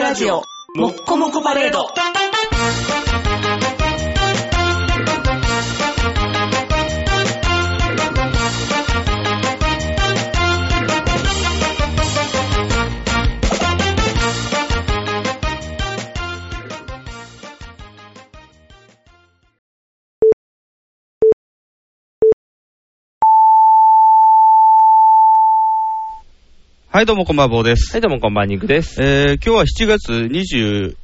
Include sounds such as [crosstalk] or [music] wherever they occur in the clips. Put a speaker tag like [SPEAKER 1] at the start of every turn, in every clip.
[SPEAKER 1] ラジオ、もっこもこパレード。
[SPEAKER 2] はい、どうもこんばんは、坊です。
[SPEAKER 3] はい、どうもこんばんは、肉です。
[SPEAKER 2] えー、今日は7月21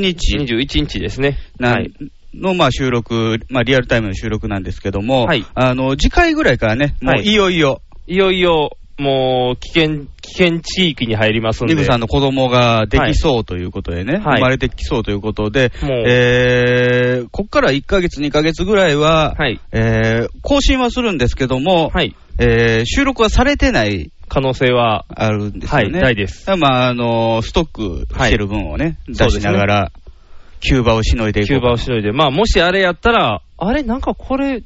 [SPEAKER 2] 日、
[SPEAKER 3] 21日ですね。
[SPEAKER 2] な
[SPEAKER 3] はい。
[SPEAKER 2] の、まあ、収録、まあ、リアルタイムの収録なんですけども、
[SPEAKER 3] はい
[SPEAKER 2] あの次回ぐらいからね、も
[SPEAKER 3] は
[SPEAKER 2] う
[SPEAKER 3] い
[SPEAKER 2] いよいよ、
[SPEAKER 3] いよいよ、もう、危険、危険地域に入りますんで。
[SPEAKER 2] リブさん
[SPEAKER 3] の。
[SPEAKER 2] の子供ができそうということでね、
[SPEAKER 3] はい
[SPEAKER 2] 生まれてきそうということで、
[SPEAKER 3] もう
[SPEAKER 2] えー、こっから1ヶ月、2ヶ月ぐらいは、
[SPEAKER 3] はい。
[SPEAKER 2] えー、更新はするんですけども、
[SPEAKER 3] はい。
[SPEAKER 2] えー収録はされてない、
[SPEAKER 3] 可能性は、
[SPEAKER 2] あるんですよね。
[SPEAKER 3] はいないで
[SPEAKER 2] だ
[SPEAKER 3] す
[SPEAKER 2] からまあ、あの、ストックしてる分をね、
[SPEAKER 3] そう
[SPEAKER 2] 出
[SPEAKER 3] ですね
[SPEAKER 2] しながら、キューバをしのいでいこう
[SPEAKER 3] キューバをしのいで。まあ、もしあれやったら、あれ、なんかこれ、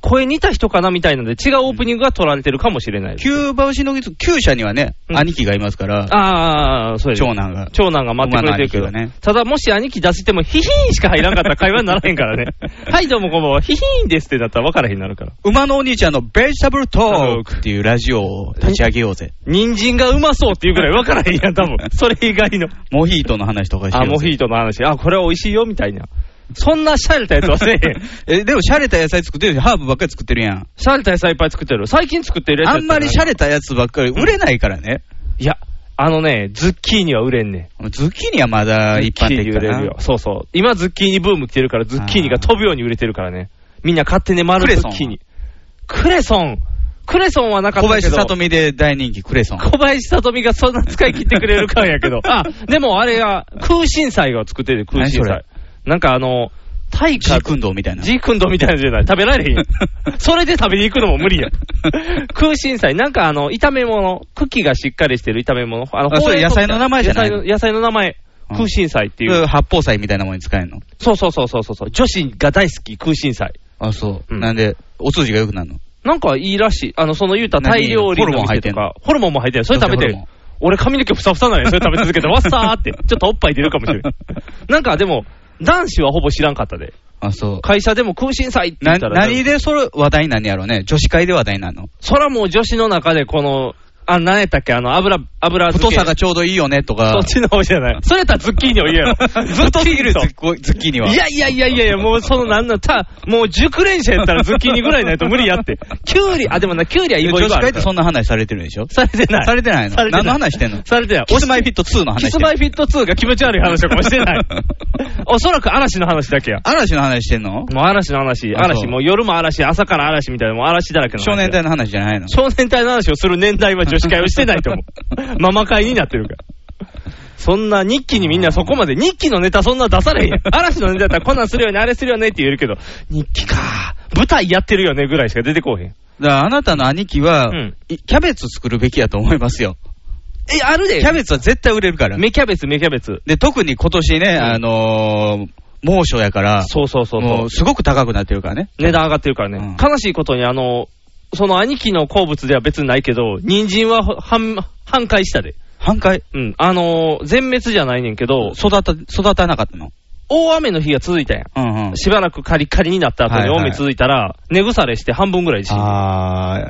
[SPEAKER 3] 声似た人かなみたいなので、違うオープニングが取られてるかもしれないです。
[SPEAKER 2] キューバをしのぎつつ、旧社にはね、
[SPEAKER 3] うん
[SPEAKER 2] 兄貴がいますから、
[SPEAKER 3] ああ、そうです。
[SPEAKER 2] 長男が。
[SPEAKER 3] 長男が待ってくれてるけど、
[SPEAKER 2] 馬の兄貴がね
[SPEAKER 3] ただもし兄貴出しても、ヒヒーンしか入らんかったら会話にならへんから
[SPEAKER 2] [laughs]
[SPEAKER 3] ね。はい、どうもこんばんは、ヒヒーンですってなったら分からへんになるから。
[SPEAKER 2] 馬のお兄ちゃんのベジタブルトークっていうラジオを立ち上げようぜ。
[SPEAKER 3] 人参がうまそうっていうぐらい分からへんやん、多
[SPEAKER 2] [laughs]
[SPEAKER 3] 分。それ以外の。
[SPEAKER 2] モヒートの話とかして
[SPEAKER 3] あ、モヒートの話。あ、これは美味しいよ、みたいな。そんなシャレたやつはせえへ
[SPEAKER 2] [laughs]
[SPEAKER 3] ん。
[SPEAKER 2] [laughs] え、でも、シャレた野菜作ってるし、ハーブばっかり作ってるやん。
[SPEAKER 3] シャレた野菜いっぱい作ってる。最近作ってるやつ
[SPEAKER 2] あんまりシャ
[SPEAKER 3] レ。
[SPEAKER 2] レたやつばっかり売れないからね。
[SPEAKER 3] いや、あのね、ズッキーニは売れんね
[SPEAKER 2] ズッキーニはまだ
[SPEAKER 3] ん。
[SPEAKER 2] 一般的
[SPEAKER 3] ズッキーニ売
[SPEAKER 2] か
[SPEAKER 3] れ
[SPEAKER 2] な
[SPEAKER 3] るよ。。そうそう。今ズッキーニブーム来てるから、ズッキーニが飛ぶように売れてるからね。みんな勝手に丸
[SPEAKER 2] クレ
[SPEAKER 3] ズ
[SPEAKER 2] ソン
[SPEAKER 3] ッキーニ。クレソン。クレソンはなかった
[SPEAKER 2] 小
[SPEAKER 3] けど。
[SPEAKER 2] 林さとみで大人気、クレソン。
[SPEAKER 3] 小林さとみがそんな使い切ってくれるかんやけど。 [laughs] あ、でもあれが、空心菜が作ってる、空心
[SPEAKER 2] 何
[SPEAKER 3] 菜。なんかあの、大
[SPEAKER 2] ジ
[SPEAKER 3] 化
[SPEAKER 2] ークンドーみたいな。
[SPEAKER 3] ジークンドーみたいなのじゃない。食べら [laughs] れへんやん。それで食べに行くのも無理やん。 [laughs] 空心菜、なんかあの、炒め物、茎がしっかりしてる炒め物。あの、
[SPEAKER 2] あそれ
[SPEAKER 3] ほうれん草
[SPEAKER 2] 野菜の名前じゃない
[SPEAKER 3] 野菜の野菜の名前。
[SPEAKER 2] [laughs] うん
[SPEAKER 3] 空心菜っていう。
[SPEAKER 2] 八宝菜みたいなものに使えるの。
[SPEAKER 3] そうそうそうそうそう。女子が大好き、空心菜。
[SPEAKER 2] あ、そう。
[SPEAKER 3] うん
[SPEAKER 2] なんで、お通じが良くなるの。
[SPEAKER 3] なんかいいらしい。あの、その言うたらタイ料理の店とか、ホルモンも入ってる。それ食べ
[SPEAKER 2] ど
[SPEAKER 3] て
[SPEAKER 2] うしてホルモン
[SPEAKER 3] 俺髪の毛ふさふさなのよ。それ食べ続けて、わっさーって。ちょっとおっぱい出るかもし
[SPEAKER 2] [laughs]
[SPEAKER 3] れない。なんかでも、男子はほぼ知らんかったで。
[SPEAKER 2] あ、そう。
[SPEAKER 3] 会社でも空心菜って言
[SPEAKER 2] な、
[SPEAKER 3] ったら。
[SPEAKER 2] 何でそれ話題になんねやろうね。女子会で話題になるの。
[SPEAKER 3] そらもう女子の中でこの、あ、何やったっけ、あの、油、油漬
[SPEAKER 2] 太
[SPEAKER 3] け。
[SPEAKER 2] さがちょうどいいよねとか。
[SPEAKER 3] そっちの方じゃない。それやったらズッキーニを
[SPEAKER 2] [laughs]
[SPEAKER 3] 言えよ。ズッキーニ
[SPEAKER 2] ズ
[SPEAKER 3] と。
[SPEAKER 2] ッコズッキーニは。
[SPEAKER 3] いやいやいやいやいや、もうそのなんなん、た、もう熟練者やったらズッキーニぐらいないと無理やって。キュウリ、あ、でもな、キュウリはイボ
[SPEAKER 2] 女
[SPEAKER 3] イボ
[SPEAKER 2] 子
[SPEAKER 3] あ
[SPEAKER 2] 会っ
[SPEAKER 3] る
[SPEAKER 2] て
[SPEAKER 3] から
[SPEAKER 2] そんな話されてるでしょ
[SPEAKER 3] されてない。
[SPEAKER 2] されてないの
[SPEAKER 3] されてない
[SPEAKER 2] 何の話してん
[SPEAKER 3] [laughs]
[SPEAKER 2] の
[SPEAKER 3] されてない。
[SPEAKER 2] キスマイフィット2の話
[SPEAKER 3] キ
[SPEAKER 2] して
[SPEAKER 3] ス
[SPEAKER 2] んの
[SPEAKER 3] マイフィット2が気持ち悪い話とかもして
[SPEAKER 2] [laughs]
[SPEAKER 3] ない。おそらく嵐の話だけや。
[SPEAKER 2] 嵐の話してんの
[SPEAKER 3] もう嵐の話、
[SPEAKER 2] あそう
[SPEAKER 3] 嵐、もう夜も嵐、朝から嵐みたいな、もう嵐だらけの話。
[SPEAKER 2] 少年隊の話じゃないの
[SPEAKER 3] 少年隊の話をする年代は女子会をしてないと
[SPEAKER 2] [laughs]
[SPEAKER 3] 思う。ママ会になってるから。そんな日記にみんなそこまで、日記のネタそんな出されへんやん。嵐のネタだったらこんなんするよね、あれするよねって言えるけど、日記か。舞台やってるよねぐらいしか出てこうへん。
[SPEAKER 2] だからあなたの兄貴は、
[SPEAKER 3] うん
[SPEAKER 2] いキャベツ作るべきやと思いますよ。
[SPEAKER 3] え、あるで
[SPEAKER 2] キャベツは絶対売れるから。
[SPEAKER 3] 芽キャベツ、芽キャベツ。
[SPEAKER 2] で、特に今年ね、あのー猛暑やから、
[SPEAKER 3] そうそうそうそ
[SPEAKER 2] も
[SPEAKER 3] う
[SPEAKER 2] う。すごく高くなってるからね。
[SPEAKER 3] 値段上がってるからね。
[SPEAKER 2] う
[SPEAKER 3] 悲しいことに、あの、その兄貴の好物では別にないけど、人参は半、半壊したで。
[SPEAKER 2] 半壊
[SPEAKER 3] うん。あの、全滅じゃないねんけど、
[SPEAKER 2] 育た、育たなかったの。
[SPEAKER 3] 大雨の日が続いたやん。
[SPEAKER 2] うんうん。
[SPEAKER 3] しばらくカリカリになった後
[SPEAKER 2] はい
[SPEAKER 3] に
[SPEAKER 2] はい
[SPEAKER 3] 大雨続いたら、根腐れして半分ぐらい死ぬ。や
[SPEAKER 2] あ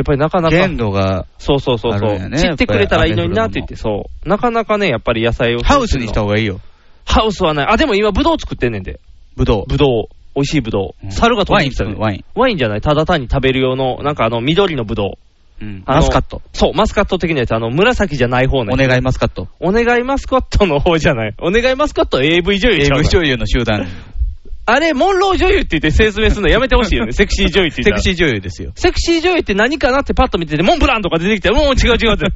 [SPEAKER 3] っぱりなか
[SPEAKER 2] ー、
[SPEAKER 3] なか
[SPEAKER 2] 限、度が、
[SPEAKER 3] そうそうそうそ
[SPEAKER 2] あるん
[SPEAKER 3] う、
[SPEAKER 2] やね
[SPEAKER 3] 散ってくれたらいいのになって言って、そう。なかなかね、やっぱり野菜を。
[SPEAKER 2] ハウスにした
[SPEAKER 3] 方
[SPEAKER 2] 方がいいよ。
[SPEAKER 3] ハウスはない。あ、でも今、ブドウ作ってんねんで。
[SPEAKER 2] ぶどう。
[SPEAKER 3] ブドウ。美味しいブド
[SPEAKER 2] うん
[SPEAKER 3] ウ。猿が飛んできたで
[SPEAKER 2] ワイン
[SPEAKER 3] ワインじゃない。ただ単に食べる用の、なんかあの、緑のブドウ。
[SPEAKER 2] うん
[SPEAKER 3] あの
[SPEAKER 2] マスカット。。
[SPEAKER 3] そう、マスカット的なやつ。あの、紫じゃない方の
[SPEAKER 2] お
[SPEAKER 3] やつ。
[SPEAKER 2] 願いマスカット。
[SPEAKER 3] お願いマスカットの方じゃない。お願いマスカットは AV 女優ちゃう
[SPEAKER 2] AV
[SPEAKER 3] の
[SPEAKER 2] 女優の集
[SPEAKER 3] [laughs]
[SPEAKER 2] 団。
[SPEAKER 3] あれ、モンロー女優って言って説明するのやめてほしいよ [laughs] ね。セクシー女優って言った
[SPEAKER 2] セ
[SPEAKER 3] ら
[SPEAKER 2] クシー女優ですよ。
[SPEAKER 3] セクシー女優って何かなってパッと見てて、モンブランとか出てきて、 [laughs] もう違う違うって。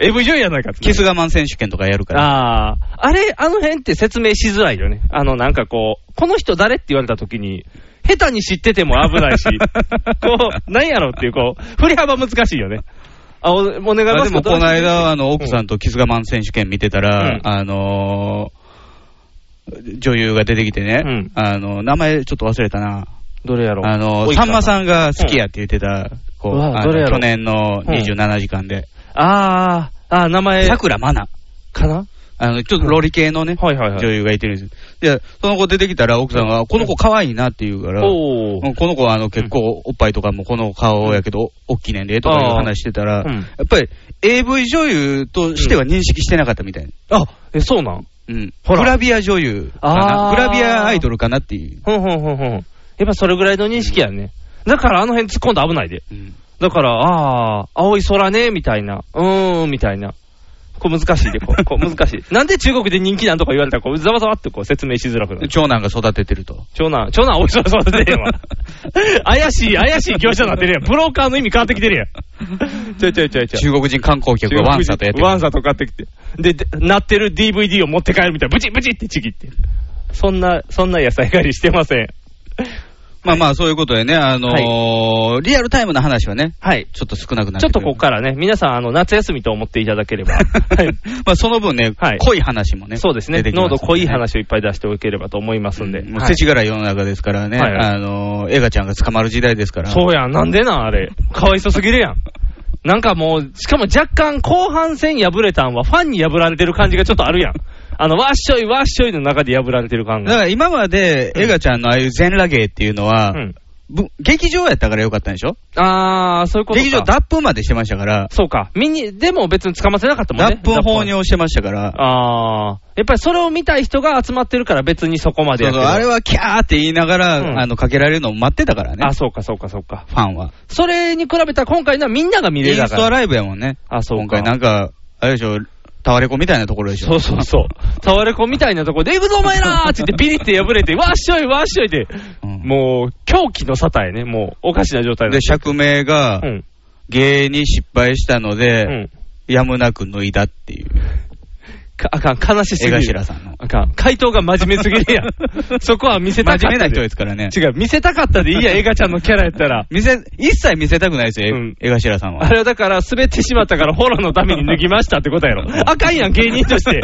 [SPEAKER 3] AV 女優やないかって。
[SPEAKER 2] キス我慢選手権とかやるから。
[SPEAKER 3] ああ。あれ、あの辺って説明しづらいよね。あの、なんかこう、この人誰って言われた時に、下手に知ってても危 [laughs] ないし、こう、なんやろっていう、こう、振り幅難しいよね。あ、おお願い
[SPEAKER 2] あ
[SPEAKER 3] ま
[SPEAKER 2] ですもこの間、あの、
[SPEAKER 3] うん
[SPEAKER 2] 奥さんとキス我慢選手権見てたら、
[SPEAKER 3] うん
[SPEAKER 2] あのー女優が出てきてね、
[SPEAKER 3] うん
[SPEAKER 2] あの、名前ちょっと忘れたな。
[SPEAKER 3] どれやろ
[SPEAKER 2] あの、
[SPEAKER 3] 多い
[SPEAKER 2] さ
[SPEAKER 3] か
[SPEAKER 2] ん
[SPEAKER 3] な
[SPEAKER 2] まさんが好きやって言ってた、こう、
[SPEAKER 3] うわ
[SPEAKER 2] あ
[SPEAKER 3] どれや
[SPEAKER 2] の
[SPEAKER 3] ろ
[SPEAKER 2] 去年の27時間で、
[SPEAKER 3] ああ、ああ、名前、
[SPEAKER 2] さくらまな
[SPEAKER 3] かな
[SPEAKER 2] あの、ちょっとロリ系のね、
[SPEAKER 3] はいはいはい
[SPEAKER 2] 女優がいてるんですで、その子出てきたら奥さんが、この子可愛いなって言うから、
[SPEAKER 3] おお
[SPEAKER 2] う。んこの子はあの結構おっぱいとかもこの顔やけど、おっきいねんでとかいう話してたら、
[SPEAKER 3] あーうん
[SPEAKER 2] やっぱり AV 女優としては認識してなかったみたいな。
[SPEAKER 3] あ、え、そうなん
[SPEAKER 2] うん。
[SPEAKER 3] ほら
[SPEAKER 2] グラビア女優か
[SPEAKER 3] あ
[SPEAKER 2] な。
[SPEAKER 3] ー
[SPEAKER 2] グラビアアイドルかなっていう。
[SPEAKER 3] ほんほんほんほん。やっぱそれぐらいの認識やね。だからあの辺突っ込んだら危ないで。
[SPEAKER 2] うん
[SPEAKER 3] だから、ああ、青い空ね、みたいな。うーん、みたいな。こう難しいで、こう、こう難 [laughs] しい。なんで中国で人気なんとか言われたら、こう、ざわざわってこう説明しづらくな
[SPEAKER 2] で
[SPEAKER 3] る。
[SPEAKER 2] 長男が育ててると。
[SPEAKER 3] 長男、長男青い空育ててへんわ。怪しい、怪しい業者になってるやん。ブローカーの意味変わってきてるやん。ちょいちょいちょいちょい。
[SPEAKER 2] 中国人観光客がワンサとやってる。
[SPEAKER 3] ワンサと買ってきて。で、で鳴ってる DVD を持って帰るみたいな。ブチブチってちぎって。そんな、そんな野菜狩りしてません。
[SPEAKER 2] まあまあ、そういうことでね、あのーリアルタイムな話はね、
[SPEAKER 3] はい。
[SPEAKER 2] ちょっと少なくなって
[SPEAKER 3] ちょっと
[SPEAKER 2] くる
[SPEAKER 3] ここからね、皆さん、あの、夏休みと思っていただければ。はい。
[SPEAKER 2] まあその分ね、
[SPEAKER 3] はい
[SPEAKER 2] 濃い話 [laughs] もね、
[SPEAKER 3] そうですね。
[SPEAKER 2] 出てきますんで
[SPEAKER 3] 濃度
[SPEAKER 2] ね
[SPEAKER 3] 濃い話をいっぱい出しておければと思いますんで。
[SPEAKER 2] もう
[SPEAKER 3] はい
[SPEAKER 2] 世知辛い世の中ですからね、
[SPEAKER 3] はいはい
[SPEAKER 2] あのー、映画ちゃんが捕まる時代ですから。
[SPEAKER 3] そうやん。なんでなん、あれ。かわいそすぎるやん。なんかもう、しかも若干後半戦破れたんは、ファンに破られてる感じがちょっとあるやん。あの、わっしょいわっしょいの中で破られてる感
[SPEAKER 2] だか
[SPEAKER 3] が。
[SPEAKER 2] ら今まで、
[SPEAKER 3] うん
[SPEAKER 2] エガちゃんのああいう全裸芸っていうのは、
[SPEAKER 3] うん。
[SPEAKER 2] ぶ劇場やったからよかったんでしょ
[SPEAKER 3] あー、そういうことか。
[SPEAKER 2] 劇場脱粉までしてましたから、
[SPEAKER 3] そうか。見に、でも別に捕ませなかったもん
[SPEAKER 2] 脱
[SPEAKER 3] ね。
[SPEAKER 2] 粉放
[SPEAKER 3] に
[SPEAKER 2] 尿してましたから、
[SPEAKER 3] あー。やっぱりそれを見たい人が集まってるから別にそこま
[SPEAKER 2] そ
[SPEAKER 3] でや
[SPEAKER 2] う
[SPEAKER 3] って
[SPEAKER 2] そう
[SPEAKER 3] る。
[SPEAKER 2] あれはキャーって言いながら、
[SPEAKER 3] うん
[SPEAKER 2] あのかけられるのを待ってたからね、
[SPEAKER 3] あ、そうかそうかそうか。
[SPEAKER 2] ファンは。
[SPEAKER 3] それに比べたら今回のはみんなが見
[SPEAKER 2] イ
[SPEAKER 3] れ
[SPEAKER 2] ン
[SPEAKER 3] るだ
[SPEAKER 2] ス
[SPEAKER 3] か
[SPEAKER 2] トア
[SPEAKER 3] ら。
[SPEAKER 2] ライブやもんね。
[SPEAKER 3] あ、そう
[SPEAKER 2] 今回
[SPEAKER 3] か。
[SPEAKER 2] なんか、あれでしょ、タワレコみたいなところでしょ。
[SPEAKER 3] そうそうそう。タワレコみたいなとこで、行くぞお前らーって言ってビリって破れて、わっしょいわっしょいで、
[SPEAKER 2] うん
[SPEAKER 3] もう狂気の沙汰やね、もうおかしな状態
[SPEAKER 2] で、釈明が
[SPEAKER 3] う、ん。
[SPEAKER 2] 芸に失敗したの
[SPEAKER 3] う
[SPEAKER 2] で、
[SPEAKER 3] ん。
[SPEAKER 2] やむなく脱いだっていう、
[SPEAKER 3] かあかん、悲しす
[SPEAKER 2] 江
[SPEAKER 3] ぎる。
[SPEAKER 2] 頭さんの。
[SPEAKER 3] あかん。回答が真面目すぎ
[SPEAKER 2] [laughs]
[SPEAKER 3] るやん。そこは見せたかった。
[SPEAKER 2] 真面目な人ですからね。
[SPEAKER 3] 違う、見せたかったでいいや、エガちゃんのキャラやったら。
[SPEAKER 2] 見せ、一切見せたくないですよ、
[SPEAKER 3] うん
[SPEAKER 2] 江頭さんは
[SPEAKER 3] あ。れはだから、滑ってしまったから、フォローのために脱ぎましたってことやろ。あかんやん、芸人として。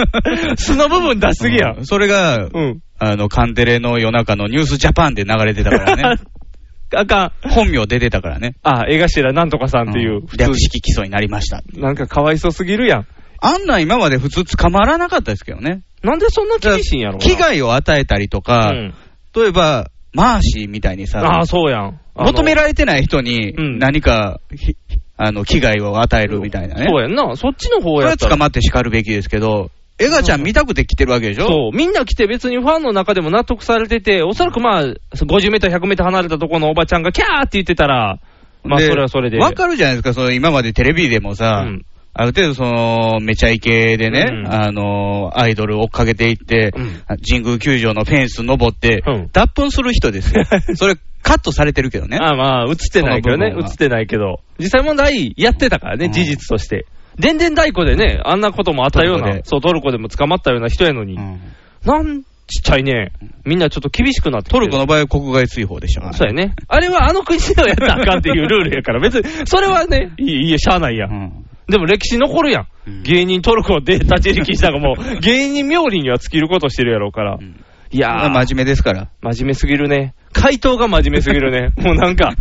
[SPEAKER 3] 素の部分出しすぎや。
[SPEAKER 2] うんんそれが、
[SPEAKER 3] うん。
[SPEAKER 2] あの、カンテレの夜中のニュースジャパンで流れてたからね。
[SPEAKER 3] [laughs] あかん。
[SPEAKER 2] [laughs] 本名出てたからね。
[SPEAKER 3] あ、江頭なんとかさんってい
[SPEAKER 2] う
[SPEAKER 3] う。
[SPEAKER 2] ん略式起訴になりました。
[SPEAKER 3] なんかかわいそうすぎるやん。
[SPEAKER 2] あんなん今まで普通捕まらなかったですけどね。
[SPEAKER 3] なんでそんな厳しいんやろな
[SPEAKER 2] 危害を与えたりとか、
[SPEAKER 3] うん
[SPEAKER 2] 例えば、マーシーみたいに
[SPEAKER 3] あ
[SPEAKER 2] さ
[SPEAKER 3] あ、、そうやん。
[SPEAKER 2] 求め
[SPEAKER 3] れ
[SPEAKER 2] られてない人に
[SPEAKER 3] うん
[SPEAKER 2] 何か、ひあの、危害を与えるみたいなね。
[SPEAKER 3] そうやんな。そっちの方
[SPEAKER 2] それ
[SPEAKER 3] やっ
[SPEAKER 2] は
[SPEAKER 3] た
[SPEAKER 2] 捕
[SPEAKER 3] ら。
[SPEAKER 2] まって叱るべきですけど、エガちゃん見たくて来てるわけでしょ
[SPEAKER 3] そう。みんな来て別にファンの中でも納得されてて、おそらくまあ、50メートル、100メートル離れたところのおばちゃんがキャーって言ってたら、まあ、
[SPEAKER 2] で
[SPEAKER 3] それはそれで。
[SPEAKER 2] わかるじゃないですか、その今までテレビでもさ、
[SPEAKER 3] うん
[SPEAKER 2] ある程度、その、めちゃイケでね、
[SPEAKER 3] うん
[SPEAKER 2] あのー、アイドルを追っかけていって、
[SPEAKER 3] うん
[SPEAKER 2] 神宮球場のフェンス登って、
[SPEAKER 3] うん
[SPEAKER 2] 脱粉する人です
[SPEAKER 3] [laughs]
[SPEAKER 2] よ。それ、カットされてるけどね。
[SPEAKER 3] ああまあ、映ってないけどね
[SPEAKER 2] その部。分は
[SPEAKER 3] 映ってないけど。実際問題、やってたからね、
[SPEAKER 2] うん
[SPEAKER 3] 事実として。でんでん太鼓でね、あんなこともあったよう
[SPEAKER 2] トルコ
[SPEAKER 3] な
[SPEAKER 2] で、
[SPEAKER 3] そう、トルコでも捕まったような人やのに
[SPEAKER 2] う。ん
[SPEAKER 3] なん、ちっちゃいね。みんなちょっと厳しくなってきて
[SPEAKER 2] ト
[SPEAKER 3] る
[SPEAKER 2] ルコの場合は国外追放でしたから、
[SPEAKER 3] そうやね。あれはあの国ではやったらあかんっていうルールやから、別に、それはね、いい、いいえ、しゃあないや。
[SPEAKER 2] うんん
[SPEAKER 3] でも歴史残るや。
[SPEAKER 2] うんん
[SPEAKER 3] 芸人トルコで立ち入り禁止だからも
[SPEAKER 2] [laughs]
[SPEAKER 3] う、芸人冥利には尽きることしてるやろうから
[SPEAKER 2] う。ん
[SPEAKER 3] いやー、
[SPEAKER 2] 真面目ですから。
[SPEAKER 3] 真面目すぎるね。回答が真面目すぎ
[SPEAKER 2] [laughs]
[SPEAKER 3] るね。もうなんか、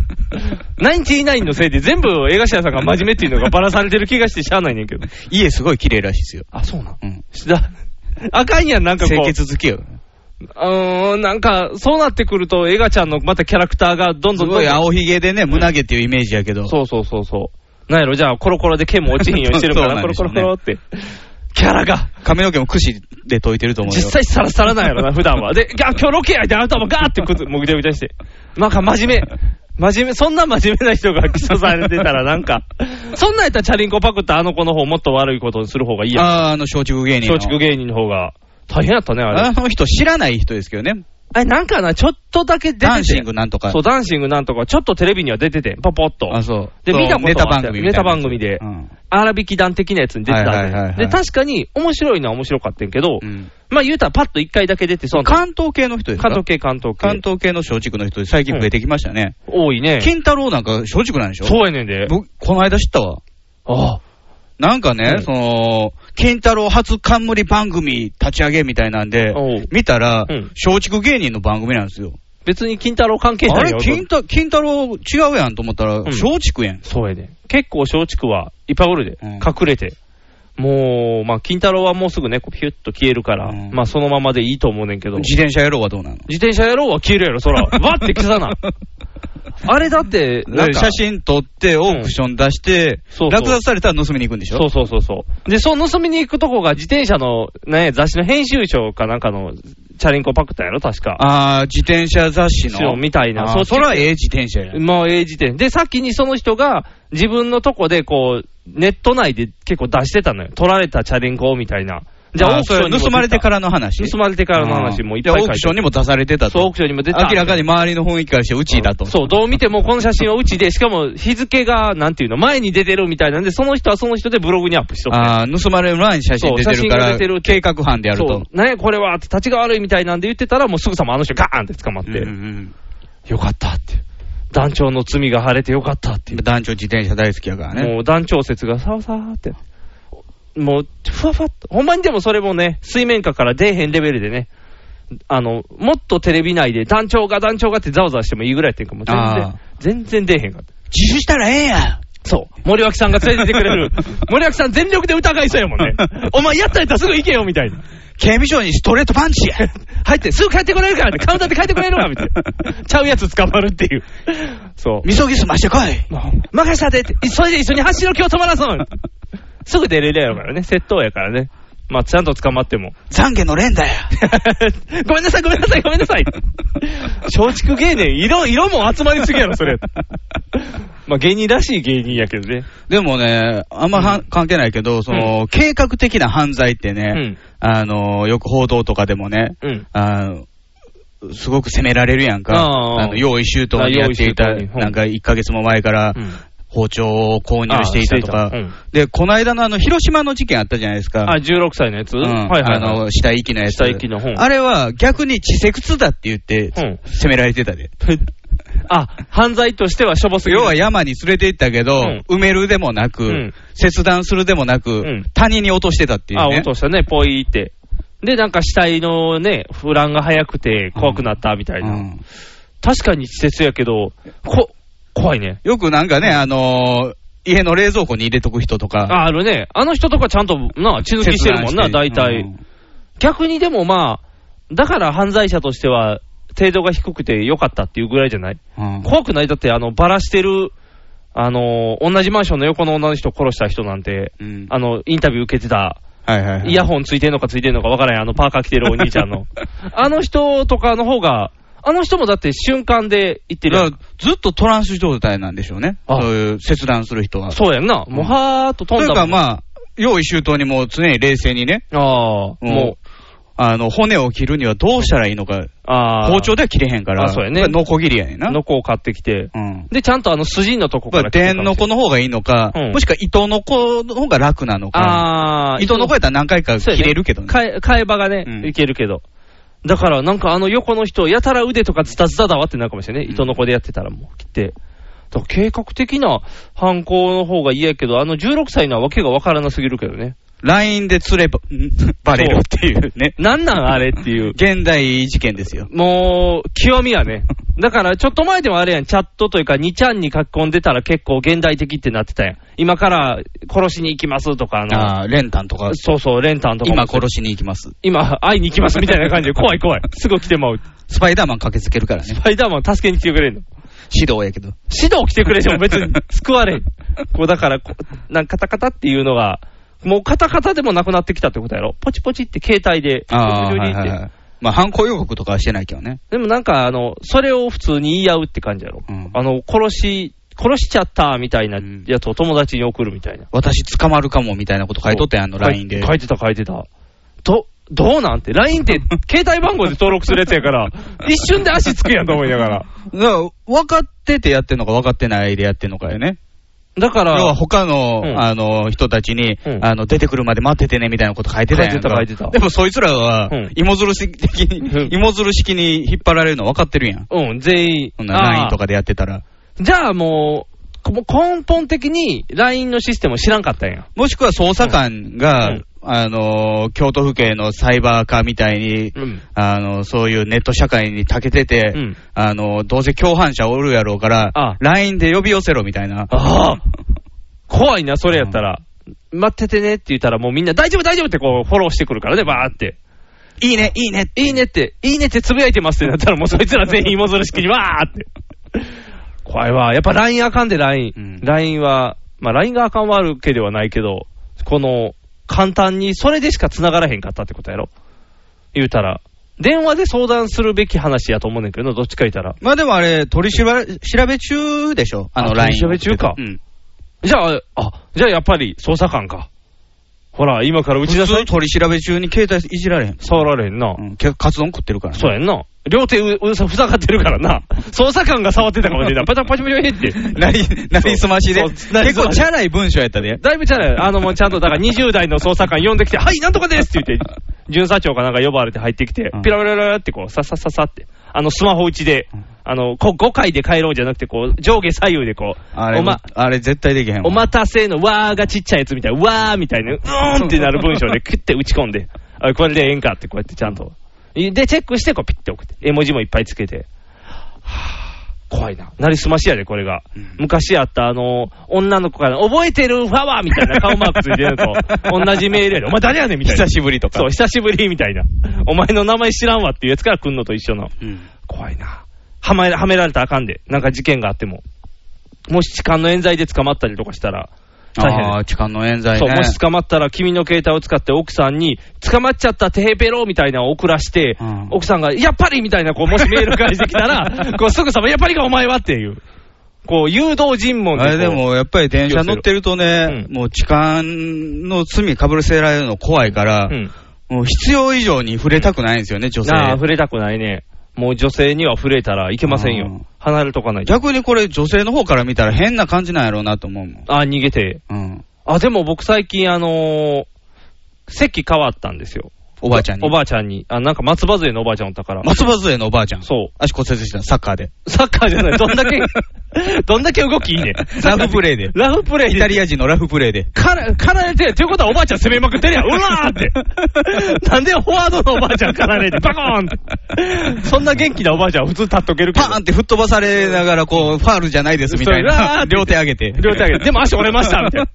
[SPEAKER 3] ナインティナインのせいで全部映画社さんが真面目っていうのがバラされてる気がしてしゃあないねんけど。
[SPEAKER 2] 家すごい綺麗らしいですよ。
[SPEAKER 3] あ、そうなん。
[SPEAKER 2] うん
[SPEAKER 3] しだ、 [laughs] あかんやん、なんかこう。
[SPEAKER 2] 清潔好きよ。
[SPEAKER 3] うーん、なんか、そうなってくると、エガちゃんのまたキャラクターがど
[SPEAKER 2] す
[SPEAKER 3] んどんどんど
[SPEAKER 2] ご
[SPEAKER 3] ん
[SPEAKER 2] い青ひげでね、胸毛っていうイメージやけど、
[SPEAKER 3] そうそうそうそう。なんやろ、じゃあ、コロコロで剣も落ちひんようにしてるか
[SPEAKER 2] そう
[SPEAKER 3] ら、
[SPEAKER 2] な
[SPEAKER 3] コ
[SPEAKER 2] ん
[SPEAKER 3] ロ
[SPEAKER 2] でし
[SPEAKER 3] コ
[SPEAKER 2] ょう
[SPEAKER 3] ロ
[SPEAKER 2] ね
[SPEAKER 3] コロって。キャラが、
[SPEAKER 2] 髪の毛も櫛で解いてると思うよ。
[SPEAKER 3] 実際サラサラなんやろな、普段は。で、ガ今日ロケやで、あなたもガーってくず、もうぐちゃぐちゃにして。なんか真面目。真面目、そんな真面目な人が起訴されてたら、なんか、そんなんやったらチャリンコパクったあの子の方もっと悪いことにする方がいいやん。
[SPEAKER 2] ああ、あの、松竹芸人の。
[SPEAKER 3] 松竹芸人の方が。大変やったね、あれ。
[SPEAKER 2] あの人知らない人ですけどね。
[SPEAKER 3] あれ、なんかな、ちょっとだけ出てて。
[SPEAKER 2] ダンシングなんとか。
[SPEAKER 3] そう、ダンシングなんとか、ちょっとテレビには出てて、ポポッと。
[SPEAKER 2] あ、そう。
[SPEAKER 3] で、
[SPEAKER 2] そう
[SPEAKER 3] 見たこと
[SPEAKER 2] ネタ
[SPEAKER 3] はあ
[SPEAKER 2] 番
[SPEAKER 3] ったよ
[SPEAKER 2] 組
[SPEAKER 3] ネ
[SPEAKER 2] みた
[SPEAKER 3] タ
[SPEAKER 2] いな
[SPEAKER 3] 番組で
[SPEAKER 2] う。ん
[SPEAKER 3] 荒引き団的なやつに出てたんだよ
[SPEAKER 2] はいはいはいはい
[SPEAKER 3] で、確かに面白いのは面白かったんやけど、
[SPEAKER 2] うん
[SPEAKER 3] まあ言うたらパッと一回だけ出て、その
[SPEAKER 2] 関東系の人ですか
[SPEAKER 3] 関東系、関東系。
[SPEAKER 2] 関東系の松竹の人で最近増えてきましたね。
[SPEAKER 3] 多いね。
[SPEAKER 2] 金太郎なんか松竹なんでしょ
[SPEAKER 3] そうやねんで。
[SPEAKER 2] 僕、この間知ったわ。
[SPEAKER 3] ああ。
[SPEAKER 2] なんか
[SPEAKER 3] う
[SPEAKER 2] ね
[SPEAKER 3] ん、
[SPEAKER 2] その、金太郎初冠番組立ち上げみたいなんで
[SPEAKER 3] おう、
[SPEAKER 2] 見たら
[SPEAKER 3] うん、
[SPEAKER 2] 松竹芸人の番組なんですよ。
[SPEAKER 3] 別に金太郎関係
[SPEAKER 2] あ
[SPEAKER 3] ない
[SPEAKER 2] れ
[SPEAKER 3] よ。
[SPEAKER 2] 金太、金太郎違うやんと思ったら、
[SPEAKER 3] ん
[SPEAKER 2] 松竹やん。
[SPEAKER 3] そうやねん。結構松竹はいっぱいおるで。
[SPEAKER 2] うん
[SPEAKER 3] 隠れて。もう、まあ、金太郎はもうすぐね、こうピュッと消えるから、
[SPEAKER 2] うん
[SPEAKER 3] まあ、そのままでいいと思うねんけど、
[SPEAKER 2] 自転車野郎はどうなの
[SPEAKER 3] 自転車野郎は消えるやろ、そ
[SPEAKER 2] [laughs]
[SPEAKER 3] ら。わって消さな。あれだって、なんか
[SPEAKER 2] 写真撮って、オークション出して、
[SPEAKER 3] そうそう
[SPEAKER 2] 落札されたら盗みに行くんでしょ
[SPEAKER 3] そうそうそうそう。で、そう盗みに行くとこが自転車の、ね、雑誌の編集長かなんかのチャリンコパクったんやろ、確か。
[SPEAKER 2] ああ、自転車雑誌の。
[SPEAKER 3] みたいな。
[SPEAKER 2] あー
[SPEAKER 3] う
[SPEAKER 2] それはええ自転車や。
[SPEAKER 3] まあ、ええ時点。で、先にその人が自分のとこで、こう、ネット内で結構出してたのよ。取られたチャリンコみたいな。じゃあ、オークシ
[SPEAKER 2] そ
[SPEAKER 3] ョン
[SPEAKER 2] れ
[SPEAKER 3] にも出た
[SPEAKER 2] 盗まれてからの話。
[SPEAKER 3] 盗まれてからの話もいっぱい
[SPEAKER 2] あーでオ
[SPEAKER 3] 書いて
[SPEAKER 2] ー
[SPEAKER 3] あ
[SPEAKER 2] ク
[SPEAKER 3] る
[SPEAKER 2] ションにも出されてたと。
[SPEAKER 3] そう、オークションにも出た。
[SPEAKER 2] 明らかに周りの雰囲気からして、うちだと。
[SPEAKER 3] そう、どう見てもこの写真はうちで、しかも日付が、なんていうの、前に出てるみたいなんで、その人はその人でブログにアップしとくね
[SPEAKER 2] ああ、盗まれる前に写真出てるか
[SPEAKER 3] そう写真が
[SPEAKER 2] ら
[SPEAKER 3] 出てる、
[SPEAKER 2] 計画犯でやる
[SPEAKER 3] そ
[SPEAKER 2] と
[SPEAKER 3] う。、何やこれはって、立ちが悪いみたいなんで言ってたら、もうすぐさまあの人ガーンって捕まって、
[SPEAKER 2] うんうん
[SPEAKER 3] よかったって。団長の罪が晴れてよかったっていう。
[SPEAKER 2] 団長自転車大好きやからね。
[SPEAKER 3] もう団長説がさわさわって。もう、ふわふわっと。ほんまにでもそれもね、水面下から出えへんレベルでね、あの、もっとテレビ内で団長が団長がってざわざわしてもいいぐらいやってんかも、
[SPEAKER 2] あー
[SPEAKER 3] 全然、全然出えへんかった。
[SPEAKER 2] 自首したらええや
[SPEAKER 3] そう。森脇さんが連れてってく
[SPEAKER 2] [laughs]
[SPEAKER 3] れる。森脇さん全力で疑いそうやもんね。お前やったんやったらすぐ行けよみたいな。
[SPEAKER 2] 刑務所にストレートパンチや
[SPEAKER 3] [laughs] 入って、すぐ帰ってこれるからって、カウンターで帰ってこれるわ、みたい
[SPEAKER 2] [laughs]
[SPEAKER 3] な。ちゃうやつ捕まるっていう。そう。
[SPEAKER 2] みそぎすましてこい
[SPEAKER 3] 任せてって、それで一緒に走る今日止まらそうすぐ出れるやろからね、窃盗やからね。まあ、ちゃんと捕まっても。 [laughs]
[SPEAKER 2] 懺悔の連打や
[SPEAKER 3] ごめんなさい、ごめんなさい、ごめんなさい。松竹芸人、色、色も集まりすぎやろ、それ。まあ、芸人らしい芸人やけどね。
[SPEAKER 2] でもね、あんまはん関係ないけど、その、計画的な犯罪ってね、あの、よく報道とかでもね、
[SPEAKER 3] うん。
[SPEAKER 2] あの、すごく責められるやんか。
[SPEAKER 3] あー
[SPEAKER 2] あの、用意周到にやってい
[SPEAKER 3] あ
[SPEAKER 2] た、
[SPEAKER 3] 用意周到にうん
[SPEAKER 2] なんか1ヶ月も前から
[SPEAKER 3] う、ん。
[SPEAKER 2] 包丁を購入していたとか
[SPEAKER 3] あしていたうん。
[SPEAKER 2] で、この間のあの、広島の事件あったじゃないですか。
[SPEAKER 3] あ、16歳のやつ、
[SPEAKER 2] うん
[SPEAKER 3] はいはい、
[SPEAKER 2] あ
[SPEAKER 3] はい。
[SPEAKER 2] の、死体遺棄のやつ。
[SPEAKER 3] 死体遺棄の本
[SPEAKER 2] あれは逆に知識だって言って、
[SPEAKER 3] うん
[SPEAKER 2] 責められてた
[SPEAKER 3] [laughs]
[SPEAKER 2] で。
[SPEAKER 3] あ、犯罪としてはしょぼすぎる
[SPEAKER 2] 要は山に連れて行ったけど、
[SPEAKER 3] うん
[SPEAKER 2] 埋めるでもなく、
[SPEAKER 3] うん
[SPEAKER 2] 切断するでもなく、
[SPEAKER 3] ん
[SPEAKER 2] 谷に落としてたっていう
[SPEAKER 3] あ、
[SPEAKER 2] ね
[SPEAKER 3] 落。としたね、ポイって。で、なんか死体のね、腐乱が早くて怖くなったみたいな。
[SPEAKER 2] うん
[SPEAKER 3] 確かに稚拙やけど、こ、怖いね。
[SPEAKER 2] よくなんかね、あのー家の冷蔵庫に入れとく人とか、
[SPEAKER 3] あ、あるね。あの人とかちゃんと、な、血抜きしてるもんな、
[SPEAKER 2] 切断
[SPEAKER 3] 大
[SPEAKER 2] して
[SPEAKER 3] 体。
[SPEAKER 2] うん
[SPEAKER 3] 逆にでもまあ、だから犯罪者としては、程度が低くて良かったっていうぐらいじゃない
[SPEAKER 2] うん
[SPEAKER 3] 怖くないだって、あの、バラしてる、あの、同じマンションの横の女の人を殺した人なんて、
[SPEAKER 2] うん
[SPEAKER 3] あの、インタビュー受けてた、
[SPEAKER 2] はいはいはい
[SPEAKER 3] [laughs] イヤホンついてんのかついてんのかわからない、あのパーカー着てるお兄ちゃんの。 [laughs] あの人とかの方が、あの人もだって瞬間で言ってるやん
[SPEAKER 2] だからずっとトランス状態なんでしょうね。
[SPEAKER 3] あ
[SPEAKER 2] そういう切断する人は。
[SPEAKER 3] そうやんな。もうはーっと飛
[SPEAKER 2] と
[SPEAKER 3] ん
[SPEAKER 2] い
[SPEAKER 3] だ
[SPEAKER 2] う
[SPEAKER 3] も
[SPEAKER 2] か
[SPEAKER 3] ん。
[SPEAKER 2] まあ、用意周到にもう常に冷静にね、
[SPEAKER 3] ああー、も
[SPEAKER 2] もう、あの、骨を切るにはどうしたらいいのか、
[SPEAKER 3] う、ああ、
[SPEAKER 2] 包丁では切れへんから、
[SPEAKER 3] あそうやね
[SPEAKER 2] これノコギリやねんな。
[SPEAKER 3] のこを買ってきて、
[SPEAKER 2] うん。
[SPEAKER 3] で、ちゃんとあの筋のと
[SPEAKER 2] こ
[SPEAKER 3] こか
[SPEAKER 2] れ
[SPEAKER 3] ら
[SPEAKER 2] 電の
[SPEAKER 3] こ
[SPEAKER 2] この方がいいのか、
[SPEAKER 3] うん
[SPEAKER 2] もしくは糸のこの方が楽なのか、
[SPEAKER 3] ああ、
[SPEAKER 2] 糸のこやったら何回か切れるけどね。
[SPEAKER 3] 替え、替え刃がね、
[SPEAKER 2] うん
[SPEAKER 3] いけるけど。だから、なんかあの横の人、やたら腕とかズタズタだわってなるかもしれないね。
[SPEAKER 2] うん
[SPEAKER 3] 糸の子でやってたらもう切って。だから計画的な犯行の方が嫌やけど、あの16歳のはわけがわからなすぎるけどね。
[SPEAKER 2] LINE で釣れば、 [laughs] んバレるっていうね。
[SPEAKER 3] なんなんあれっていう。
[SPEAKER 2] 現代事件ですよ。
[SPEAKER 3] もう、極みやね。だから、ちょっと前でもあれやん、チャットというか、2ちゃんに書き込んでたら結構現代的ってなってたやん。今から殺しに行きますとか、あの、
[SPEAKER 2] ああ、練炭とか、
[SPEAKER 3] そうそう、練炭とかも。
[SPEAKER 2] 今殺しに行きます。
[SPEAKER 3] 今、会いに行きますみたいな感じで、怖い怖い。すぐ来てまう。
[SPEAKER 2] スパイダーマン駆けつけるからね
[SPEAKER 3] ス。パイダーマン助けに来てくれんの。
[SPEAKER 2] 指導やけど。
[SPEAKER 3] 指導来てくれても別に救われん。こうだからこう、なんかカタカタっていうのが、もうカタカタでもなくなってきたってことやろ。ポチポチって携帯で、
[SPEAKER 2] ああ、
[SPEAKER 3] ルル
[SPEAKER 2] は
[SPEAKER 3] ル
[SPEAKER 2] い
[SPEAKER 3] ルっ
[SPEAKER 2] はい
[SPEAKER 3] て
[SPEAKER 2] はい。まあ、犯行予告とかはしてないけどね。
[SPEAKER 3] でもなんか、あの、それを普通に言い合うって感じやろ。
[SPEAKER 2] うん
[SPEAKER 3] あの、殺し、殺しちゃったみたいなやつを友達に送るみたいな。
[SPEAKER 2] 私捕まるかもみたいなこと書いとったやん、あの LINE で。
[SPEAKER 3] 書いてた書いてた。ど、どうなんて ?LINE って携帯番号で登録するやつやから、一瞬で足つくやんと思いながら。
[SPEAKER 2] だから分かっててやってんのか分かってないでやってんのかよね。
[SPEAKER 3] だ
[SPEAKER 2] 要
[SPEAKER 3] か
[SPEAKER 2] は
[SPEAKER 3] ら、
[SPEAKER 2] 他の、
[SPEAKER 3] うん
[SPEAKER 2] あの、人たちに、
[SPEAKER 3] うん
[SPEAKER 2] あの、出てくるまで待っててねみたいなこと書いてたやんか
[SPEAKER 3] 書いてた書いてた
[SPEAKER 2] でもそいつらは、
[SPEAKER 3] うん
[SPEAKER 2] 芋づる式的に、
[SPEAKER 3] うん
[SPEAKER 2] 芋づる式に引っ張られるの分かってるやん。
[SPEAKER 3] うん、全員。
[SPEAKER 2] そんな LINE と
[SPEAKER 3] か。
[SPEAKER 2] かでやってたら。
[SPEAKER 3] じゃあもう、こもう根本的に LINE のシステムを知らんかったんや。
[SPEAKER 2] もしくは捜査官が、
[SPEAKER 3] うん
[SPEAKER 2] あの、京都府警のサイバー課みたいに、
[SPEAKER 3] うん。
[SPEAKER 2] あの、そういうネット社会に長けてて、
[SPEAKER 3] うん
[SPEAKER 2] あの、どうせ共犯者おるやろうから
[SPEAKER 3] あ、
[SPEAKER 2] LINE で呼び寄せろみたいな。
[SPEAKER 3] ああ。怖いな、それやったら。待っててねって言ったらもうみんな大丈夫大丈夫ってこうフォローしてくるからね、バーって。
[SPEAKER 2] いいね、いいね。
[SPEAKER 3] いいねって、いいねってつぶやいてますってなったらもうそいつら全員芋づる式にわーって。怖いわ。やっぱ LINE あかんで LINE。
[SPEAKER 2] うん
[SPEAKER 3] LINE は、まあ LINE があかんわけではないけど、この、簡単にそれでしか繋がらへんかったってことやろ。言うたら。電話で相談するべき話やと思うねんけど、どっちか言ったら。
[SPEAKER 2] まあでもあれ、取りしば調べ中でしょ、あの
[SPEAKER 3] あ
[SPEAKER 2] LINE。
[SPEAKER 3] 取り調べ中か
[SPEAKER 2] うん。
[SPEAKER 3] じゃあ、あ、じゃあやっぱり捜査官か。ほら、今から打ち出
[SPEAKER 2] 普
[SPEAKER 3] さ
[SPEAKER 2] 通取り調べ中に携帯いじられへん。
[SPEAKER 3] 触られへんな
[SPEAKER 2] う。ん。結構カツ丼食ってるからね
[SPEAKER 3] そうやんな。両手う、うさ、ふさがってるからな。捜査官が触ってたかもしれない。パチャパチャパチャパチャって。
[SPEAKER 2] なり、なりすましで。
[SPEAKER 3] そう
[SPEAKER 2] 結
[SPEAKER 3] なりすまし
[SPEAKER 2] 構チャラい文章やったで。
[SPEAKER 3] だいぶちゃうやんあの、もうちゃんと、だから20代の捜査官呼んできて、はい、なんとかですって言って、巡査長かなんか呼ばれて入ってきて
[SPEAKER 2] うん、
[SPEAKER 3] ピラピラピラってこう、さっさっさっさって、あの、スマホ打ちで
[SPEAKER 2] うん、
[SPEAKER 3] あの、こ5回で帰ろうじゃなくて、こう、上下左右でこう、
[SPEAKER 2] あれ、
[SPEAKER 3] おま、
[SPEAKER 2] あれ絶対できへんわ
[SPEAKER 3] お待たせのわーがちっちゃいやつみたいな、わーみたいな、うーんってなる文章で、キュッて打ち込んで、あこれでええんかって、こうやってちゃんと。で、チェックして、こう、ピッて送って、絵文字もいっぱいつけて。はぁ、怖いな。なりすましやで、これが。
[SPEAKER 2] うん
[SPEAKER 3] 昔あった、あの、女の子から、覚えてるファワーみたいな顔マークついて
[SPEAKER 2] [laughs]
[SPEAKER 3] るの [laughs] と、同じメールやで、お前誰やねんみたいな。
[SPEAKER 2] 久しぶりとか。
[SPEAKER 3] [laughs] そう、久しぶりみたいな。お前の名前知らんわっていうやつから来んのと一緒の。
[SPEAKER 2] うん。
[SPEAKER 3] 怖いな。はめ、はめられたらあかんで。なんか事件があっても。もし痴漢の冤罪で捕まったりとかしたら、大変
[SPEAKER 2] ああ、痴漢の冤罪ね。
[SPEAKER 3] そう、もし捕まったら君の携帯を使って奥さんに、捕まっちゃったテヘペロみたいなのを送らして、
[SPEAKER 2] うん
[SPEAKER 3] 奥さんが、やっぱりみたいな、こう、もしメール返してき
[SPEAKER 2] [laughs]
[SPEAKER 3] たら、こう、すぐさま、やっぱりかお前はっていう。こう、誘導尋問
[SPEAKER 2] あれで
[SPEAKER 3] こう、
[SPEAKER 2] も、やっぱり電車乗ってるとね、
[SPEAKER 3] うん
[SPEAKER 2] もう痴漢の罪かぶせられるの怖いから、
[SPEAKER 3] うん。
[SPEAKER 2] もう必要以上に触れたくないんですよね、女性。
[SPEAKER 3] なあ、触れたくないね。もう女性には触れたらいけませんよ。離れとかないと。
[SPEAKER 2] 逆にこれ、女性の方から見たら変な感じなんやろうなと思うもん。
[SPEAKER 3] あ、逃げて。
[SPEAKER 2] うん。
[SPEAKER 3] あ、でも僕最近、あのー席変わったんですよ。
[SPEAKER 2] おばあちゃんに。
[SPEAKER 3] おばあちゃんに。あ、なんか松葉杖のおばあちゃんおったから。
[SPEAKER 2] 松葉杖のおばあちゃん。
[SPEAKER 3] そ
[SPEAKER 2] 足骨折したのサッカーで。
[SPEAKER 3] う。サッカーじゃない。どんだ
[SPEAKER 2] [laughs]
[SPEAKER 3] け、どんだけ動きいいねん。
[SPEAKER 2] ラフプレーで。
[SPEAKER 3] ラフプレイ
[SPEAKER 2] イタリア人のラフプレーで。
[SPEAKER 3] から、かられてる。ということはおばあちゃん攻めまくってる
[SPEAKER 2] [laughs]
[SPEAKER 3] やん。うわーって。なんでフォワードのおばあちゃんかられて、バコーンって。そんな元気なおばあちゃんは普通立っとけるけ
[SPEAKER 2] パ
[SPEAKER 3] ど。
[SPEAKER 2] ーンって吹っ飛ばされながら、こう、ファールじゃないですみたい
[SPEAKER 3] そうやなー
[SPEAKER 2] な。
[SPEAKER 3] って
[SPEAKER 2] 両手上げて。
[SPEAKER 3] 両手上げて。でも足折れました、みたい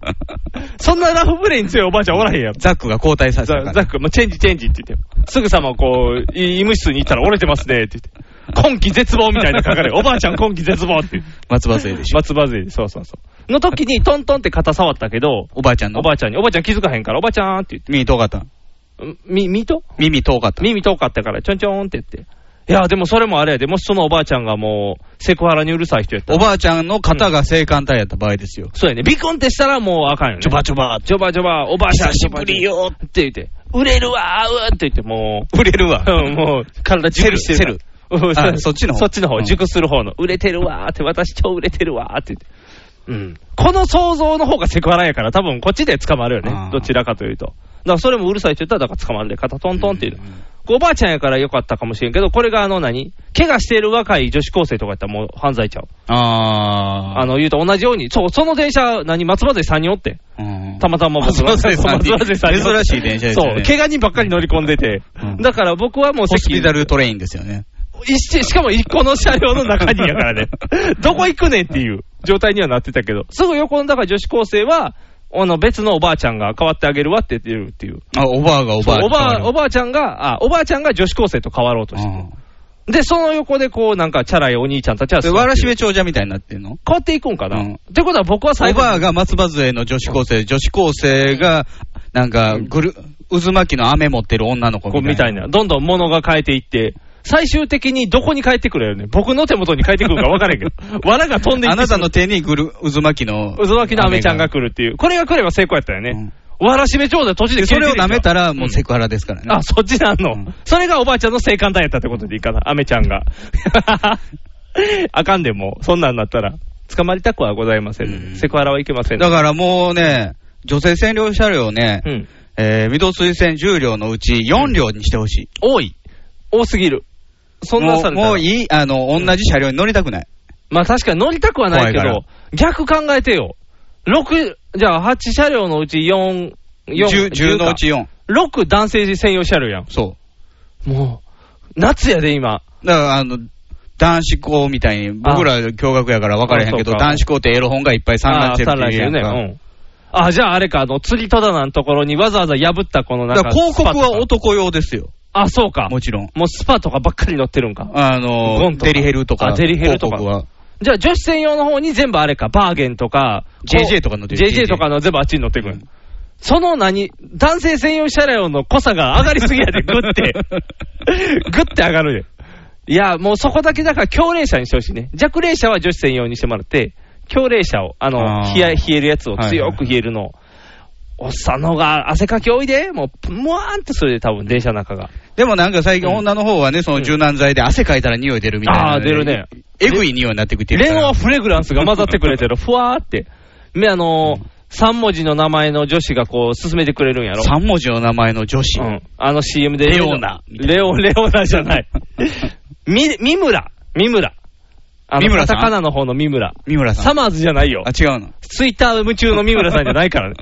[SPEAKER 3] な。そんなラフプレイに強いおばあちゃんおらへんやん。
[SPEAKER 2] ザックが交代させた
[SPEAKER 3] ザ
[SPEAKER 2] から。
[SPEAKER 3] ザック、まあ、チェンジチェンジって言って。すぐさまこう、い医務室に行ったら折れてますね、って言って。今季絶望みたいな書かれる。おばあちゃん今季絶望って言って。
[SPEAKER 2] 松葉杖でしょ。
[SPEAKER 3] 松葉杖で、そうそうそう。の時にトントンって肩触ったけど、
[SPEAKER 2] おばあちゃんの。
[SPEAKER 3] おばあちゃんに、おばあちゃん気づかへんから、おばあちゃんって言って
[SPEAKER 2] 耳遠かった。
[SPEAKER 3] うん、み、みと
[SPEAKER 2] 耳遠かった。
[SPEAKER 3] 耳遠かったから、ちょんちょんって言って。いや、でもそれもあれやで、もしそのおばあちゃんがもう、セクハラにうるさい人やった
[SPEAKER 2] お
[SPEAKER 3] ら。
[SPEAKER 2] ばあちゃんの肩が性感帯やった場合ですよ。
[SPEAKER 3] そうやね。ビコンってしたらもうあかんよね。
[SPEAKER 2] ちょばちょば、
[SPEAKER 3] ジョバジョバ、おばあちゃん。
[SPEAKER 2] 久しぶりよ
[SPEAKER 3] って言って、売れるわーうーって言って、も
[SPEAKER 2] 触れるわ。
[SPEAKER 3] う、 [laughs] うんもう、体熟してるから。うん
[SPEAKER 2] あそっちの方
[SPEAKER 3] そっちの方、
[SPEAKER 2] うん
[SPEAKER 3] 熟する方の、売れてるわーって、私超売れてるわーって言って。うん。この想像の方がセクハラやから、多分こっちで捕まるよ
[SPEAKER 2] あ
[SPEAKER 3] ね
[SPEAKER 2] ー。
[SPEAKER 3] どちらかというと。だからそれもうるさいって言ったら、だから捕まるで、肩トントンっていう。
[SPEAKER 2] うんうん
[SPEAKER 3] おばあちゃんやから良かったかもしれんけど、これがあの何怪我してる若い女子高生とかやったらもう犯罪ちゃう。あ
[SPEAKER 2] あ
[SPEAKER 3] の、言うと同じように、そう、その電車、何松葉で3人おって。
[SPEAKER 2] ー。うん
[SPEAKER 3] たまたま
[SPEAKER 2] 松葉杖さんに
[SPEAKER 3] [laughs] 松葉杖さんに
[SPEAKER 2] 珍しい電車ですよね
[SPEAKER 3] そう、怪我人ばっかり乗り込んでて
[SPEAKER 2] うん。
[SPEAKER 3] だから僕はもう
[SPEAKER 2] ホス
[SPEAKER 3] 席
[SPEAKER 2] ピタルトレインですよね。
[SPEAKER 3] 一しかも一個の車両の中にやから
[SPEAKER 2] [laughs]
[SPEAKER 3] ね。どこ行くねんっていう状態にはなってたけど、すぐ横のだから女子高生は、あの別のおばあちゃんが変わってあげるわって言ってるっていう。
[SPEAKER 2] あ、おばあがおばあ
[SPEAKER 3] そうおばあ、お
[SPEAKER 2] ば
[SPEAKER 3] ばあちゃんが、あ、おばあちゃんが女子高生と変わろうとしてる。で、その横でこう、なんか、チャラいお兄ちゃんたちは座ってる、
[SPEAKER 2] わらしべ長者みたいになってるの
[SPEAKER 3] 変わっていくんかな。
[SPEAKER 2] うん
[SPEAKER 3] ってことは僕は最
[SPEAKER 2] お
[SPEAKER 3] 後に
[SPEAKER 2] ばあが松葉杖の女子高生、女子高生が、なんか、ぐる、渦巻きの雨持ってる女の子
[SPEAKER 3] こう
[SPEAKER 2] み
[SPEAKER 3] み
[SPEAKER 2] た
[SPEAKER 3] た
[SPEAKER 2] い
[SPEAKER 3] い
[SPEAKER 2] な。
[SPEAKER 3] な。どんどん物が変えていって、最終的にどこに帰ってくるよね。僕の手元に帰ってくるか分からん
[SPEAKER 2] [laughs]
[SPEAKER 3] けど。藁が飛んでいって。
[SPEAKER 2] あなたの手にぐる、渦巻きの。
[SPEAKER 3] 渦巻きのアメちゃんが来るっていう。これが来れば成功やったよね。わらしめ長者途中
[SPEAKER 2] で
[SPEAKER 3] で
[SPEAKER 2] そ
[SPEAKER 3] 消
[SPEAKER 2] れ
[SPEAKER 3] え
[SPEAKER 2] を
[SPEAKER 3] てる
[SPEAKER 2] 舐めたら、もうセ
[SPEAKER 3] ク
[SPEAKER 2] クハラですからね。
[SPEAKER 3] あ、そっちなんの、
[SPEAKER 2] うん
[SPEAKER 3] それがおばあちゃんの性感帯やったってことでいいかな。アメちゃんが。 [laughs] あかんでもう、そんなんなったら。捕まりたくはございませんので、
[SPEAKER 2] うん
[SPEAKER 3] セクハラはいけませんの
[SPEAKER 2] だ
[SPEAKER 3] で。
[SPEAKER 2] からもうね、女性専用車両ね、
[SPEAKER 3] うん。
[SPEAKER 2] えー、水戸水線10両のうち4両にしてほしい。
[SPEAKER 3] 多い。多すぎる。そんな
[SPEAKER 2] も
[SPEAKER 3] さ
[SPEAKER 2] う
[SPEAKER 3] れたら
[SPEAKER 2] もういい、あの、同じ車両に乗りたくない。
[SPEAKER 3] まあ確かに乗りたくはないけ
[SPEAKER 2] 怖い
[SPEAKER 3] ど、逆考えてよ。6、じゃあ8車両のうち4、四
[SPEAKER 2] 10 10のうち4。
[SPEAKER 3] 6男性専用車両やん。
[SPEAKER 2] そ
[SPEAKER 3] もう、夏やで今。
[SPEAKER 2] う。だから、あの、男子校みたいに、僕ら共学やから分からへんけど、
[SPEAKER 3] あそうか
[SPEAKER 2] 男子校ってエロ本がいっぱい散乱してるっていうやん
[SPEAKER 3] あ
[SPEAKER 2] か
[SPEAKER 3] あ散乱してるね。うん。あ、じゃああれか、あの、釣り戸棚のところにわざわざ破ったこの
[SPEAKER 2] だ
[SPEAKER 3] なん
[SPEAKER 2] か
[SPEAKER 3] から
[SPEAKER 2] 広告は
[SPEAKER 3] スパとか
[SPEAKER 2] 男用ですよ。
[SPEAKER 3] あ、そうか。
[SPEAKER 2] もちろん。
[SPEAKER 3] もうスパとかばっかり載ってるんか。
[SPEAKER 2] あ
[SPEAKER 3] ゴ
[SPEAKER 2] の
[SPEAKER 3] ン、とか
[SPEAKER 2] デリヘルとか。
[SPEAKER 3] あデリヘルとか
[SPEAKER 2] 広告は。
[SPEAKER 3] じゃあ女子専用の方に全部あれか、バーゲンとか、
[SPEAKER 2] JJ とか載ってる
[SPEAKER 3] JJ とかの全部あっちに乗ってくる。
[SPEAKER 2] うん
[SPEAKER 3] その何、男性専用車両の濃さが上がりすぎやで、グッ
[SPEAKER 2] [laughs]
[SPEAKER 3] て。グッて上がるで。いや、もうそこだけだから強冷車にしてほしいね。弱冷車は女子専用にしてもらって、強冷車を、あの、
[SPEAKER 2] あー
[SPEAKER 3] 冷え冷えるやつを
[SPEAKER 2] はいはい
[SPEAKER 3] 強く冷えるのを。おっさんの方が汗かき多いで、もう、ぷもわーんってするで、多分電車の中が。
[SPEAKER 2] でもなんか最近
[SPEAKER 3] うん
[SPEAKER 2] 女の方はね、その柔軟剤で汗かいたら匂い出るみたいな。
[SPEAKER 3] あー出るね。
[SPEAKER 2] えぐい匂いになってくっていうか
[SPEAKER 3] レゴはフレグランスが混ざってく
[SPEAKER 2] [laughs]
[SPEAKER 3] れてる。ふわーって。ね、あのー、3文字の名前の女子がこう、進めてくれるんやろ。
[SPEAKER 2] 三文字の名前の女子。
[SPEAKER 3] うん。あの CM で。
[SPEAKER 2] レオナみたいな
[SPEAKER 3] レオ、レオナじ
[SPEAKER 2] [laughs]
[SPEAKER 3] ゃない。み、三村。三村。あの
[SPEAKER 2] 三村さん
[SPEAKER 3] カタカナの方の三村。
[SPEAKER 2] 三村さ
[SPEAKER 3] サ
[SPEAKER 2] ん。
[SPEAKER 3] マーズじゃないよ
[SPEAKER 2] あ、。違うの。
[SPEAKER 3] ツイッター夢中の三村さんじゃない [laughs] からね。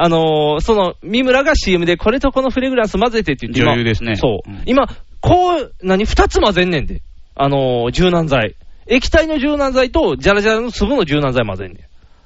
[SPEAKER 3] あのー、その、三村が CM で、これとこのフレグランス混ぜてって言って今
[SPEAKER 2] 女優ですね
[SPEAKER 3] そう
[SPEAKER 2] うん。
[SPEAKER 3] 今、こう、何二つ混ぜんねんで。あのー、柔軟剤。液体の柔軟剤と、ジャラジャラの粒の柔軟剤混ぜんねん。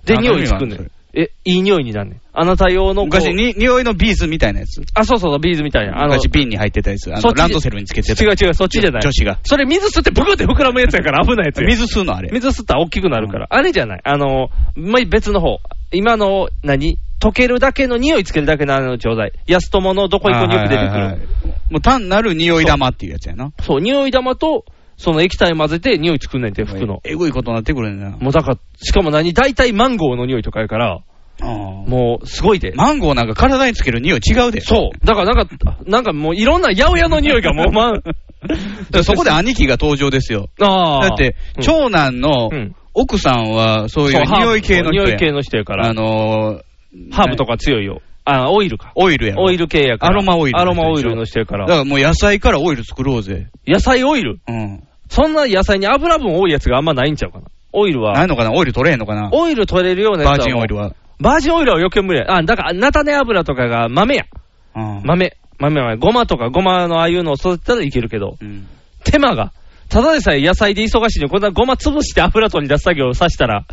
[SPEAKER 3] で、
[SPEAKER 2] あ
[SPEAKER 3] 匂いつくん
[SPEAKER 2] 何が
[SPEAKER 3] ね
[SPEAKER 2] あんの
[SPEAKER 3] ん。え、いい匂いになんねん。あなた用のこう。
[SPEAKER 2] 昔に、匂いのビーズみたいなやつ。
[SPEAKER 3] あ、そうそうそう、ビーズみたいな。あの、
[SPEAKER 2] 昔瓶に入ってたやつ。あ
[SPEAKER 3] そ
[SPEAKER 2] の
[SPEAKER 3] っちで
[SPEAKER 2] ランドセルにつけてた。
[SPEAKER 3] 違う違う、そっちじゃない。
[SPEAKER 2] 女子が。
[SPEAKER 3] それ水吸ってブクって膨らむやつやから危ないやつや。
[SPEAKER 2] 水吸うのあれ。
[SPEAKER 3] 水吸ったら大きくなるから。あれじゃない。あの、ま別の方。今の、何溶けるだけの匂いつけるだけのあの錠剤。安友のどこ行くによく出てく
[SPEAKER 2] はいはいはい
[SPEAKER 3] る。
[SPEAKER 2] もう単なる匂い玉っていうやつやな。
[SPEAKER 3] そう、匂い玉と、その液体混ぜて匂い作んねんて、服の。
[SPEAKER 2] えぐいことになってくるねんな。
[SPEAKER 3] もうだから、しかも何大体マンゴーの匂いとかやから、
[SPEAKER 2] あー
[SPEAKER 3] もうすごいで。
[SPEAKER 2] マンゴーなんか体につける匂い違うで。
[SPEAKER 3] そう。だからなんか、なんかもういろんな八百屋の匂いがも
[SPEAKER 2] [laughs]
[SPEAKER 3] うまん。
[SPEAKER 2] だからそこで兄貴が登場ですよ。
[SPEAKER 3] ああ。
[SPEAKER 2] だって
[SPEAKER 3] う、ん
[SPEAKER 2] 長男の
[SPEAKER 3] うん
[SPEAKER 2] 奥さんはそういう匂い系の人や
[SPEAKER 3] 匂い系の人やから
[SPEAKER 2] あ。のー
[SPEAKER 3] ハーブとか強いよ。あ、オイルか。
[SPEAKER 2] オイルやろ
[SPEAKER 3] オイル系やか
[SPEAKER 2] ア
[SPEAKER 3] ら。
[SPEAKER 2] ロマオイル
[SPEAKER 3] アロマオイルの人やか
[SPEAKER 2] だ
[SPEAKER 3] ら。
[SPEAKER 2] からもう野菜からオイル作ろうぜ。
[SPEAKER 3] 野菜オイル
[SPEAKER 2] うん。
[SPEAKER 3] そんな野菜に油分多いやつがあんまないんちゃうかな。オイル
[SPEAKER 2] な
[SPEAKER 3] は。
[SPEAKER 2] いのかなオイル取れへんのかな
[SPEAKER 3] オイル取れるようなや
[SPEAKER 2] バー
[SPEAKER 3] つは
[SPEAKER 2] ジン
[SPEAKER 3] もう
[SPEAKER 2] オイルは。
[SPEAKER 3] バージンオイルは余計無理や。あ、だから、菜種油とかが豆や。
[SPEAKER 2] うん
[SPEAKER 3] 豆。豆はごまとかごまのああいうのを育てたらいけるけど。
[SPEAKER 2] うん
[SPEAKER 3] 手間が。ただでさえ野菜で忙しいのに、こんなごま潰して油取り出す作業をさしたら、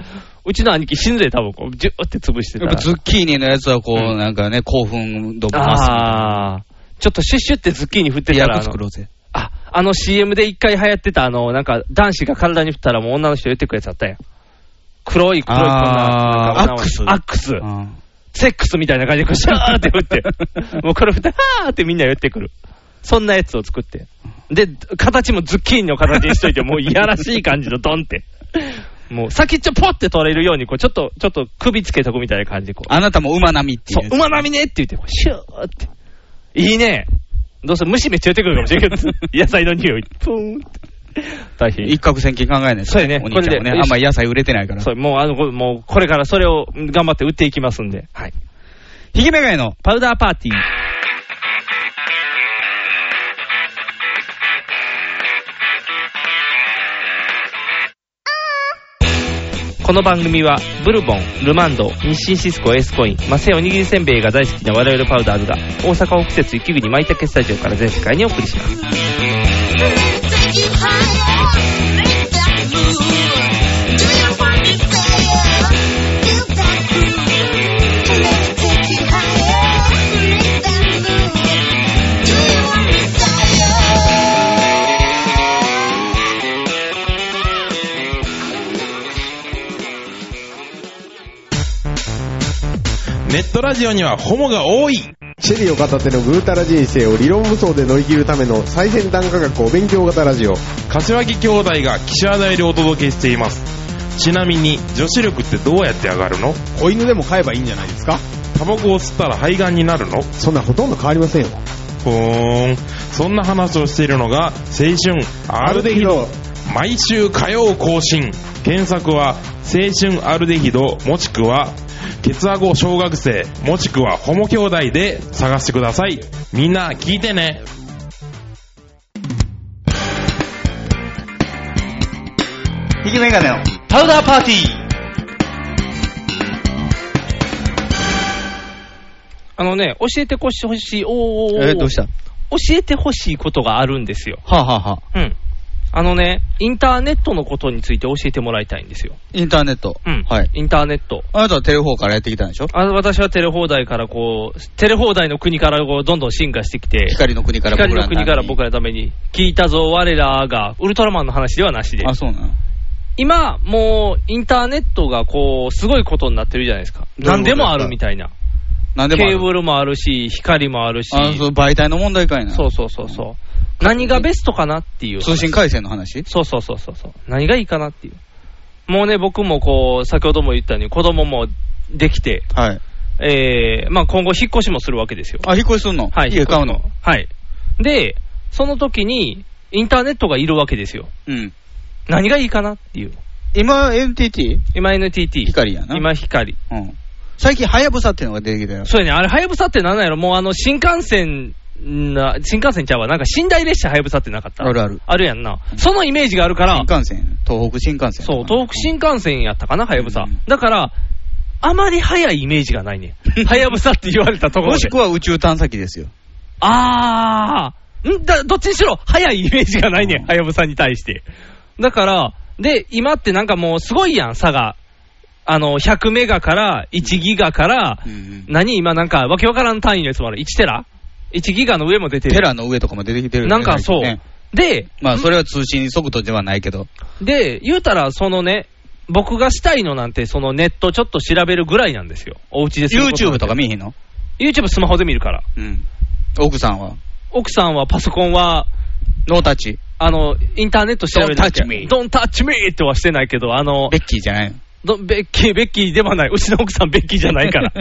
[SPEAKER 3] うちの兄貴死ぬで多分こう、ジューって潰してた
[SPEAKER 2] やっ
[SPEAKER 3] ら
[SPEAKER 2] ぱ。ズッキーニのやつはこう、
[SPEAKER 3] うん
[SPEAKER 2] なんかね、興奮度も増す
[SPEAKER 3] ああ。ちょっとシュッシュってズッキーニ振ってたら。
[SPEAKER 2] 役
[SPEAKER 3] あの
[SPEAKER 2] 作ろうぜ。
[SPEAKER 3] あ、あの CM で一回流行ってた、あの、なんか、男子が体に振ったらもう女の人言ってくるやつあったやん。黒い、黒い、こんな
[SPEAKER 2] あー
[SPEAKER 3] なんか女
[SPEAKER 2] アッ
[SPEAKER 3] は
[SPEAKER 2] クス
[SPEAKER 3] アックス。
[SPEAKER 2] うん
[SPEAKER 3] セックスみたいな感じで、こうシャーって振って。もうこれ振って、はーってみんな言ってくる。そんなやつを作って。で、形もズッキーニの形にしといて、もういやらしい感じのドンって。もう先っちょポッて取れるように、こう、ちょっと、ちょっと首つけとくみたいな感じで、こう。
[SPEAKER 2] あなたも馬並みってい
[SPEAKER 3] そう
[SPEAKER 2] や
[SPEAKER 3] う、
[SPEAKER 2] つ。
[SPEAKER 3] うまなみねって言って、こうシューって。いいね。どうせ虫めっちゃ出てくるかもしれんけ
[SPEAKER 2] [laughs]
[SPEAKER 3] ど、野菜の匂い。プーンって。大変。
[SPEAKER 2] 一攫千金考えないです
[SPEAKER 3] そうやね
[SPEAKER 2] お兄ちゃんも
[SPEAKER 3] これ
[SPEAKER 2] ね。
[SPEAKER 3] で
[SPEAKER 2] あんまり野菜売れてないから
[SPEAKER 3] そ。う、もう、あの、こもう、これからそれを頑張って売っていきますんで。はい。
[SPEAKER 2] ひげめがいの
[SPEAKER 3] パウダーパーティー。この番組は、ブルボン、ルマンド、日清シスコ、エースコイン、マセイおにぎりせんべいが大好きな我々パウダーズが、大阪北節雪国舞茸スタジオから全世界にお送りします。
[SPEAKER 4] ネットラジオにはホモが多い
[SPEAKER 5] シェリーを片手のぐうたら人生を理論武装で乗り切るための最先端科学お勉強型ラジオ。
[SPEAKER 4] 柏木兄弟が岸和田よりお届けしていますちなみに女子力ってどうやって上がるの
[SPEAKER 5] 子犬でも飼えばいいんじゃないですか
[SPEAKER 4] タバコを吸ったら肺がんになるの
[SPEAKER 5] そんなほとんど変わりませんよ。
[SPEAKER 4] ふーんそんな話をしているのが青春アルデヒド毎週火曜更新検索は青春アルデヒドもしくはケツアゴ小学生もしくはホモ兄弟で探してくださいみんな聞いてね
[SPEAKER 2] ひげめがねの
[SPEAKER 3] パウダーパーティーあのね、教えてほしい、おーおーおー
[SPEAKER 2] えーどうしたは
[SPEAKER 3] 教えてほしいことがあるんですよ。
[SPEAKER 2] あ、はあはあ、
[SPEAKER 3] うん。あのね、インターネットのことについて教えてもらいたいんですよ。
[SPEAKER 2] インターネット。
[SPEAKER 3] うん。
[SPEAKER 2] はい。
[SPEAKER 3] インターネット。
[SPEAKER 2] あなたはテレフォーからやってきたんでしょ
[SPEAKER 3] あ私はテレ放題からこう、テレ放題の国からこうどんどん進化してきて、
[SPEAKER 2] 光の国から僕ら
[SPEAKER 3] 光の国から僕らのために、聞いたぞ、我らが、ウルトラマンの話ではなしで
[SPEAKER 2] あ、、そうなの
[SPEAKER 3] 今、もうインターネットがこう、すごいことになってるじゃないですか。
[SPEAKER 2] どういうこと
[SPEAKER 3] 何でもあるみたいな。
[SPEAKER 2] なんでもあ
[SPEAKER 3] ケ
[SPEAKER 2] る
[SPEAKER 3] ーブルもあるし、光もあるし、
[SPEAKER 2] あそう、媒体の問題かいな。
[SPEAKER 3] そうそうそうそう。何がベストかなっていう。
[SPEAKER 2] 通信回線の話
[SPEAKER 3] そうそうそうそうそう。何がいいかなっていう。もうね、僕もこう、先ほども言ったように、子供もできて、
[SPEAKER 2] はい。
[SPEAKER 3] えー、まあ今後引っ越しもするわけですよ。
[SPEAKER 2] あ、引っ越しすんの
[SPEAKER 3] はい。
[SPEAKER 2] 家買うの
[SPEAKER 3] はい。で、その時に、インターネットがいるわけですよ。
[SPEAKER 2] うん。
[SPEAKER 3] 何がいいかなっていう。
[SPEAKER 2] 今、NTT?
[SPEAKER 3] 今 NTT。
[SPEAKER 2] 光やな。
[SPEAKER 3] 今光。
[SPEAKER 2] うん。最近、はやぶさっていうのが出てきたよ。
[SPEAKER 3] そうやね、あれ、はやぶさってなんなんやろもうあの、新幹線な、新幹線ちゃうわ。なんか、寝台列車はやぶさってなかった
[SPEAKER 2] あるある。
[SPEAKER 3] あるやんな。そのイメージがあるから
[SPEAKER 2] 新、幹線。東北新幹線。
[SPEAKER 3] そう、東北新幹線やったかな、はやぶさ
[SPEAKER 2] うん。
[SPEAKER 3] だから、あまり速いイメージがないね。はやぶさって言われたところで。
[SPEAKER 2] もしくは宇宙探査機ですよ。
[SPEAKER 3] あー、んだどっちにしろ、早いイメージがないね
[SPEAKER 2] うん、
[SPEAKER 3] はやぶさに対して。だから、で、今ってなんかもうすごいやん、差が。あの、100メガから、1ギガから、何今なんか、わけわからん単位のやつもある。1テラ ?1 ギガの上も出てる。
[SPEAKER 2] テラの上とかも出てきてるよね
[SPEAKER 3] なんかそう。
[SPEAKER 2] 最近ね
[SPEAKER 3] で、
[SPEAKER 2] まあ、それは通信速度ではないけど。
[SPEAKER 3] で、言うたら、そのね、僕がしたいのなんて、そのネットちょっと調べるぐらいなんですよ。お家ですることな
[SPEAKER 2] YouTube
[SPEAKER 3] んて
[SPEAKER 2] とか見えへんの
[SPEAKER 3] YouTube スマホで見るから。
[SPEAKER 2] うん。奥さんは
[SPEAKER 3] 奥さんはパソコンは、
[SPEAKER 2] ノータッチ。
[SPEAKER 3] あの、インターネット調べ
[SPEAKER 2] Don't touch me.
[SPEAKER 3] Don't touch me! ってはしてないけど、あの
[SPEAKER 2] ベ、ッキーじゃないの
[SPEAKER 3] どベッキー、ベッキーではない。うちの奥さんベッキーじゃない
[SPEAKER 2] [laughs]
[SPEAKER 3] から。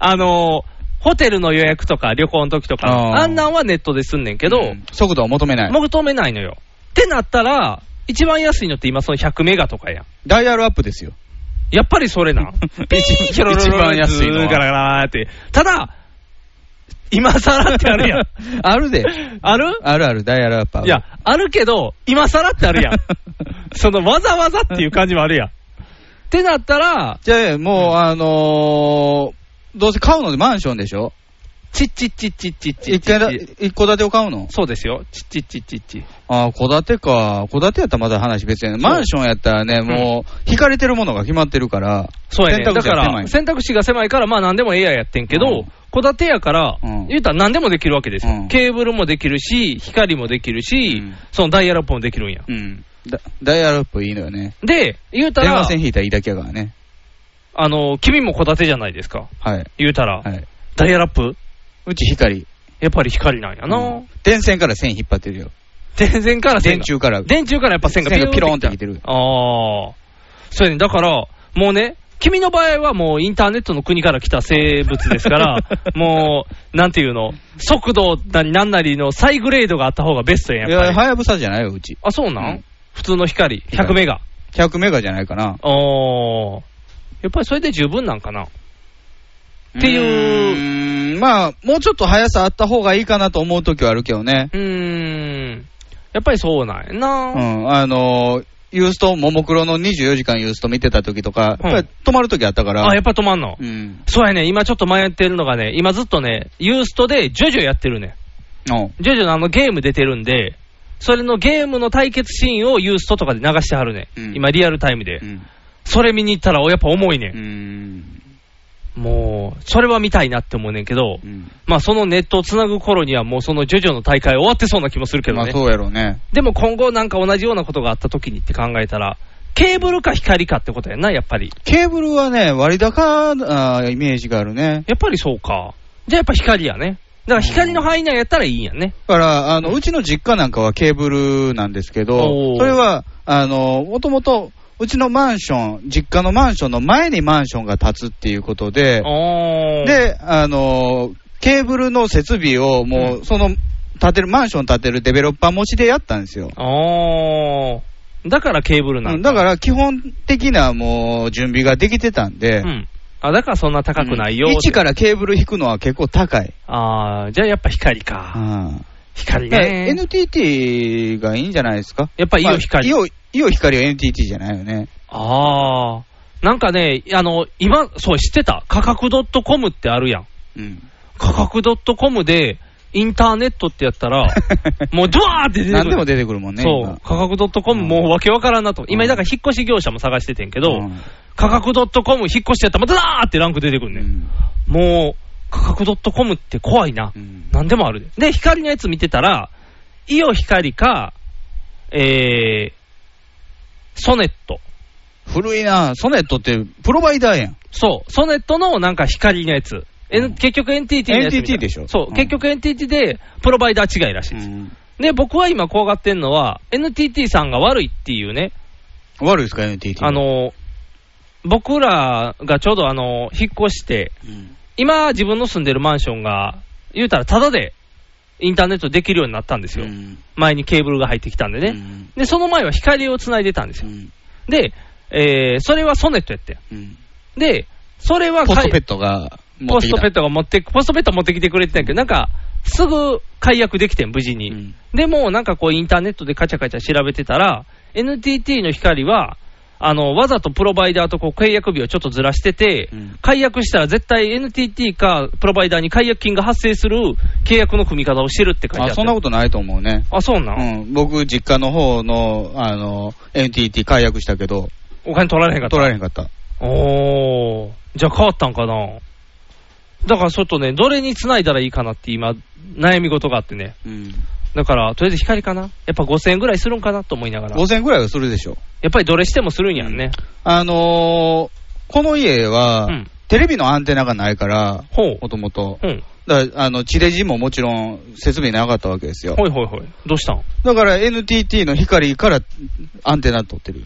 [SPEAKER 3] あの、ホテルの予約とか旅行の時とか、
[SPEAKER 2] あー
[SPEAKER 3] あんなんはネットですんねんけ
[SPEAKER 2] う
[SPEAKER 3] ど、
[SPEAKER 2] ん速度を求めない。
[SPEAKER 3] 求めないのよ。ってなったら、一番安いのって今その100メガとかやん。
[SPEAKER 2] ダイヤルアップですよ。
[SPEAKER 3] やっぱりそれな。ピー
[SPEAKER 2] [laughs] 一
[SPEAKER 3] ヒョロロロロ
[SPEAKER 2] 一番安いのは
[SPEAKER 3] ガラガラーって。ただ、今更ってある
[SPEAKER 2] [laughs]
[SPEAKER 3] やん。
[SPEAKER 2] あるで。
[SPEAKER 3] ある
[SPEAKER 2] あるある、ダイヤルアップある
[SPEAKER 3] いや、あるけど、今更って
[SPEAKER 2] [laughs]
[SPEAKER 3] あるやん。そのわざわざっていう感じもあるやん。ってなったら、
[SPEAKER 2] じゃあ、もう、あのー、どうせ買うのでマンションでしょ
[SPEAKER 3] チッチッチッチッチッチッ
[SPEAKER 2] 一
[SPEAKER 3] チ
[SPEAKER 2] 軒だ
[SPEAKER 3] ッチ。
[SPEAKER 2] 一戸建てを買うの
[SPEAKER 3] そうですよ。チッチッチッチッチッ。
[SPEAKER 2] ああ、戸建てか。戸建てやったらまだ話別やね。マンションやったらね、もう、引かれてるものが決まってるから。
[SPEAKER 3] そうやね。
[SPEAKER 2] 選択
[SPEAKER 3] だ
[SPEAKER 2] 肢
[SPEAKER 3] か
[SPEAKER 2] が狭い
[SPEAKER 3] ら、選択肢が狭いから、まあ何でもええややってんけ
[SPEAKER 2] う
[SPEAKER 3] ど
[SPEAKER 2] ん、
[SPEAKER 3] 戸建てやから
[SPEAKER 2] うん、
[SPEAKER 3] 言うたら何でもできるわけです
[SPEAKER 2] う
[SPEAKER 3] よ
[SPEAKER 2] ん。
[SPEAKER 3] ケーブルもできるし、光もできるし
[SPEAKER 2] うん、
[SPEAKER 3] そのダイヤルアップもできるんや。
[SPEAKER 2] うん。だダイヤルアップいいのよね。
[SPEAKER 3] で、言うた
[SPEAKER 2] 電
[SPEAKER 3] ら
[SPEAKER 2] 話、線引いたらいいだけやからね。
[SPEAKER 3] あの、君も戸建てじゃないですか。
[SPEAKER 2] はい。
[SPEAKER 3] 言うたら
[SPEAKER 2] は、い。
[SPEAKER 3] ダイヤルアップ
[SPEAKER 2] うち光。
[SPEAKER 3] やっぱり光なんやな
[SPEAKER 2] うん。電線から線引っ張ってるよ。
[SPEAKER 3] 電線から線
[SPEAKER 2] 電
[SPEAKER 3] が
[SPEAKER 2] 柱から。
[SPEAKER 3] 電柱からやっぱ線が
[SPEAKER 2] 線がピローンって
[SPEAKER 3] き
[SPEAKER 2] 来てる
[SPEAKER 3] ああ。そうやね。だから、もうね、君の場合はもうインターネットの国から来た生物ですから、
[SPEAKER 2] [laughs]
[SPEAKER 3] もう、なんていうの、速度なりなんなりの再グレードがあった方がベストや
[SPEAKER 2] い
[SPEAKER 3] ん、やっぱ
[SPEAKER 2] や、
[SPEAKER 3] り。
[SPEAKER 2] はやぶさじゃないよ、うち。
[SPEAKER 3] あ、そうなん、
[SPEAKER 2] うん
[SPEAKER 3] 普通の光、100メガ。
[SPEAKER 2] 100メガじゃないかな。
[SPEAKER 3] おー。やっぱりそれで十分なんかな。っていう
[SPEAKER 2] うーん。まあ、もうちょっと速さあった方がいいかなと思う時はあるけどね。
[SPEAKER 3] うーん。やっぱりそうなんやな。
[SPEAKER 2] うん。あのー、ユースト、ももクロの24時間ユースト見てた時とか、
[SPEAKER 3] うん
[SPEAKER 2] やっぱり止まる時あったから。
[SPEAKER 3] あ、やっぱ止まんの、
[SPEAKER 2] うん。
[SPEAKER 3] そうやね。今ちょっと迷ってるのがね、今ずっとね、ユーストでジョジョやってるね。
[SPEAKER 2] うん
[SPEAKER 3] ジョジョのあのゲーム出てるんで、それのゲームの対決シーンをユーストとかで流してはるね、
[SPEAKER 2] うん
[SPEAKER 3] 今、リアルタイムで、
[SPEAKER 2] うん。
[SPEAKER 3] それ見に行ったら、おやっぱ重いね
[SPEAKER 2] う、ん。
[SPEAKER 3] ん、もう、それは見たいなって思うねんけど、
[SPEAKER 2] うん
[SPEAKER 3] まあ、そのネットをつなぐ頃には、もうそのジョジョの大会終わってそうな気もするけど
[SPEAKER 2] まあ
[SPEAKER 3] ね、
[SPEAKER 2] そうやろうね。
[SPEAKER 3] でも今後、なんか同じようなことがあった時にって考えたら、ケーブルか光かってことやんな、やっぱり、
[SPEAKER 2] ケーブルはね、割高なイメージがあるね。
[SPEAKER 3] やっぱりそうか、じゃあやっぱ光やね、だから光の範囲内やったらいいんやね、
[SPEAKER 2] だから、あの、うちの実家なんかはケーブルなんですけ
[SPEAKER 3] お
[SPEAKER 2] ど、
[SPEAKER 3] ー
[SPEAKER 2] それは、あの、もともと、うちのマンション、実家のマンションの前にマンションが建つっていうことで、
[SPEAKER 3] おー、
[SPEAKER 2] で、あの、ケーブルの設備をもう、その、建てる、マンション建てるデベロッパー持ちでやったんですよ。
[SPEAKER 3] おー、だからケーブルなん
[SPEAKER 2] だから、基本的なもう、準備ができてたんで
[SPEAKER 3] う、ん。あ、だからそんな高くないよ。
[SPEAKER 2] 位置からケーブル引くのは結構高い。
[SPEAKER 3] ああ、じゃあやっぱ光
[SPEAKER 2] う
[SPEAKER 3] か。
[SPEAKER 2] ん
[SPEAKER 3] 光
[SPEAKER 2] だから
[SPEAKER 3] ね。
[SPEAKER 2] NTT がいいんじゃないですか
[SPEAKER 3] やっぱイオ光。
[SPEAKER 2] まあイオイオ光は NTT じゃないよね。
[SPEAKER 3] ああ。なんかね、あの、今、そう、知ってた。価格 .com ってあるやん。
[SPEAKER 2] うん。
[SPEAKER 3] 価格 .com で、インターネットってやった
[SPEAKER 2] [laughs]
[SPEAKER 3] ら、もうドワーって出てくる。
[SPEAKER 2] 何でも出てくるもんね。
[SPEAKER 3] そう、価格 .com もうわけわからんなと。今、だから引っ越し業者も探しててんけ
[SPEAKER 2] う
[SPEAKER 3] ど、
[SPEAKER 2] ん
[SPEAKER 3] 価格 .com 引っ越しやったらまただーってランク出てくる
[SPEAKER 2] 今
[SPEAKER 3] ね、ん。もう、価格 .com って怖いな。
[SPEAKER 2] うん
[SPEAKER 3] 何でもあるで。で、光のやつ見てたら、イオ光か、えー、ソネット。
[SPEAKER 2] 古いな、ソネットってプロバイダーやん。
[SPEAKER 3] そう、ソネットのなんか光のやつ。え
[SPEAKER 2] うん
[SPEAKER 3] 結局 NTT のやつみたい
[SPEAKER 2] NTT でしょ
[SPEAKER 3] そう、
[SPEAKER 2] うん
[SPEAKER 3] 結局 NTT でプロバイダー違いらしいです。で、僕は今怖がってんのは、NTT さんが悪いっていうね、
[SPEAKER 2] 悪いですか、NTT。
[SPEAKER 3] あ、の、僕らがちょうどあの、引っ越して、
[SPEAKER 2] うん
[SPEAKER 3] 今自分の住んでるマンションが、言うたらタダでインターネットできるようになったんですよ。
[SPEAKER 2] うん
[SPEAKER 3] 前にケーブルが入ってきたんでね。
[SPEAKER 2] うん
[SPEAKER 3] で、その前は光を繋いでたんです
[SPEAKER 2] う
[SPEAKER 3] よ。
[SPEAKER 2] ん
[SPEAKER 3] で、えーそれはソネットやってん。
[SPEAKER 2] うん
[SPEAKER 3] で、それは
[SPEAKER 2] ポ
[SPEAKER 3] 買
[SPEAKER 2] ス
[SPEAKER 3] い
[SPEAKER 2] トペットが持
[SPEAKER 3] ポ
[SPEAKER 2] って
[SPEAKER 3] ス
[SPEAKER 2] きた
[SPEAKER 3] トペットが持って、ポストペット持ってきてくれてたんやけど、なんか、すぐ解約できてん、無事に。
[SPEAKER 2] うん
[SPEAKER 3] でも、なんかこう、インターネットでカチャカチャ調べてたら、NTT の光は、あの、わざとプロバイダーとこう契約日をちょっとずらしてて、
[SPEAKER 2] うん
[SPEAKER 3] 解約したら絶対 NTT かプロバイダーに解約金が発生する契約の組み方をしてるって書いてあっ
[SPEAKER 2] あ
[SPEAKER 3] た。
[SPEAKER 2] そんなことないと思うね。
[SPEAKER 3] あ、そうなん、
[SPEAKER 2] うん、僕、実家の方の、あの、NTT 解約したけど、
[SPEAKER 3] お金取られへんかった。
[SPEAKER 2] 取られへんかった。
[SPEAKER 3] おー、じゃあ変わったんかなだからちょっとね、どれに繋いだらいいかなって今、悩み事があってね。
[SPEAKER 2] うん。
[SPEAKER 3] だから、とりあえず光かなやっぱ5000円ぐらいするんかなと思いながら。や
[SPEAKER 2] 5000円くらいはするでしょ。
[SPEAKER 3] っぱりどれしてもするんやんね。
[SPEAKER 2] あのーこの家は、
[SPEAKER 3] うん
[SPEAKER 2] テレビのアンテナがないから、
[SPEAKER 3] ほう
[SPEAKER 2] も。ともと
[SPEAKER 3] う。ん。
[SPEAKER 2] だから、あの、地デジももちろん設備なかったわけですよ。
[SPEAKER 3] ほいほいほい。どうしたん
[SPEAKER 2] だから NTT の光からアンテナ取ってる。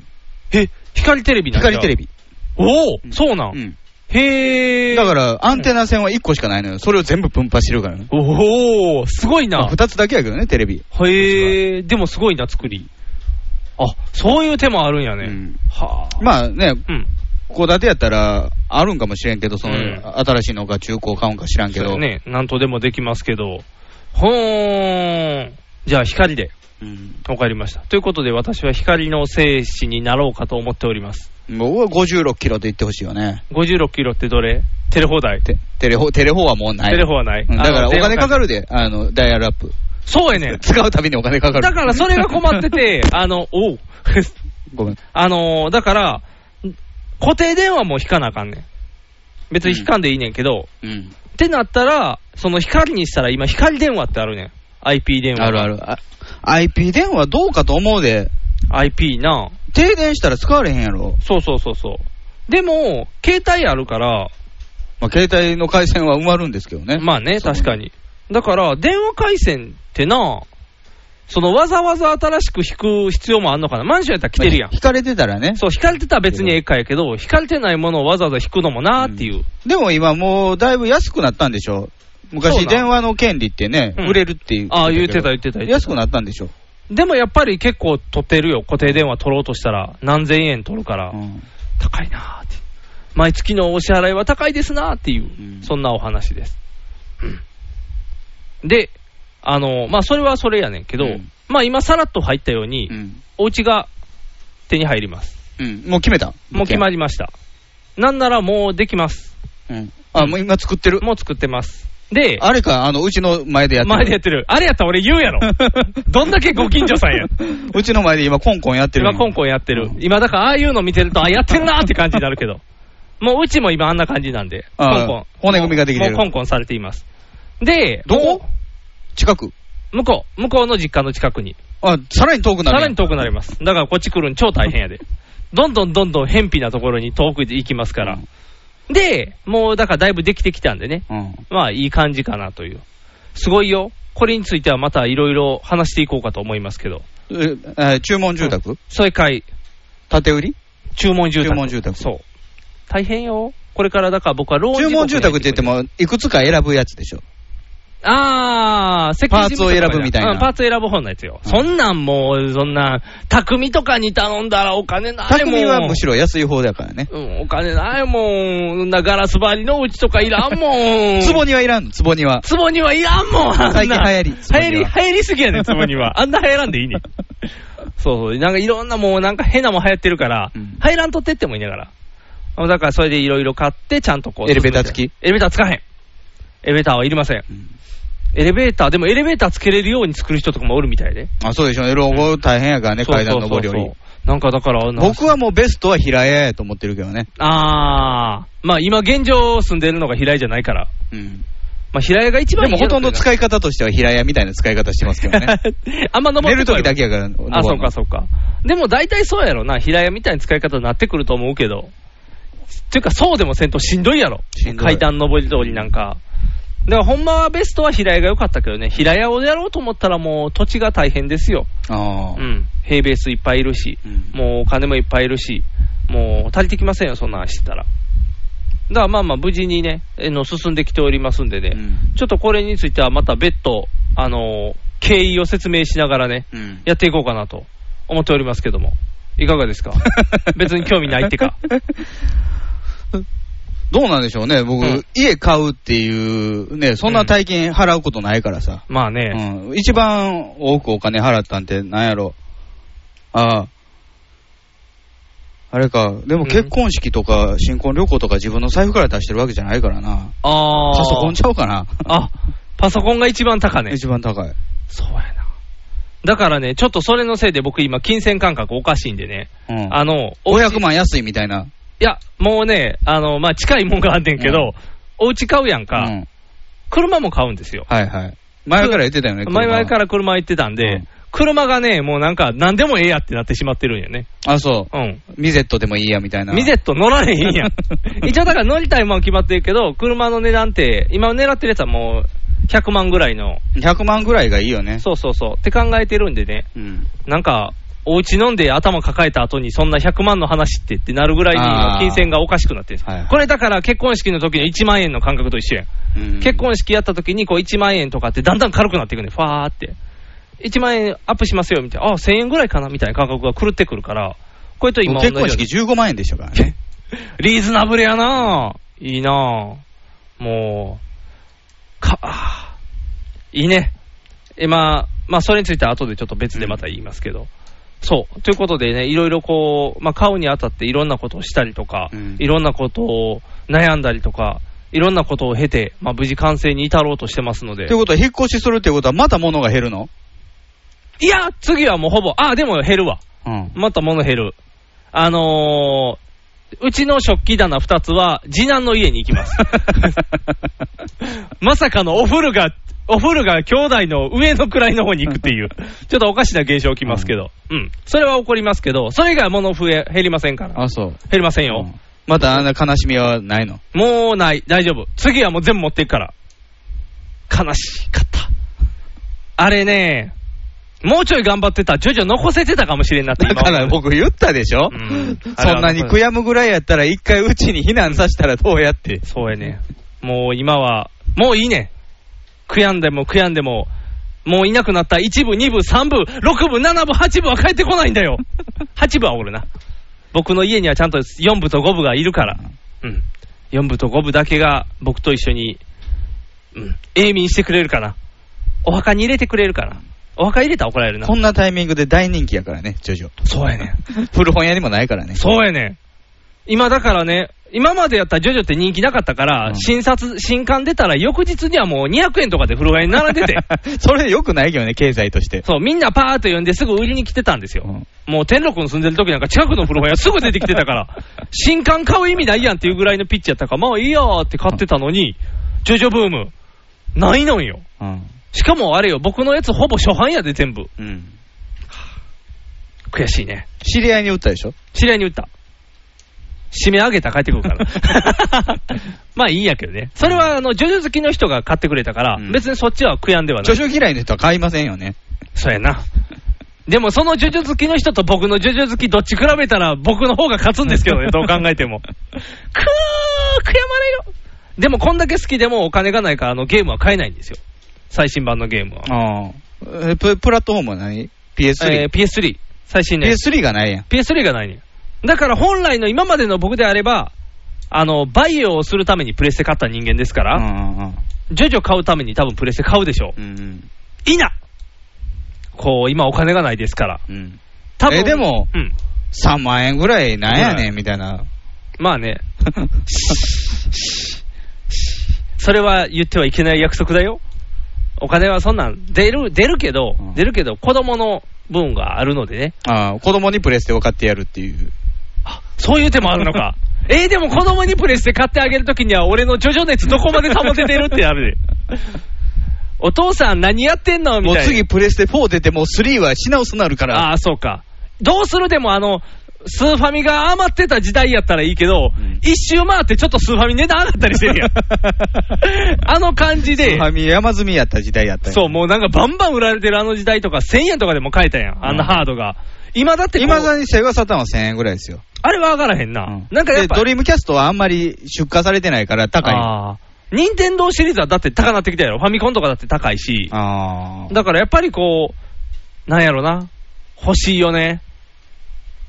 [SPEAKER 3] え、光テレビなん
[SPEAKER 2] 光テレ。ビ。
[SPEAKER 3] おお、そうな。
[SPEAKER 2] うんん。
[SPEAKER 3] へえ。
[SPEAKER 2] だから、アンテナ線は1個しかないのよ。それを全部分配してるからね。
[SPEAKER 3] おお、すごいな。
[SPEAKER 2] 2つだけやけどね、テレビ。
[SPEAKER 3] へえ、でもすごいな、作り。あ、そういう手もあるんやね。
[SPEAKER 2] うん
[SPEAKER 3] はあ。
[SPEAKER 2] まあね、
[SPEAKER 3] うん。
[SPEAKER 2] 戸建てやったら、あるんかもしれんけど、その、
[SPEAKER 3] うん
[SPEAKER 2] 新しいのか中古を買うんか知らんけ
[SPEAKER 3] そう
[SPEAKER 2] ど。
[SPEAKER 3] やね。なんとでもできますけど。ほーん。じゃあ、光で。
[SPEAKER 2] うん
[SPEAKER 3] わかりました。ということで、私は光の精子になろうかと思っております。
[SPEAKER 2] 僕は56キロと言ってほしいよね。
[SPEAKER 3] 56キロってどれテレ放題。
[SPEAKER 2] てテレホ、テレホはもうない。
[SPEAKER 3] テレホはない。
[SPEAKER 2] うんだからお金かかる
[SPEAKER 3] る。
[SPEAKER 2] で、あの、ダイヤルアップ。
[SPEAKER 3] そうやねん。
[SPEAKER 2] 使うたびにお金かかる。
[SPEAKER 3] だからそれが困ってて、あの、おう。
[SPEAKER 2] [laughs]
[SPEAKER 3] [laughs]
[SPEAKER 2] ごめん。
[SPEAKER 3] あのーだから、固定電話も引かなあかんねん。別に引かんでいいねんけど、
[SPEAKER 2] うん。
[SPEAKER 3] ってなったら、その光にしたら今光電話ってあるねん。IP 電話。
[SPEAKER 2] あるある。あ IP 電話どうかと思うで、
[SPEAKER 3] IP な。
[SPEAKER 2] 停電したら使われへんやろ。
[SPEAKER 3] そうそうそうそう。でも、携帯あるから、
[SPEAKER 2] まあ、携帯の回線は埋まるんですけどね。
[SPEAKER 3] まあね、
[SPEAKER 2] そう
[SPEAKER 3] 確かに。だから、電話回線ってな、そのわざわざ新しく引く必要もあんのかな。マンションやったら来てるやん
[SPEAKER 2] まあ。引かれてたらね。
[SPEAKER 3] そう、引かれてたら別にええかやけど、引かれてないものをわざわざ引くのもなーっていう。
[SPEAKER 2] でも今もうだいぶ安くなったんでしょ
[SPEAKER 3] そう
[SPEAKER 2] 昔
[SPEAKER 3] なん
[SPEAKER 2] 電話の権利ってね、
[SPEAKER 3] うん
[SPEAKER 2] 売れるっていう。
[SPEAKER 3] ああ、言ってた言ってた言って
[SPEAKER 2] 安くなったんでしょ、
[SPEAKER 3] た。でもやっぱり結構取ってるよ。固定電話取ろうとしたら、何千円取るから、
[SPEAKER 2] うん
[SPEAKER 3] 高いなーって。毎月のお支払いは高いですなーっていう、
[SPEAKER 2] うん
[SPEAKER 3] そんなお話です。うんで、あの、まあ、それはそれやねんけど、
[SPEAKER 2] うん
[SPEAKER 3] まあ、今さらっと入ったように、
[SPEAKER 2] うん。
[SPEAKER 3] お家が手に入ります。
[SPEAKER 2] うん。もう決めた
[SPEAKER 3] もう決まりました。なんならもうできます。
[SPEAKER 2] うん。あ、もう今作ってる。
[SPEAKER 3] もう作ってます。で、
[SPEAKER 2] あれか、あの、うちの前でやってる。
[SPEAKER 3] 前でやってる。あれやったら俺言う
[SPEAKER 2] [laughs]
[SPEAKER 3] やろ。どんだけご近所さんや。
[SPEAKER 2] うちの前で今コンコンやってる。
[SPEAKER 3] 今コンコンやってる
[SPEAKER 2] う。ん
[SPEAKER 3] 今だからああいうの見てると、あ、やってんなーって感じになるけど。 [laughs] もううちも今あんな感じなんで、コ
[SPEAKER 2] あ
[SPEAKER 3] ン
[SPEAKER 2] あ
[SPEAKER 3] コン。
[SPEAKER 2] 骨組みができてる
[SPEAKER 3] もうコンコンされています。で、
[SPEAKER 2] どこ近く。
[SPEAKER 3] 向こう、向こうの実家の近くに。
[SPEAKER 2] あ、さらに遠くな
[SPEAKER 3] さ
[SPEAKER 2] る。
[SPEAKER 3] らに遠くなります。だからこっち来るん超大変やで。どんどんどんどん偏僻なところに遠く行きますから。で、もうだからだいぶできてきたんでね。
[SPEAKER 2] うん。
[SPEAKER 3] まあいい感じかなという。すごいよ。これについてはまたいろいろ話していこうかと思いますけど。
[SPEAKER 2] ええー注文住宅
[SPEAKER 3] それかい、
[SPEAKER 2] 建て売り
[SPEAKER 3] 注文住宅。
[SPEAKER 2] 注文住宅
[SPEAKER 3] そう。大変よ。これからだから僕はローン
[SPEAKER 2] 注文住宅って言って。も、いくつか選ぶやつでしょ。
[SPEAKER 3] あー、設計事務所と
[SPEAKER 2] パーツを
[SPEAKER 3] か
[SPEAKER 2] 選ぶみたいな
[SPEAKER 3] うんパーツ選ぶ方のやつよ。
[SPEAKER 2] うん
[SPEAKER 3] そんなんもう、そんな、匠とかに頼んだらお金ないもん。
[SPEAKER 2] 匠はむしろ安い方だからね。
[SPEAKER 3] うん、お金ないもん。そんなガラス張りのうちとかいらんもん。
[SPEAKER 2] 壺にはいらんの、壺には。
[SPEAKER 3] 壺にはいらんもん、あんな
[SPEAKER 2] 最近流行り
[SPEAKER 3] 流行り、
[SPEAKER 2] 壺に
[SPEAKER 3] 流
[SPEAKER 2] は
[SPEAKER 3] 行りすぎやねん、壺には。あんな流行らんでいいねん。そうそう。なんかいろんなもう、なんか変なもん流行ってるから、
[SPEAKER 2] うん
[SPEAKER 3] 入らんとってってもいいながら。あだからそれでいろいろ買って、ちゃんとこう。
[SPEAKER 2] エレベーター付き
[SPEAKER 3] エレベーターつかへん。エレベーターはいりません。
[SPEAKER 2] うん
[SPEAKER 3] エレベーター、でもエレベーターつけれるように作る人とかもおるみたいで。
[SPEAKER 2] [laughs] あ、そうでしょうね。老後大変やからね、階段登り降
[SPEAKER 3] そう
[SPEAKER 2] り
[SPEAKER 3] そう。そうなんかだから、な
[SPEAKER 2] 僕はもうベストは平屋やと思ってるけどね。
[SPEAKER 3] あー、まあ今現状住んでるのが平井じゃないから。
[SPEAKER 2] うん。
[SPEAKER 3] まあ平井が一番
[SPEAKER 2] で
[SPEAKER 3] いい
[SPEAKER 2] もほとんど
[SPEAKER 3] い
[SPEAKER 2] 使い方としては平屋みたいな使い方してますけど
[SPEAKER 3] [laughs]
[SPEAKER 2] ね。
[SPEAKER 3] あんま登
[SPEAKER 2] 寝
[SPEAKER 3] って
[SPEAKER 2] ると
[SPEAKER 3] こない
[SPEAKER 2] きだけやから。
[SPEAKER 3] あ、そうか、そうか。でも大体そうやろな。平屋みたいな使い方になってくると思うけど。っていうか、そうでもせんとしんどいやろ。
[SPEAKER 2] しんどい
[SPEAKER 3] 階段上り通りなんか。だから、ほんまはベストは平屋が良かったけどね。平屋をやろうと思ったらもう土地が大変ですよ。
[SPEAKER 2] あ
[SPEAKER 3] う
[SPEAKER 2] ー
[SPEAKER 3] ん。平ベースいっぱいいるし、
[SPEAKER 2] うん
[SPEAKER 3] もうお金もいっぱいいるし、もう足りてきませんよ、そんなんしてたら。だからまあまあ、無事にね、えの進んできておりますんでね、
[SPEAKER 2] うん
[SPEAKER 3] ちょっとこれについてはまた別途、あのー経緯を説明しながらね、
[SPEAKER 2] うん。
[SPEAKER 3] やっていこうかなと思っておりますけども、いか
[SPEAKER 2] [laughs]
[SPEAKER 3] がですか別に興味ないってか。
[SPEAKER 2] どうなんでしょうね。僕、
[SPEAKER 3] うん
[SPEAKER 2] 家買うっていう、ね、そんな大金払うことないからさ。
[SPEAKER 3] まあね、
[SPEAKER 2] うん。一番多くお金払ったんってなんやろ。ああ。あれか。でも結婚式とか新婚旅行とか自分の財布から出してるわけじゃないからな。
[SPEAKER 3] あー
[SPEAKER 2] パソコンちゃうかな。
[SPEAKER 3] あ、パソコンが一番高ね。
[SPEAKER 2] 一番高い。
[SPEAKER 3] そうやな。だからね、ちょっとそれのせいで僕今、金銭感覚おかしいんでね、
[SPEAKER 2] うん。
[SPEAKER 3] あの、お家
[SPEAKER 2] 500万安いみたいな。
[SPEAKER 3] いや、もうね、あの、まあ、近いもんがあんねんけど、お家買うやんか、
[SPEAKER 2] うん。
[SPEAKER 3] 車も買うんですよ。
[SPEAKER 2] はいはい。前から言ってたよね。。
[SPEAKER 3] 前々からら車行ってたんで、
[SPEAKER 2] うん
[SPEAKER 3] 車がね、もうなんか、なんでもええやってなってしまってるんよね。
[SPEAKER 2] あ、そ
[SPEAKER 3] うん。
[SPEAKER 2] う。ミゼットでもいいや、みたいな。
[SPEAKER 3] ミゼット乗られへ
[SPEAKER 2] [laughs]
[SPEAKER 3] んやん。一応だから乗りたいもんは決まってるけど、車の値段って、今狙ってるやつはもう100万ぐらいの、
[SPEAKER 2] 100万ぐらいがいいよね。
[SPEAKER 3] そうそうそう、って考えてるんでね、
[SPEAKER 2] うん。
[SPEAKER 3] なんか、お家飲んで頭抱えた後に、そんな100万の話ってってなるぐらい
[SPEAKER 2] あ
[SPEAKER 3] の
[SPEAKER 2] ー
[SPEAKER 3] 金銭がおかしくなってるんです
[SPEAKER 2] はいはい
[SPEAKER 3] これだから結婚式の時の1万円の感覚と一緒やん。
[SPEAKER 2] うん
[SPEAKER 3] 結婚式やった時にこう1万円とかってだんだん軽くなっていくね、ファーって。1万円アップしますよみたいな、あ、1000円ぐらいかなみたいな感覚が狂ってくるから、これと今同じ
[SPEAKER 2] 結
[SPEAKER 3] ように
[SPEAKER 2] 婚式15万円でしたからね。
[SPEAKER 3] リーズナブルやなぁ。いいなぁ。もう、か、あーいいね。今、まあ、それについては後でちょっと別でまた言いますけど。そう。ということでね、いろいろこう、まあ、買うにあたっていろんなことをしたりとか、
[SPEAKER 2] うん
[SPEAKER 3] いろんなことを悩んだりとか、いろんなことを経て、まあ、無事完成に至ろうとしてますので
[SPEAKER 2] という。ことは、引っ越しするっていうことは、また物が減るの
[SPEAKER 3] いや、次はもうほぼ、あ、でも減るわ。
[SPEAKER 2] うん。
[SPEAKER 3] また物減る。あのー、うちの食器棚2つは次男の家に行
[SPEAKER 2] [laughs]
[SPEAKER 3] きます。まさかのお風呂が、お風呂が兄弟の上の位の方に行くっていう、ちょっとおかしな現象起きますけど、うん、それは起こりますけど、それ以外は物増え、減りませんから。
[SPEAKER 2] あ、そう。
[SPEAKER 3] 減りませんよ
[SPEAKER 2] う。んまた、あんな悲しみはない
[SPEAKER 3] [laughs]
[SPEAKER 2] の
[SPEAKER 3] もうない。大丈夫。次はもう全部持っていくから。悲しかった。あれね、もうちょい頑張ってたら、徐々に残せてたかもしれんなって
[SPEAKER 2] だ
[SPEAKER 3] 今
[SPEAKER 2] か
[SPEAKER 3] 思う
[SPEAKER 2] ら僕言ったでしょ、
[SPEAKER 3] うん
[SPEAKER 2] [laughs] そんなに悔やむぐらいやったら、一回うちに避難させたらどうやって。
[SPEAKER 3] そうやね。もう今は、もういいね。悔やんでも悔やんでも、もういなくなった1部、2部、3部、6部、7部、8部は帰ってこないんだよ。8部はおるな。僕の家にはちゃんと4部と5部がいるから。うん。4部と5部だけが僕と一緒に、うん、永眠してくれるかな。お墓に入れてくれるかな。お墓入れたら怒られるな
[SPEAKER 2] こ。んなタイミングで大人気やからね、徐々。
[SPEAKER 3] そうやねん。
[SPEAKER 2] [laughs] 古本屋にもないからね。
[SPEAKER 3] そうやねん。今だからね、今までやったらジョジョって人気なかったから、
[SPEAKER 2] うん
[SPEAKER 3] 新札、新刊出たら翌日にはもう200円とかで風呂屋に並ん
[SPEAKER 2] [laughs]
[SPEAKER 3] でて。
[SPEAKER 2] それ良くないけどね、経済として。
[SPEAKER 3] そう、みんなパーッと呼んですぐ売りに来てたんですよ。
[SPEAKER 2] うん
[SPEAKER 3] もう天禄の住んでる時なんか近くの風呂屋すぐ出てきてた
[SPEAKER 2] [laughs]
[SPEAKER 3] から、新刊買う意味ないやんっていうぐらいのピッチやったから、まあいいやーって買ってたのに、ジョジョブーム、ないのんよ。
[SPEAKER 2] うん。
[SPEAKER 3] しかもあれよ、僕のやつほぼ初版やで全部。
[SPEAKER 2] うん。
[SPEAKER 3] 悔しいね。
[SPEAKER 2] 知り合いに売ったでしょ
[SPEAKER 3] 知り合いに打った。締め上げたら帰ってくる [laughs] から。まあいいんやけどね。それは、あの、ジョジョ好きの人が買ってくれたから、
[SPEAKER 2] うん
[SPEAKER 3] 別にそっちは悔やんではな
[SPEAKER 2] 著
[SPEAKER 3] い。
[SPEAKER 2] 書嫌いの人は買いませんよね。
[SPEAKER 3] そうやな。でもそのジョジョ好きの人と僕のジョジョ好きどっち比べたら僕の方が勝つんですけ [laughs] どね、どう考えても。くー、悔やまれる。でもこんだけ好きでもお金がないからあのゲームは買えないんですよ。最新版のゲームは。
[SPEAKER 2] ああ。えププラットフォームは何 ?PS3、
[SPEAKER 3] えー PS3。最新ね。
[SPEAKER 2] PS3 がないやん。
[SPEAKER 3] PS3 がないねんだから本来の今までの僕であれば、あの、バイオをするためにプレステ買った人間ですから、
[SPEAKER 2] うんうん
[SPEAKER 3] ジョジョ買うために多分プレステ買うでしょ
[SPEAKER 2] うんうん
[SPEAKER 3] う。いなこう、今お金がないですから。
[SPEAKER 2] うん。
[SPEAKER 3] 多分。
[SPEAKER 2] えでも
[SPEAKER 3] うん。
[SPEAKER 2] 3万円ぐらいなんやねんみたいな。
[SPEAKER 3] まあね、それは言ってはいけない約束だよ。お金はそんなん出る、出るけど、
[SPEAKER 2] うん
[SPEAKER 3] 出るけど、子供の分があるのでね。
[SPEAKER 2] ああ、子供にプレステを買ってやるっていう。
[SPEAKER 3] あ、そういう手もあるの [laughs] か。えー、でも子供にプレスで買ってあげるときには、俺のジョジョ熱どこまで保ててるってあるで。お父さん何やってんのみ
[SPEAKER 2] もう
[SPEAKER 3] たいな。
[SPEAKER 2] 次プレステ4出てもう3は品薄なるから。
[SPEAKER 3] ああ、そうか。どうするでも、あの、スーファミが余ってた時代やったらいいけど、
[SPEAKER 2] うん
[SPEAKER 3] 一周回ってちょっとスーファミ値段上がったりしてる [laughs] やん。あの感じで
[SPEAKER 2] フ、ァミ山積みやった時代やったんや
[SPEAKER 3] そう、もうなんかバンバン売られてるあの時代とか、1000円とかでも買えたやん、あんなハードが。今だってこう
[SPEAKER 2] 今だにセガサタンは1000円ぐらいですよ。
[SPEAKER 3] あれは上がらへんな。
[SPEAKER 2] うん
[SPEAKER 3] なんかやっぱ
[SPEAKER 2] で、ドリームキャストはあんまり出荷されてないから高い。あ
[SPEAKER 3] あー任天堂シリーズはだって高なってきたやろ。ファミコンとかだって高いし。
[SPEAKER 2] あー。
[SPEAKER 3] だからやっぱりこう、なんやろな。欲しいよね。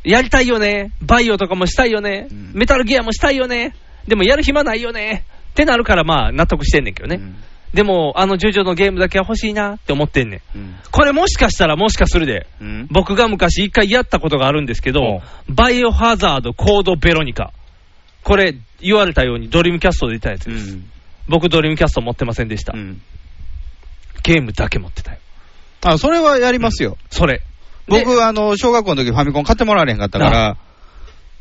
[SPEAKER 3] やりたいよね。バイオとかもしたいよね。
[SPEAKER 2] うん
[SPEAKER 3] メタルギアもしたいよね。でもやる暇ないよね。ってなるからまあ納得してんねんけどね。
[SPEAKER 2] うん
[SPEAKER 3] でも、あのジョジョのゲームだけは欲しいなって思ってんねん。
[SPEAKER 2] うん
[SPEAKER 3] これもしかしたらもしかするで。
[SPEAKER 2] うん
[SPEAKER 3] 僕が昔一回やったことがあるんですけど、バイオハザードコードベロニカ。これ、言われたようにドリームキャストで出たやつ
[SPEAKER 2] う
[SPEAKER 3] です。
[SPEAKER 2] ん
[SPEAKER 3] 僕ドリームキャスト持ってませんでした。
[SPEAKER 2] うん
[SPEAKER 3] ゲームだけ持ってたよ。
[SPEAKER 2] あ、それはやりますよ。
[SPEAKER 3] それ。で
[SPEAKER 2] 僕、あの、小学校の時ファミコン買ってもらわれへんかったから、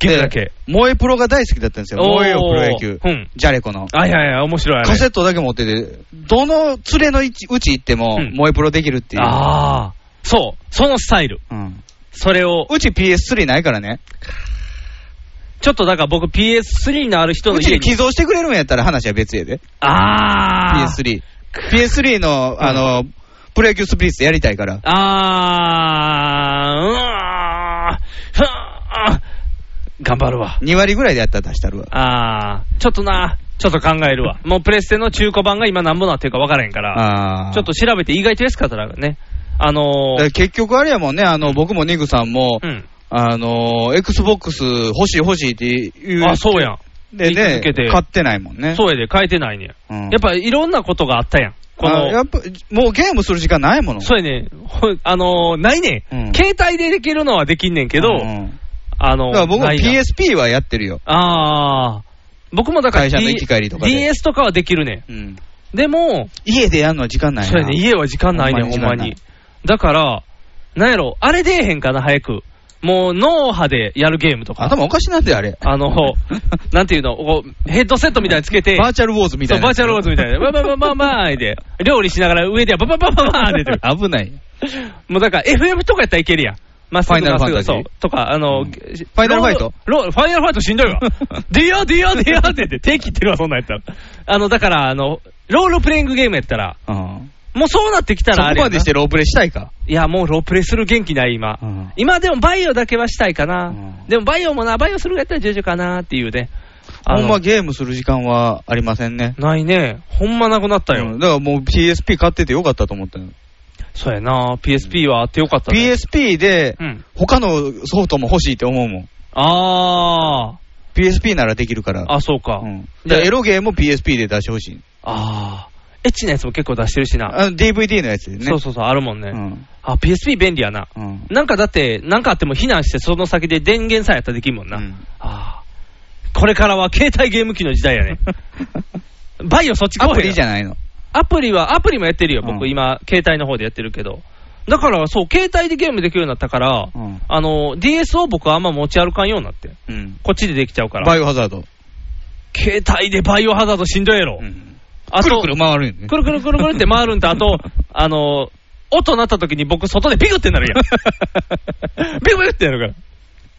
[SPEAKER 3] ゲームだけ
[SPEAKER 2] で。萌えプロが大好きだったんですよ。
[SPEAKER 3] おー
[SPEAKER 2] 萌えよプロ野球。
[SPEAKER 3] うん
[SPEAKER 2] ジャレコの。
[SPEAKER 3] あ、いやいや、面白いあれ。
[SPEAKER 2] カセットだけ持ってて、どの連れの位置うち行っても
[SPEAKER 3] うん、
[SPEAKER 2] 萌えプロできるっていう。
[SPEAKER 3] ああ。そう。そのスタイル。
[SPEAKER 2] うん
[SPEAKER 3] それを、
[SPEAKER 2] うち PS3 ないからね。
[SPEAKER 3] ちょっとだから僕 PS3 のある人の
[SPEAKER 2] うち
[SPEAKER 3] 家
[SPEAKER 2] に寄
[SPEAKER 3] に。
[SPEAKER 2] 贈してくれるんやったら話は別やで。
[SPEAKER 3] ああ。。
[SPEAKER 2] PS3。PS3 の、あの、プロ野球スピリッツやりたいから。
[SPEAKER 3] ああ。うわー。頑張るわ。
[SPEAKER 2] 2割ぐらいでやったら出したるわ。
[SPEAKER 3] あー、ちょっとな、ちょっと考えるわ。もうプレステの中古版が今なんぼなっていうか分からへんから、
[SPEAKER 2] ああ。
[SPEAKER 3] ちょっと調べて意外と安かったらね、あ
[SPEAKER 2] だ
[SPEAKER 3] の
[SPEAKER 2] から
[SPEAKER 3] ー、
[SPEAKER 2] 結局あれやもんね、あの、僕もニグさんも、
[SPEAKER 3] うん。
[SPEAKER 2] あの、Xbox 欲しい欲しいって言う。
[SPEAKER 3] あ、そうやん。
[SPEAKER 2] で
[SPEAKER 3] 言い
[SPEAKER 2] ね
[SPEAKER 3] 続けて、
[SPEAKER 2] 買ってないもんね。
[SPEAKER 3] そうやで、変えてないねん。
[SPEAKER 2] うん。
[SPEAKER 3] やっぱいろんなことがあったやん。こ
[SPEAKER 2] あや
[SPEAKER 3] の、
[SPEAKER 2] っぱ、もうゲームする時間ないもの。
[SPEAKER 3] そうやねほあのー、ないねん、
[SPEAKER 2] うん
[SPEAKER 3] 携帯でできるのはできんねんけど、
[SPEAKER 2] うん
[SPEAKER 3] あの
[SPEAKER 2] だから
[SPEAKER 3] ー、
[SPEAKER 2] 僕も
[SPEAKER 3] ないな
[SPEAKER 2] PSP はやってるよ。
[SPEAKER 3] あー。僕もだから、
[SPEAKER 2] 会社の行き帰りとかで
[SPEAKER 3] DS とかはできるね
[SPEAKER 2] うん。
[SPEAKER 3] ん。でも、
[SPEAKER 2] 家でやるのは時間ないな。
[SPEAKER 3] そうやね、家は時間ないねん、ほ
[SPEAKER 2] ほ
[SPEAKER 3] ん
[SPEAKER 2] ん
[SPEAKER 3] ま
[SPEAKER 2] まに時間ない
[SPEAKER 3] に。だから、なんやろ、あれ出えへんかな、早く。もう、脳波でやるゲームとか。
[SPEAKER 2] 頭おかしなんだよ、あれ。 [laughs]
[SPEAKER 3] あの、なんていうの、こうヘッドセットみたいにつけて、
[SPEAKER 2] バーチャルウォーズみた
[SPEAKER 3] そ
[SPEAKER 2] い
[SPEAKER 3] う
[SPEAKER 2] な
[SPEAKER 3] バー
[SPEAKER 2] やつ。
[SPEAKER 3] チャルローズみたいな、バババババーンで、料理しながら上でバババババーン出てる。
[SPEAKER 2] 危ない。
[SPEAKER 3] もうだから、FM とかやったらいけるやん。まっすぐ
[SPEAKER 2] ファイナルファンタジー
[SPEAKER 3] まっすぐそう。とか、あ
[SPEAKER 2] う
[SPEAKER 3] の、
[SPEAKER 2] ん
[SPEAKER 3] フ
[SPEAKER 2] ァイナルファイト
[SPEAKER 3] ロードロードファイナルファイトしんどいわ。でやでやでやってって、手切ってるわ、そんなんやったら。あの、だから、あの、ロールプレイングゲームやったら、
[SPEAKER 2] うん。
[SPEAKER 3] もうそうなってきた
[SPEAKER 2] そこ
[SPEAKER 3] らあれや
[SPEAKER 2] ま
[SPEAKER 3] な
[SPEAKER 2] でしてロープレイしたいか。
[SPEAKER 3] いや、もうロープレする元気ない、今。
[SPEAKER 2] うん
[SPEAKER 3] 今でもバイオだけはしたいかな。
[SPEAKER 2] うん
[SPEAKER 3] でもバイオもな、バイオするやったらジョジョかなっていうね。あ
[SPEAKER 2] ほ
[SPEAKER 3] の
[SPEAKER 2] んまゲームする時間はありませんね。
[SPEAKER 3] ないね。ほんまなくなったよ。
[SPEAKER 2] うんだからもう PSP 買っててよかったと思ったの。
[SPEAKER 3] そうやな。PSP はあってよかったね。
[SPEAKER 2] PSP で
[SPEAKER 3] う、ん。
[SPEAKER 2] 他のソフトも欲しいって思うもん。
[SPEAKER 3] あ
[SPEAKER 2] PSP ならできるから。
[SPEAKER 3] ー。あ、そうか。
[SPEAKER 2] うん。だからエロゲーも PSP で出してほしい。
[SPEAKER 3] あー。エッチなやつも結構出してるしな。
[SPEAKER 2] あの DVD のやつでね。
[SPEAKER 3] そうそうそう、あるもんね。
[SPEAKER 2] うん。
[SPEAKER 3] あ、PSP 便利やな。
[SPEAKER 2] うん。
[SPEAKER 3] なんかだって、なんかあっても避難して、その先で電源さえやったらできるもんな。
[SPEAKER 2] うん
[SPEAKER 3] あー。これからは携帯ゲーム機の時
[SPEAKER 2] [laughs]
[SPEAKER 3] 代やね。バイオそっち来
[SPEAKER 2] [laughs] ア
[SPEAKER 3] へんや
[SPEAKER 2] プリじゃないの。
[SPEAKER 3] アプリは、アプリもやってるよ、
[SPEAKER 2] うん
[SPEAKER 3] 僕、今、携帯の方でやってるけど。だから、そう、携帯でゲームできるようになったから、
[SPEAKER 2] うん
[SPEAKER 3] あの、DS を僕はあんま持ち歩かんようになって。
[SPEAKER 2] うん。
[SPEAKER 3] こっちでできちゃうから。
[SPEAKER 2] バイオハザード。
[SPEAKER 3] 携帯でバイオハザードしんどいやろ。
[SPEAKER 2] うん
[SPEAKER 3] あ
[SPEAKER 2] く
[SPEAKER 3] と
[SPEAKER 2] るくる回るんよね
[SPEAKER 3] く。るくるくるくるって回るんと、
[SPEAKER 2] [laughs]
[SPEAKER 3] あと、あの、音鳴った時に僕、外でビクってなるや
[SPEAKER 2] [laughs]
[SPEAKER 3] ん。ビクビクってなるから。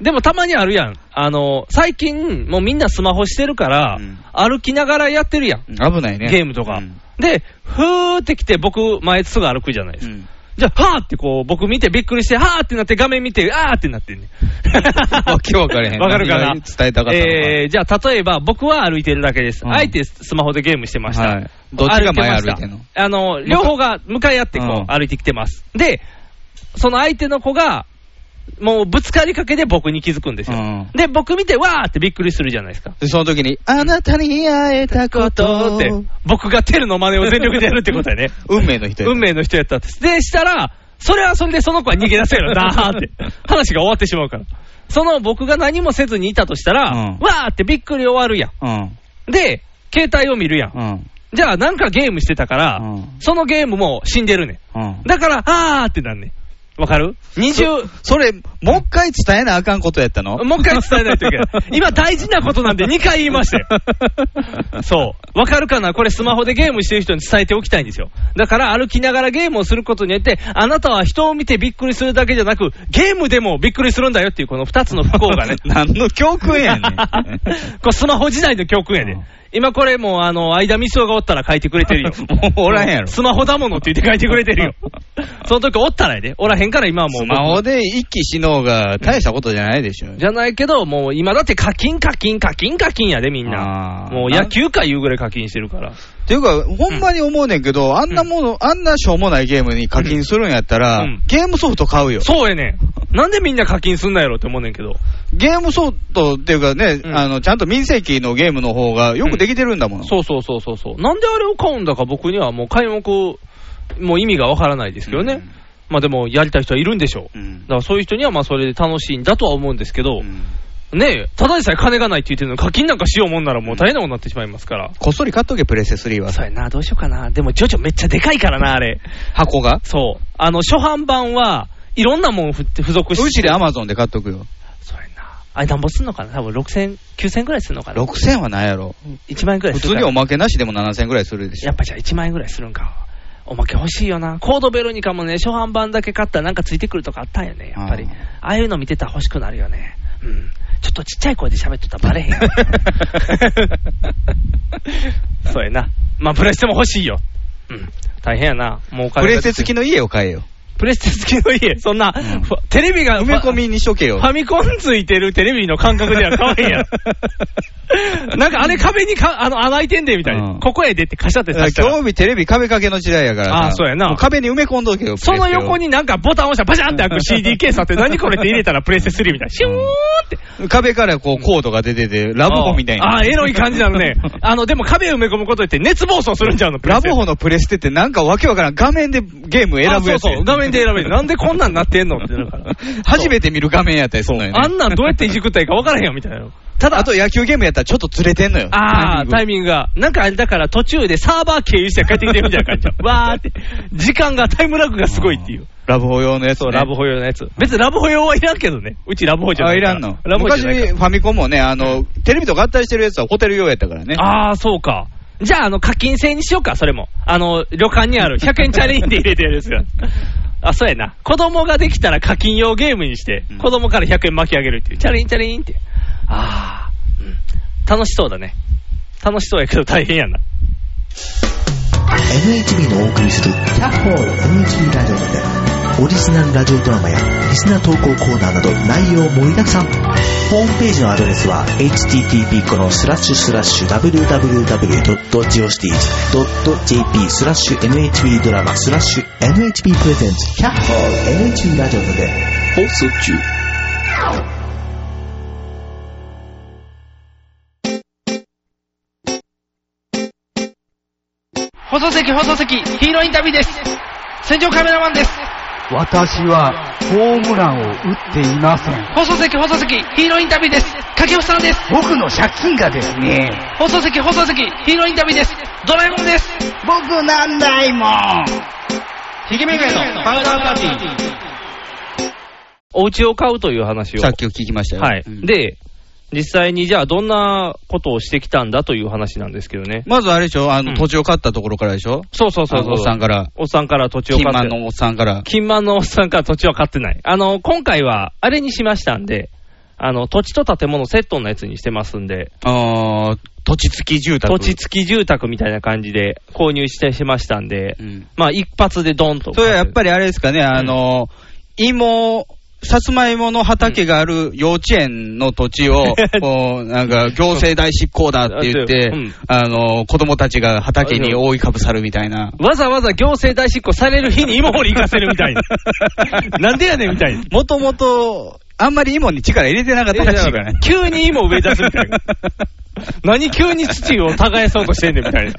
[SPEAKER 3] でもたまにあるやん。あの、最近、もうみんなスマホしてるから、
[SPEAKER 2] うん
[SPEAKER 3] 歩きながらやってるやん。
[SPEAKER 2] うん危ないね。
[SPEAKER 3] ゲームとか。
[SPEAKER 2] うん
[SPEAKER 3] で、ふーって来て、僕、前すぐ歩くじゃないですか。
[SPEAKER 2] うん
[SPEAKER 3] じゃあ、はーってこう、僕見てびっくりして、はーってなって、画面見て、あーってなってんね。
[SPEAKER 2] [laughs] わけわからへん
[SPEAKER 3] わかるかな
[SPEAKER 2] 何が伝えたかったのか
[SPEAKER 3] えー、じゃあ、例えば、僕は歩いてるだけです。
[SPEAKER 2] うん
[SPEAKER 3] あえてスマホでゲームしてました。
[SPEAKER 2] はいどっちが前歩いてんの
[SPEAKER 3] ましたあの、両方が向かい合ってこう、
[SPEAKER 2] うん
[SPEAKER 3] 歩いてきてます。で、その相手の子が、もうぶつかりかけで僕に気づくんですよ。
[SPEAKER 2] うん
[SPEAKER 3] で、僕見て、わーってびっくりするじゃないですか。
[SPEAKER 2] で、その時に、あなたに会えたこ
[SPEAKER 3] こと
[SPEAKER 2] と
[SPEAKER 3] っ
[SPEAKER 2] ってて、、
[SPEAKER 3] 僕がテルの真似を全力でやるってことやね。
[SPEAKER 2] 運命の人や
[SPEAKER 3] 運命の人やったって。で、したら、それはそれでその子は逃げ出せるなー
[SPEAKER 2] [laughs]
[SPEAKER 3] って。話が終わってしまうから。その僕が何もせずにいたとしたら、
[SPEAKER 2] うん
[SPEAKER 3] わーってびっくり終わるや
[SPEAKER 2] うん。
[SPEAKER 3] ん。で、携帯を見るやん。
[SPEAKER 2] うん。
[SPEAKER 3] じゃあなんかゲームしてたから、
[SPEAKER 2] うん
[SPEAKER 3] そのゲームも死んでるね
[SPEAKER 2] うん
[SPEAKER 3] ん。だから、あーってなんねん。わかる ?20、
[SPEAKER 2] それ、もう一回伝えなあかんことやったの。
[SPEAKER 3] もう一回伝えないといけない。今大事なことなんで2回言いましたよ。そう。わかるかなこれスマホでゲームしてる人に伝えておきたいんですよ。だから歩きながらゲームをすることによって、あなたは人を見てびっくりするだけじゃなく、ゲームでもびっくりするんだよっていうこの2つの不幸がね
[SPEAKER 2] [laughs] 何の教訓やねん。
[SPEAKER 3] [laughs] これスマホ時代の教訓やで。今これもうあの、間ミスオがおったら書いてくれてるよ。
[SPEAKER 2] [laughs] もうおらんやろ。ス
[SPEAKER 3] スマホだものって言って書いてくれ
[SPEAKER 2] [laughs]
[SPEAKER 3] てるよ。その時おったらやで。おらへんから今はもう。
[SPEAKER 2] マホで一気死のうが大したことじゃないでしょ。
[SPEAKER 3] じゃないけど、もう今だって課金課金課金課金やでみんな
[SPEAKER 2] あ。ー
[SPEAKER 3] もう野球かいうぐらい課金してるから。
[SPEAKER 2] っていうか、ほんまに思うねんけど、あんなもの、あんなしょうもないゲームに課金するんやったら、
[SPEAKER 3] うん
[SPEAKER 2] ゲームソフト買うよ。
[SPEAKER 3] そうやねん。なんでみんな課金すんなんやろって思うねんけど。
[SPEAKER 2] ゲームソフトっていうかね、
[SPEAKER 3] うん
[SPEAKER 2] あの、ちゃんと民生機のゲームの方がよくできてるんだもの。
[SPEAKER 3] そうそうそうそうそう。なんであれを買うんだか僕にはもう買い目、もう意味がわからないですけどね。
[SPEAKER 2] うん
[SPEAKER 3] まあでもやりたい人はいるんでしょう。
[SPEAKER 2] うん
[SPEAKER 3] だからそういう人にはまあそれで楽しいんだとは思うんですけど、
[SPEAKER 2] うん
[SPEAKER 3] ねえ、ただでさえ金がないって言ってるのに課金なんかしようもんならもう大変なことになってしまいますから。
[SPEAKER 2] こっそり買っとけ、プレステ3は。
[SPEAKER 3] そうやな、どうしようかな。でもジョジョめっちゃでかいからな、あれ。
[SPEAKER 2] 箱が。
[SPEAKER 3] そう。あの、初版版は、いろんなもんふ付属して。
[SPEAKER 2] うちでアマゾンで買っとくよ。
[SPEAKER 3] そうやな。あれ、なんぼすんのかな多分6000、9000ぐらいすんのかな
[SPEAKER 2] 6000はないやろ。
[SPEAKER 3] 1万円ぐらい
[SPEAKER 2] 普
[SPEAKER 3] す
[SPEAKER 2] 通
[SPEAKER 3] るか
[SPEAKER 2] に
[SPEAKER 3] ら
[SPEAKER 2] おまけなしでも7000ぐらいするでし
[SPEAKER 3] や
[SPEAKER 2] ょ
[SPEAKER 3] っ。ぱじゃあ1万円ぐらいするんか。おまけ欲しいよな。コードベロニカもね、初版版だけ買ったらなんかついてくるとかあったんよね、やっぱり。
[SPEAKER 2] あー
[SPEAKER 3] ああいうの見てたら欲しくなるよね。うん。ちょっとちっちゃい声で喋っとったらバレへん
[SPEAKER 2] [laughs]
[SPEAKER 3] よ。そうやな。まあ、プレステも欲しいよ。うん。大変やな。もうお
[SPEAKER 2] プ
[SPEAKER 3] 金が
[SPEAKER 2] レステ付きの家を買えよ。
[SPEAKER 3] プレステ付きの家、そんな、
[SPEAKER 2] ん
[SPEAKER 3] ふわテレビが
[SPEAKER 2] 埋め込みにしとけよ
[SPEAKER 3] フ。ァミコンついてるテレビの感覚では可愛いや
[SPEAKER 2] [laughs]
[SPEAKER 3] ん。なんかあれ壁にかあの穴開いてんでみたいな、
[SPEAKER 2] うん
[SPEAKER 3] ここへ出ってカシャって
[SPEAKER 2] 今
[SPEAKER 3] 刺したら
[SPEAKER 2] 日日テレビ壁掛けの時代やからさ
[SPEAKER 3] あーそうやな
[SPEAKER 2] も壁に埋め込んどけよ。
[SPEAKER 3] その横
[SPEAKER 2] に。
[SPEAKER 3] になんかボタン押したらバシャンって開く CD ケースあって何これって入れたらプレステ3みたいな。シューンって。
[SPEAKER 2] 壁からこうコードが出てて、ラブホみたい
[SPEAKER 3] あ
[SPEAKER 2] な。
[SPEAKER 3] あー、エロい感じな
[SPEAKER 2] [laughs]
[SPEAKER 3] のね。あの、でも壁埋め込むことによって熱暴走するんちゃうのプレ
[SPEAKER 2] ラ
[SPEAKER 3] ステ
[SPEAKER 2] ブホのプレステってなんかわけわからん。画面でゲーム選ぶやつ。
[SPEAKER 3] あそうそう。画面で選べる。なんでこんなんなってんのってな
[SPEAKER 2] [laughs]
[SPEAKER 3] るから。
[SPEAKER 2] 初めて見る画面やったりするのよね。
[SPEAKER 3] あんなんどうやっていじくったらいいか分からへんよみたいな。
[SPEAKER 2] ただ、あと野球ゲームやったらちょっとずれてんのよ。
[SPEAKER 3] ああ、タイ
[SPEAKER 2] ミング
[SPEAKER 3] ミングが。なんかあれだから途中でサーバー経由して帰ってきてるみたいな [laughs] 感じだわーって。時間が、タイムラグがすごいっていう。。
[SPEAKER 2] ラブホ用のやつ、ね。
[SPEAKER 3] そう、ラブホ用のやつ。別にラブホ用はいらんけどね。うちラブホじゃ
[SPEAKER 2] あ、
[SPEAKER 3] ない
[SPEAKER 2] い
[SPEAKER 3] か
[SPEAKER 2] ら
[SPEAKER 3] ら
[SPEAKER 2] んの。
[SPEAKER 3] ラブホじ
[SPEAKER 2] 昔、フ
[SPEAKER 3] ゃないから
[SPEAKER 2] ァミコンもね、あの、テレビと合体してるやつはホテル用やったからね。
[SPEAKER 3] ああ、そうか。じゃあ、あの、課金制にしようか、それも。あの、旅館にある100円チャレンジで入れてるやつ [laughs] が。あ、そうやな。子供ができたら課金用ゲームにして
[SPEAKER 2] うん、
[SPEAKER 3] 子供から100円巻き上げるっていう。チャリンチャリンって。ああ、うん。楽しそうだね。楽しそうやけど大変やな。
[SPEAKER 6] NHB のお送りするキャッホール NHB ラジオでオリジナルラジオドラマやリスナー投稿コーナーなど内容盛りだくさんホームページのアドレスは http このスラッシュスラッシュ www.geocities.jp スラッシュ NHB ドラマスラッシュ NHB プレゼンツキャッホール NHB ラジオで
[SPEAKER 7] 放送席放送席ヒーローインタビューです戦場カメラマンです
[SPEAKER 8] 私はホームランを打っていません。
[SPEAKER 7] 放送席放送席ヒーローインタビューです掛布さんです
[SPEAKER 8] 僕の借金がですね、
[SPEAKER 7] 放送席放送席ヒーローインタビューですドラえもんです
[SPEAKER 8] 僕なんないもん。
[SPEAKER 7] ひげめがえのパウダーパーティー
[SPEAKER 3] お家を買うという話を。
[SPEAKER 2] さっきを聞きましたよ。
[SPEAKER 3] はい。
[SPEAKER 2] うん
[SPEAKER 3] で、実際にじゃあどんなことをしてきたんだという話なんですけどね。
[SPEAKER 2] まずあれでしょあの、
[SPEAKER 3] うん
[SPEAKER 2] 土地を買ったところからでしょ
[SPEAKER 3] そうそうそうそう。
[SPEAKER 2] あのおっさんから。
[SPEAKER 3] おっさんから土地を
[SPEAKER 2] 金
[SPEAKER 3] 買って。
[SPEAKER 2] 満のおっさんから。
[SPEAKER 3] 金満のおっさんから土地は買ってない。あの、今回は、あれにしましたんで、あの、土地と建物セットのやつにしてますんで、
[SPEAKER 2] あー土地付き住宅。
[SPEAKER 3] 土地付き住宅みたいな感じで購入してしましたんで、
[SPEAKER 2] うん
[SPEAKER 3] まあ、一発でドンと。
[SPEAKER 2] それはやっぱりあれですかね、あの、芋、さつまいもの畑がある幼稚園の土地
[SPEAKER 3] [laughs]
[SPEAKER 2] を、こう、なんか、行政代執行だって言って
[SPEAKER 3] うん、
[SPEAKER 2] あの、子供たちが畑に覆いかぶさるみたいな。
[SPEAKER 3] わざわざ行政代執行される日に芋掘り行かせる
[SPEAKER 2] [laughs]
[SPEAKER 3] みたい [laughs] な。なんでやねんみたいな。
[SPEAKER 2] もともと、あんまり芋に力入れてなかったらしいからね。
[SPEAKER 3] 急に芋植え出すみた
[SPEAKER 2] [laughs]
[SPEAKER 3] いな。何急に土を耕そうとしてんねん
[SPEAKER 2] [laughs]
[SPEAKER 3] みたいな。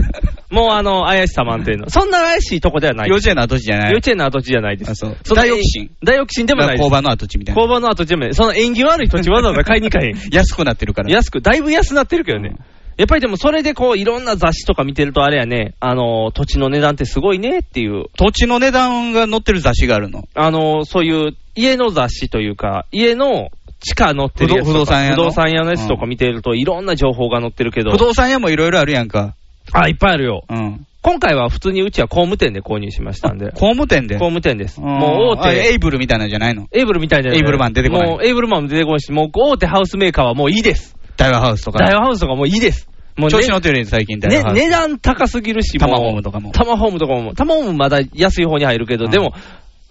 [SPEAKER 3] もうあの、怪しさ満点の。そんな怪しいとこではない。
[SPEAKER 2] 幼
[SPEAKER 3] 幼
[SPEAKER 2] 稚
[SPEAKER 3] 稚
[SPEAKER 2] 園の跡地じゃない。
[SPEAKER 3] 園の跡地じゃないで
[SPEAKER 2] あ
[SPEAKER 3] す。
[SPEAKER 2] そう
[SPEAKER 3] そんな
[SPEAKER 2] 大オキシン
[SPEAKER 3] 大オキシンでもないです
[SPEAKER 2] 工。場の跡地みたい
[SPEAKER 3] 工
[SPEAKER 2] な。
[SPEAKER 3] 場の跡地でもない。その縁起悪い土地わざわざ買いに行かへん。
[SPEAKER 2] 安くなってるから。
[SPEAKER 3] 安く、だいぶ安なってるけどね。やっぱりでもそれでこういろんな雑誌とか見てるとあれやね、あのー土地の値段ってすごいねっていう、
[SPEAKER 2] 土地の値段が載ってる雑誌があるの。
[SPEAKER 3] あのーそういう家の雑誌というか、家の地下載ってるやつとか
[SPEAKER 2] 不動産屋の
[SPEAKER 3] 不動産屋のやつとか見てるといろんな情報が載ってるけど
[SPEAKER 2] 不、動産屋もいろいろあるやんか。
[SPEAKER 3] あ、いっぱいあるよ。
[SPEAKER 2] うん。
[SPEAKER 3] 今回は普通にうちは工務店で購入しましたんで、工
[SPEAKER 2] 工務店で。
[SPEAKER 3] 務店です。
[SPEAKER 2] ん
[SPEAKER 3] もう大
[SPEAKER 2] あエ
[SPEAKER 3] 手。
[SPEAKER 2] イブルみたいなんじゃないの
[SPEAKER 3] エイブルみたいじゃな
[SPEAKER 2] エ
[SPEAKER 3] い
[SPEAKER 2] イブルマン出てこない
[SPEAKER 3] もうエイブルマンも出てこないし、もう大手ハウスメーカーはもういいです。
[SPEAKER 2] ダイワハウスとか。
[SPEAKER 3] ダイワハウスとかもういいです。もうね
[SPEAKER 2] 調子乗ってるやん、最近ダイ
[SPEAKER 3] ね、
[SPEAKER 2] ワハウス。
[SPEAKER 3] 値段高すぎるし、
[SPEAKER 2] タマ
[SPEAKER 3] う
[SPEAKER 2] ホームとかも
[SPEAKER 3] タマホームとかも、タマホームまだ安い方に入るけど、
[SPEAKER 2] うん
[SPEAKER 3] でも、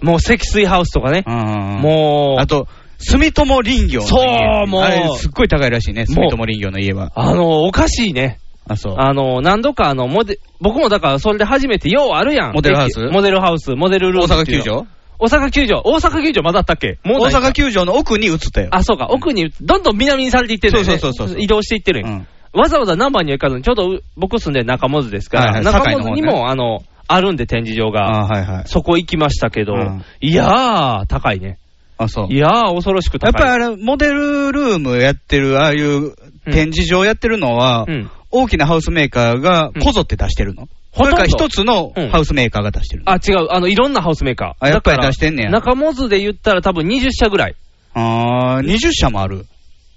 [SPEAKER 3] もう積水ハウスとかね
[SPEAKER 2] う、ん。う
[SPEAKER 3] も
[SPEAKER 2] ん。
[SPEAKER 3] う、
[SPEAKER 2] あと、住友林業の家。
[SPEAKER 3] そうもう
[SPEAKER 2] あれ、すっごい高いらしいね、住友林業の家は。
[SPEAKER 3] あの、おかしいね。
[SPEAKER 2] あ、そう。
[SPEAKER 3] あの、何度かあの、モデ、僕もだからそれで初めて、ようあるやん。
[SPEAKER 2] モデルハウス
[SPEAKER 3] 駅モデルハウス、モデルル
[SPEAKER 2] 大
[SPEAKER 3] ーム
[SPEAKER 2] 阪
[SPEAKER 3] ってい
[SPEAKER 2] 球
[SPEAKER 3] うの
[SPEAKER 2] 場
[SPEAKER 3] 大阪球場。大阪球場まだあったっけもう
[SPEAKER 2] 大
[SPEAKER 3] ないか
[SPEAKER 2] 阪球場の奥に移ったよ。
[SPEAKER 3] あ、そうか、奥に、どんどん南にされていってるんだよね
[SPEAKER 2] そうそうそうそう
[SPEAKER 3] 移動していってるん
[SPEAKER 2] う
[SPEAKER 3] よ
[SPEAKER 2] ん。
[SPEAKER 3] わざわざ難波には行かずに、ちょうどう僕住んでる中本ですから、
[SPEAKER 2] はいはい
[SPEAKER 3] 中
[SPEAKER 2] 堺の
[SPEAKER 3] 本
[SPEAKER 2] 方ね
[SPEAKER 3] にも、あの、あるんで展示場が。
[SPEAKER 2] あ、はいはい。
[SPEAKER 3] そこ行きましたけど、
[SPEAKER 2] うん
[SPEAKER 3] いやー、高いね。
[SPEAKER 2] あ、そう。
[SPEAKER 3] いやー、恐ろしく
[SPEAKER 2] や
[SPEAKER 3] 高
[SPEAKER 2] っ
[SPEAKER 3] い。
[SPEAKER 2] ぱりあれ、モデルルームやってる、ああいう展示場やってるのは、
[SPEAKER 3] うん
[SPEAKER 2] 大きなハウスメーカーがこぞって出してるの。そ
[SPEAKER 3] ほとん
[SPEAKER 2] れ
[SPEAKER 3] ど
[SPEAKER 2] から一つの
[SPEAKER 3] うん
[SPEAKER 2] ハウスメーカーが出してるの。
[SPEAKER 3] あ、違う、あの、いろんなハウスメーカー。
[SPEAKER 2] あやっぱり
[SPEAKER 3] だから
[SPEAKER 2] 出してんねや
[SPEAKER 3] 中本で言ったら多分20社ぐらい。
[SPEAKER 2] ああー、20社もある。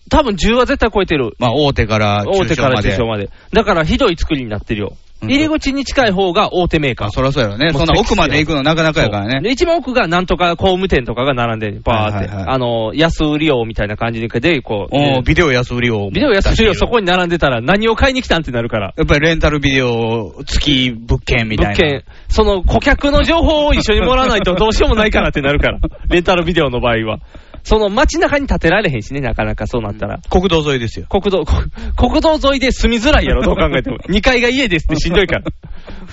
[SPEAKER 3] 多分10は絶対超えてる。
[SPEAKER 2] まあ、大手から
[SPEAKER 3] 大
[SPEAKER 2] 中
[SPEAKER 3] 手
[SPEAKER 2] 小
[SPEAKER 3] から
[SPEAKER 2] ま
[SPEAKER 3] 中
[SPEAKER 2] で。
[SPEAKER 3] 小まで。だからひどい作りになってるよ。
[SPEAKER 2] うん
[SPEAKER 3] 入り口に近い方が大手メーカ
[SPEAKER 2] あ
[SPEAKER 3] ー。
[SPEAKER 2] そりゃそうやろね。
[SPEAKER 3] もう
[SPEAKER 2] そんな奥まで行くのなかなかやから
[SPEAKER 3] そうで
[SPEAKER 2] ね。
[SPEAKER 3] 一番奥がなんとか工務店とかが並んでる、バーって、
[SPEAKER 2] はいはいはい
[SPEAKER 3] あの安売り用みたいな感じで、こう、
[SPEAKER 2] おー
[SPEAKER 3] で
[SPEAKER 2] ビデオ安売りを。
[SPEAKER 3] ビデオ安売り用、そこ
[SPEAKER 2] に。
[SPEAKER 3] に並んでたら、何を買いに来たんってなるから、
[SPEAKER 2] やっぱりレンタルビデオ付き物件みたいな。
[SPEAKER 3] 物件、その顧客の情報を一緒にもらわないとどうしようもないからってな
[SPEAKER 2] [laughs]
[SPEAKER 3] るから、レンタルビデオの場合は。その街中に建てられへんしね、なかなかそうなったら。
[SPEAKER 2] 国道沿いですよ。
[SPEAKER 3] 国道、こ [laughs] 国道沿いで住みづらいやろ、どう考
[SPEAKER 2] [laughs]
[SPEAKER 3] えても。2階が家ですってしんどいから。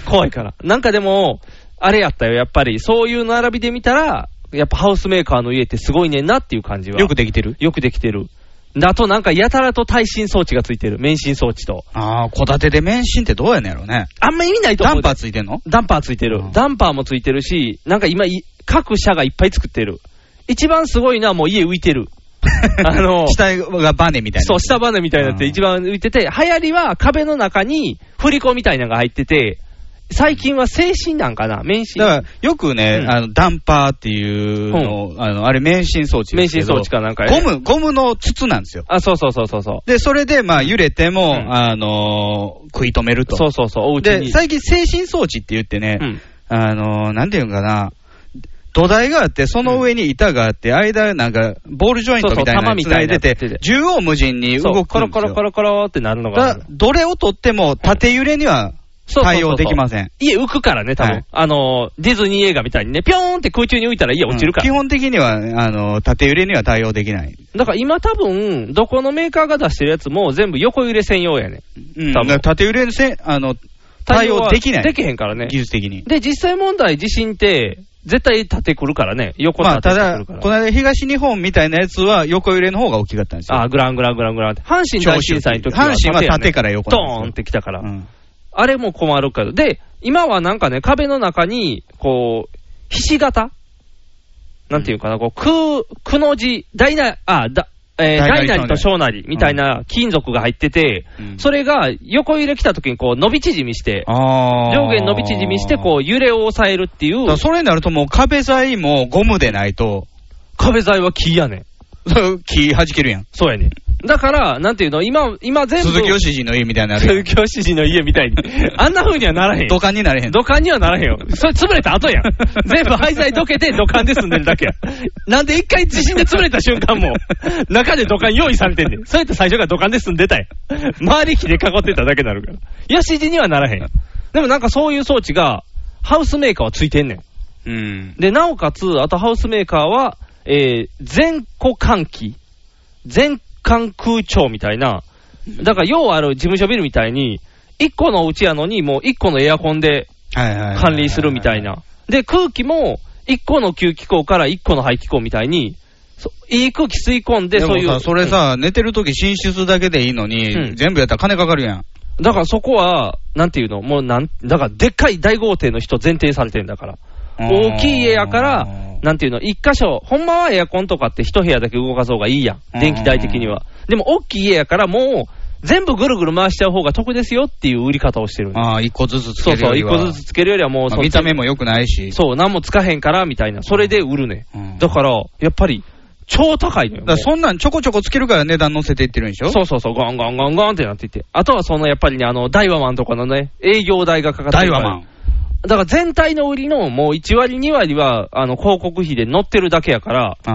[SPEAKER 3] 怖いから。なんかでも、あれやったよ、やっぱり。そういう並びで見たら、やっぱハウスメーカーの家ってすごいねんなっていう感じは。
[SPEAKER 2] よくできてる
[SPEAKER 3] よくできてる。あとなんかやたらと耐震装置がついてる。免震装置と。
[SPEAKER 2] ああ、戸建てで免震ってどうやねんやろね。
[SPEAKER 3] あんま意味ないと
[SPEAKER 2] ダ
[SPEAKER 3] 思う
[SPEAKER 2] ン
[SPEAKER 3] で。
[SPEAKER 2] パーついてん [laughs] の
[SPEAKER 3] ダンパーついてる
[SPEAKER 2] う。ん
[SPEAKER 3] ダンパーもついてるし、なんか今い、各社がいっぱい作ってる。一番すごいのはもう家浮いてる。あの、
[SPEAKER 2] 下がバネみたいな。
[SPEAKER 3] そう、下バネみたいになって
[SPEAKER 2] うん
[SPEAKER 3] 一番浮いてて、流行りは壁の中に振り子みたいなのが入ってて、最近は静止なんかな免震
[SPEAKER 2] だ。から、よくね、
[SPEAKER 3] うん
[SPEAKER 2] あの、ダンパーっていうのを、あの、あれ、免震装置で
[SPEAKER 3] 免
[SPEAKER 2] すけ
[SPEAKER 3] 震
[SPEAKER 2] ど。
[SPEAKER 3] 装置かなんか
[SPEAKER 2] ゴ
[SPEAKER 3] ね
[SPEAKER 2] ム、ゴムの筒なんですよ。
[SPEAKER 3] あ、そうそうそうそうそ
[SPEAKER 2] で、それで、まあ、揺れても、
[SPEAKER 3] うん
[SPEAKER 2] あのー食い止める
[SPEAKER 3] う。
[SPEAKER 2] と。
[SPEAKER 3] そうそうそう、おうち
[SPEAKER 2] で、
[SPEAKER 3] に。
[SPEAKER 2] 最近、制振装置って言ってね、
[SPEAKER 3] うん
[SPEAKER 2] あのーなんていうんかな、土台があって、その上に板があって、間、なんか、ボールジョイントみたいなのに
[SPEAKER 3] そうそう
[SPEAKER 2] 繋いでて
[SPEAKER 3] 玉みたいなのやってて、
[SPEAKER 2] 縦横無尽に
[SPEAKER 3] そ
[SPEAKER 2] 動くんです
[SPEAKER 3] う、
[SPEAKER 2] よ。
[SPEAKER 3] コロコロコロコロってなるのがあ
[SPEAKER 2] だ
[SPEAKER 3] る。
[SPEAKER 2] どれを取っても、縦揺れには
[SPEAKER 3] そうそうそうそう
[SPEAKER 2] 対応できません。
[SPEAKER 3] 家浮くからね、多分、
[SPEAKER 2] はい
[SPEAKER 3] あの、ディズニー映画みたいにね、ぴょーんって空中に浮いたら家落ちるから。
[SPEAKER 2] うん基本的には、あの、縦揺れには対応できない。
[SPEAKER 3] だから今多分、どこのメーカーが出してるやつも全部横揺れ専用やねん。
[SPEAKER 2] うん、
[SPEAKER 3] 多
[SPEAKER 2] だ
[SPEAKER 3] 分
[SPEAKER 2] から縦揺れにせ、あの、対応
[SPEAKER 3] は
[SPEAKER 2] できない。
[SPEAKER 3] できへんからね。
[SPEAKER 2] 技術的に。
[SPEAKER 3] で、実際問題、地震って、絶対縦来るからね。横
[SPEAKER 2] まあ、
[SPEAKER 3] 縦
[SPEAKER 2] た
[SPEAKER 3] 来る
[SPEAKER 2] だ、
[SPEAKER 3] か
[SPEAKER 2] こ
[SPEAKER 3] ら。
[SPEAKER 2] の間東日本みたいなやつは横揺れの方が大きかったんですよ。
[SPEAKER 3] あー、グラングラングラングランって。阪神大震災の時は
[SPEAKER 2] 長州っていう阪神は縦から横
[SPEAKER 3] ド
[SPEAKER 2] なんですよ
[SPEAKER 3] ーンって来たから。
[SPEAKER 2] うん
[SPEAKER 3] あれも困るから。で、今はなんかね、壁の中に、こう、ひし形なんていうかな、こう、く、くの字、大な、あ、だ、え
[SPEAKER 2] 大
[SPEAKER 3] ー
[SPEAKER 2] な
[SPEAKER 3] 大
[SPEAKER 2] り
[SPEAKER 3] なりと小なりみたいな金属が入ってて、
[SPEAKER 2] うん
[SPEAKER 3] それが横揺れ来た時にこう伸び縮みして、
[SPEAKER 2] あー
[SPEAKER 3] 上下伸び縮みして、こう揺れを抑えるっていう
[SPEAKER 2] だか、らそれになるともう壁材もゴムでないと、 [laughs]
[SPEAKER 3] 壁材は木やねん。
[SPEAKER 2] 木弾けるやん。
[SPEAKER 3] そうやね。だから、なんていうの、今、今全部。
[SPEAKER 2] 鈴木よしじの家みたいになるや
[SPEAKER 3] 鈴
[SPEAKER 2] ん。
[SPEAKER 3] 木よしじの家みた
[SPEAKER 2] [laughs]
[SPEAKER 3] いに。あんな風にはならへん。
[SPEAKER 2] 土管になれへん。
[SPEAKER 3] [laughs] 土管にはならへんよ。それ潰れた後やん。全部廃材どけて土管で住んでるだけや。なんで一回地震で潰れた瞬間も、中で土管用意されてんねん。そうやって最初から土管で住んでたやん。周り木で囲ってただけになるから。よしじにはならへん。でもなんかそういう装置が、ハウスメーカーはついてんねん。
[SPEAKER 2] うん。
[SPEAKER 3] で、なおかつ、あとハウスメーカーは、えー、全戸換気、全館空調みたいな、だから、ようある事務所ビルみたいに、1個のお家やのに、もう1個のエアコンで
[SPEAKER 2] はいはい。
[SPEAKER 3] 管理するみたい。な。で、空気も、1個の吸気口から1個の排気口みたいに、そいい空気吸い込んで、
[SPEAKER 2] で
[SPEAKER 3] そ
[SPEAKER 2] も
[SPEAKER 3] うい
[SPEAKER 2] さ、
[SPEAKER 3] う。
[SPEAKER 2] それさ、寝てる時寝室だけでいいの
[SPEAKER 3] う
[SPEAKER 2] に、
[SPEAKER 3] ん
[SPEAKER 2] 全部やったら金かかるやん。
[SPEAKER 3] うん、だからそこは、なんていうの、もうなん、だから、でっかい大豪邸の人前提されてんだから。大きい家やから、なんていうの、一箇所、ほんまはエアコンとかって一部屋だけ動かそうがいいやん、電気代的には。でも大きい家やから、もう、全部ぐるぐる回しちゃう方が得ですよっていう売り方をしてるんです。
[SPEAKER 2] ああ、一個ずつつ
[SPEAKER 3] そ
[SPEAKER 2] け
[SPEAKER 3] う
[SPEAKER 2] るよ
[SPEAKER 3] そう、
[SPEAKER 2] り
[SPEAKER 3] 一
[SPEAKER 2] は。
[SPEAKER 3] 個ずつつけるよりはもう、
[SPEAKER 2] ま
[SPEAKER 3] そ
[SPEAKER 2] あ
[SPEAKER 3] の
[SPEAKER 2] 見た目も良くないし。
[SPEAKER 3] そう、何もつかへんから、みたいな。それで売るね。
[SPEAKER 2] うん
[SPEAKER 3] だから、やっぱり、超高いのよ。
[SPEAKER 2] だからそんなんちょこちょこつけるから値段乗せていってるんでしょ
[SPEAKER 3] そうそうそう、ガンガンガンガンってなっていて。あとはその、やっぱりね、あの、ダイワマンとかのね、営業代がかかって
[SPEAKER 2] ダイ
[SPEAKER 3] るか
[SPEAKER 2] ワ
[SPEAKER 3] ら
[SPEAKER 2] マン。
[SPEAKER 3] だから全体の売りのもう1割2割は、あの、広告費で乗ってるだけやから、
[SPEAKER 2] ああ。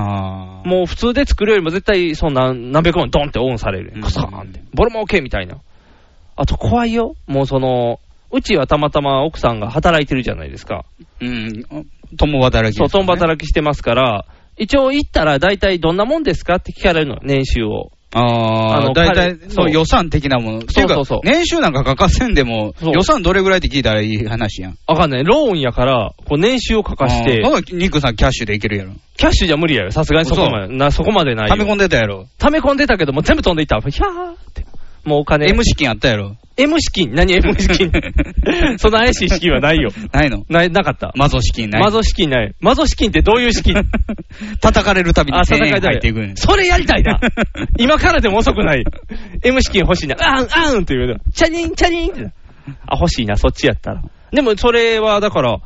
[SPEAKER 3] もう普通で作るよりも絶対そんな何百万ドンってオンされる
[SPEAKER 2] う。ん
[SPEAKER 3] カサーンって。ボロ儲けみたいな。あと怖いよ。もうその、うちはたまたま奥さんが働いてるじゃないですか。
[SPEAKER 2] うん。共働き、
[SPEAKER 3] そう、共
[SPEAKER 2] き。
[SPEAKER 3] 働きしてますから、一応行ったら大体どんなもんですかって聞かれるの、年収を。あ
[SPEAKER 2] ああ、
[SPEAKER 3] の
[SPEAKER 2] 大体
[SPEAKER 3] 彼、
[SPEAKER 2] そ、
[SPEAKER 3] そうう
[SPEAKER 2] 予算的なもの。ってい
[SPEAKER 3] そうう
[SPEAKER 2] か
[SPEAKER 3] そうそう、
[SPEAKER 2] 年収なんか書かせんでも、
[SPEAKER 3] そう
[SPEAKER 2] 予算どれぐらいって聞いたらいい話やん。
[SPEAKER 3] あかんねローンやから、こう年収を書かして
[SPEAKER 2] あー、ほなニックさんキャッシュでいけるやろ。
[SPEAKER 3] キャッシュじゃ無理やよ。さすがにそこまで、な、そこまでないよ。
[SPEAKER 2] 溜め込んでたやろ。
[SPEAKER 3] 溜め込んでたけども、全部飛んでいった。ひゃーって。もうお金。
[SPEAKER 2] M 資金あったやろ。
[SPEAKER 3] M 資金何 ?M 資金 [laughs] そんな怪しい資金はないよ。
[SPEAKER 2] ないの
[SPEAKER 3] ない、なかった。
[SPEAKER 2] マゾ資金ない。
[SPEAKER 3] マゾ資金ない。マゾ資金ってどういう資金
[SPEAKER 2] [laughs] 叩かれるたびに
[SPEAKER 3] あ、
[SPEAKER 2] 1000
[SPEAKER 3] 戦い
[SPEAKER 2] 円
[SPEAKER 3] た
[SPEAKER 2] 入ってい
[SPEAKER 3] い
[SPEAKER 2] くんや。
[SPEAKER 3] それやりたい [laughs] な。今からでも遅くない。M 資金欲しいな。あん、あんっていうの。チャリン、チャリンって。あ、欲しいな、そっちやったら。でもそれはだから、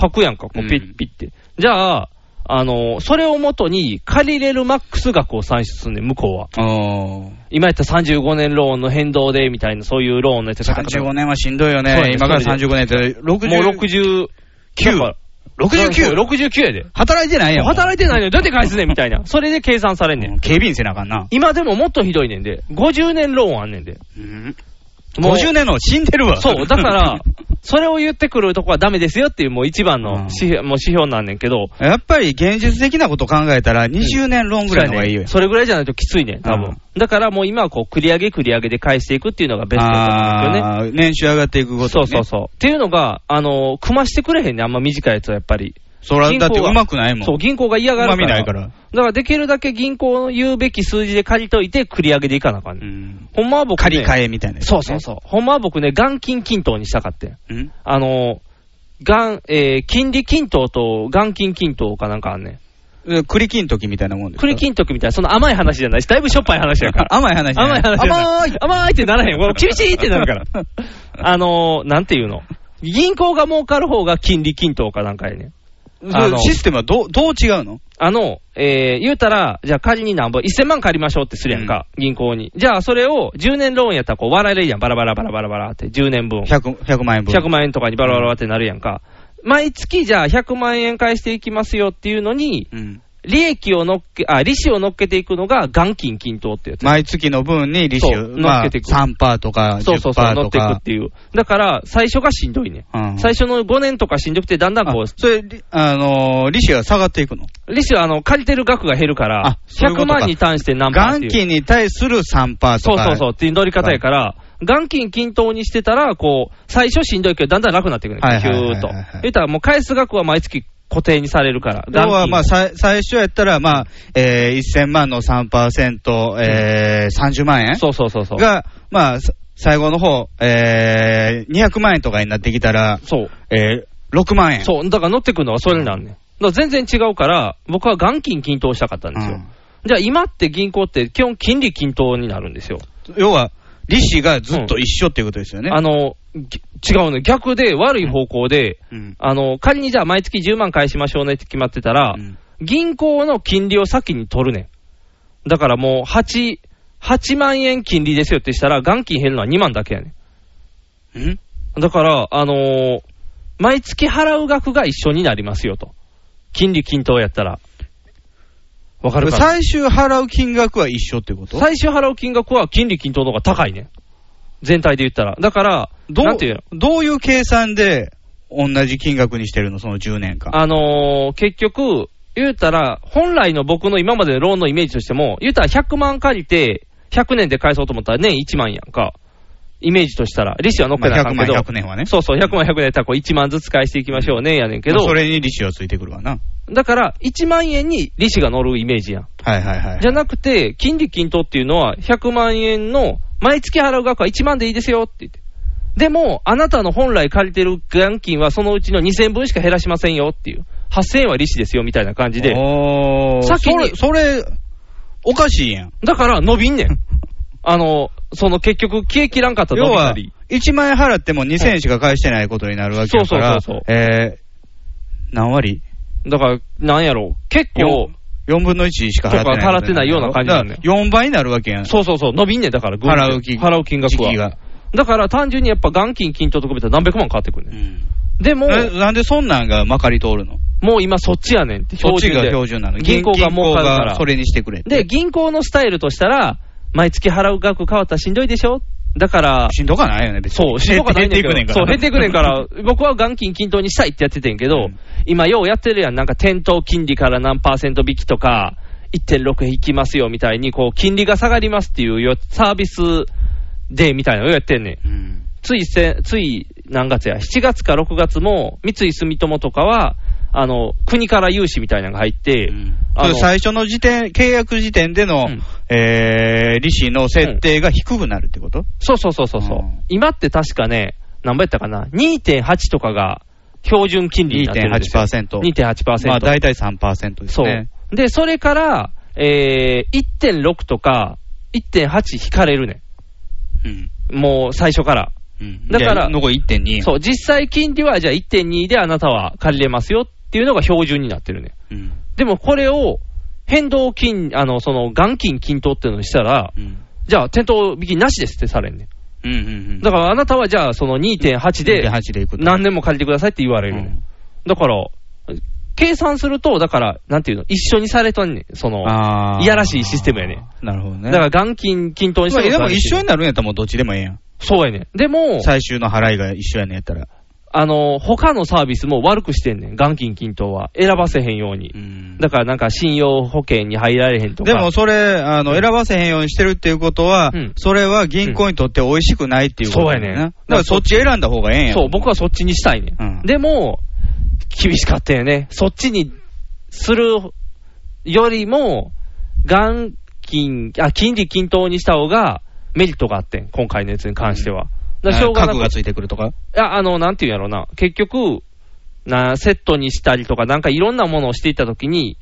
[SPEAKER 3] 書くやんか、こ
[SPEAKER 2] うん
[SPEAKER 3] うピッピッて。じゃあ、あの、それをもとに借りれるマックス額を算出すんで、向こうは。
[SPEAKER 2] あー
[SPEAKER 3] 今やったら35年ローンの変動で、みたいな、そういうローンのやつ
[SPEAKER 2] 35年はしんどいよ
[SPEAKER 3] そう
[SPEAKER 2] ね
[SPEAKER 3] や。
[SPEAKER 2] 今から
[SPEAKER 3] それで
[SPEAKER 2] 35年って、60
[SPEAKER 3] もう69。
[SPEAKER 2] 69
[SPEAKER 3] 69やで。
[SPEAKER 2] 働いてないやん。
[SPEAKER 3] 働いてないのにどうやって返すねんみたいな。それで計算されんね
[SPEAKER 2] うんん。警備員せなあかんな。
[SPEAKER 3] 今でももっとひどいねんで。50年ローンあんねんで。もう
[SPEAKER 2] 50年の死んでるわ。
[SPEAKER 3] そう。
[SPEAKER 2] [laughs]
[SPEAKER 3] だから、それを言ってくるとこはダメですよっていうもう一番の指標もう指標なんねんけど。
[SPEAKER 2] やっぱり現実的なこと考えたら、20年ローンぐらいの方がいいよ。
[SPEAKER 3] それぐらいじゃないときついねん、多
[SPEAKER 2] う
[SPEAKER 3] 分
[SPEAKER 2] ん。
[SPEAKER 3] だからもう今はこう、繰り上げ繰り上げで返していくっていうのがベストだと思うんですよね。
[SPEAKER 2] あー年収上がっていくごと
[SPEAKER 3] そ
[SPEAKER 2] に
[SPEAKER 3] う
[SPEAKER 2] ね。
[SPEAKER 3] そうそう。っていうのが、あのー組ましてくれへんねん、あんま短いやつはやっぱり。
[SPEAKER 2] そら、
[SPEAKER 3] 銀
[SPEAKER 2] だっ
[SPEAKER 3] 行が
[SPEAKER 2] てうまくないもん。
[SPEAKER 3] そう、銀行が嫌がる
[SPEAKER 2] うま
[SPEAKER 3] から。
[SPEAKER 2] みないから。。
[SPEAKER 3] だからできるだけ銀行の言うべき数字で借りといて繰り上げでいかなあかんねん。
[SPEAKER 2] うん
[SPEAKER 3] ほんまは僕ね。
[SPEAKER 2] 借り換えみたいなやつね。
[SPEAKER 3] そうそうそう。ほんまは僕ね、元金均等にしたかってん。
[SPEAKER 2] うん。
[SPEAKER 3] あのー、元、えー金利均等と元金均等かなんかあんねん。
[SPEAKER 2] え栗金時みたいなもんですか
[SPEAKER 3] 栗金時みたいな、その甘い話じゃないし、だいぶしょっぱい話やか
[SPEAKER 2] [laughs]
[SPEAKER 3] ら。
[SPEAKER 2] 甘い話じゃな
[SPEAKER 3] 甘
[SPEAKER 2] い
[SPEAKER 3] い話じゃない
[SPEAKER 2] 甘い
[SPEAKER 3] 甘いってならへん。これ厳しいってなる
[SPEAKER 2] [laughs]
[SPEAKER 3] から。あのー、なんていうの銀行が儲かる方が金利均等かなんかやねん。あの
[SPEAKER 2] システムはどうどう違うの
[SPEAKER 3] あの、えー、言うたら、じゃあ仮になんぼ、1000万借りましょうってするやんか、銀行に。じゃあそれを10年ローンやったらこう割られるやん、バラバラバラバラバラって、10年分。
[SPEAKER 2] 100, ?100 万円分。
[SPEAKER 3] 100万円とかにバラバラってなるやんか。毎月じゃあ100万円返していきますよっていうのに、
[SPEAKER 2] うん。
[SPEAKER 3] 利益を乗っけ、あ、利子を乗っけていくのが元金均等ってやつ。
[SPEAKER 2] 毎月の分に利子
[SPEAKER 3] そう
[SPEAKER 2] を、まあ、
[SPEAKER 3] 乗っけていく
[SPEAKER 2] 3%とか10%とか。
[SPEAKER 3] そうそうそう、乗っていくっていう。だから、最初がしんどいね。
[SPEAKER 2] うん
[SPEAKER 3] 最初の5年とかしんどくて、だんだんこ
[SPEAKER 2] あ
[SPEAKER 3] う、
[SPEAKER 2] それ、りあのー利子が下がっていくの。
[SPEAKER 3] 利子はあの、借りてる額が減るか
[SPEAKER 2] あ
[SPEAKER 3] ら、
[SPEAKER 2] そういうこ
[SPEAKER 3] 100
[SPEAKER 2] とか
[SPEAKER 3] 万に対して何パーってい
[SPEAKER 2] 元
[SPEAKER 3] う。
[SPEAKER 2] 金に対する3%とか。
[SPEAKER 3] そうそうそうっていう乗り方やから、元金均等にしてたら、こう、最初しんどいけど、だんだん楽になってくる
[SPEAKER 2] はいは
[SPEAKER 3] ね、キ
[SPEAKER 2] いはい
[SPEAKER 3] ュ
[SPEAKER 2] はい
[SPEAKER 3] ーッと。言ったら、もう返す額は毎月固定にされるから。元
[SPEAKER 2] 要は、
[SPEAKER 3] 金
[SPEAKER 2] まあ、さい最初やったら、まあ、えー、1000万の3%、えー、30万円
[SPEAKER 3] そうそうそうそう。
[SPEAKER 2] が、まあ、さ最後の方、えー、200万円とかになってきたら、
[SPEAKER 3] そう。
[SPEAKER 2] えー、6万円。う。
[SPEAKER 3] そう。だから乗ってくるのはそれになるねん。だから全然違うから、僕は元金均等したかったんですよ。
[SPEAKER 2] うん
[SPEAKER 3] じゃあ今って銀行って基本金利均等になるんですよ。
[SPEAKER 2] 要は、利子がずっと一緒っていうことですよね。
[SPEAKER 3] あの、ぎ違うの。逆で悪い方向で、
[SPEAKER 2] うん。
[SPEAKER 3] あの、仮にじゃあ毎月10万返しましょうねって決まってたら、
[SPEAKER 2] うん
[SPEAKER 3] 銀行の金利を先に取るねん。だからもう8、8万円金利ですよってしたら、元金減るのは2万だけやね
[SPEAKER 2] うん
[SPEAKER 3] ん。だから、あのー毎月払う額が一緒になりますよと。金利均等やったら。わかるかな
[SPEAKER 2] 最終払う金額は一緒ってこと
[SPEAKER 3] 最終払う金額は金利均等の方が高いねん。全体で言ったら。だから、
[SPEAKER 2] ど
[SPEAKER 3] なんていうの
[SPEAKER 2] うどういう計算で同じ金額にしてるの、その10年間。
[SPEAKER 3] あのー結局、言うたら、本来の僕の今までのローンのイメージとしても、言うたら100万借りて、100年で返そうと思ったら年1万やんか。イメージとしたら、利子は乗っけなあかんけど、
[SPEAKER 2] まあ100万100年はね
[SPEAKER 3] そうそう、100万100年やったらこう1万ずつ返していきましょうね、やねんけ
[SPEAKER 2] ま
[SPEAKER 3] ど
[SPEAKER 2] あ、それに利子はついてくるわな。
[SPEAKER 3] だから、1万円に利子が乗るイメージやん。
[SPEAKER 2] はいはいはい。
[SPEAKER 3] じゃなくて、金利均等っていうのは、100万円の毎月払う額は1万でいいですよって言って。でも、あなたの本来借りてる元金はそのうちの2000分しか減らしませんよっていう。8000円は利子ですよみたいな感じで。
[SPEAKER 2] おー
[SPEAKER 3] 先に
[SPEAKER 2] それ、それ、おかしいやん。 [laughs]
[SPEAKER 3] だから伸びんねん。あの、その結局消えきらんかった
[SPEAKER 2] 要
[SPEAKER 3] のな
[SPEAKER 2] は
[SPEAKER 3] り、、
[SPEAKER 2] 1万円払っても2000円しか返してないことになるわけだから、
[SPEAKER 3] そうそうそう
[SPEAKER 2] えー、何割
[SPEAKER 3] だから、なんやろう、結構、
[SPEAKER 2] ?4 分の1しか払ってない。
[SPEAKER 3] そうか払ってないような感じなんだよ
[SPEAKER 2] 4倍になるわけやん。
[SPEAKER 3] そうそうそう、伸びんねんだから、
[SPEAKER 2] 払う金
[SPEAKER 3] 払う金額
[SPEAKER 2] 時期
[SPEAKER 3] は。
[SPEAKER 2] が。
[SPEAKER 3] だから、単純にやっぱ、元金、金と特別は何百万変わってくる
[SPEAKER 2] う
[SPEAKER 3] ねん。
[SPEAKER 2] ん
[SPEAKER 3] でも、
[SPEAKER 2] えなんでそんなんがまかり通るの
[SPEAKER 3] もう今そっちやねんって、
[SPEAKER 2] そっち
[SPEAKER 3] 標準
[SPEAKER 2] が
[SPEAKER 3] で
[SPEAKER 2] 標準なの。
[SPEAKER 3] 銀行が儲かるか
[SPEAKER 2] 銀行
[SPEAKER 3] ら
[SPEAKER 2] がそ。れにしてくれって。
[SPEAKER 3] で、銀行のスタイルとしたら、毎月払う額変わったらしんどいでしょだから、
[SPEAKER 2] しんどかないよね、別に。
[SPEAKER 3] そう、しんどくはない
[SPEAKER 2] 減
[SPEAKER 3] ん
[SPEAKER 2] って
[SPEAKER 3] だ
[SPEAKER 2] いく
[SPEAKER 3] け
[SPEAKER 2] ねん
[SPEAKER 3] ど、
[SPEAKER 2] から。
[SPEAKER 3] そう、減っていくねんから、 [laughs] 僕は元金均等にしたいってやっててんけど、
[SPEAKER 2] うん
[SPEAKER 3] 今ようやってるやん、なんか店頭金利から何パーセント引きとか、1.6引きますよみたいに、こう、金利が下がりますっていうよサービスデーみたいなのをやってんね
[SPEAKER 2] う
[SPEAKER 3] ん。
[SPEAKER 2] ん。
[SPEAKER 3] ついせ、つい何月や、7月か6月も、三井住友とかは、あの、国から融資みたいなのが入って、
[SPEAKER 2] うん
[SPEAKER 3] あの
[SPEAKER 2] 最初の時点、契約時点での、
[SPEAKER 3] うん
[SPEAKER 2] えー、利子の設定が低くなるってこと、
[SPEAKER 3] そうそうそうそうそう、
[SPEAKER 2] うん
[SPEAKER 3] 今って確かね、何倍やったかな、2.8とかが標準金利になってるんですよ。
[SPEAKER 2] 2.8%
[SPEAKER 3] 2.8%。
[SPEAKER 2] まあ大体3%です
[SPEAKER 3] そう、
[SPEAKER 2] ね。
[SPEAKER 3] で、それから、えー、1.6とか1.8引かれるね
[SPEAKER 2] そう。うん。
[SPEAKER 3] ん。もう最初から。
[SPEAKER 2] うん、
[SPEAKER 3] だから
[SPEAKER 2] じゃあ残り1.2やん
[SPEAKER 3] そう、実際金利はじゃあ1.2であなたは借りれますよっていうのが標準になってるね
[SPEAKER 2] うん。
[SPEAKER 3] ん。でもこれを変動金、あの、その元金均等っていうのにしたら、
[SPEAKER 2] うん。
[SPEAKER 3] じゃあ店頭引きなしですってされんねん。
[SPEAKER 2] うんうんうん。
[SPEAKER 3] だからあなたはじゃあその2.8で
[SPEAKER 2] 8でいくと。
[SPEAKER 3] 何年も借りてくださいって言われるねん。だから、計算すると、だから、なんていうの、一緒にされとんねん。その、
[SPEAKER 2] あー
[SPEAKER 3] いやらしいシステムやね。
[SPEAKER 2] なるほどね。
[SPEAKER 3] だから元金均等にし
[SPEAKER 2] まあ
[SPEAKER 3] て
[SPEAKER 2] でも一緒に
[SPEAKER 3] に
[SPEAKER 2] なるんやったらもうどっちでもええやん。
[SPEAKER 3] そうやねん。でも、
[SPEAKER 2] 最終の払いが一緒やねんやったら。
[SPEAKER 3] あの、他のサービスも悪くしてんねん。元金均等は。選ばせへんように。
[SPEAKER 2] うん
[SPEAKER 3] だからなんか信用保険に入られへんとか。
[SPEAKER 2] でもそれ、あの、選ばせへんようにしてるっていうことは、
[SPEAKER 3] うん
[SPEAKER 2] それは銀行にとって美味しくないっていうこと
[SPEAKER 3] そうやねん
[SPEAKER 2] だからそっち選んだ方がええんやん。
[SPEAKER 3] そう、僕はそっちにしたいね、
[SPEAKER 2] うん
[SPEAKER 3] ん。でも、厳しかったよね。そっちにするよりも、元金、あ、金利均等にした方がメリットがあってん。今回のやつに関しては。だからしょうがな
[SPEAKER 2] 覚
[SPEAKER 3] く
[SPEAKER 2] がついてくるとか。
[SPEAKER 3] いや、あの、なんていうんやろうな、結局な、セットにしたりとか、なんかいろんなものをしていったときに、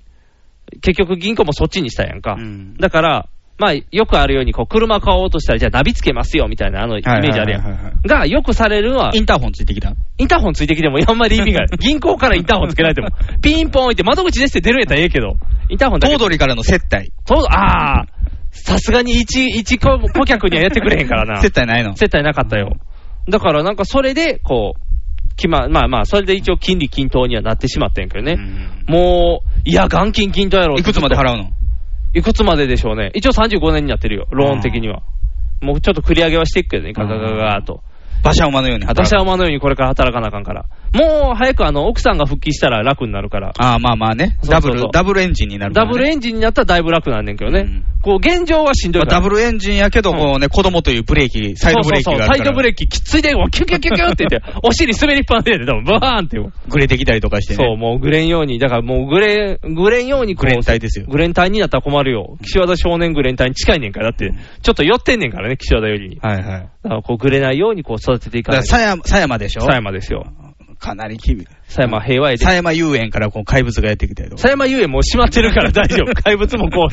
[SPEAKER 3] 結局銀行もそっちにしたやんか。
[SPEAKER 2] うん
[SPEAKER 3] だから、まあ、よくあるように、こう、車買おうとしたら、じゃあ、ナビつけますよ、みたいな、あの、イメージあるや
[SPEAKER 2] はいはいはい
[SPEAKER 3] ん。が、よくされるのは、
[SPEAKER 2] インターホンついてきた。
[SPEAKER 3] インターホンついてきても、あんまり意 [laughs] 味がない。銀行からインターホンつけられても、ピンポン置いて、窓口ですって出るんやったらええけど、インターホンだけ
[SPEAKER 2] 頭取からの接待。
[SPEAKER 3] そう、ああ、さすがに一、一顧顧客にはやってくれへんからな。
[SPEAKER 2] 接待ないの。
[SPEAKER 3] [laughs] 接待なかったよ。だからなんかそれで、こう、決ま、まあまあ、それで一応金利均等にはなってしまってんけど
[SPEAKER 2] う
[SPEAKER 3] ね。
[SPEAKER 2] ん
[SPEAKER 3] もう、いや、元金均等やろ。
[SPEAKER 2] いくつまで払うの
[SPEAKER 3] いくつまででしょうね。一応35年になってるよ、ローン的には。もうちょっと繰り上げはしていくけどね、ガガガガガーと。
[SPEAKER 2] 馬車馬のように働
[SPEAKER 3] 私
[SPEAKER 2] く。
[SPEAKER 3] は馬のようにこれから働かなあかんから。もう早くあの、奥さんが復帰したら楽になるから。
[SPEAKER 2] ああ、まあまあね。
[SPEAKER 3] そ
[SPEAKER 2] ダ
[SPEAKER 3] うそう
[SPEAKER 2] ブ
[SPEAKER 3] そう
[SPEAKER 2] ル、ダブルエンジンになるから
[SPEAKER 3] ダ
[SPEAKER 2] ね、
[SPEAKER 3] ブルエンジンになったらだいぶ楽なんねんけど
[SPEAKER 2] う
[SPEAKER 3] ね
[SPEAKER 2] ん。
[SPEAKER 3] こう、現状はしんどい
[SPEAKER 2] まあ
[SPEAKER 3] から
[SPEAKER 2] ダ。ブルエンジンやけど、こうね、子供というブレーキ、サイドブレーキがあるから。
[SPEAKER 3] そうそうそうサイドブレーキきついで、わキュキュキュキュって言って、お尻滑りっぱなしやで、多分バーンってよ。
[SPEAKER 2] グレてきたりとかして
[SPEAKER 3] そう、
[SPEAKER 2] ね。
[SPEAKER 3] もうグレンように、だからもうグレン、グレンようにこう
[SPEAKER 2] グレン隊ですよ
[SPEAKER 3] グレン隊になったら困るよ。岸和田少年グレン隊に近いねんから、だって、ちょっと寄ってんねんからね、岸和田よりに。だ
[SPEAKER 2] はいはい。
[SPEAKER 3] からこうグレないようにこう育ててい
[SPEAKER 2] だ
[SPEAKER 3] か
[SPEAKER 2] か
[SPEAKER 3] な
[SPEAKER 2] ら、
[SPEAKER 3] いと。
[SPEAKER 2] 狭山、狭山でしょ
[SPEAKER 3] 狭。山ですよ。
[SPEAKER 2] かなり厳しい。
[SPEAKER 3] 狭山平和やで。
[SPEAKER 2] 狭山遊園からこう怪物がやってきたりとか。
[SPEAKER 3] 狭山遊園もう閉まってるから大丈 [laughs] 夫。怪物もこう。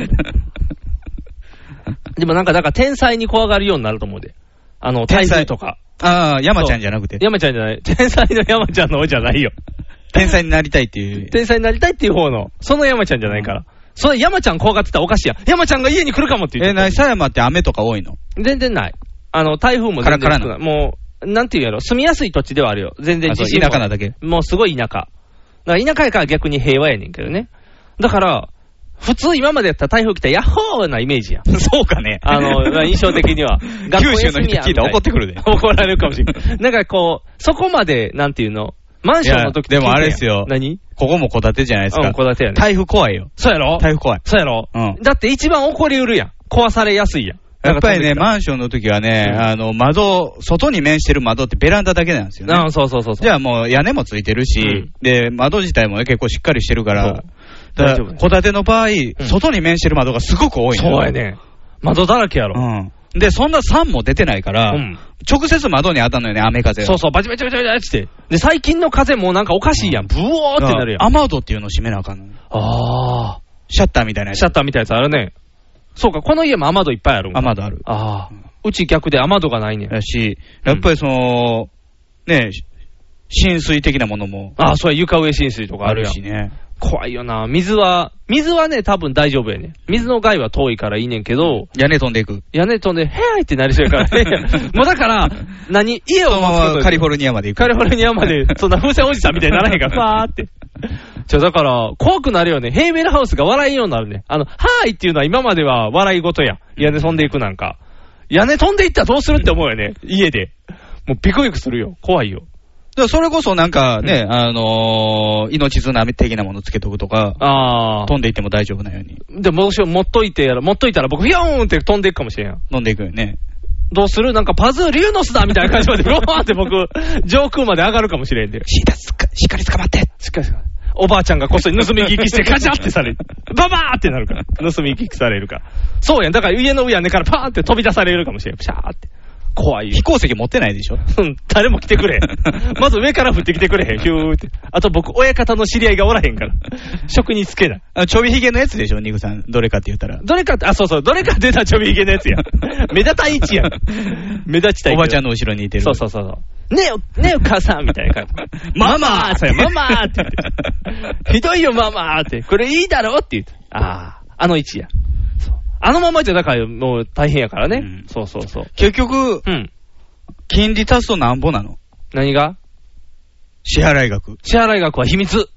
[SPEAKER 3] でもなんか、だから天才に怖がるようになると思うで。あの、
[SPEAKER 2] 天
[SPEAKER 3] 台
[SPEAKER 2] 才
[SPEAKER 3] 風とか。
[SPEAKER 2] ああ、山ちゃんじゃなくて、
[SPEAKER 3] 山ちゃんじゃない。天才の山ちゃんの方じゃないよ。
[SPEAKER 2] 天才になりたいっていう。
[SPEAKER 3] [laughs] 天才になりたいっていう方の、その山ちゃんじゃないから。それ山ちゃん怖がってたらおかしいやん。山ちゃんが家に来るかもって言
[SPEAKER 2] え、
[SPEAKER 3] ってた。
[SPEAKER 2] なに、狭山って雨とか多いの
[SPEAKER 3] 全然ない。あの、台風も全然
[SPEAKER 2] カラカラな
[SPEAKER 3] 少ない。もう、なんていうんやろ、住みやすい土地ではあるよ。全然
[SPEAKER 2] あそう
[SPEAKER 3] 自信も
[SPEAKER 2] 田舎なだけ。
[SPEAKER 3] もうすごい田舎。だから田舎やから逆に平和やねんけどね。だから、普通今までやったら台風来たらヤッホーなイメージやん。
[SPEAKER 2] そうかね。
[SPEAKER 3] あの、まあ印象的には
[SPEAKER 2] [laughs] 九州の人聞いたら怒ってくるで
[SPEAKER 3] で。怒られるかもしれない。なんかこう、そこまで、なんていうの、マンションの時
[SPEAKER 2] いやでもあれですよ
[SPEAKER 3] 聞いてんやん何
[SPEAKER 2] ここも戸建てじゃないです
[SPEAKER 3] う
[SPEAKER 2] か
[SPEAKER 3] ん、。戸建てやねん。
[SPEAKER 2] 台風怖いよ。
[SPEAKER 3] そうやろ
[SPEAKER 2] 台風怖い。
[SPEAKER 3] そうやろ、
[SPEAKER 2] うん
[SPEAKER 3] だって一番怒りうるやん。壊されやすいやん。
[SPEAKER 2] やっぱりね、
[SPEAKER 3] なんか
[SPEAKER 2] マンションの時はね、
[SPEAKER 3] うん
[SPEAKER 2] あの、窓、外に面してる窓ってベランダだけなんですよね
[SPEAKER 3] う。ん、そうそうそうそう。
[SPEAKER 2] じゃあもう屋根もついてるし、
[SPEAKER 3] うん
[SPEAKER 2] で、窓自体もね、結構しっかりしてるか
[SPEAKER 3] そ
[SPEAKER 2] ら
[SPEAKER 3] う、
[SPEAKER 2] だ
[SPEAKER 3] 大丈
[SPEAKER 2] か
[SPEAKER 3] 夫
[SPEAKER 2] ら、
[SPEAKER 3] です
[SPEAKER 2] 戸建ての場合、外に面してる窓がすごく多いの
[SPEAKER 3] そう
[SPEAKER 2] よ
[SPEAKER 3] や。ね。窓だらけやろ。
[SPEAKER 2] うん。で、そんな酸も出てないから、
[SPEAKER 3] うん
[SPEAKER 2] 直接窓に当たるのよね、雨風が。
[SPEAKER 3] そうそう、バチバチバチバチバチって。で、最近の風もなんかおかしいやん。ブオーってなるやん。
[SPEAKER 2] 雨音っていうのを閉めなあかんのよ
[SPEAKER 3] あ
[SPEAKER 2] シャッターみたいなや
[SPEAKER 3] ー
[SPEAKER 2] つ。
[SPEAKER 3] シャッターみたいなやつあるね。そうか、この家も雨戸いっぱいあるんか
[SPEAKER 2] 雨戸ある。
[SPEAKER 3] ああ。うち逆で雨戸がないねん。
[SPEAKER 2] やし、やっぱりその、ね、し浸水的なものも
[SPEAKER 3] ああ、そうや、床上浸水とかあ
[SPEAKER 2] あ
[SPEAKER 3] る
[SPEAKER 2] る
[SPEAKER 3] やん。
[SPEAKER 2] しね。
[SPEAKER 3] 怖いよな。水は、水はね、多分大丈夫やねん。水の害は遠いからいいねんけど、
[SPEAKER 2] 屋根飛んでいく。
[SPEAKER 3] 屋根飛んで、へーいってなりそうやから
[SPEAKER 2] [laughs]
[SPEAKER 3] ね。もうだから、何家を
[SPEAKER 2] そのま
[SPEAKER 3] 持つこと
[SPEAKER 2] ま
[SPEAKER 3] に
[SPEAKER 2] カリフォルニアまで行く。
[SPEAKER 3] カリフォルニアまで、そんな風船おじさんみたいになら
[SPEAKER 2] [laughs]
[SPEAKER 3] へんから、ファーって。じゃあだから、怖くなるよね。ヘイメルハウスが笑いようになるね。あの、はーいっていうのは今までは笑い事や。屋根飛んでいくなんか。屋根飛んでいったらどうするって思うよね。家で。もうビクビクするよ。怖いよ。
[SPEAKER 2] だからそれこそなんかね、あのー、命綱的なものつけとくとか、
[SPEAKER 3] あ
[SPEAKER 2] 飛んでいっても大丈夫なように
[SPEAKER 3] ー。で、帽子を持っといてやら、持っといたら僕、ヒョーンって飛んでいくかもしれんやん。
[SPEAKER 2] 飛んでいくよね。
[SPEAKER 3] どうするなんかパズーリューノスだみたいな感じまで、 [laughs] ローンって僕、上空まで上がるかもしれんで。
[SPEAKER 2] シータつか、しっかり捕まって
[SPEAKER 3] しっかりしっかりおばあちゃんがこっそり盗み聞きして、ガチャってされる。ババーってなるから。盗み聞きされるから。そうやん。だから家の屋根からパーンって飛び出されるかもしれん。ピシャーって。怖いよ
[SPEAKER 2] 飛。行石持ってないでしょ
[SPEAKER 3] うん誰も来てくれへん。まず上から降ってきてくれへん。ヒューって。あと僕、親方の知り合いがおらへんから。職につけない。
[SPEAKER 2] あのちょびひげのやつでしょニグさん。どれかって言ったら。
[SPEAKER 3] どれかって、あ、そうそう、どれか出たちょびひげの [laughs] やつや。目立たい位置やん。目立ちたいけど。
[SPEAKER 2] おばちゃん
[SPEAKER 3] の
[SPEAKER 2] の後ろにいてる。
[SPEAKER 3] そうそうそうそう。ねえよ、ねえよ、母さんみたいな感じ。ママーそうやママーって言って。ひどいよ、ママーって。これいいだろって言って。ああ、あの位置や。そう。あのままじゃ、だからもう大変やからね。
[SPEAKER 2] うん
[SPEAKER 3] そうそうそう。
[SPEAKER 2] 結局、
[SPEAKER 3] うん。
[SPEAKER 2] 金利足すとなんぼなの
[SPEAKER 3] 何が
[SPEAKER 2] 支払い額。
[SPEAKER 3] 支払い額は秘密。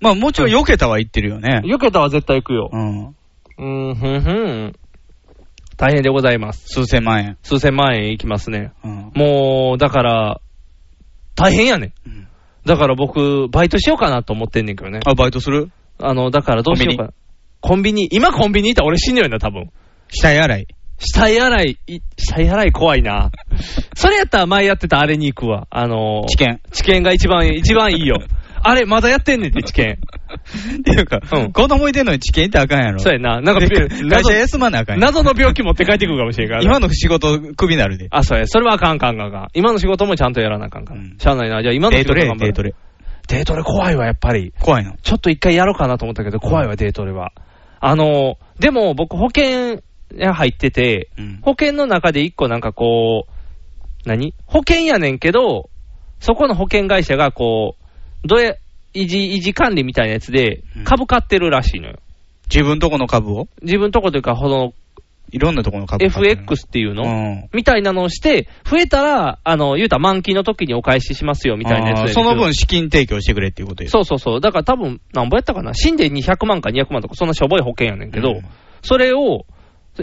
[SPEAKER 2] まあもちろん避けたは言ってるよね。
[SPEAKER 3] よけたは絶対行くよ
[SPEAKER 2] う。ん。
[SPEAKER 3] うーん、ふんふん。大変でございます。
[SPEAKER 2] 数千万円。
[SPEAKER 3] 数千万円いきますね。
[SPEAKER 2] うん。
[SPEAKER 3] もう、だから、大変やね
[SPEAKER 2] うん
[SPEAKER 3] ん。だから僕、バイトしようかなと思ってんねんけどね。
[SPEAKER 2] あ、バイトする
[SPEAKER 3] あの、だからどうしようかな。コンビニ。今コンビニ行ったら俺死ぬよな、多分。
[SPEAKER 2] 死体洗い。
[SPEAKER 3] 死体洗い、い死体洗い怖いな。 [laughs] それやったら前やってたあれに行くわ。あのー、
[SPEAKER 2] 治。 [laughs] 験。
[SPEAKER 3] 治験が一番、一番いいよ。あれ、まだやってんねんって、治験。
[SPEAKER 2] っていうか、
[SPEAKER 3] うん
[SPEAKER 2] 子供いてんのに治験行ってあかんやろ。
[SPEAKER 3] そうやな。なんか、
[SPEAKER 2] で会
[SPEAKER 3] [laughs] 謎
[SPEAKER 2] 社休まなあかんやん
[SPEAKER 3] 謎の病気持って帰ってくるかもしれんからな。
[SPEAKER 2] 今の仕事、クビなるで。
[SPEAKER 3] あ、そうや。それはあかんあかんあかんあかん。今の仕事もちゃんとやらなあかんから。
[SPEAKER 2] うん
[SPEAKER 3] しゃあないな。じゃあ今の
[SPEAKER 2] デ
[SPEAKER 3] 仕
[SPEAKER 2] ート
[SPEAKER 3] 事
[SPEAKER 2] レ
[SPEAKER 3] 頑、張
[SPEAKER 2] デ
[SPEAKER 3] る
[SPEAKER 2] ートレ。
[SPEAKER 3] デートレ怖いわ、やっぱり。
[SPEAKER 2] 怖いの。
[SPEAKER 3] ちょっと一回やろうかなと思ったけど、怖いわ、デートレは。あの、でも僕保険入ってて、
[SPEAKER 2] うん。
[SPEAKER 3] 保険の中で一個なんかこう、何保険やねんけど、そこの保険会社がこう、どえ、維持、維持管理みたいなやつで
[SPEAKER 2] うん、
[SPEAKER 3] 株買ってるらしいのよ。
[SPEAKER 2] 自分とこの株を
[SPEAKER 3] 自分とこというか、この
[SPEAKER 2] いろんなとこの株を買ってるの。
[SPEAKER 3] FX っていうの、
[SPEAKER 2] うん
[SPEAKER 3] みたいなのをして、増えたら、あの、言うたら満期の時にお返ししますよ、みたいなやつ
[SPEAKER 2] あー
[SPEAKER 3] で
[SPEAKER 2] その分資金提供してくれっていうことよ。
[SPEAKER 3] そうそうそう。だから多分、なんぼやったかな。死んで200万か200万とか、そんなしょぼい保険やねんけど、
[SPEAKER 2] うん
[SPEAKER 3] それを、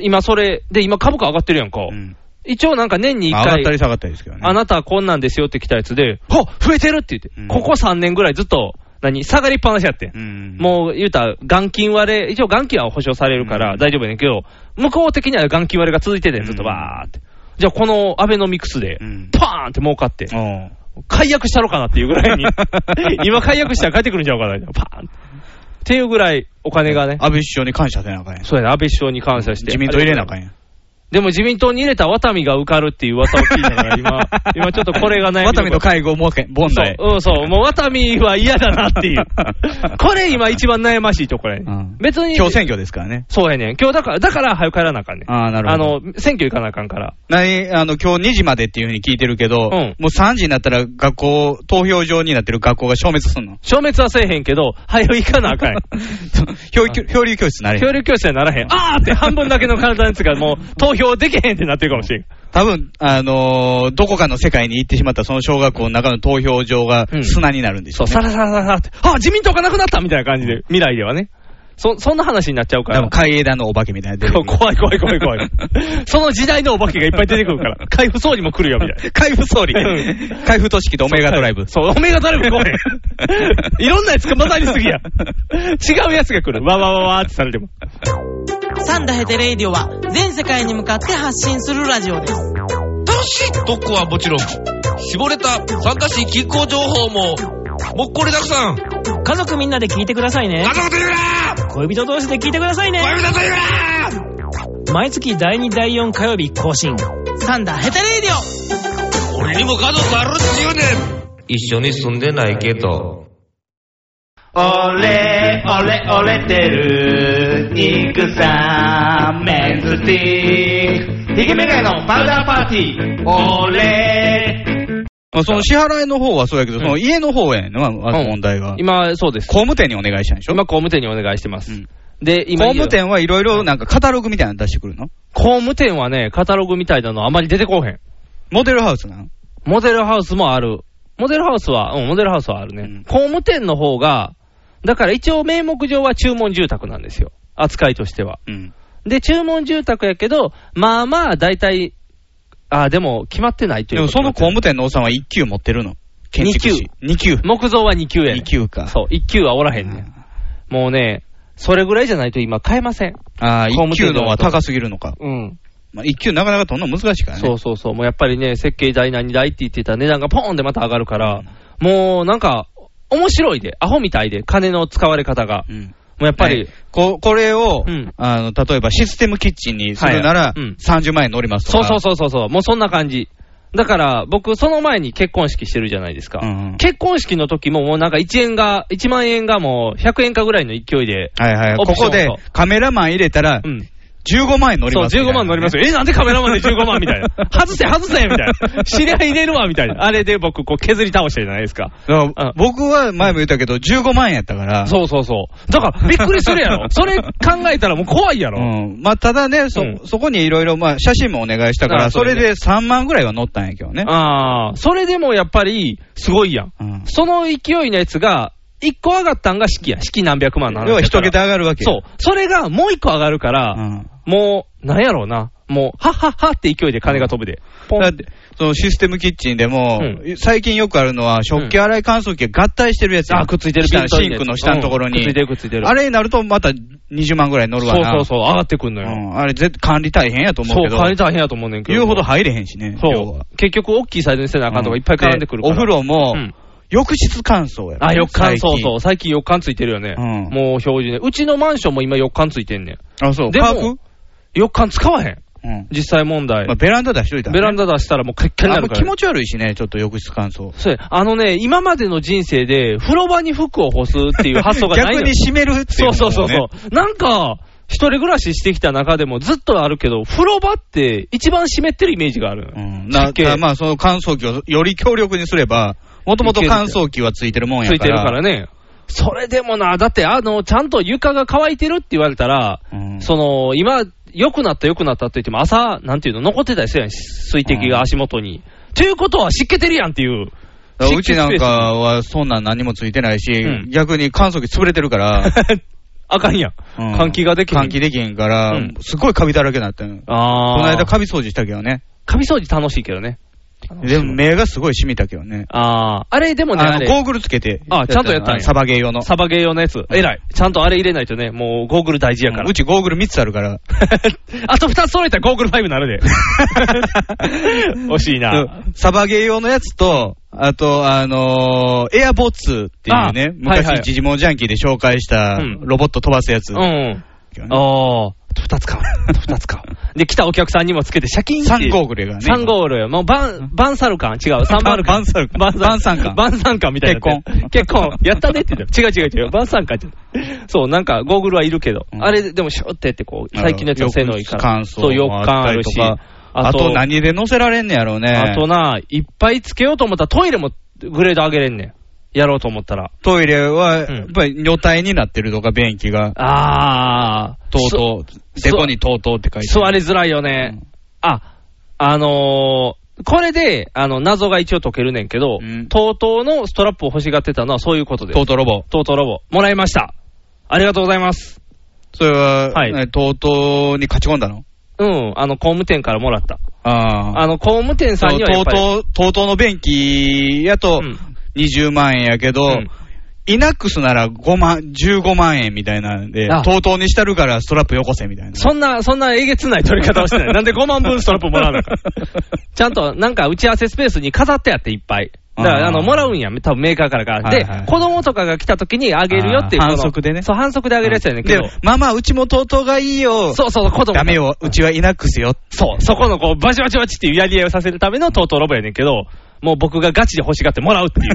[SPEAKER 3] 今それ、で、今株価上がってるやんか。
[SPEAKER 2] うん
[SPEAKER 3] 一応なんか年に1
[SPEAKER 2] まあ上が
[SPEAKER 3] 回、
[SPEAKER 2] ったり下がったりですけどね。
[SPEAKER 3] あなたはこんなんですよって来たやつで、ほっ増えてるって言って、
[SPEAKER 2] うん
[SPEAKER 3] ここ3年ぐらいずっと、何下がりっぱなしやってん。
[SPEAKER 2] うん
[SPEAKER 3] もう言うたら、元金割れ、一応元金は保証されるか
[SPEAKER 2] う
[SPEAKER 3] ら
[SPEAKER 2] ん
[SPEAKER 3] 大丈夫やねんけど、向こう的には元金割れが続いてて、ずっ
[SPEAKER 2] う
[SPEAKER 3] と
[SPEAKER 2] ん
[SPEAKER 3] バーって。じゃあこのアベノミクスで
[SPEAKER 2] うん、
[SPEAKER 3] パーンって儲かって、
[SPEAKER 2] うん。
[SPEAKER 3] 解約したろかなっていうぐ
[SPEAKER 2] [laughs]
[SPEAKER 3] らいに、今解約したら帰ってくるんちゃうかな、パーンっていうぐらいお金がね
[SPEAKER 2] 安、倍首相に感謝せなあかんやん。
[SPEAKER 3] そうやね、安倍首相に感謝して。
[SPEAKER 2] 自民党入れなあかんやん。
[SPEAKER 3] でも自民党に入れたワタミが受かるっていう噂を聞いたか
[SPEAKER 2] [laughs]
[SPEAKER 3] ら、今、今ちょっとこれが悩みどころ。
[SPEAKER 2] ワタミの会合もけ問題。
[SPEAKER 3] そう、うん、そう。もう、ワタミは嫌だな
[SPEAKER 2] [laughs]
[SPEAKER 3] っていう。これ今一番悩ましいところやね、
[SPEAKER 2] うん
[SPEAKER 3] 別に。
[SPEAKER 2] 今日選挙ですからね。
[SPEAKER 3] そうやねん。今日だから、だから早く帰らなあかんねん。
[SPEAKER 2] ああ、なるほど。
[SPEAKER 3] の、選挙行かなあかんから。
[SPEAKER 2] 何あの、今日2時までっていうふうに聞いてるけど、
[SPEAKER 3] うん
[SPEAKER 2] もう3時になったら学校、投票場になってる学校が消滅すん
[SPEAKER 3] [laughs]
[SPEAKER 2] の
[SPEAKER 3] 消滅はせえへんけど、早く行かな
[SPEAKER 2] [laughs]
[SPEAKER 3] あかんやん。
[SPEAKER 2] 漂流漂流教室になれへ
[SPEAKER 3] 協
[SPEAKER 2] ん。
[SPEAKER 3] 力教室にならへん。あーって半分だけの体のやつがもう投票できへんってなってるかもしれん。
[SPEAKER 2] 多分、あのーどこかの世界に行ってしまったその小学校の中の投票場が
[SPEAKER 3] うん
[SPEAKER 2] 砂になるんでし
[SPEAKER 3] そ
[SPEAKER 2] ょう
[SPEAKER 3] う、
[SPEAKER 2] ね、
[SPEAKER 3] さらさらさらって、あー自民党がなくなったみたいな感じで、未来ではね。そ、そんな話になっちゃうか
[SPEAKER 2] 多分、
[SPEAKER 3] ら。
[SPEAKER 2] 海江田のお化けみたいなの出てく
[SPEAKER 3] こ
[SPEAKER 2] る
[SPEAKER 3] [laughs] 怖い怖い怖い怖い。 [laughs] その時代のお化けがいっぱい出てくるから。開封掃除も来るよみたい
[SPEAKER 2] [laughs]
[SPEAKER 3] な。
[SPEAKER 2] 開封総理
[SPEAKER 3] う。
[SPEAKER 2] 開封都市機とオメガドライブ。
[SPEAKER 3] そう、オメガドライ
[SPEAKER 2] [laughs]
[SPEAKER 3] ブ来へん。いろんなやつが混ざりすぎや。違うやつが来る。わわわわーってされても。
[SPEAKER 1] サンダヘテレイディオは全世界に向かって発信するラジオです。
[SPEAKER 9] 楽しい特攻はもちろん、絞れた参加し気候情報も、もっこりたくさん。家
[SPEAKER 1] 家族みんなで聞いてくださいね。
[SPEAKER 9] 族と言うな
[SPEAKER 1] 恋人同士で聞いてくださいね。
[SPEAKER 9] 恋人と言うな
[SPEAKER 1] 毎月第2第4火曜日更新。サンダヘテレイディオ
[SPEAKER 9] 俺にも家族あるっちゅうねん一緒に住んでないけど。
[SPEAKER 10] オレオレオレてる肉さメンズスティックヒゲメガネのパウダーパーティーオレ
[SPEAKER 2] まあ、その支払いの方はそうやけど、その家の方やねんな、まあ、問題が。
[SPEAKER 3] 今、そうです。
[SPEAKER 2] 工務店にお願いしたんでしょ
[SPEAKER 3] 今、工務店にお願いしてます。
[SPEAKER 2] うん工
[SPEAKER 3] で、今、
[SPEAKER 2] 務店はいろいろなんかカタログみたいなの出してくるの
[SPEAKER 3] 工務店はね、カタログみたいなのあまり出てこうへん。
[SPEAKER 2] モデルハウスなの
[SPEAKER 3] モデルハウスもある。モデルハウスは、うん、モデルハウスはあるね。
[SPEAKER 2] うん
[SPEAKER 3] 工務店の方が、だから一応名目上は注文住宅なんですよ。扱いとしては。
[SPEAKER 2] うん。
[SPEAKER 3] で、注文住宅やけど、まあまあ、大体、ああ、でも、決まってないとい
[SPEAKER 2] でも
[SPEAKER 3] うこと
[SPEAKER 2] そ
[SPEAKER 3] に
[SPEAKER 2] の
[SPEAKER 3] なって
[SPEAKER 2] 工務店のおっさんは1級持ってるの建築士。2級。2級。
[SPEAKER 3] 木造は2級やねん。
[SPEAKER 2] 二級か
[SPEAKER 3] そう、1級はおらへんねん。もうね、それぐらいじゃないと今買えません。
[SPEAKER 2] ああ、
[SPEAKER 3] 工務
[SPEAKER 2] 1
[SPEAKER 3] 店
[SPEAKER 2] 級のは高すぎるのか。
[SPEAKER 3] うん。
[SPEAKER 2] まあ、1級なかなかとんな難しいからね。
[SPEAKER 3] そうそうそう。もうやっぱりね、設計代何代って言ってた値段がポーンでまた上がるから、もうなんか、面白いで、アホみたいで、金の使われ方が。
[SPEAKER 2] うん。
[SPEAKER 3] もうやっぱり、
[SPEAKER 2] ねこ、これを、
[SPEAKER 3] うん
[SPEAKER 2] あの、例えばシステムキッチンにするな
[SPEAKER 3] は
[SPEAKER 2] ら
[SPEAKER 3] いうん、
[SPEAKER 2] 30万円乗りますと
[SPEAKER 3] そ
[SPEAKER 2] か。
[SPEAKER 3] うそうそうそうそう、もうそんな感じ。だから、僕、その前に結婚式してるじゃないですか。
[SPEAKER 2] うんうん
[SPEAKER 3] 結婚式の時も、もうなんか1円が、1万円がもう100円かぐらいの勢いで、
[SPEAKER 2] はいはい。
[SPEAKER 3] オプ
[SPEAKER 2] こ
[SPEAKER 3] ショ
[SPEAKER 2] こ
[SPEAKER 3] ンと
[SPEAKER 2] でカメラマン入れたら
[SPEAKER 3] う、ん。
[SPEAKER 2] 15万円乗り
[SPEAKER 3] そう、
[SPEAKER 2] ますみたいなね。
[SPEAKER 3] 15万乗りますよ。え、なんでカメラマンで15万みたいな。外せ、外せみたいな。知り合い入れるわみたいな。あれで僕、こう削り倒したじゃないですか。
[SPEAKER 2] だから
[SPEAKER 3] うん
[SPEAKER 2] 僕は前も言ったけど、15万円やったから。
[SPEAKER 3] そうそうそう。だから、びっくりするや
[SPEAKER 2] [laughs]
[SPEAKER 3] ろ。それ考えたらもう怖いやろ。
[SPEAKER 2] うん。まあ、ただね、そ、
[SPEAKER 3] うん
[SPEAKER 2] そこにいろいろ、まあ、写真もお願いしたから、
[SPEAKER 3] あ
[SPEAKER 2] そ
[SPEAKER 3] そう
[SPEAKER 2] れ
[SPEAKER 3] ね
[SPEAKER 2] で3万ぐらいは乗ったんやけどね。
[SPEAKER 3] ああ、それでもやっぱり、すごいやん。
[SPEAKER 2] うん。
[SPEAKER 3] その勢いのやつが、一個上がったんが式や。式何百万の話
[SPEAKER 2] 要は
[SPEAKER 3] やか
[SPEAKER 2] 一
[SPEAKER 3] ら
[SPEAKER 2] 桁上がるわけ
[SPEAKER 3] そう
[SPEAKER 2] よ。。
[SPEAKER 3] それがもう一個上がるから、
[SPEAKER 2] うん。
[SPEAKER 3] もう、なんやろうな。もう、はっはっはって勢いで金が飛ぶで。ポン
[SPEAKER 2] だって、そのシステムキッチンでも、
[SPEAKER 3] う
[SPEAKER 2] 最近よくあるのは、食器洗い乾燥機が合体してるやつや
[SPEAKER 3] あ、くっついてる
[SPEAKER 2] 下
[SPEAKER 3] ピンと
[SPEAKER 2] シンクの下のところに。
[SPEAKER 3] うんくっついてるくっついてる。
[SPEAKER 2] あれになると、また20万ぐらい乗るわ
[SPEAKER 3] そう
[SPEAKER 2] な。
[SPEAKER 3] そうそう、上がってくんの
[SPEAKER 2] う
[SPEAKER 3] よ。
[SPEAKER 2] ん。あれ、絶管理大変やと思う
[SPEAKER 3] そ
[SPEAKER 2] け
[SPEAKER 3] う、
[SPEAKER 2] ど。
[SPEAKER 3] 金大変やと思うねんけど。
[SPEAKER 2] 言うほど入れへんしね。
[SPEAKER 3] そ
[SPEAKER 2] 要
[SPEAKER 3] う
[SPEAKER 2] は。
[SPEAKER 3] 結局、大きいサイズにせなあかんとかいっぱい絡んでくるから。
[SPEAKER 2] でお風呂も、
[SPEAKER 3] うん
[SPEAKER 2] 浴室乾燥や
[SPEAKER 3] あ、浴
[SPEAKER 2] 最
[SPEAKER 3] 間、
[SPEAKER 2] 近
[SPEAKER 3] そうそう。最近浴間ついてるよね。
[SPEAKER 2] うん
[SPEAKER 3] もう標準で。うちのマンションも今浴間ついてんねん。
[SPEAKER 2] あ、そう。
[SPEAKER 3] で
[SPEAKER 2] カ
[SPEAKER 3] も
[SPEAKER 2] ープ
[SPEAKER 3] 浴間使わへん。
[SPEAKER 2] うん。
[SPEAKER 3] 実際問題。
[SPEAKER 2] まあ、ベランダ出しといたらね、
[SPEAKER 3] ベランダ出したらもう結果に
[SPEAKER 2] あ
[SPEAKER 3] なる
[SPEAKER 2] の
[SPEAKER 3] から
[SPEAKER 2] 気
[SPEAKER 3] ね。
[SPEAKER 2] 持ち悪いしね、ちょっと浴室乾燥。
[SPEAKER 3] そうやあのね、今までの人生で、風呂場に服を干すっていう発想がないの
[SPEAKER 2] [laughs] 逆に閉めるってい
[SPEAKER 3] そう
[SPEAKER 2] のもね、
[SPEAKER 3] うそうそうそう。なんか、一人暮らししてきた中でもずっとあるけど、風呂場って一番湿ってるイメージがある。
[SPEAKER 2] うん。な
[SPEAKER 3] 湿気
[SPEAKER 2] だからまあ、その乾燥機をより強力にすれば、もともと乾燥機はついてるもんや
[SPEAKER 3] つい
[SPEAKER 2] か
[SPEAKER 3] てる
[SPEAKER 2] ら。
[SPEAKER 3] からね。それでもな、だってあの、ちゃんと床が乾いてるって言われたら、
[SPEAKER 2] うん
[SPEAKER 3] その、今、良くなった良くなったって言っても、朝、なんていうの、残ってたりするやん、水滴が足元に。ということは湿気てるやんっていう。
[SPEAKER 2] だからうちなん
[SPEAKER 3] 湿気スペ
[SPEAKER 2] か
[SPEAKER 3] ー
[SPEAKER 2] はそんなん何もついてないし、
[SPEAKER 3] うん
[SPEAKER 2] 逆に乾燥機潰れてる
[SPEAKER 3] [laughs]
[SPEAKER 2] から、
[SPEAKER 3] ス。あかんや
[SPEAKER 2] う
[SPEAKER 3] ん。
[SPEAKER 2] ん
[SPEAKER 3] 換気ができへん
[SPEAKER 2] 換気できへんから、
[SPEAKER 3] うん
[SPEAKER 2] すっごいカビだらけになってん。こ
[SPEAKER 3] あー。
[SPEAKER 2] の間カビ掃除したけどね。
[SPEAKER 3] カビ掃除楽しいけどね。
[SPEAKER 2] でも目がすごい染みたけどね。
[SPEAKER 3] あー。あれでもね、
[SPEAKER 2] あ
[SPEAKER 3] あ
[SPEAKER 2] の
[SPEAKER 3] れ
[SPEAKER 2] ゴーグルつけて。
[SPEAKER 3] あちゃんとやっ
[SPEAKER 2] あ
[SPEAKER 3] たんや
[SPEAKER 2] のサバゲー用の。
[SPEAKER 3] サバゲー用のやつ。偉い。ちゃんとあれ入れないとね、もうゴーグル大事やから
[SPEAKER 2] う。ちゴーグル3つあるから。
[SPEAKER 3] [laughs] あと2つ揃えたらゴーグル5になるで。 [laughs] 惜しいな。
[SPEAKER 2] うんサバゲー用のやつと、あと、あのーエアボッツっていうね、
[SPEAKER 3] あはいはい
[SPEAKER 2] 昔、ジジモンジャンキーで紹介した
[SPEAKER 3] うん
[SPEAKER 2] ロボット飛ばすやつ。
[SPEAKER 3] うんうん。
[SPEAKER 2] 三
[SPEAKER 3] ああ、二つ買う。二つ買う。で、来たお客さんにもつけて、シャキーンって。
[SPEAKER 2] 3ゴー
[SPEAKER 3] ル。
[SPEAKER 2] グルがね。
[SPEAKER 3] 3ゴール。もう、バン、バンサルカン違う。サンバルカン。
[SPEAKER 2] バンサルカン
[SPEAKER 3] バンサル
[SPEAKER 2] バンサンカン
[SPEAKER 3] バンサンカンみたいな。
[SPEAKER 2] 結婚。
[SPEAKER 3] 結婚。やったねって言って [laughs] た。違う違う違う。バンサンカンって言って。そう、なんか、ゴーグルはいるけど。
[SPEAKER 2] うん
[SPEAKER 3] あれ、でも、シューってやって、こう、最近のやつの性能いいから。
[SPEAKER 2] 乾燥
[SPEAKER 3] そう、よく感あるし。
[SPEAKER 2] あと何で乗せられんねやろうね。
[SPEAKER 3] あとな、いっぱいつけようと思ったらトイレもグレード上げれんねん。やろうと思ったら。
[SPEAKER 2] トイレは、や
[SPEAKER 3] うん
[SPEAKER 2] っぱり女体になってるとか、便器が、
[SPEAKER 3] あー。
[SPEAKER 2] とうとう、デ
[SPEAKER 3] そ
[SPEAKER 2] コにとうとうって書いて
[SPEAKER 3] 座
[SPEAKER 2] ある。
[SPEAKER 3] りづらいよね。あ、あのー、これで、あの、謎が一応解けるねんけど、
[SPEAKER 2] うん
[SPEAKER 3] とうとうのストラップを欲しがってたのはそういうことです
[SPEAKER 2] とう。とうロボ。
[SPEAKER 3] とうとうロボ、もらいました。ありがとうございます。
[SPEAKER 2] それは、
[SPEAKER 3] はい
[SPEAKER 2] ねとうとうに勝ち込んだの
[SPEAKER 3] うん、あの、工務店からもらった。
[SPEAKER 2] ああ。
[SPEAKER 3] あの、工務店さんにはや
[SPEAKER 2] と
[SPEAKER 3] っ
[SPEAKER 2] う
[SPEAKER 3] ぱり、
[SPEAKER 2] とう、とうとうの便器やと
[SPEAKER 3] うん
[SPEAKER 2] 20万円やけど、
[SPEAKER 3] うん
[SPEAKER 2] イナックスなら5万、15万円みたいなんで
[SPEAKER 3] あ、
[SPEAKER 2] とうとうにしたるからストラップよこせみたいな。
[SPEAKER 3] そんな、そんなえげつない取り方をしてない。なんで5万分ストラップもらうの [laughs] か。ちゃんと、なんか打ち合わせスペースに飾ってあっていっぱい。だか
[SPEAKER 2] あー
[SPEAKER 3] ら、あの、もらうんや、多分メーカーからが。
[SPEAKER 2] はい
[SPEAKER 3] で
[SPEAKER 2] はい、
[SPEAKER 3] 子供とかが来た時にあげるよっていう。
[SPEAKER 2] あー
[SPEAKER 3] こ
[SPEAKER 2] 反
[SPEAKER 3] の
[SPEAKER 2] 則でね
[SPEAKER 3] そう、反則であげるやつやねんけ
[SPEAKER 2] で
[SPEAKER 3] ど。、
[SPEAKER 2] ママ、うちもとうとうがいいよ。
[SPEAKER 3] そうそう、子供。
[SPEAKER 2] ダメ。よ、うちはイナックスよ。
[SPEAKER 3] そう、そこのこう、バチバチバチっていうやり合いをさせるためのトートロボやねんけど、 [laughs] もう僕がガチで欲しがってもらうっていう。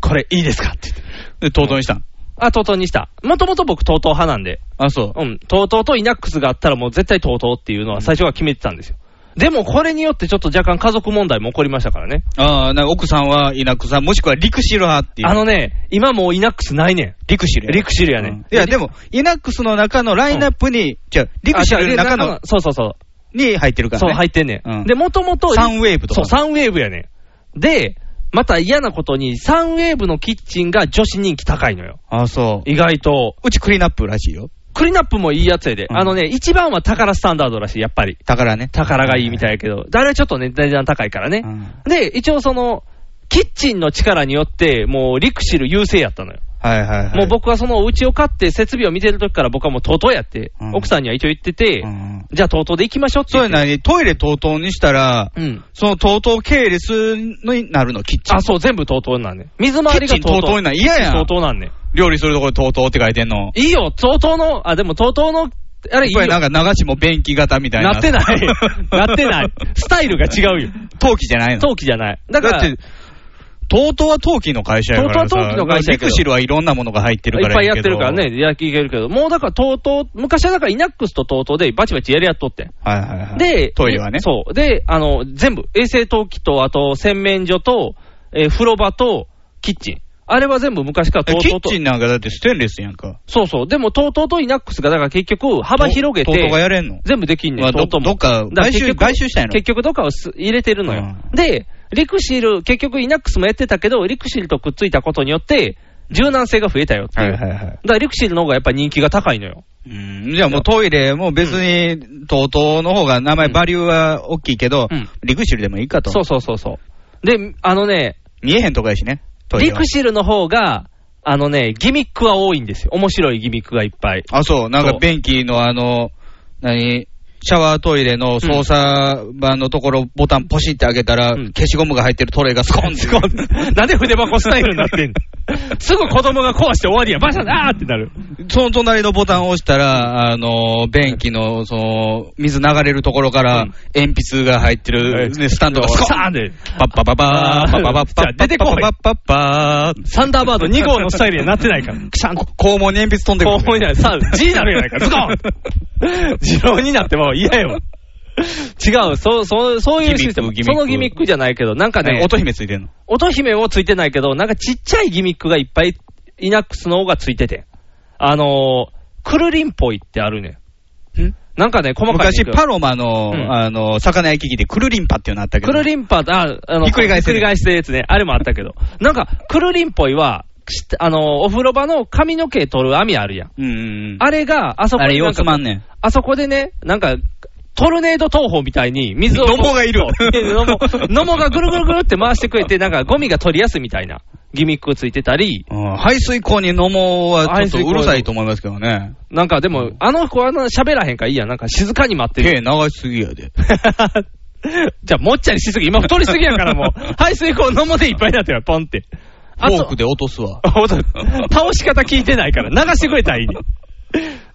[SPEAKER 3] これいいですかって言って。
[SPEAKER 2] で、とうとうにしたん。
[SPEAKER 3] あ、トートーにした。もともと僕、トートー派なんで。
[SPEAKER 2] あ、そう。
[SPEAKER 3] うん。トートーとイナックスがあったらもう絶対トートーっていうのは最初は決めてたんですよ。でも、これによってちょっと若干家族問題も起こりましたからね。
[SPEAKER 2] ああ、なんか奥さんはイナクさん、もしくはリクシル派っていう。
[SPEAKER 3] あのね、今もうイナックスないねん。
[SPEAKER 2] リクシルや。
[SPEAKER 3] リクシルやね
[SPEAKER 2] うんいや、でも、イナックスの中のラインナップに、じゃあリクシルの中
[SPEAKER 3] あ
[SPEAKER 2] の、
[SPEAKER 3] そうそうそう。
[SPEAKER 2] に入ってるから
[SPEAKER 3] そ
[SPEAKER 2] ね。
[SPEAKER 3] う、入ってんね
[SPEAKER 2] うん
[SPEAKER 3] ん。で、もともと、
[SPEAKER 2] サンウェーブとか
[SPEAKER 3] そう、サンウェーブやねん。で、また嫌なことに、サンウェーブのキッチンが女子人気高いのよ。
[SPEAKER 2] あそう。
[SPEAKER 3] 意外と。
[SPEAKER 2] うちクリーンアップらしいよ。
[SPEAKER 3] クリナップもいいやつやで。
[SPEAKER 2] うん
[SPEAKER 3] あのね、一番は宝スタンダードらしい、やっぱり。
[SPEAKER 2] 宝ね。
[SPEAKER 3] 宝がいいみたいやけど。あれはちょっとね、値段高いからね
[SPEAKER 2] う。ん
[SPEAKER 3] で、一応その、キッチンの力によって、もうリクシル優勢やったのよ。
[SPEAKER 2] はいはいはい。
[SPEAKER 3] もう僕はそのお家を買って設備を見てる時から僕はもう TOTO やって
[SPEAKER 2] う、ん
[SPEAKER 3] 奥さんには一応言ってて
[SPEAKER 2] う、ん
[SPEAKER 3] じゃあ TOTO で行きましょうっ
[SPEAKER 2] そ
[SPEAKER 3] て
[SPEAKER 2] う
[SPEAKER 3] 言っ
[SPEAKER 2] や
[SPEAKER 3] て。
[SPEAKER 2] なに、トイレ等々にしたら、
[SPEAKER 3] うん。
[SPEAKER 2] その等々系列になるの、キッチン。
[SPEAKER 3] あ、そう、全部 TOTO なんね。水回りが
[SPEAKER 2] キッチン
[SPEAKER 3] TOTO。
[SPEAKER 2] TOTO になん嫌やん
[SPEAKER 3] TOTO なんね。
[SPEAKER 2] 料理するところ等々って書いてんの。
[SPEAKER 3] いいよ、TOTO の、あ、でも TOTO の、あれいい
[SPEAKER 2] やっ
[SPEAKER 3] よ。
[SPEAKER 2] ぱりなんか流しも便器型みたいな。
[SPEAKER 3] なっ
[SPEAKER 2] [laughs]
[SPEAKER 3] てない。なってない。スタイルが違うよ。
[SPEAKER 2] 陶器じゃないの
[SPEAKER 3] 陶器じゃない。だから、
[SPEAKER 2] って、東東は陶器の会社やからさ。
[SPEAKER 3] 東東は陶器の会社やけど
[SPEAKER 2] リクシルはいろんなものが入ってる
[SPEAKER 3] い
[SPEAKER 2] か
[SPEAKER 3] っ
[SPEAKER 2] ら
[SPEAKER 3] ぱい
[SPEAKER 2] い
[SPEAKER 3] や
[SPEAKER 2] いけ
[SPEAKER 3] って
[SPEAKER 2] ど
[SPEAKER 3] るから。ね、やきいけるけど、もうだから TOTO、昔はだからイナックスと TOTO でバチバチやり合っとってん。
[SPEAKER 2] はいはいはい。
[SPEAKER 3] で、
[SPEAKER 2] トイレはね。
[SPEAKER 3] そう。で、あの、全部、衛生陶器と、あと、洗面所と、えー風呂場と、キッチン。あれは全部昔から
[SPEAKER 2] え
[SPEAKER 3] TOTO と。
[SPEAKER 2] キッチンなんかだってステンレスやんか。
[SPEAKER 3] そうそう。でも TOTO とイナックスが、だから結局、幅広げ
[SPEAKER 2] 東東がや
[SPEAKER 3] て、
[SPEAKER 2] れんの
[SPEAKER 3] 全部できんね
[SPEAKER 2] まあ
[SPEAKER 3] ん、
[SPEAKER 2] ど
[SPEAKER 3] TOTO も。
[SPEAKER 2] どっか
[SPEAKER 3] だら結
[SPEAKER 2] 買収
[SPEAKER 3] 局
[SPEAKER 2] 買収したんやろ
[SPEAKER 3] 結局どっかをす入れてるのよ。で、リクシル、結局イナックスもやってたけど、リクシルとくっついたことによって、柔軟性が増えたよっていう。
[SPEAKER 2] はいはい。
[SPEAKER 3] だからリクシルの方がやっぱ人気が高いのよ。
[SPEAKER 2] うんじゃあもうトイレも別に、東東の方が名前、
[SPEAKER 3] うん
[SPEAKER 2] バリューは大きいけど
[SPEAKER 3] うん、
[SPEAKER 2] リクシルでもいいかと。
[SPEAKER 3] そうそうそうそう。で、あのね、
[SPEAKER 2] 見えへんとこやしね。トイレ
[SPEAKER 3] リ
[SPEAKER 2] は
[SPEAKER 3] クシルの方が、あのね、ギミックは多いんですよ。面白いギミックがいっぱい。 [laughs]
[SPEAKER 2] あ、そう、なん
[SPEAKER 3] そ
[SPEAKER 2] か
[SPEAKER 3] う
[SPEAKER 2] 便器のあの、何シャワートイレの操作盤のところ、ボタンポシって開けたら、
[SPEAKER 3] うん
[SPEAKER 2] 消しゴムが入ってるトレイがスコンって。
[SPEAKER 3] なんで筆箱スタイルになってんの [laughs] すぐ子供が壊して終わりや。バシャだーってなる。
[SPEAKER 2] その隣のボタンを押したら、あの、便器の、その、水流れるところから
[SPEAKER 3] うん、
[SPEAKER 2] 鉛筆が入ってる、ね、スタンドがスコ
[SPEAKER 3] サ
[SPEAKER 2] ン
[SPEAKER 3] ーンで。
[SPEAKER 2] パッパパパー、パッパパッパ
[SPEAKER 3] じゃあ
[SPEAKER 2] ッパ
[SPEAKER 3] 出てこい
[SPEAKER 2] パッパッパー、
[SPEAKER 3] サンダーバード2号のスタイルにはなってないから。
[SPEAKER 2] クシャン、肛門に鉛筆飛んでく
[SPEAKER 3] こ
[SPEAKER 2] る。
[SPEAKER 3] う思いながら、さあ、G になるや [laughs] ないか、ズコン自動になってもう嫌よ。違う、そう、そう、そういうシステム。
[SPEAKER 2] ギミック
[SPEAKER 3] そのギミックじゃないけど、なんかね、
[SPEAKER 2] 音姫ついてんの。
[SPEAKER 3] 音姫もついてないけど、なんかちっちゃいギミックがいっぱい、イナックスの方がついてて。あのー、クルリンポイってあるね
[SPEAKER 2] ん。
[SPEAKER 3] なんかね、細かいねんけ
[SPEAKER 2] 昔、
[SPEAKER 3] ど。
[SPEAKER 2] パロマの
[SPEAKER 3] う、ん
[SPEAKER 2] あの、魚焼き器でクルリンパっていうのあったけど。
[SPEAKER 3] クルリンパ、あ、あの、
[SPEAKER 2] ひっくり返せる
[SPEAKER 3] ひっるやつね。あれもあったけど。なんか、クルリンポイは、しあのー、お風呂場の髪の毛取る網あるやん。
[SPEAKER 2] うんうんうん。
[SPEAKER 3] あれが、あそこ
[SPEAKER 2] あれ
[SPEAKER 3] にな
[SPEAKER 2] よ
[SPEAKER 3] んか
[SPEAKER 2] くまんねん。
[SPEAKER 3] あそこでね、なんか、トルネード投法みたいに水を。
[SPEAKER 2] どもがいる
[SPEAKER 3] そうでどもどもがぐるぐるぐるって回してくれて、なんかゴミが取りやすいみたいなギミックついてたり、
[SPEAKER 2] うん排水口に飲もうはちょっとうるさいと思いますけどね。
[SPEAKER 3] なんかでも、あの子はな喋らへんからいいやん、なんか静かに待って
[SPEAKER 2] 手
[SPEAKER 3] る。
[SPEAKER 2] 流しすぎやで。
[SPEAKER 3] [laughs] じゃあ、もっちゃりしすぎ、今太りすぎやからも
[SPEAKER 2] [laughs]
[SPEAKER 3] う、排水口のもでいっぱいになってるよ、ポンって。
[SPEAKER 2] フォークで落とすわ。
[SPEAKER 3] ほんと倒し方聞いてないから、流してくれたらいいね [laughs]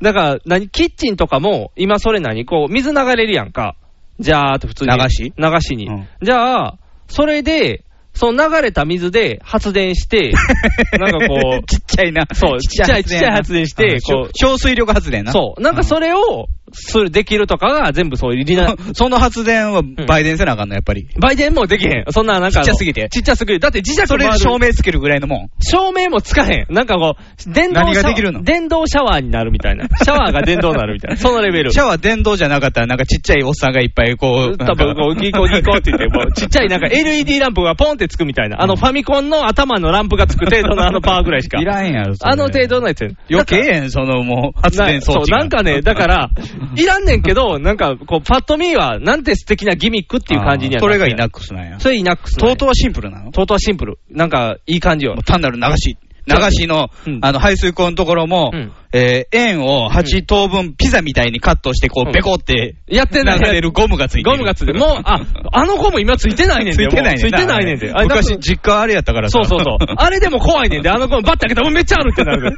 [SPEAKER 3] だから、何、キッチンとかも、今それ何、こう、水流れるやんか。じゃーって普通に。
[SPEAKER 2] 流し
[SPEAKER 3] 流しに。
[SPEAKER 2] うん
[SPEAKER 3] じゃあ、それで、その流れた水で発電して、 [laughs]
[SPEAKER 2] [laughs]
[SPEAKER 3] なんかこう、
[SPEAKER 2] ちっちゃいな。
[SPEAKER 3] そうちっちゃい発電して
[SPEAKER 2] あ
[SPEAKER 3] こう
[SPEAKER 2] 小小水力発電な。
[SPEAKER 3] そう、なんかそれを、する、できるとかが全部そういうリナ、
[SPEAKER 2] うん。その発電は売電せなあかんの、やっぱり。
[SPEAKER 3] 売電もできへん。そんな、なんかあの。
[SPEAKER 2] ちっちゃすぎて
[SPEAKER 3] ちっちゃすぎて。だって磁石
[SPEAKER 2] それ
[SPEAKER 3] 回る
[SPEAKER 2] 照明つけるぐらいのもん。
[SPEAKER 3] 照明もつかへん。なんかこう、電動
[SPEAKER 2] 何
[SPEAKER 3] シャ
[SPEAKER 2] が
[SPEAKER 3] ワ
[SPEAKER 2] できるの
[SPEAKER 3] ー、電動シャワーになるみたいな。シャワーが電動になるみたい
[SPEAKER 2] [laughs]
[SPEAKER 3] な。そのレベル。
[SPEAKER 2] シャワー電動じゃなかったら、なんかちっちゃいおっさんがいっぱいこ [laughs] う。
[SPEAKER 3] 多分こう、ギコギコって言って、もうちっちゃいなんか LED ランプがポンってつくみたいな。あのファミコンの頭のランプがつく程度のあのパワーぐらいし
[SPEAKER 2] [laughs]
[SPEAKER 3] か。
[SPEAKER 2] いらんやろ、それ
[SPEAKER 3] あの程度のやつやん
[SPEAKER 2] 余計やん、そのもう、発電装置
[SPEAKER 3] な
[SPEAKER 2] が。
[SPEAKER 3] そう、なんかね、 [laughs] だから、いらんねんけ [laughs] ど、なんか、こう、パッと見は、なんて素敵なギミックっていう感じに
[SPEAKER 2] あ
[SPEAKER 3] は
[SPEAKER 2] ーそれがイ
[SPEAKER 3] な
[SPEAKER 2] ナ
[SPEAKER 3] っ
[SPEAKER 2] ックスなんや
[SPEAKER 3] て。それイナックス。
[SPEAKER 2] とうとうはシンプルなの
[SPEAKER 3] とうとうはシンプル。なんか、いい感じよ
[SPEAKER 2] もう。単なる流し。流しの、
[SPEAKER 3] うん
[SPEAKER 2] あの、排水口のところも、
[SPEAKER 3] うん
[SPEAKER 2] えー円を8等分ピザみたいにカットして、こ
[SPEAKER 3] う
[SPEAKER 2] う、
[SPEAKER 3] ん
[SPEAKER 2] ベコって、
[SPEAKER 3] やって
[SPEAKER 2] 流
[SPEAKER 3] ない。
[SPEAKER 2] れるゴムがついてる。
[SPEAKER 3] ゴムがついてる。もう、あ、あの子も今ついてないねん
[SPEAKER 2] つ
[SPEAKER 3] で。
[SPEAKER 2] いてないねん
[SPEAKER 3] もうついてないねんで。あれ
[SPEAKER 2] 昔、実家はあれやったからさ
[SPEAKER 3] [laughs] そうそうそう。あれでも怖いねんで、あの子もバッて開けたら、うんめっちゃあるってなる。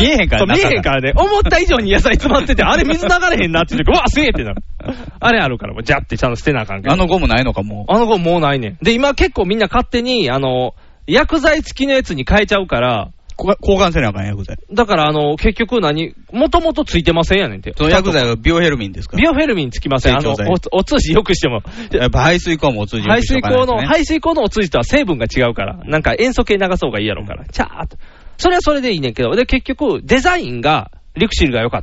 [SPEAKER 2] 見えへんから
[SPEAKER 3] そう見
[SPEAKER 2] 中が
[SPEAKER 3] えへんからね。思った以上に野菜詰まってて、あれ水流れへんなって言って、うわ、すげえってなる。あれあるから、もうジャってちゃんと捨てなあかんけ
[SPEAKER 2] [laughs]
[SPEAKER 3] ど。
[SPEAKER 2] あのゴムないのか、もう。
[SPEAKER 3] あの子もうないねん。で、今結構みんな勝手に、あの、薬剤付きのやつに変えちゃうから、
[SPEAKER 2] こ交換せなあかん薬剤。
[SPEAKER 3] だから、あの、結局何、もともとついてませんやねんて。
[SPEAKER 2] その薬剤はビオヘルミンですか
[SPEAKER 3] ビオフェルミンつきません。あの、
[SPEAKER 2] 成長剤
[SPEAKER 3] おお通じよくしても。
[SPEAKER 2] やっぱ排水口もお通じ
[SPEAKER 3] 排水口の、
[SPEAKER 2] 排
[SPEAKER 3] 排水口のお通じとは成分が違うから、なんか塩素系流そうがいいやろうから、チャーっと。それはそれでいいねんけど、で、結局、デザインが、リクシルが良かっ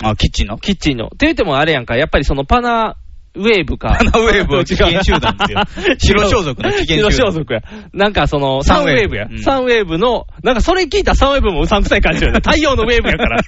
[SPEAKER 3] た。
[SPEAKER 2] あ、キッチン [laughs] の
[SPEAKER 3] キッチンの。って言ってもあれやんか、やっぱりそのパナウェーブか。
[SPEAKER 2] パナウェー
[SPEAKER 3] [laughs]
[SPEAKER 2] ブは危険集団 [laughs] ですよ白装束の危険集団
[SPEAKER 3] 白装束や。なんかその、
[SPEAKER 2] サ
[SPEAKER 3] サ
[SPEAKER 2] ン
[SPEAKER 3] ン
[SPEAKER 2] ウ
[SPEAKER 3] ウ
[SPEAKER 2] ェー
[SPEAKER 3] ェー
[SPEAKER 2] ブ
[SPEAKER 3] ブ
[SPEAKER 2] や
[SPEAKER 3] や
[SPEAKER 2] うん。
[SPEAKER 3] サンウェーブの、なんかそれ聞いたらサンウェーブもうさんくさい感じよね。太陽のウェーブ
[SPEAKER 2] [laughs]
[SPEAKER 3] やから。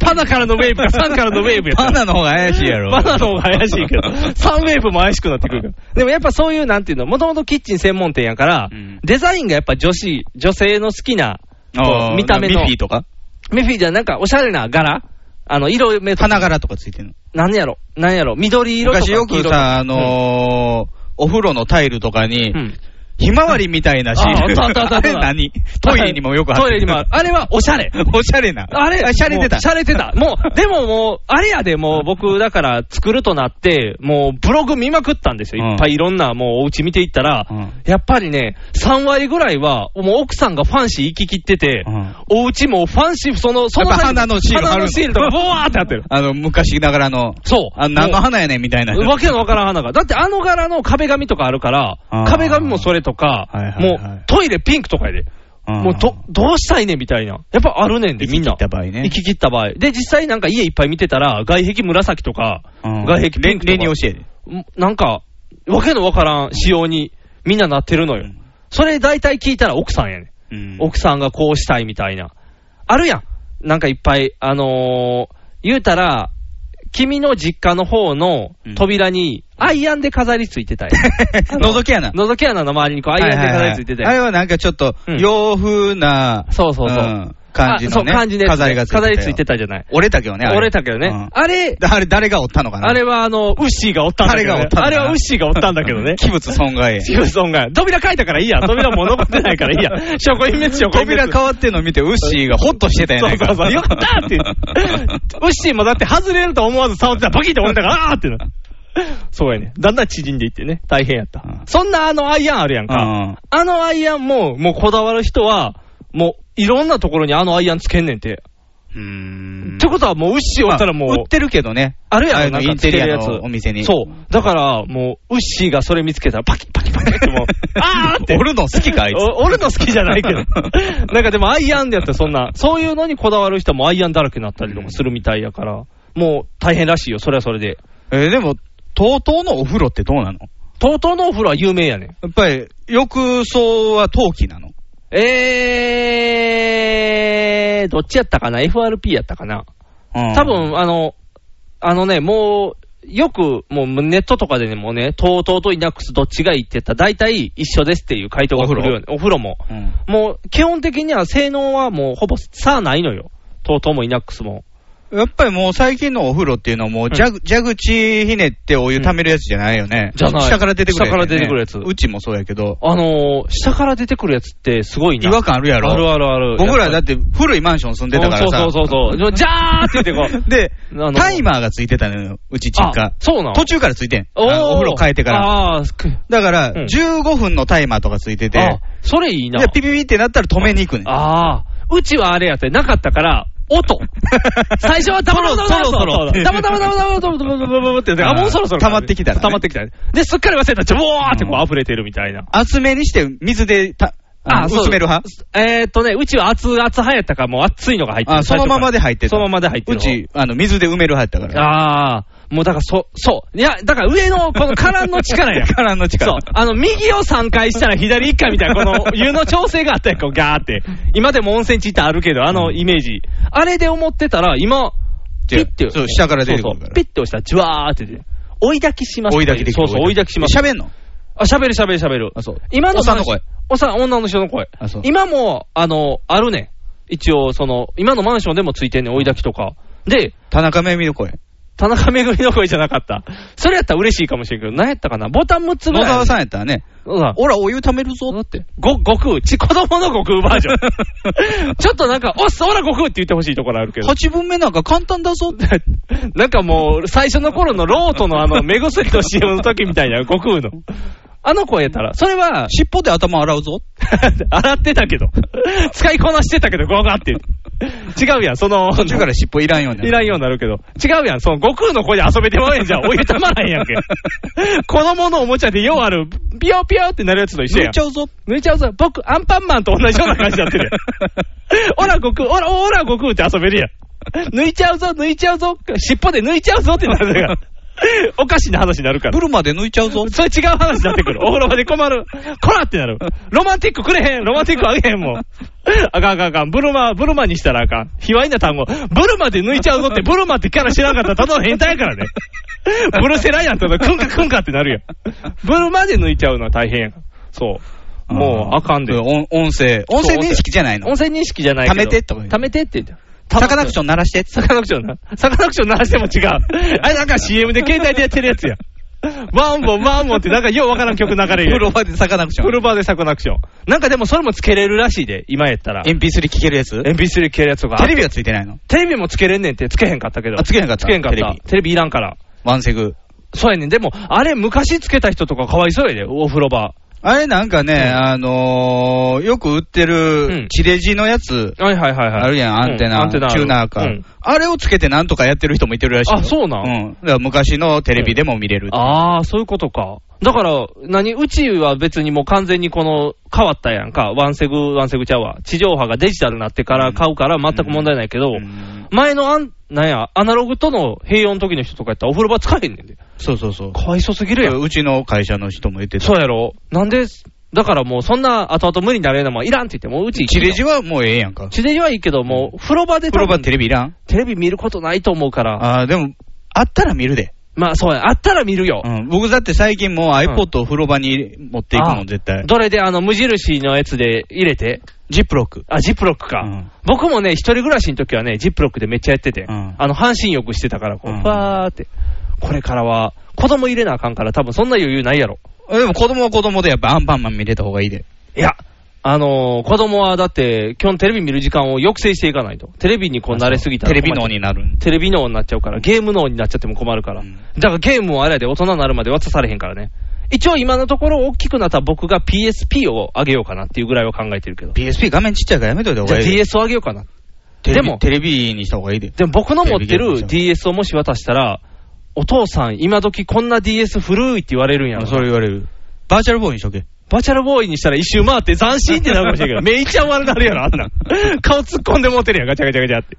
[SPEAKER 3] パナからのウェーブか、サンからのウェーブやか
[SPEAKER 2] パ。
[SPEAKER 3] ら
[SPEAKER 2] ナの方が怪しいやろ。
[SPEAKER 3] バナナも怪し
[SPEAKER 2] [laughs]
[SPEAKER 3] いけど、サンウェーブも怪しくなってくるから。でもやっぱそういう、なんていうの、もともとキッチン専門店やから、
[SPEAKER 2] うん
[SPEAKER 3] デザインがやっぱ女子、女性の好きな、
[SPEAKER 2] あー
[SPEAKER 3] 見た目
[SPEAKER 2] ミ
[SPEAKER 3] の
[SPEAKER 2] ッフィーとか
[SPEAKER 3] ミッフィーじゃなんかおしゃれな柄あの、色目とか、
[SPEAKER 2] 花柄とかついてるの。
[SPEAKER 3] 何やろ何やろ緑色とか
[SPEAKER 2] 昔
[SPEAKER 3] 黄色
[SPEAKER 2] よ
[SPEAKER 3] とか。
[SPEAKER 2] くさ、あのー、お風呂のタイルとかに、
[SPEAKER 3] うん
[SPEAKER 2] ひまわりみたいなシール。
[SPEAKER 3] ああったあったあった
[SPEAKER 2] れ何トイレにもよく貼って
[SPEAKER 3] トイレにもある。あれはおしゃれ。
[SPEAKER 2] [laughs] おしゃれな。
[SPEAKER 3] あれ、
[SPEAKER 2] しゃれてた。
[SPEAKER 3] しゃれてた。 [laughs] もう、でももう、あれやで、もう僕、だから、作るとなって、もう、ブログ見まくったんですよ。
[SPEAKER 2] うん
[SPEAKER 3] いっぱいいろんな、もう、お家見ていったら、
[SPEAKER 2] うん
[SPEAKER 3] やっぱりね、3割ぐらいは、もう奥さんがファンシー行き切ってて、
[SPEAKER 2] うん
[SPEAKER 3] お家もファンシー、その、その
[SPEAKER 2] やっぱ花のシール貼るの
[SPEAKER 3] 花のシールとか、ぼわーってなってる。
[SPEAKER 2] あの、昔ながらの、
[SPEAKER 3] そう。
[SPEAKER 2] あ何の花やねんみたいな。
[SPEAKER 3] わけのわからん花が。だってあの柄の壁紙とかあるから
[SPEAKER 2] あー、
[SPEAKER 3] 壁紙もそれとか
[SPEAKER 2] はいは、い
[SPEAKER 3] も
[SPEAKER 2] はいう
[SPEAKER 3] トイレピンクとかやで。
[SPEAKER 2] うん
[SPEAKER 3] もうど、どうしたいねんみたいな。やっぱあるねんで、みん
[SPEAKER 2] 行き切っ
[SPEAKER 3] な。
[SPEAKER 2] た場合ね
[SPEAKER 3] 行き切った場合。で、実際なんか家いっぱい見てたら、外壁紫とか、
[SPEAKER 2] うん
[SPEAKER 3] 外壁ピンクとか。
[SPEAKER 2] れれに教えて。
[SPEAKER 3] んなんか、わけのわからん仕様にみんななってるのよ。それ大体聞いたら奥さんやねん。
[SPEAKER 2] うん
[SPEAKER 3] 奥さんがこうしたいみたいな。あるやん。なんかいっぱい、あのー言うたら、君の実家の方の扉に、アイアンで飾りついてたやん。
[SPEAKER 2] [laughs] [laughs] 覗き穴
[SPEAKER 3] [laughs] 覗き穴の周りにこう、アイアンで飾りついてた
[SPEAKER 2] は
[SPEAKER 3] や
[SPEAKER 2] い
[SPEAKER 3] ん。
[SPEAKER 2] はいはいあれはなんかちょっと
[SPEAKER 3] うん
[SPEAKER 2] 洋風な、
[SPEAKER 3] そうそうそう。
[SPEAKER 2] ん感じ
[SPEAKER 3] あそ
[SPEAKER 2] の
[SPEAKER 3] う
[SPEAKER 2] ね。
[SPEAKER 3] 感じのやつね
[SPEAKER 2] 飾りがついてたよ。
[SPEAKER 3] 飾りついてたじゃない
[SPEAKER 2] 折れたけどね。あれ
[SPEAKER 3] 折れたけどね。
[SPEAKER 2] うん
[SPEAKER 3] あれ、
[SPEAKER 2] あれ誰が折ったのかな
[SPEAKER 3] あれはあの、ウッシーがおったんだけど、
[SPEAKER 2] 誰がお
[SPEAKER 3] ね
[SPEAKER 2] っ。たんだ
[SPEAKER 3] あれはウッシーがおったんだけどね。
[SPEAKER 2] 器物損
[SPEAKER 3] [laughs]
[SPEAKER 2] 害。
[SPEAKER 3] シムソンが、扉書いたからいいや。扉もう残ってないからいい
[SPEAKER 2] [laughs]
[SPEAKER 3] や。証拠隠滅、証拠隠滅。
[SPEAKER 2] 扉変わってんの見て、ウッシーがホッとしてたや
[SPEAKER 3] そ
[SPEAKER 2] な
[SPEAKER 3] う
[SPEAKER 2] いか
[SPEAKER 3] そうそ
[SPEAKER 2] [laughs]
[SPEAKER 3] う、よかったって言って。ウッシーもだって外れると思わず触ってたらバキッて折れたから、あーってな。そうやね。だんだん縮んでいってね。大変やった。
[SPEAKER 2] うん
[SPEAKER 3] そんなあのアイアンあるやんか。
[SPEAKER 2] うん
[SPEAKER 3] あのアイアンも、もうこだわる人は、もういろんなところにあのアイアンつけんねんて。
[SPEAKER 2] うーん
[SPEAKER 3] ってことはもうウッシーおったらもう、
[SPEAKER 2] まあ売ってるけどね。
[SPEAKER 3] あるやろ、
[SPEAKER 2] の
[SPEAKER 3] なん
[SPEAKER 2] イ
[SPEAKER 3] か
[SPEAKER 2] ン
[SPEAKER 3] つけ
[SPEAKER 2] テ
[SPEAKER 3] る
[SPEAKER 2] リア
[SPEAKER 3] やつ。
[SPEAKER 2] のお店に。
[SPEAKER 3] そう。だから、もう、ウッシーがそれ見つけたら、パキパキパキって [laughs] [laughs] もう、あ
[SPEAKER 2] [laughs]
[SPEAKER 3] ーって。
[SPEAKER 2] 折るの好きかあいつ
[SPEAKER 3] お折るの好きじゃないけど。 [laughs] なんかでも、アイアンでやったらそんな、そういうのにこだわる人もアイアンだらけになったりとかするみたいやから、もう大変らしいよ、それはそれで。
[SPEAKER 2] えーでも、TOTO のお風呂ってどうなの
[SPEAKER 3] TOTO のお風呂は有名やねん。
[SPEAKER 2] やっぱり、浴槽は陶器なの
[SPEAKER 3] えー、どっちやったかな ?FRP やったかな多、分あの、あのね、もう、よく、もうネットとかでね、もうね、TOTO とイナックスどっちがいいって言ったら、大体一緒ですっていう回答が来るよね。お風呂も。
[SPEAKER 2] うん
[SPEAKER 3] もう、基本的には性能はもうほぼ差ないのよ。TOTO もイナックスも。
[SPEAKER 2] やっぱりもう最近のお風呂っていうのはもう蛇,、蛇口ひねってお湯溜めるやつじゃないよね。
[SPEAKER 3] じゃない
[SPEAKER 2] 下から出てくるやつ、ね。
[SPEAKER 3] 下から出てくるやつ
[SPEAKER 2] うちもそうやけど。
[SPEAKER 3] あのー、下から出てくるやつってすごいな。
[SPEAKER 2] 違和感あるやろ
[SPEAKER 3] あるあるある。
[SPEAKER 2] 僕らだってて古いマンション住んでたからさ。
[SPEAKER 3] そうそうそうそう。じゃーって言ってこ
[SPEAKER 2] [laughs]
[SPEAKER 3] う。
[SPEAKER 2] で
[SPEAKER 3] あの、
[SPEAKER 2] タイマーがついてたのよ、うち実家
[SPEAKER 3] あ。そうなの
[SPEAKER 2] 途中からついてん。
[SPEAKER 3] ー
[SPEAKER 2] あのお風呂変えてから。
[SPEAKER 3] あー、く
[SPEAKER 2] だから、
[SPEAKER 3] うん
[SPEAKER 2] 15分のタイマーとかついてて
[SPEAKER 3] あ、、それいいな。
[SPEAKER 2] で、ピピピってなったら止めに行くねん。
[SPEAKER 3] ああ、うちはあれやって、なかったから、音。最初はたまたまたまたまたまたまたまたまたまたまたまたまって、あ、もうそろそろ。
[SPEAKER 2] 溜まってきたらね
[SPEAKER 3] 溜まってきたらね。で、すっかり忘れたら、ちょぼーってこう溢れてるみたいな。
[SPEAKER 2] 厚めにして水でた、あの
[SPEAKER 3] そう
[SPEAKER 2] 薄める派
[SPEAKER 3] えーっとね、うちは熱々派やったから、もう熱いのが入ってる
[SPEAKER 2] あそのままで入ってた
[SPEAKER 3] そのままで入って
[SPEAKER 2] う
[SPEAKER 3] る。
[SPEAKER 2] ち、あの、水で埋める派やったから。
[SPEAKER 3] ああ、もうだからそ、そう。いや、だから上のこのカランの
[SPEAKER 2] [laughs]
[SPEAKER 3] 力や。
[SPEAKER 2] カランの力
[SPEAKER 3] [laughs] そう。あの、右を3回したら左1回みたいな、こ
[SPEAKER 2] [laughs]
[SPEAKER 3] の湯の調整があったやん、こうガーって。今でも温泉地ってあるけど、あのイメージ。あれで思ってたら、今、ピッて。
[SPEAKER 2] そう下から出てくるから
[SPEAKER 3] そうそうピッて押したら、じわーって出て。追い抱きします。
[SPEAKER 2] 追いだきでき
[SPEAKER 3] そう
[SPEAKER 2] る。
[SPEAKER 3] そう、追い抱きします。
[SPEAKER 2] 喋んの
[SPEAKER 3] あ、喋る喋る喋る。
[SPEAKER 2] あそう
[SPEAKER 3] 今の
[SPEAKER 2] おっ
[SPEAKER 3] 話
[SPEAKER 2] さんの声。
[SPEAKER 3] おっさん、女の人の声
[SPEAKER 2] あそう。
[SPEAKER 3] 今も、あの、あるね。一応、その、今のマンションでもついてんねん、追い抱きとか。で、
[SPEAKER 2] 田中めみの声。
[SPEAKER 3] 田中めぐみの声じゃなかった。それやったら嬉しいかもしれんけど、何やったかなボタン6つぐ
[SPEAKER 2] 野
[SPEAKER 3] らい。
[SPEAKER 2] 沢さん
[SPEAKER 3] ん。
[SPEAKER 2] やったらね、
[SPEAKER 3] そうだ。
[SPEAKER 2] おら、お湯溜めるぞって。
[SPEAKER 3] ご、悟空。ち、子供の悟空バージョ [laughs] ン。ちょっとなんか、おっそら悟空って言ってほしいところあるけど。
[SPEAKER 2] 8分目なんか簡単だぞって。
[SPEAKER 3] [laughs] なんかもう、最初の頃のロートのあの、目薬と CM の時みたいな、悟空の。あの子やったら、それは、 [laughs]
[SPEAKER 2] 尻尾で頭洗うぞ。
[SPEAKER 3] 洗ってたけ [laughs] ど、使いこなしてたけど、ゴガって。違うやん、その、
[SPEAKER 2] 途中から尻尾いらんようになる
[SPEAKER 3] いらんようになるけど。違うやん、その悟空の子で遊べてまうやんじゃん。お湯たまらんやん [laughs] け。子供のおもちゃでようある、ピヨピヨってなるやつと一緒
[SPEAKER 2] 抜
[SPEAKER 3] や
[SPEAKER 2] い
[SPEAKER 3] ん
[SPEAKER 2] ち。ゃうぞ。
[SPEAKER 3] 抜いちゃうぞ。僕、アンパンマンと同じような感じになってるやん。オラ悟空、オラ、オラ悟空って遊べるやん。抜いちゃうぞ、抜いちゃうぞ、尻尾で抜いちゃうぞってなるから。おかしな話になるから
[SPEAKER 2] ブ。ルマで抜いちゃうぞ。
[SPEAKER 3] それ違う話になってくる。お風呂場で困る。こらってなる。ロマンティックくれへん。ロマンティックあげへんもん。あかんあかんあかん。ブルマ、ブルマにしたらあかん。卑猥な単語。ブルマで抜いちゃうぞって、ブルマってキャラ知らなかったらただの変態やからね。ブルセラやんとか、クンカクンカってなるやん。ブルマで抜いちゃうのは大変やん。そう。もうあかんで
[SPEAKER 2] そう。音音声。音声認識じゃないの
[SPEAKER 3] 音。声認識じゃないけど。
[SPEAKER 2] 貯めてとか言う
[SPEAKER 3] 貯めてって言って。
[SPEAKER 2] サカナクション鳴らして。
[SPEAKER 3] サカナクションな。サカナクション鳴らしても違う。あれなんか CM で携帯でやってるやつや。ワンボン、ワンボンってなんかようわからん曲流れる
[SPEAKER 2] ブ
[SPEAKER 3] や
[SPEAKER 2] ル
[SPEAKER 3] ん。
[SPEAKER 2] マでサカナクショ
[SPEAKER 3] フ
[SPEAKER 2] ン。
[SPEAKER 3] ルバーでサカナクション。なんかでもそれもつけれるらしいで、今やったら。
[SPEAKER 2] MP3 聞けるやつ
[SPEAKER 3] MP3 系るやつとか。
[SPEAKER 2] テレビはついてないの
[SPEAKER 3] テレビもつけれんねんって、つけへんかったけど。
[SPEAKER 2] あつけへんかった
[SPEAKER 3] つけへんかった。
[SPEAKER 2] テ
[SPEAKER 3] テ
[SPEAKER 2] レ
[SPEAKER 3] レ
[SPEAKER 2] ビ
[SPEAKER 3] ビいらんから。
[SPEAKER 2] ワンセグ。
[SPEAKER 3] そうやねん。でも、あれ昔つけた人とかかわいそうやで、お風呂場。
[SPEAKER 2] あれなんかね、あのー、よく売って
[SPEAKER 3] うん
[SPEAKER 2] る、地デジのやつ、
[SPEAKER 3] はいはいはいはい。
[SPEAKER 2] あるやん、アンテ
[SPEAKER 3] う
[SPEAKER 2] ナ、
[SPEAKER 3] アンテナある
[SPEAKER 2] チューナーか、
[SPEAKER 3] うん
[SPEAKER 2] あれをつけてなんとかやってる人もいてるらしいよ。
[SPEAKER 3] あそうなん
[SPEAKER 2] うん。だから昔のテレビでも見れる。
[SPEAKER 3] ああ、そういうことか。だから、何、うちは別にもう完全にこの変わったやんか、ワンセグ、ワンセグちゃうわ、地上波がデジタルになってから買うから全く問題ないけど、
[SPEAKER 2] うん
[SPEAKER 3] 前のあん、なんや、アナログとの併用の時の人とかやったらお風呂場使えへんねんで。
[SPEAKER 2] そうそうそう。
[SPEAKER 3] かわいそうすぎるやん。
[SPEAKER 2] うちの会社の人も言ってた。
[SPEAKER 3] そうやろ。なんで、だからもうそんな後々無理になれるのもんいらんって言って、もううち、
[SPEAKER 2] 地デジはもうええやんか。
[SPEAKER 3] 地デジはいいけど、もう風呂場で
[SPEAKER 2] 風
[SPEAKER 3] 多
[SPEAKER 2] 呂場
[SPEAKER 3] 分
[SPEAKER 2] テレビいらん
[SPEAKER 3] テレビ見ることないと思うから、
[SPEAKER 2] ああー、でも、あったら見るで。
[SPEAKER 3] まあそうや、あったら見るよ。
[SPEAKER 2] うん。僕だって最近もう iPod を風呂場に持っていく
[SPEAKER 3] あ
[SPEAKER 2] もん、絶対。
[SPEAKER 3] どれであの無印のやつで入れて、
[SPEAKER 2] ジップロック。
[SPEAKER 3] あ、ジップロックか。
[SPEAKER 2] うん
[SPEAKER 3] 僕もね、一人暮らしの時はね、ジップロックでめっちゃやって
[SPEAKER 2] う
[SPEAKER 3] て、
[SPEAKER 2] ん
[SPEAKER 3] あの、半身浴してたから、こう、
[SPEAKER 2] うん
[SPEAKER 3] ふわーって。これからは、子供入れなあかんから、多分そんな余裕ないやろ。
[SPEAKER 2] でも子供は子供でやっぱアンパンマン見れた方がいいで。
[SPEAKER 3] いや、あのー子供はだって、基本テレビ見る時間を抑制していかないと。テレビにこう慣れすぎたら
[SPEAKER 2] テレビ
[SPEAKER 3] 困っちゃ
[SPEAKER 2] 脳
[SPEAKER 3] う
[SPEAKER 2] になるん
[SPEAKER 3] テレビ脳になっちゃうから、ゲーム脳になっちゃっても困るから。
[SPEAKER 2] うん
[SPEAKER 3] だからゲームをあれやで大人になるまで渡されへんからね。一応今のところ大きくなった僕が PSP をあげようかなっていうぐらいは考えてるけど。
[SPEAKER 2] PSP 画面ちっちゃいからやめといた方
[SPEAKER 3] じゃ
[SPEAKER 2] が
[SPEAKER 3] あ
[SPEAKER 2] いいで。
[SPEAKER 3] DS をあげようかな。
[SPEAKER 2] テレ
[SPEAKER 3] でも
[SPEAKER 2] ビ、テレビにした方がいいで。
[SPEAKER 3] でも僕の持って
[SPEAKER 2] テレビゲーム
[SPEAKER 3] る
[SPEAKER 2] じ
[SPEAKER 3] DS をもし渡したら、お父さん、今時こんな DS 古いって言われるんやろ。
[SPEAKER 2] それ言われる。バーチャルボーイにしとけ。
[SPEAKER 3] バーチャルボーイにしたら一周回って斬新ってなるかもしれんけど、めいちゃん悪なるやろ、あんなん。 [laughs] 顔突っ込んで持ってるやん、ガチャガチャガチャって。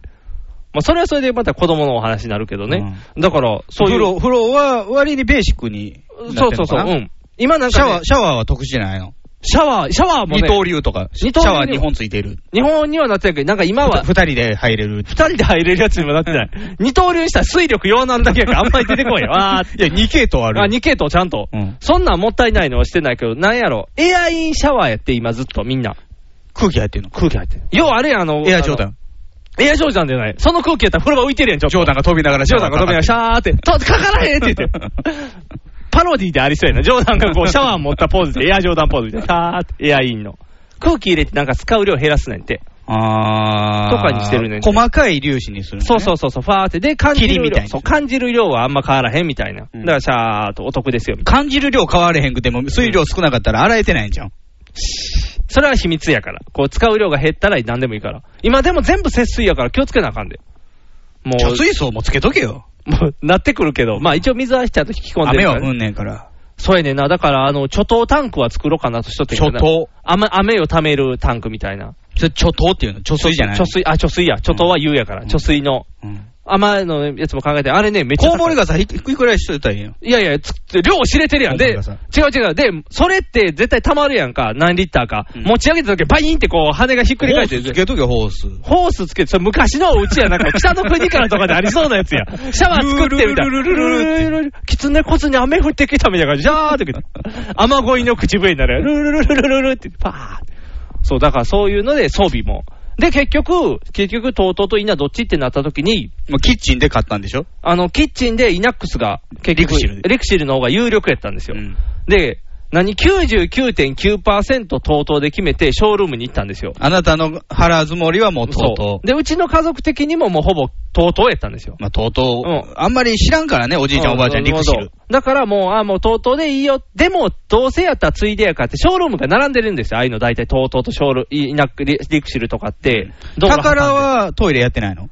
[SPEAKER 3] まあ、それはそれでまた子供のお話になるけどね。だから、そうい
[SPEAKER 2] 風呂、
[SPEAKER 3] う。
[SPEAKER 2] 風呂は割にベーシックにな
[SPEAKER 3] そ
[SPEAKER 2] っ
[SPEAKER 3] う
[SPEAKER 2] てん
[SPEAKER 3] そ
[SPEAKER 2] のかな。
[SPEAKER 3] うそう、うん。今なん
[SPEAKER 2] シャ
[SPEAKER 3] か、ね
[SPEAKER 2] ワー、、シャワーは特殊じゃないの。
[SPEAKER 3] シャワー、シャワーも
[SPEAKER 2] 二
[SPEAKER 3] ね、
[SPEAKER 2] 刀流とか。シ
[SPEAKER 3] 二
[SPEAKER 2] ャ
[SPEAKER 3] 刀流
[SPEAKER 2] ワー2本ついてる。
[SPEAKER 3] 日本にはなってないけど、なんか今は
[SPEAKER 2] ふ、た二人で入れる。
[SPEAKER 3] 二人で入れるやつにもなってない。二刀流にしたら水力弱なんだけやから、あんまり出てこ
[SPEAKER 2] [laughs]
[SPEAKER 3] いよ。わーって
[SPEAKER 2] いや、2系統ある。
[SPEAKER 3] あ、2系統ちゃんと。
[SPEAKER 2] うん
[SPEAKER 3] そんなんもったいないのはしてないけど、なんやろ。エアインシャワーやって、今ずっとみんな。
[SPEAKER 2] 空気入ってるの。
[SPEAKER 3] 空気入ってる。ようあれやん、あの。
[SPEAKER 2] エアジョーダ
[SPEAKER 3] ン。
[SPEAKER 2] ン。
[SPEAKER 3] エアジョーダンじゃない。その空気やったら風呂場浮いてるやん、ちょっ
[SPEAKER 2] ジョ
[SPEAKER 3] と。
[SPEAKER 2] ーダンが飛びながら
[SPEAKER 3] ジョーダンが飛びながらシャーって、とかからへんって言って。パロディでありそうやな。ジョーダンがこう、シャワー持ったポーズで、エアジョーダンポーズみたいな。シャーって、エアインの。空気入れてなんか使う量減らすねんて。
[SPEAKER 2] あー。
[SPEAKER 3] とかにしてるねん
[SPEAKER 2] 細かい粒子にするのね。
[SPEAKER 3] そうそうそうそう、ファーって。で、感じる
[SPEAKER 2] 霧みたい
[SPEAKER 3] 量。
[SPEAKER 2] に
[SPEAKER 3] そう、感じる量はあんま変わらへんみたいな。
[SPEAKER 2] う
[SPEAKER 3] だ
[SPEAKER 2] ん
[SPEAKER 3] からシャーっとお得ですよ。
[SPEAKER 2] 感じる量変われへんくても、水量少なかったら洗えてないんじゃん。
[SPEAKER 3] それは秘密やから。こう、使う量が減ったら何でもいいから。今でも全部節水やから気をつけなあかんで。も
[SPEAKER 2] 貯
[SPEAKER 3] う、
[SPEAKER 2] 水槽もつけとけよ。
[SPEAKER 3] もうなってくるけど、まあ一応水はしちゃんと引き込ん
[SPEAKER 2] 雨
[SPEAKER 3] でるか
[SPEAKER 2] は
[SPEAKER 3] ら、
[SPEAKER 2] 降んねんから。
[SPEAKER 3] そうやねんな。だから、あの、貯糖タンクは作ろうかなとしとってんけどな
[SPEAKER 2] 貯糖
[SPEAKER 3] 雨、雨を貯めるタンクみたいな。
[SPEAKER 2] それ貯糖っていうの貯水じゃない
[SPEAKER 3] 貯水、あ、貯水や。貯糖は U やから。
[SPEAKER 2] うん
[SPEAKER 3] 貯水の。
[SPEAKER 2] うん
[SPEAKER 3] 雨のやつも考えて、あれね、めっちゃ
[SPEAKER 2] コ
[SPEAKER 3] 高
[SPEAKER 2] ウ
[SPEAKER 3] い。
[SPEAKER 2] モリ傘いくいくらにしといたらいいよ。
[SPEAKER 3] いやいや、つ量知れてるやん。で、違
[SPEAKER 2] ごめんなさ
[SPEAKER 3] う違う。で、それって絶対溜まるやんか。何リッターか。
[SPEAKER 2] うん
[SPEAKER 3] 持ち上げた時、バインってこう、羽がひっくり返って
[SPEAKER 2] ホースつけとけよ、ホース。
[SPEAKER 3] ホースつけて、それ昔のお家や、なんか北の国からとかでありそうなやつや。シャワー作ってみたいな。
[SPEAKER 2] ルルルルルルルル
[SPEAKER 3] キツネコツに雨降ってきたみたいな感じ、ジャーって来て。雨乞いの口笛になる。ルルルルルルルルって、パーって。そう、だからそういうので装備も。で、結局、結局、とうとうと稲どっちってなった時に、
[SPEAKER 2] まあ、キッチンで買ったんでしょ
[SPEAKER 3] あの、キッチンでイナックスが、結局、
[SPEAKER 2] リクシル
[SPEAKER 3] リクシルの方が有力やったんですよ。
[SPEAKER 2] うん
[SPEAKER 3] で、何、99.9%とうとうで決めて、ショールームに行ったんですよ。
[SPEAKER 2] あなたの腹積もりはもうとう
[SPEAKER 3] そ
[SPEAKER 2] と
[SPEAKER 3] う。で、うちの家族的にももうほぼとうとうやったんですよ
[SPEAKER 2] う。。まあ、とうとう、
[SPEAKER 3] うん
[SPEAKER 2] あんまり知らんからね、おじいちゃん、おばあちゃん、
[SPEAKER 3] に
[SPEAKER 2] 陸知る。
[SPEAKER 3] だからもう、あもうとうとうでいいよ。でも、どうせやったらついでやからって、ショールームが並んでるんですよ。ああいうの大体、とうとうとショール、いなく、リリクシルとかって。道路挟んで
[SPEAKER 2] 宝、はトイレやってないの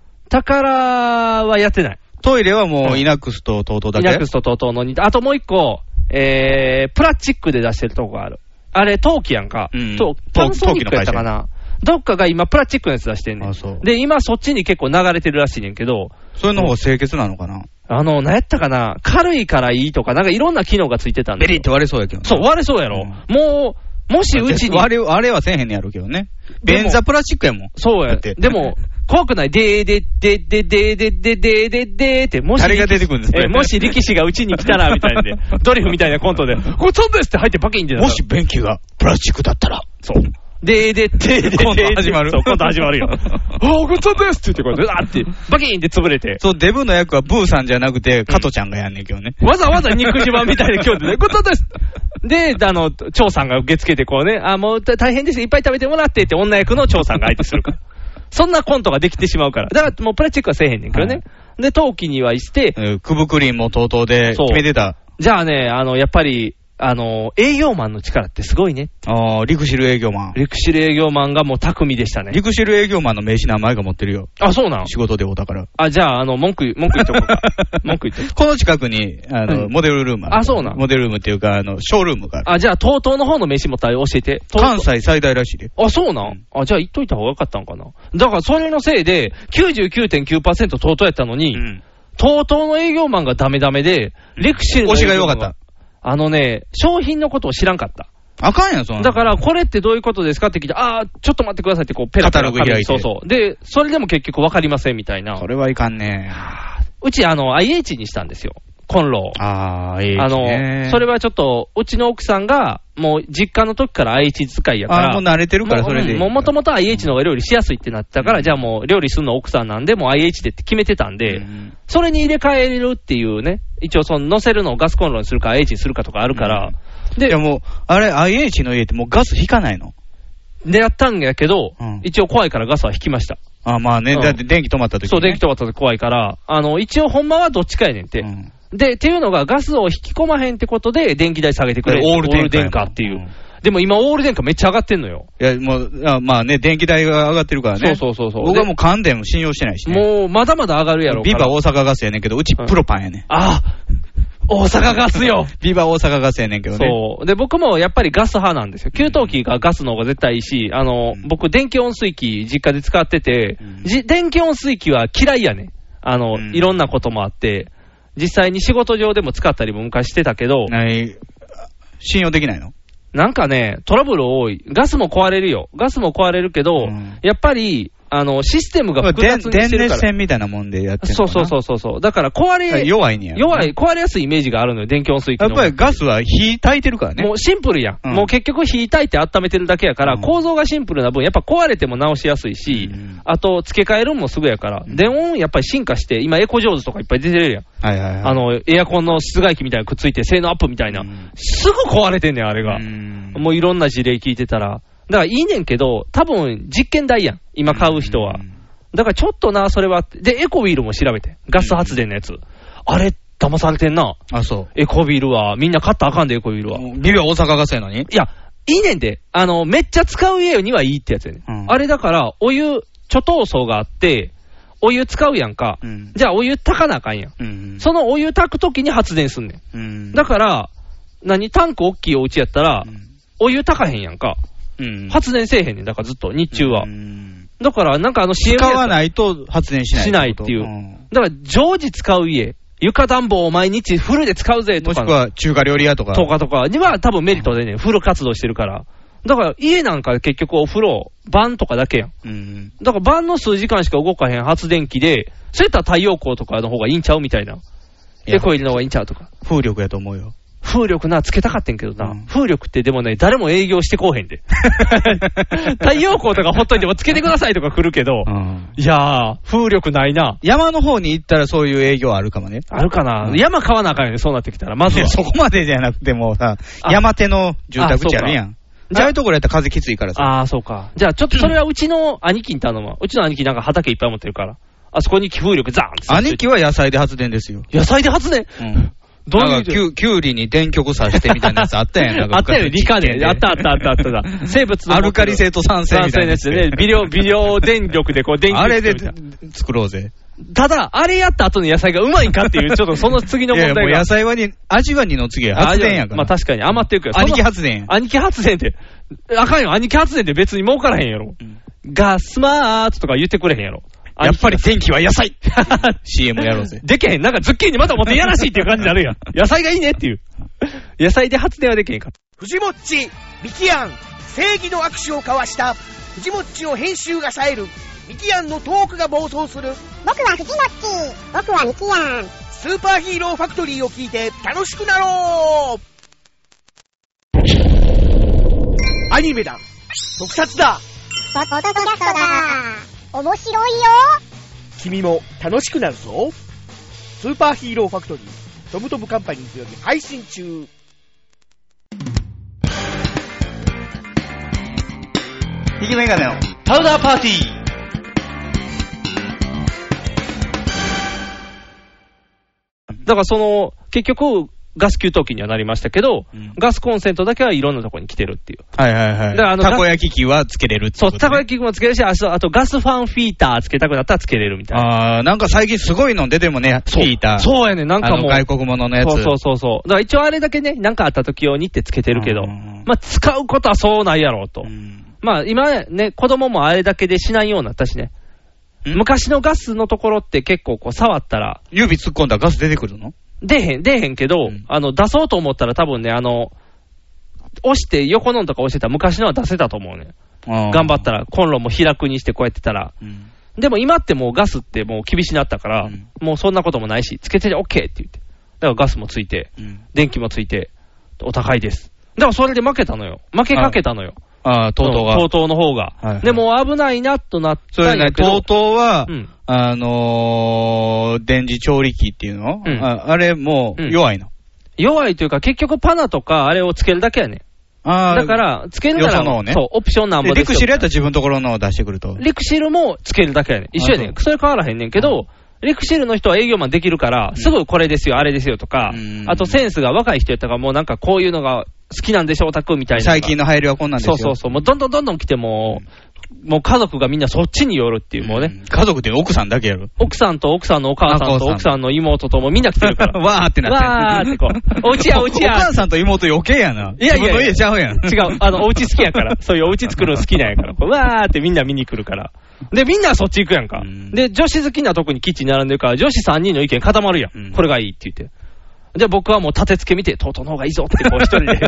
[SPEAKER 3] 宝はやってない。
[SPEAKER 2] トイレはもうイナックスととうとうだ
[SPEAKER 3] イ
[SPEAKER 2] け。
[SPEAKER 3] ナックスとトートーの2、あともう一個、えー、プラスチックで出してるとこがある。あれ、陶器やんか。
[SPEAKER 2] うん
[SPEAKER 3] とパンソニックやったかな。どっかが今、プラスチックのやつ出してんね。
[SPEAKER 2] あそうん
[SPEAKER 3] で、今、そっちに結構流れてるらしいねんけど、
[SPEAKER 2] それの方が清潔なのかな。
[SPEAKER 3] あの、なんやったかな、軽いからいいとか、なんかいろんな機能がついてたんで
[SPEAKER 2] ベ。リって割れそうやけどね
[SPEAKER 3] そう、割れそうやろ。もう、もしうちに、
[SPEAKER 2] 割れ、あれはせえへんねやろうけどね。
[SPEAKER 3] でも
[SPEAKER 2] 便座プラスチックやもん。
[SPEAKER 3] そう
[SPEAKER 2] だ
[SPEAKER 3] や。
[SPEAKER 2] って
[SPEAKER 3] でも、怖くないでーでーでーでーでーでーでーでーでーって、もし、
[SPEAKER 2] 誰が出てくるんですか
[SPEAKER 3] えもし力士がうちに来たら、みたいなんで、ドリフみたいなコントで、これゾンビですって入ってパキンってなる
[SPEAKER 2] もし便器がプラスチックだったら。
[SPEAKER 3] そう。でーでーでーでーでー
[SPEAKER 2] 今度始まる
[SPEAKER 3] そう、今度始まるよ。あー、ごちそうですって言って、これ、うわーって、バキンって潰れて。
[SPEAKER 2] そう、デブの役はブーさんじゃなくて、加トちゃんがやんねんけどね。
[SPEAKER 3] わざわざ肉自慢みたいな今日でね、ごちそうですで、あの、張さんが受け付けてこうね、あ、もう大大変です、いっぱい食べてもらってって女役の張さんが相手するから。そんなコントができてしまうから。だからもうプラスチックはせえへんねんけどね。で、陶器にはして、
[SPEAKER 2] えークブクリンもとうとうで決
[SPEAKER 3] そう
[SPEAKER 2] めてた。
[SPEAKER 3] じゃあね、あの、やっぱり、あの、営業マンの力ってすごいね。
[SPEAKER 2] ああ、リクシル営業マン。
[SPEAKER 3] リクシル営業マンがもう巧みでしたね
[SPEAKER 2] リ。クシル営業マンの名刺名前が持ってるよ。
[SPEAKER 3] あ、そうなん
[SPEAKER 2] 仕事でお宝。
[SPEAKER 3] あ、じゃあ、あの、文句、文句言っとこう [laughs] か。文句言っとこう
[SPEAKER 2] この近くに、あの、
[SPEAKER 3] うん
[SPEAKER 2] モデルルームる
[SPEAKER 3] あそうなん
[SPEAKER 2] モデルルームっていうか、あの、ショールームがある。
[SPEAKER 3] あ、じゃあ、TOTO の方の名刺もた教えて。TOTO
[SPEAKER 2] 関西最大らしいで。
[SPEAKER 3] あ、そうなん、あ、じゃあ言っといた方がよかったんかな。だからそれのせいで、99.9%とうとうやったの
[SPEAKER 2] う
[SPEAKER 3] に、
[SPEAKER 2] ん。
[SPEAKER 3] とうとうの営業マンがダメダメで、レクシルの
[SPEAKER 2] 推しが
[SPEAKER 3] 営業
[SPEAKER 2] 良か
[SPEAKER 3] マン
[SPEAKER 2] った。。
[SPEAKER 3] あのね、商品のことを知らんかった。
[SPEAKER 2] あかんやん、そんな
[SPEAKER 3] だ
[SPEAKER 2] の。
[SPEAKER 3] から、これってどういうことですかって聞いて、あー、ちょっと待ってくださいって、こう、ペラペ
[SPEAKER 2] カタロ
[SPEAKER 3] ラ
[SPEAKER 2] グ開いて
[SPEAKER 3] そうそう。で、それでも結局わかりませんみたいな
[SPEAKER 2] そ。れはいかんね
[SPEAKER 3] うち、あの、IH にしたんですよ。コンロを。
[SPEAKER 2] ああ、いい、ね。
[SPEAKER 3] あの、それはちょっと、うちの奥さんが、もう実家の時から IH 使いやから。
[SPEAKER 2] あーもう慣れてるからそれでいい
[SPEAKER 3] もうもともと IH の方が料理しやすいってなってたから、じゃあもう料理するの奥さんなんで、もう IH でって決めてたんで、
[SPEAKER 2] うん
[SPEAKER 3] それに入れ替えるっていうね、一応その乗せるのをガスコンロにするか IH にするかとかあるから、
[SPEAKER 2] い
[SPEAKER 3] で
[SPEAKER 2] や、もう、あれ、IH の家ってもうガス引かないの。
[SPEAKER 3] でやったんやけど、
[SPEAKER 2] うん
[SPEAKER 3] 一応怖いからガスは引きました。
[SPEAKER 2] あまあね、
[SPEAKER 3] うん
[SPEAKER 2] だって電気止まった時にね、
[SPEAKER 3] そう、電気止まったら怖いから、あの、一応ほんまはどっちかやねんって。
[SPEAKER 2] うん
[SPEAKER 3] で、っていうのがガスを引き込まへんってことで、電気代下げてくれる
[SPEAKER 2] オール電化やもん
[SPEAKER 3] 電化っていう。
[SPEAKER 2] うん
[SPEAKER 3] でも今、オール電化めっちゃ上がってんのよ。
[SPEAKER 2] いや、もう、あまあね、電気代が上がってるからね。
[SPEAKER 3] そうそうそうそう
[SPEAKER 2] 僕はもう関電も信用してないしね。
[SPEAKER 3] もう、まだまだ上がるやろうか
[SPEAKER 2] ビ
[SPEAKER 3] ら。
[SPEAKER 2] バ大阪ガスやねんけど、うちプロパンやねん。
[SPEAKER 3] あ大阪ガ
[SPEAKER 2] [laughs]
[SPEAKER 3] スよ
[SPEAKER 2] ビバ大阪ガスやねんけどね。
[SPEAKER 3] そう。で、僕もやっぱりガス派なんですよ。給湯器がガスの方が絶対いいし、あの、
[SPEAKER 2] うん
[SPEAKER 3] 僕、電気温水器実家で使ってて、
[SPEAKER 2] うん
[SPEAKER 3] じ電気温水器は嫌いやね。あの、
[SPEAKER 2] うん
[SPEAKER 3] いろんなこともあって、実際に仕事上でも使ったりも昔してたけど、
[SPEAKER 2] ない信用できないの
[SPEAKER 3] なんかね、トラブル多い。ガスも壊れるよ。ガスも壊れるけど、
[SPEAKER 2] うん
[SPEAKER 3] やっぱり、あの、システムが複
[SPEAKER 2] 電
[SPEAKER 3] 雑に
[SPEAKER 2] 電
[SPEAKER 3] してるか
[SPEAKER 2] 熱
[SPEAKER 3] ら。
[SPEAKER 2] 線みたいなもんでやってる
[SPEAKER 3] そうそうそうそうそう。だから壊れ、
[SPEAKER 2] 弱いねやろ
[SPEAKER 3] 弱い、壊れやすいイメージがあるのよ、電気温水器
[SPEAKER 2] や
[SPEAKER 3] の。
[SPEAKER 2] っぱりガスは火焚いてるからね
[SPEAKER 3] も。うシンプルやん、
[SPEAKER 2] うん
[SPEAKER 3] もう結局、火炊いて温めてるだけやから、
[SPEAKER 2] うん
[SPEAKER 3] 構造がシンプルな分、やっぱ壊れても直しやすいし、
[SPEAKER 2] うん
[SPEAKER 3] あと付け替えるんもすぐやから、電温やっぱり進化して、今、エコジョーズとかいっぱい出てるやん、
[SPEAKER 2] はいはいはい。
[SPEAKER 3] あのエアコンの室外機みたいなのくっついて、性能アップみたいな、
[SPEAKER 2] うん
[SPEAKER 3] すぐ壊れてんねん、あれが、
[SPEAKER 2] うん
[SPEAKER 3] もういろんな事例聞いてたら、だからいいねんけど、多分実験台やん、今買う人は。
[SPEAKER 2] うん
[SPEAKER 3] だからちょっとな、それは、で、エコビールも調べて、ガス発電のやつ、あれ、騙されてんな、
[SPEAKER 2] あ、そ
[SPEAKER 3] エコビールは、みんな買ったらあかんで、エコビールは。
[SPEAKER 2] う。ビバ大阪ガスやのに
[SPEAKER 3] いや、いいねんで、あの、めっちゃ使う家にはいいってやつやね、
[SPEAKER 2] うん
[SPEAKER 3] ん。あれだから、お湯、貯湯槽があって、お湯使うやんか。
[SPEAKER 2] うん
[SPEAKER 3] じゃあ、お湯炊かなあかんやん。
[SPEAKER 2] うん
[SPEAKER 3] そのお湯炊くときに発電すんね
[SPEAKER 2] うん
[SPEAKER 3] ん。だから、何、タンク大きいお家やったら、お湯炊かへんやんか。
[SPEAKER 2] うん
[SPEAKER 3] 発電せえへんねん。だからずっと、日中は。
[SPEAKER 2] うん
[SPEAKER 3] だから、なんかあの CM
[SPEAKER 2] 使
[SPEAKER 3] やつ
[SPEAKER 2] わないと発電しない
[SPEAKER 3] しないっていう。だから、常時使う家。床暖房を毎日フルで使うぜ
[SPEAKER 2] も
[SPEAKER 3] と
[SPEAKER 2] し
[SPEAKER 3] か。
[SPEAKER 2] くは中華料理屋とか。
[SPEAKER 3] とかとかには多分メリットでね、フル活動してるから。だから家なんか結局お風呂、晩とかだけやん。
[SPEAKER 2] うん。
[SPEAKER 3] だから晩の数時間しか動かへん発電機で、そういったら太陽光とかの方がいいんちゃうみたいな。
[SPEAKER 2] いや
[SPEAKER 3] エコ入りの方がいいんちゃうとか。
[SPEAKER 2] 風力やと思うよ。
[SPEAKER 3] 風力な、つけたかってんけどな、風力ってでもね、誰も営業してこうへん
[SPEAKER 2] [laughs]
[SPEAKER 3] で。太陽光とかほっといてもつけてくださいとか来るけど、いやー、風力ないな。
[SPEAKER 2] 山の方に行ったらそういう営業あるかもね。
[SPEAKER 3] あるかな、山買わなあかんよね、そうなってきたら、まず
[SPEAKER 2] いや
[SPEAKER 3] は。
[SPEAKER 2] そこまでじゃなくてもさ、
[SPEAKER 3] あ
[SPEAKER 2] 山手の住宅地あるやん。
[SPEAKER 3] じ
[SPEAKER 2] じゃ
[SPEAKER 3] ゃあ
[SPEAKER 2] あいうところやったら風きついからさ。
[SPEAKER 3] ああ、そうか。じゃあ、ちょっとそれはうちの兄貴に頼むわ。うちの兄貴なんか畑いっぱい持ってるから。あそこに風力ザーンって。
[SPEAKER 2] 兄貴は野菜で発電ですよ。
[SPEAKER 3] 野菜で発電
[SPEAKER 2] うん。
[SPEAKER 3] どういう
[SPEAKER 2] なんかきゅう、きゅうりに電極さしてみたいなやつあったやん。なんか
[SPEAKER 3] [laughs] あったよね、理科
[SPEAKER 2] 実験
[SPEAKER 3] で。あったあったあったあっただ。生物
[SPEAKER 2] [laughs]
[SPEAKER 3] の。
[SPEAKER 2] アルカリ性と酸性みたいな
[SPEAKER 3] で
[SPEAKER 2] や
[SPEAKER 3] す
[SPEAKER 2] つ
[SPEAKER 3] ね。微量、微量電力でこう電気
[SPEAKER 2] あれで
[SPEAKER 3] た
[SPEAKER 2] 作ろうぜ。
[SPEAKER 3] ただ、あれやった後の野菜がうまいかっていう、ちょっとその次の
[SPEAKER 2] いやい
[SPEAKER 3] 問
[SPEAKER 2] やも
[SPEAKER 3] 題
[SPEAKER 2] う
[SPEAKER 3] が
[SPEAKER 2] 野。菜はに、味は二の次や。
[SPEAKER 3] あ
[SPEAKER 2] 発電やか
[SPEAKER 3] ま
[SPEAKER 2] ら。
[SPEAKER 3] あ確かに余ってるけど。
[SPEAKER 2] 兄貴
[SPEAKER 3] その
[SPEAKER 2] 発電や。
[SPEAKER 3] 兄貴発電って。あかんよ、兄貴発電って別に儲からへんやろ。ガスマーツとか言ってくれへんやろ。
[SPEAKER 2] やっぱり電気は野菜
[SPEAKER 3] !CM
[SPEAKER 2] !CM やろうぜ。
[SPEAKER 3] [laughs] でけへん。なんかズッキーニまた持っていやらしいっていう感じになるやん。野菜がいいねっていう。野菜で発電はできへんか。
[SPEAKER 11] 藤もっち、ミキアン、正義の握手を交わした、藤もっちの編集が冴える、ミキアンのトークが暴走する、僕は藤もっち、僕はミキアン、スーパーヒーローファクトリーを聞いて楽しくなろうアニメだ特撮だ
[SPEAKER 12] ポポトキャストだ面白いよ
[SPEAKER 11] 君も楽しくなるぞスーパーヒーローファクトリー、トムトムカンパニーズより配信中
[SPEAKER 13] ひげメガネのパウダーパーティー。
[SPEAKER 3] だからその、結局、ガス給湯器にはなりましたけど、ガスコンセントだけはいろんなとこに来てるっていう。
[SPEAKER 2] はいはいはい。
[SPEAKER 3] だからあの
[SPEAKER 2] たこ焼き器はつけれるって
[SPEAKER 3] そ
[SPEAKER 2] こ
[SPEAKER 3] う、
[SPEAKER 2] とね
[SPEAKER 3] たこ焼きもつけるし、あそうあとガスファンフィーターつけたくなったらつけれるみたいな。
[SPEAKER 2] あー、なんか最近すごいの出てもね、ヒーター。
[SPEAKER 3] そうやね、なんかもう。
[SPEAKER 2] あの外国物のやつ。
[SPEAKER 3] そうそうそうそう。だから一応あれだけね、なんかあった時用にってつけてるけど、まあ使うことはそうないやろうと。まあ今ね、子供もあれだけでしないようになったしね。昔のガスのところって結構こう触ったら。
[SPEAKER 2] 指突っ込んだらガス出てくるの
[SPEAKER 3] 出へん、出へんけど、あの、出そうと思ったら多分ね、あの、押して、横のんとか押してたら昔のは出せたと思うね。頑張ったら、コンロも開くにしてこうやってたら。でも今ってもうガスってもう厳しになったから、もうそんなこともないし、つけて OK って言って。だからガスもついて、電気もついて、お高いです。だからそれで負けたのよ。負けかけたのよ。
[SPEAKER 2] ああ、とうとうが。
[SPEAKER 3] うん TOTO の方が。
[SPEAKER 2] はいはい
[SPEAKER 3] でも危ないなとなった
[SPEAKER 2] それ
[SPEAKER 3] ん
[SPEAKER 2] ね
[SPEAKER 3] や、けど
[SPEAKER 2] とうとうは、
[SPEAKER 3] ん
[SPEAKER 2] あのー、電磁調理器っていうの、ああれもう弱いの。
[SPEAKER 3] 弱いというか、結局パナとかあれをつけるだけやね。
[SPEAKER 2] あー
[SPEAKER 3] だから、つけるな
[SPEAKER 2] よその
[SPEAKER 3] ら、
[SPEAKER 2] をね
[SPEAKER 3] そう、オプションなんぼ
[SPEAKER 2] で
[SPEAKER 3] で
[SPEAKER 2] リ
[SPEAKER 3] すよ
[SPEAKER 2] クシルやったら自分のところのを出してくると。
[SPEAKER 3] レクシルもつけるだけやねん。一緒やねん。それ変わらへんねんけど、レクシルの人は営業マンできるから、すぐこれですよ、あれですよとか、あとセンスが若い人やったから、もうなんかこういうのが好きなんでしょ、オタクみたいな。
[SPEAKER 2] 最近の流行りはこんなんですよ
[SPEAKER 3] そうそうそう。もうどんどんどんどん来てもう、もう家族がみんなそっちに寄るっていう、もうね。
[SPEAKER 2] 家族って奥さんだけやろ。
[SPEAKER 3] 奥さんと奥さんのお母さんと
[SPEAKER 2] あ
[SPEAKER 3] 奥さんの妹ともみんな来てる [laughs] から。
[SPEAKER 2] [laughs] わーってな
[SPEAKER 3] わ
[SPEAKER 2] って
[SPEAKER 3] ーってこ
[SPEAKER 2] [laughs]
[SPEAKER 3] う。おうちやおうちや。
[SPEAKER 2] お母さんと妹余計やな。
[SPEAKER 3] いやいや
[SPEAKER 2] 自
[SPEAKER 3] いや
[SPEAKER 2] 分の家ちゃうやん。
[SPEAKER 3] 違う、あの、お家好きやから。そういうお家作るの好きなんや [laughs] から。こうわーってみんな見に来るから。で、みんなそっち行くやんか。で、女子好きなとこにキッチン並んでるから、女子3人の意見固まるやん。これがいいって言って。じゃあ僕はもう立て付け見て、とうとうの方がいいぞってこう一人 [laughs] で。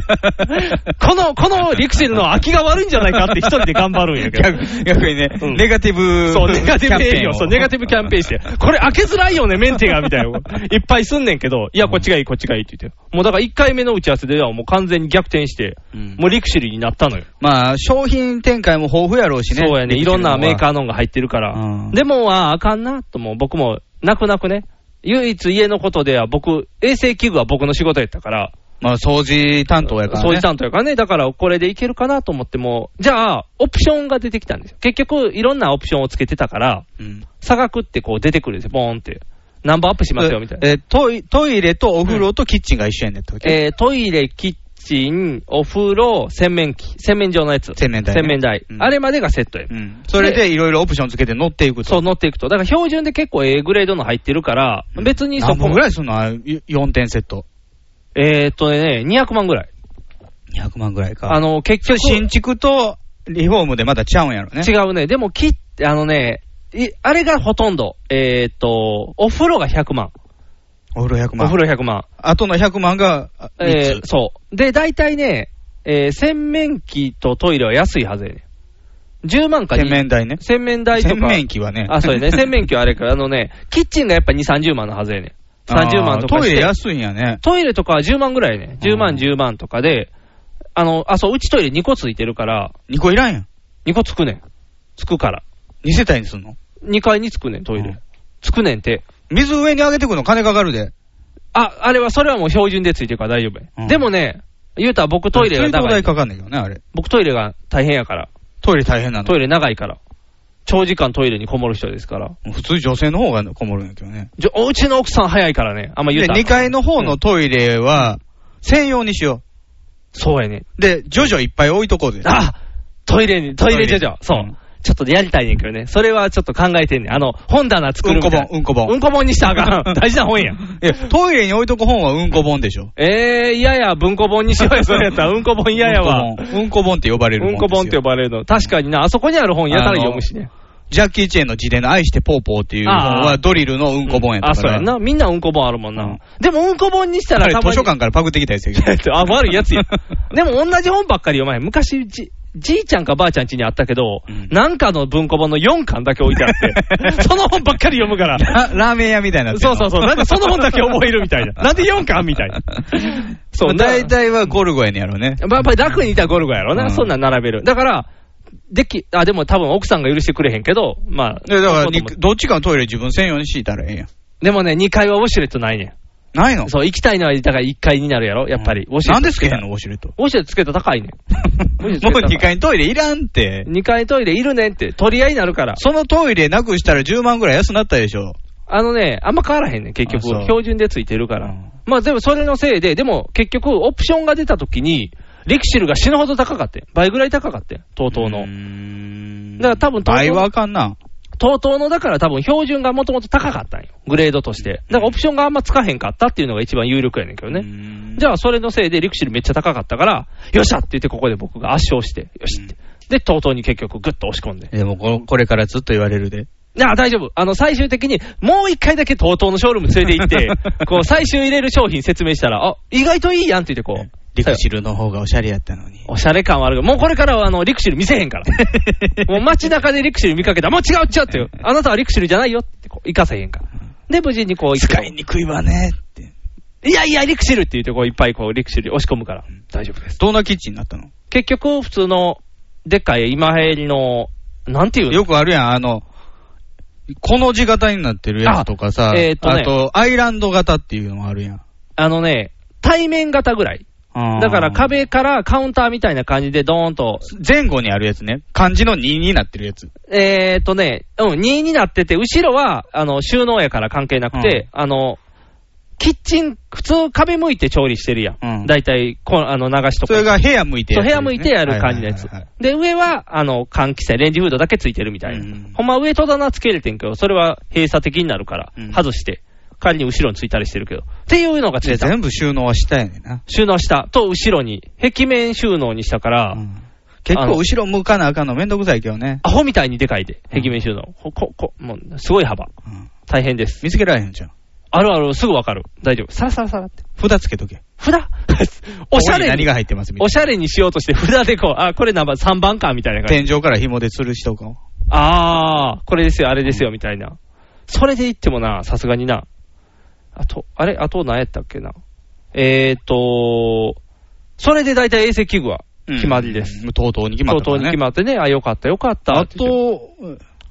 [SPEAKER 3] この、このリクシルの空きが悪いんじゃないかって一人で頑張るんやけ [laughs] ど。
[SPEAKER 2] 逆逆にね、ネガティブ
[SPEAKER 3] そう、ネガティブ
[SPEAKER 2] キ
[SPEAKER 3] 営
[SPEAKER 2] ャンペーン
[SPEAKER 3] 業、
[SPEAKER 2] を
[SPEAKER 3] そう、ネガティブキャンペーンして、これ開けづらいよね、メンテが、みたいな。いっぱいすんねんけど、いや、こっちがいい、こっちがいいって言って。もうだから1回目の打ち合わせではもう完全に逆転して、もうリクシルになったのよ。
[SPEAKER 2] まあ、商品展開も豊富やろうしね。
[SPEAKER 3] そうやね、いろんなメーカー
[SPEAKER 2] ー。
[SPEAKER 3] のが入ってるから。でも、ああかんな、ともう僕も、泣く泣くね。唯一家のことでは僕、衛生器具は僕の仕事やったから、
[SPEAKER 2] まあ、掃除担当やからね。
[SPEAKER 3] 掃除担当やからね、だからこれでいけるかなと思っても、じゃあ、オプションが出てきたんですよ。結局、いろんなオプションをつけてたから、差額ってこう出てくるんですよ、ボーンって。ナンバーアップしますよ、みたいな。
[SPEAKER 2] えートイ、トイレとお風呂とキッチンが一緒やねんってこと
[SPEAKER 3] えートイレ、キッチン、お風呂、洗面器、洗面所のやつ。洗面
[SPEAKER 2] 台ね
[SPEAKER 3] 洗面台。あれまでがセットや。
[SPEAKER 2] それでいろいろオプション
[SPEAKER 3] つけて乗っていくと。そう、乗っていくと。だから標準で結構 A グレードの入ってるから、別にそ
[SPEAKER 2] 何
[SPEAKER 3] こ
[SPEAKER 2] 本ぐらいすんのあ4点セット。
[SPEAKER 3] えーっとね、200万ぐらい。
[SPEAKER 2] 200万ぐらいか。
[SPEAKER 3] あの、結局。
[SPEAKER 2] 新築とリフォームでまだちゃうんやろね。
[SPEAKER 3] 違うね。でも、き、あのね、いあれがほとんど。えーっと、お風呂が100万。
[SPEAKER 2] お風呂100
[SPEAKER 3] お
[SPEAKER 2] 万。
[SPEAKER 3] 風呂100万。
[SPEAKER 2] あとの100万が、あ
[SPEAKER 3] え
[SPEAKER 2] 三
[SPEAKER 3] ー、そう。で、大体ね、えー洗面器とトイレは安いはずやね。10万か
[SPEAKER 2] 洗面
[SPEAKER 3] 台ね。洗面台とか。
[SPEAKER 2] 洗面器はね [laughs]
[SPEAKER 3] あ、そうやね。洗面器はあれから、あのね、キッチンがやっぱ2、30万のはずやね。 30万とか
[SPEAKER 2] あート
[SPEAKER 3] して
[SPEAKER 2] イレ安いんやね。
[SPEAKER 3] トイレとかは10万ぐらいね。10万、10万とかで、あの、あ、そう、うちトイレ2個ついてるから。
[SPEAKER 2] 2個いらんやん。
[SPEAKER 3] 2個つくねん。つくから。
[SPEAKER 2] 2世帯にすんの
[SPEAKER 3] ?2 階につくねん、トイレ。つくねんて。
[SPEAKER 2] 水上に上げてくの金かかるで。
[SPEAKER 3] あ、あれは、それはもう標準でついてるから大丈夫や、でもね、言うたら僕トイレが
[SPEAKER 2] 水道
[SPEAKER 3] 長い
[SPEAKER 2] 代。かかんねんけどね、あれ。
[SPEAKER 3] 僕トイレが大変やから。
[SPEAKER 2] トイレ大変なの。
[SPEAKER 3] トイレ長いから。長時間トイレにこもる人ですから。
[SPEAKER 2] 普通女性の方がこもるんやけどね。
[SPEAKER 3] じゃおうちの奥さん早いからね。あんま言う
[SPEAKER 2] で、
[SPEAKER 3] たらあ
[SPEAKER 2] 2
[SPEAKER 3] かん。
[SPEAKER 2] 階の方のトイレは、専用にしよ
[SPEAKER 3] そうやね。
[SPEAKER 2] う。で、ジョジョいっぱい置いとこうぜ。
[SPEAKER 3] あトイレに、トイレジョジョ
[SPEAKER 2] トイレ。
[SPEAKER 3] そう。ちょっとやりたいねんけどね。それはちょっと考えてんねん。あの、本棚作るみたいな。
[SPEAKER 2] うんこ本うんこ本
[SPEAKER 3] うんこ本にしたらあかん。大事な本や。
[SPEAKER 2] いや、トイレに置いとく本はうんこ本でしょ。
[SPEAKER 3] えー、嫌や、文庫本にしようよ、それやったら。うんこ本嫌やわ。
[SPEAKER 2] うんこ本うんこ本って呼ばれるも
[SPEAKER 3] うんん
[SPEAKER 2] ですよ
[SPEAKER 3] こ本って呼ばれるの。確かにな、あそこにある本やたら読むしね。
[SPEAKER 2] ジャッキー・チェンの自伝の愛してポーポーっていう本
[SPEAKER 3] ああ
[SPEAKER 2] はドリルのうんこ本やっ
[SPEAKER 3] あ、
[SPEAKER 2] た
[SPEAKER 3] そう
[SPEAKER 2] から。
[SPEAKER 3] やんな。みんなうんこ本あるもんな。でもうんこ本にした
[SPEAKER 2] あ
[SPEAKER 3] ら
[SPEAKER 2] れ
[SPEAKER 3] た
[SPEAKER 2] 図
[SPEAKER 3] まに
[SPEAKER 2] 書。館からパクってきたやつやけど。
[SPEAKER 3] [laughs] あ、悪いや
[SPEAKER 2] [laughs]
[SPEAKER 3] つや。でも同じ本ばっかり読まへん。昔、じ、じいちゃんかばあちゃん家にあったけど、なんかの文庫本の4巻だけ置いて
[SPEAKER 2] [laughs]
[SPEAKER 3] あって、その本ばっかり読むから。
[SPEAKER 2] ララーメン屋みたいになってる
[SPEAKER 3] そ
[SPEAKER 2] の
[SPEAKER 3] うそうそう。なんかその本だけ覚える
[SPEAKER 2] [laughs]
[SPEAKER 3] みたいな。なんで4巻みたいな。そ
[SPEAKER 2] まあ
[SPEAKER 3] う、だ
[SPEAKER 2] 大体はゴルゴやねやろうね。
[SPEAKER 3] まあやっぱり楽にいたらゴルゴやろな、
[SPEAKER 2] うん
[SPEAKER 3] そんなん並べる。だから、でき、あ、でも多分奥さんが許してくれへんけど、まあ。
[SPEAKER 2] でだから
[SPEAKER 3] そうと
[SPEAKER 2] に
[SPEAKER 3] も、
[SPEAKER 2] どっちかのトイレ自分専用に敷いたらええやん。
[SPEAKER 3] でもね、2階はウォシュレットないね
[SPEAKER 2] ないの
[SPEAKER 3] ん。そう、行きたいのは、だから1階になるやろ、やっぱり。ウォシュ
[SPEAKER 2] な
[SPEAKER 3] レッ
[SPEAKER 2] ん
[SPEAKER 3] ト
[SPEAKER 2] で
[SPEAKER 3] つ
[SPEAKER 2] つけ
[SPEAKER 3] け
[SPEAKER 2] へ
[SPEAKER 3] た
[SPEAKER 2] んのウォシュレット。
[SPEAKER 3] ウォシュレットつけたら高いねん。ウォシュレットつけたら
[SPEAKER 2] もう
[SPEAKER 3] 高い
[SPEAKER 2] 2階にトイレいらんって。
[SPEAKER 3] [laughs] 二階トイレいるねんって、取り合いになるから。
[SPEAKER 2] そのトイレなくしたら10万ぐらい安なったでしょ。
[SPEAKER 3] あのね、あんま変わらへんねん、結
[SPEAKER 2] あそ
[SPEAKER 3] 局。
[SPEAKER 2] う
[SPEAKER 3] 標準でついてるから。まあ、でもそれのせいで、でも結局、オプションが出た時に、リクシルが死ぬほど高かったよ倍ぐらい高かったよ TOTO の。だから多分 TOTO
[SPEAKER 2] 倍はあかんな。
[SPEAKER 3] TOTO のだから多分標準がもともと高かったんよ。グレードとして。だからオプションがあんまつかへんかったっていうのが一番有力やねんけどね。じゃあそれのせいでリクシルめっちゃ高かったから、よっしゃって言ってここで僕が圧勝して、よしって。で、TOTO に結局グッと押し込んで。
[SPEAKER 2] でもここれからずっと言われるで。
[SPEAKER 3] ああ、大丈夫。あの、最終的に、もう一回だけ TOTO のショールーム連れて行 [laughs] って、こう、最終入れる商品説明したら、あ、意外といいやんって言ってこう。
[SPEAKER 2] リクシルの方がおしゃれやったのに。
[SPEAKER 3] おしゃれ感はあるけど、もうこれからはあの、リクシル見せへんから。 [laughs] もう街中でリクシル見かけたら、もう違う違うってよ。あなたはリクシルじゃないよってこう、行かせへんから。で、無事にこう、使い
[SPEAKER 2] にくいわね。
[SPEAKER 3] いやいや、リクシルって言ってこう、いっぱいこう、リクシル押し込むから。大丈夫です。
[SPEAKER 2] どんなキッチンになったの
[SPEAKER 3] 結局、普通の、でっかい今流行りの、なんていうの
[SPEAKER 2] よくあるやん、あの、この字型になってるやつとかさ、
[SPEAKER 3] あ
[SPEAKER 2] あ,、
[SPEAKER 3] えーっとね
[SPEAKER 2] と、アイランド型っていうのもあるやん。
[SPEAKER 3] あのね、対面型ぐらい。だから壁からカウンターみたいな感じでドーンと、
[SPEAKER 2] 前後にあるやつね。漢字の2になってるやつ。
[SPEAKER 3] えーっとね、うん、2になってて、後ろは、あの、収納やから関係なくて、あの、キッチン、普通壁向いて調理してるやん。大体、こあの、流しと
[SPEAKER 2] そ
[SPEAKER 3] か。
[SPEAKER 2] れが部屋向いて
[SPEAKER 3] そう、
[SPEAKER 2] や
[SPEAKER 3] 部
[SPEAKER 2] るや
[SPEAKER 3] 屋
[SPEAKER 2] つね
[SPEAKER 3] 向いてやる感じのやつ
[SPEAKER 2] はいはいはいはい。
[SPEAKER 3] で、上は、あの、換気扇、レンジフードだけついてるみたいな。ほんま上戸棚つけれてんけど、それは閉鎖的になるから、外して、仮に後ろについたりしてるけど。っていうのがついた。
[SPEAKER 2] 全部収納はしたやねんな。
[SPEAKER 3] 収納した。と、後ろに。壁面収納にしたから、
[SPEAKER 2] 結
[SPEAKER 3] あの
[SPEAKER 2] 構後ろ向かなあかんのめんどくさいけどね。
[SPEAKER 3] アホみたいにでかいで、壁面収納。こ、こ、こ、もう、すごい幅。大変です。
[SPEAKER 2] 見つけられへんじゃん。
[SPEAKER 3] あるある、すぐわかる。大丈夫。さらさらさらって。
[SPEAKER 2] 札つけとけ。
[SPEAKER 3] 札 [laughs] おし
[SPEAKER 2] ここ
[SPEAKER 3] ゃ
[SPEAKER 2] に
[SPEAKER 3] れ
[SPEAKER 2] 何
[SPEAKER 3] に
[SPEAKER 2] が、入ってますみた
[SPEAKER 3] お
[SPEAKER 2] い
[SPEAKER 3] しゃれにしようとして、札でこう、あ、これナンバー3番か、みたいな
[SPEAKER 2] な。
[SPEAKER 3] 感
[SPEAKER 2] 天
[SPEAKER 3] じ。
[SPEAKER 2] 井から紐で吊るしとかを。
[SPEAKER 3] あー、これですよ、あれですよ、みたいな。それで言ってもな、さすがにな。あと、あれあと何やったっけな。えーと、それで大体衛生器具は決まりです。
[SPEAKER 2] とうとうに決まったか
[SPEAKER 3] と
[SPEAKER 2] ら
[SPEAKER 3] う
[SPEAKER 2] ね
[SPEAKER 3] に決まってね、あ、よかった、よかった。
[SPEAKER 2] あと、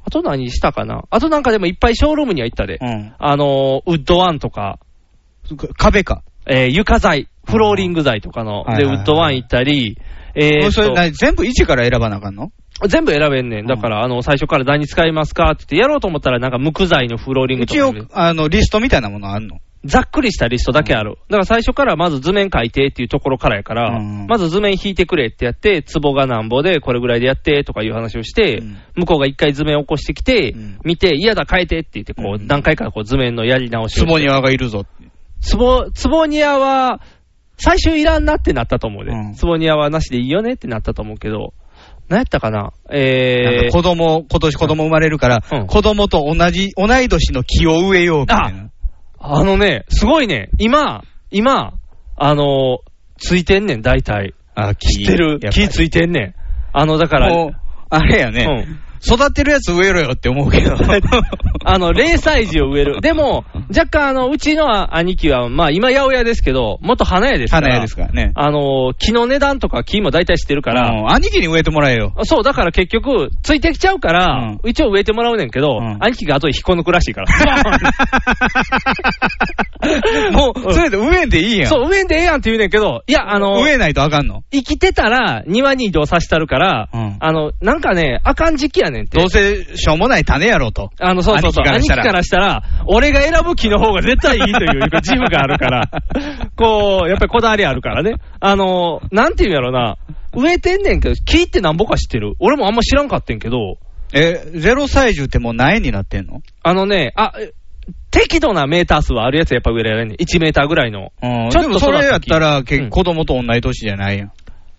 [SPEAKER 3] あと何したかなあとなんかでもいっぱいショールームには行ったで。あのー、ウッドワンとか、
[SPEAKER 2] 壁か。
[SPEAKER 3] えー床材、フローリング材とかの、
[SPEAKER 2] はい
[SPEAKER 3] で、ウ
[SPEAKER 2] はいはい
[SPEAKER 3] ッドワン行ったり、えー
[SPEAKER 2] もうそれ
[SPEAKER 3] と
[SPEAKER 2] 何全部一から選ばなあかんの
[SPEAKER 3] 全部選べんねん。だから、あの、最初から何使いますかって言って、やろうと思ったら、なんか無垢材のフローリングと
[SPEAKER 2] 一
[SPEAKER 3] か
[SPEAKER 2] 応
[SPEAKER 3] で、、
[SPEAKER 2] あの、リストみたいなものあんの
[SPEAKER 3] ざっくりしたリストだけある。だから最初からまず図面書いてっていうところからやから、まず図面引いてくれってやって、壺がなんぼでこれぐらいでやってとかいう話をして、向こうが一回図面起こしてきて、見て、嫌だ変えてって言って、こう、何回かこう図面のやり直し
[SPEAKER 2] ス
[SPEAKER 3] をして
[SPEAKER 2] モニアがいるぞ。
[SPEAKER 3] ツボ、ツボニアは、最初いらんなってなったと思うね。ツボニアはなしでいいよねってなったと思うけど、何やったかな
[SPEAKER 2] なん
[SPEAKER 3] えー、
[SPEAKER 2] か子供、今年子供生まれるから、子供と同じ、同い年の木を植えようみたいな。
[SPEAKER 3] あのね、すごいね、今、今、あのーついてんねん、大体。
[SPEAKER 2] あ、
[SPEAKER 3] 知ってる。木ついてんねん。あの、だから、
[SPEAKER 2] もうあれやね、育てるやつ植えろよって思うけど。
[SPEAKER 3] [laughs] あの、0歳児を植える。でも、若干、あの、うちの兄貴は、まあ、今、八百屋ですけど、元花屋ですから。
[SPEAKER 2] 花屋ですからね
[SPEAKER 3] あの、木の値段とか木も大体知ってるから。
[SPEAKER 2] うん兄貴に植えてもらえよ。
[SPEAKER 3] そう、だから結局、ついてきちゃうから、一応植えてもらうねんけど、兄貴が後で引っこ抜くらしい [laughs] から。
[SPEAKER 2] [laughs] もう、それで植えんでいいやん。
[SPEAKER 3] そう、植えんでええやんって言うねんけど、いや、あの、
[SPEAKER 2] 植えないとあかんの。
[SPEAKER 3] 生きてたら庭に移動させたるから、あの、なんかね、あかん時期やねんって。
[SPEAKER 2] どうせ、しょうもない種やろと。
[SPEAKER 3] あの、そうそうそう。兄貴からしたら、俺が選ぶ木の方が絶対いいという [laughs] 自負があるから、こう、やっぱりこだわりあるからね。あの、なんていうんやろな、植えてんねんけど、木ってなんぼか知ってる。俺もあんま知らんかってんけど、
[SPEAKER 2] え、0歳児ってもう苗になってんの
[SPEAKER 3] あのね、あ、え適度なメーター数はあるやつやっぱ植えられんねん。1メーターぐらいの。
[SPEAKER 2] うん。
[SPEAKER 3] ちょっと
[SPEAKER 2] でもそれやったら、
[SPEAKER 3] 育った木
[SPEAKER 2] 結子供と同い年じゃないやん。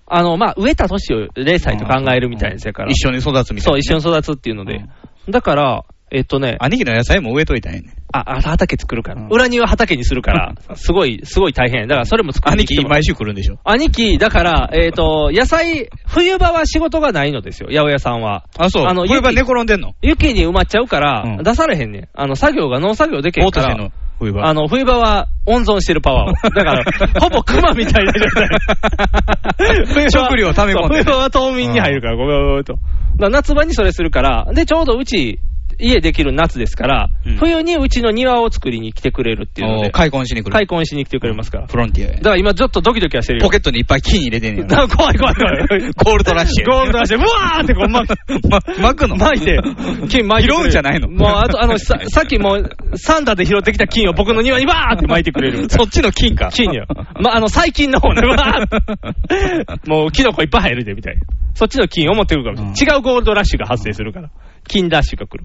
[SPEAKER 3] あの、まあ、植えた年を0歳と考えるみたいですから。
[SPEAKER 2] 一緒に育つみたいなね
[SPEAKER 3] そう、一緒に育つっていうので。だから、えっとね。
[SPEAKER 2] 兄貴の野菜も植えといたんやね。
[SPEAKER 3] あ、あ畑作るから。裏庭畑にするから、すごい、すごい大変。だからそれも作って
[SPEAKER 2] 兄
[SPEAKER 3] きて
[SPEAKER 2] 貴
[SPEAKER 3] もらう
[SPEAKER 2] 毎週来るんでしょ。
[SPEAKER 3] 兄貴、だから、えっ、と、野菜、冬場は仕事がないのですよ、八百屋さんは。
[SPEAKER 2] あ、そう。
[SPEAKER 3] あ
[SPEAKER 2] これは寝
[SPEAKER 3] 雪
[SPEAKER 2] 転んでんの
[SPEAKER 3] 雪に埋まっちゃうから、出されへんねん。あの、作業が農作業できへんから。
[SPEAKER 2] 大手の冬場
[SPEAKER 3] あの、冬場は温存してるパワーを。だ [laughs] から、ほぼ熊みたいな状態。
[SPEAKER 2] 食料を溜め込んで
[SPEAKER 3] そう冬場は冬眠に入るから、ごめんごめんと。だから夏場にそれするから、で、ちょうどうち、家できる夏ですから、冬にうちの庭を作りに来てくれるっていうの
[SPEAKER 2] お
[SPEAKER 3] で。
[SPEAKER 2] ー開墾しに来る
[SPEAKER 3] 開墾しに来てくれますから。
[SPEAKER 2] フロンティア
[SPEAKER 3] だから今ちょっとドキドキはしてるよ。
[SPEAKER 2] ポケットにいっぱい金入れてんねん。
[SPEAKER 3] あ [laughs] 怖い怖い怖い。
[SPEAKER 2] ゴールドラッシュ。
[SPEAKER 3] ゴールドラッシュ、うわーってこう、ま、
[SPEAKER 2] [laughs] 巻くの
[SPEAKER 3] 巻いて、金巻いてく
[SPEAKER 2] 拾
[SPEAKER 3] れる。
[SPEAKER 2] うんじゃないの
[SPEAKER 3] もう、あと、あの、
[SPEAKER 2] [laughs]
[SPEAKER 3] ささっきもう、サンダーで拾ってきた金を僕の庭にわーって巻いてくれ
[SPEAKER 2] [laughs]
[SPEAKER 3] る。
[SPEAKER 2] そっちの金か。[laughs]
[SPEAKER 3] 金よ。ま、あの、最近の方ね、わーって。もう、キノコいっぱい入るで、みたいな。そっちの金を持ってくるかもしれない。違うゴールドラッシュが発生するから。金ラッシュが来る。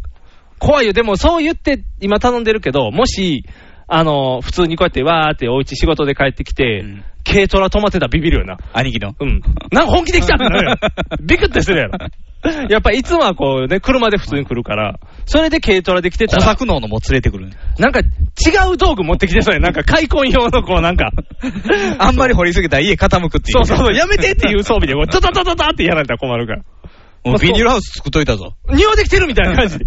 [SPEAKER 3] 怖いよ。でも、そう言って、今頼んでるけど、もし、あの、普通にこうやってわーってお家仕事で帰ってきて、軽トラ止まってたらビビるよな。
[SPEAKER 2] 兄貴の。
[SPEAKER 3] うん。なんか本気で来たってな
[SPEAKER 2] [laughs]
[SPEAKER 3] るやんビクってするやろ。やっぱいつもはこうね、車で普通に来るから、それで軽トラで来てた
[SPEAKER 2] 小
[SPEAKER 3] ら、
[SPEAKER 2] 作能のも連れてくるね。
[SPEAKER 3] なんか違う道具持ってきてそうやんなんか開墾用のこうなんか、
[SPEAKER 2] あんまり掘りすぎたら家傾くってい。
[SPEAKER 3] そううそうそう、やめてっていう装備で、こう、トタトタトタってやられたら困るから。
[SPEAKER 2] もうビニールハウス作っといたぞ。
[SPEAKER 3] 庭できてるみたいな感
[SPEAKER 2] [laughs]
[SPEAKER 3] じで。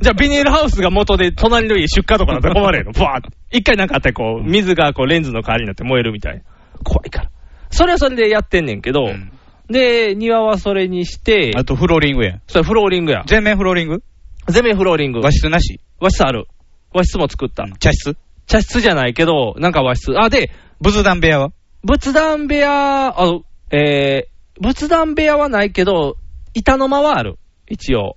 [SPEAKER 3] じゃあビニールハウスが元で隣の家出荷とかなって困るやろ。バーって。一回なんかあってこう、水がこうレンズの代わりになって燃えるみたいな。怖いから。それはそれでやってんねんけど、で、庭はそれにして、
[SPEAKER 2] あとフローリングや。
[SPEAKER 3] それフローリングや。
[SPEAKER 2] 全面フローリング
[SPEAKER 3] 全面フローリング。
[SPEAKER 2] 和室なし
[SPEAKER 3] 和室ある。和室も作った。
[SPEAKER 2] 茶室
[SPEAKER 3] 茶室じゃないけど、なんか和室。あ、で、
[SPEAKER 2] 仏壇部屋は
[SPEAKER 3] 仏壇部屋、あの、えー、仏壇部屋はないけど、板の間はある。一応。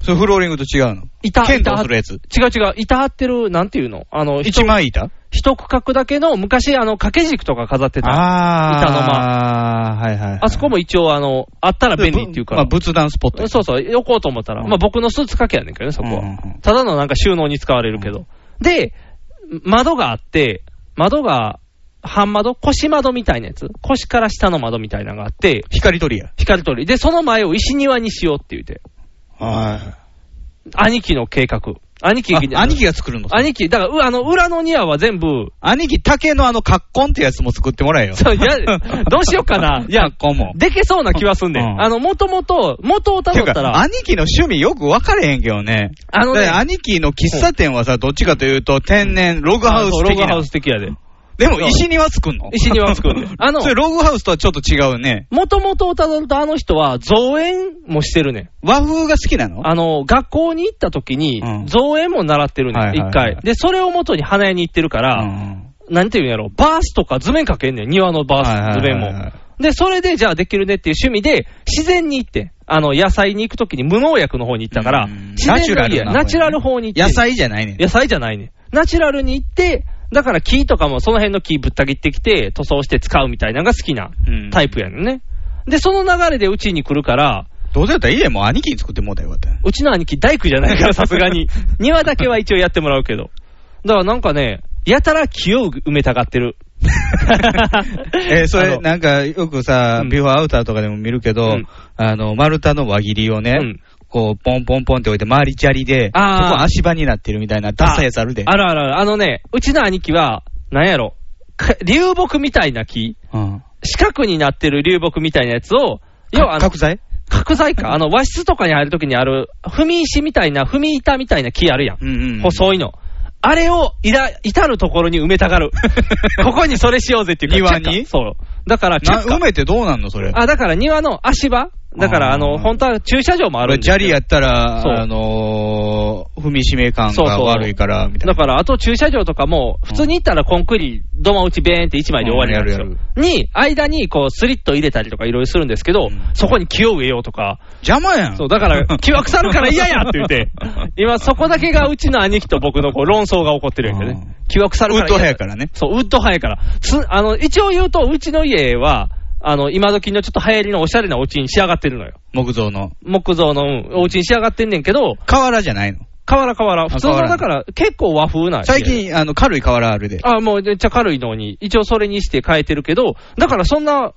[SPEAKER 2] それフローリングと違うの
[SPEAKER 3] 板、
[SPEAKER 2] 剣
[SPEAKER 3] 板
[SPEAKER 2] 道
[SPEAKER 3] 張っ
[SPEAKER 2] するやつ。
[SPEAKER 3] 違う違う、板張ってる、なんていうのあの、
[SPEAKER 2] 一枚板
[SPEAKER 3] 一区画だけの、昔、あの、掛け軸とか飾ってた。
[SPEAKER 2] あー。
[SPEAKER 3] 板の間。
[SPEAKER 2] あー、はいはい。
[SPEAKER 3] あそこも一応、あの、あったら便利っていうか。
[SPEAKER 2] まあ仏壇スポットや。
[SPEAKER 3] そうそう、置こうと思ったら、まあ僕のスーツ掛けやねんけどね、そこは。ただのなんか収納に使われるけど。で、窓があって、窓が、半窓腰窓みたいなやつ腰から下の窓みたいなのがあって、
[SPEAKER 2] 光取りや。
[SPEAKER 3] 光通り。で、その前を石庭にしようって言うて。
[SPEAKER 2] は
[SPEAKER 3] 兄貴の計画。兄貴、
[SPEAKER 2] い。兄貴が作るの
[SPEAKER 3] 兄貴、だからう、あの、裏の庭は全部、
[SPEAKER 2] 兄貴、竹のあの、カッコンってやつも作ってもらえよ。
[SPEAKER 3] そういやどうしようかな
[SPEAKER 2] [laughs]
[SPEAKER 3] いや
[SPEAKER 2] カッコンも。
[SPEAKER 3] でけそうな気はすんね
[SPEAKER 2] うん
[SPEAKER 3] ん。あの、もともと、元をた
[SPEAKER 2] てい
[SPEAKER 3] ど
[SPEAKER 2] う
[SPEAKER 3] った
[SPEAKER 2] か、
[SPEAKER 3] ら、
[SPEAKER 2] 兄貴の趣味よく分かれへんけどね。
[SPEAKER 3] あのね
[SPEAKER 2] だから兄貴の喫茶店はさ、どっちかというと、天然、ログハウス
[SPEAKER 3] ロ
[SPEAKER 2] 的
[SPEAKER 3] グハ
[SPEAKER 2] な
[SPEAKER 3] ウ。ス的やで。
[SPEAKER 2] でも、石庭作んの
[SPEAKER 3] 石庭
[SPEAKER 2] [laughs]
[SPEAKER 3] 作んねんあの
[SPEAKER 2] それログハウスとはちょっと違うね。
[SPEAKER 3] もともとをたどると、あの人は造園もしてるねん。
[SPEAKER 2] 和風が好きなの
[SPEAKER 3] あの、学校に行った時に、造園も習ってるね
[SPEAKER 2] はいは
[SPEAKER 3] ん、
[SPEAKER 2] いはい
[SPEAKER 3] 一回。で、それを元に花屋に行ってるから、なんていうんやろ、バースとか図面かけんねん、庭のバース、図面
[SPEAKER 2] はいはいはい
[SPEAKER 3] も。で、それでじゃあできるねっていう趣味で、自然に行ってん、あの、野菜に行く時に無農薬の方に行ったから、自然の家
[SPEAKER 2] ナチュラルな方にね
[SPEAKER 3] ナチュラル方に行って。
[SPEAKER 2] 野菜じゃないねん。
[SPEAKER 3] 野菜じゃないね。ナチュラルに行って、だから木とかもその辺の木ぶった切ってきて、塗装して使うみたいなのが好きな
[SPEAKER 2] うん
[SPEAKER 3] タイプやねんね。で、その流れでうちに来るから、
[SPEAKER 2] どうせやったら家もう兄貴に作ってもうたらよか
[SPEAKER 3] [laughs]
[SPEAKER 2] ったよ
[SPEAKER 3] うちの兄貴大工じゃな
[SPEAKER 2] [laughs]
[SPEAKER 3] いからさすがに。庭だけは一応やってもらうけど。だからなんかね、やたら木を埋めたがってる。
[SPEAKER 2] [laughs] えーそ
[SPEAKER 3] あ
[SPEAKER 2] れ、
[SPEAKER 3] の
[SPEAKER 2] なんか、よくさ、ビフォーアウターとかでも見るけど、あの、丸太の輪切りをね、こう、ポンポンポンって置いて、周り砂利で、そこ
[SPEAKER 3] あー
[SPEAKER 2] 足場になってるみたいな、ダサいやつあるで。
[SPEAKER 3] あるあるある。あのね、うちの兄貴は、なんやろ、か流木みたいな木、
[SPEAKER 2] うん。
[SPEAKER 3] 四角になってる流木みたいなやつを、
[SPEAKER 2] 角材
[SPEAKER 3] 角材か、あの、和室とかに入るときにある、踏み石みたいな、踏み板みたいな木あるやん。細いの。あれを、いら、至るところに埋めた
[SPEAKER 2] [laughs]
[SPEAKER 3] がる。ここにそれしようぜっていう
[SPEAKER 2] 庭
[SPEAKER 3] か
[SPEAKER 2] に
[SPEAKER 3] 却下そう。だから、
[SPEAKER 2] な
[SPEAKER 3] 却下
[SPEAKER 2] 埋めてどうなんのそれ。
[SPEAKER 3] あ、だから庭の足場だから、あの、本当は駐車場もあるんです
[SPEAKER 2] 砂利や
[SPEAKER 3] よ
[SPEAKER 2] った
[SPEAKER 3] そう
[SPEAKER 2] ら、あのー、踏みしめ感
[SPEAKER 3] そうそ
[SPEAKER 2] が
[SPEAKER 3] う
[SPEAKER 2] 悪いから、みたい
[SPEAKER 3] だから、あと駐車場とかも、普通に行ったらコンクリ、土間打ちベーンって1枚で終わりなんです
[SPEAKER 2] うん
[SPEAKER 3] よ。に、間にこうスリット入れたりとかいろいろするんですけど、そこに木を植えようとか。
[SPEAKER 2] 邪魔やん。
[SPEAKER 3] そう、だから、木は腐るから嫌やって言
[SPEAKER 2] [laughs]
[SPEAKER 3] って、今そこだけがうちの兄貴と僕のこう論争が起こってるんですよね。木は腐る
[SPEAKER 2] な。ウ
[SPEAKER 3] か
[SPEAKER 2] ッド
[SPEAKER 3] ら嫌
[SPEAKER 2] 早いからね。
[SPEAKER 3] そう、ウッド派やから。つあの、一応言うと、うちの家は、あの、今時のちょっと流行りのおしゃれなお家に仕上がってるのよ。
[SPEAKER 2] 木造の。
[SPEAKER 3] 木造のうんお家に仕上がってんねんけど、
[SPEAKER 2] 瓦じゃないの。
[SPEAKER 3] 瓦瓦。普通の
[SPEAKER 2] 瓦
[SPEAKER 3] だから、結構和風な家。
[SPEAKER 2] 最近、あの、軽い瓦あるで。
[SPEAKER 3] あ、もうめっちゃ軽いのに、一応それにして変えてるけど、だからそんな、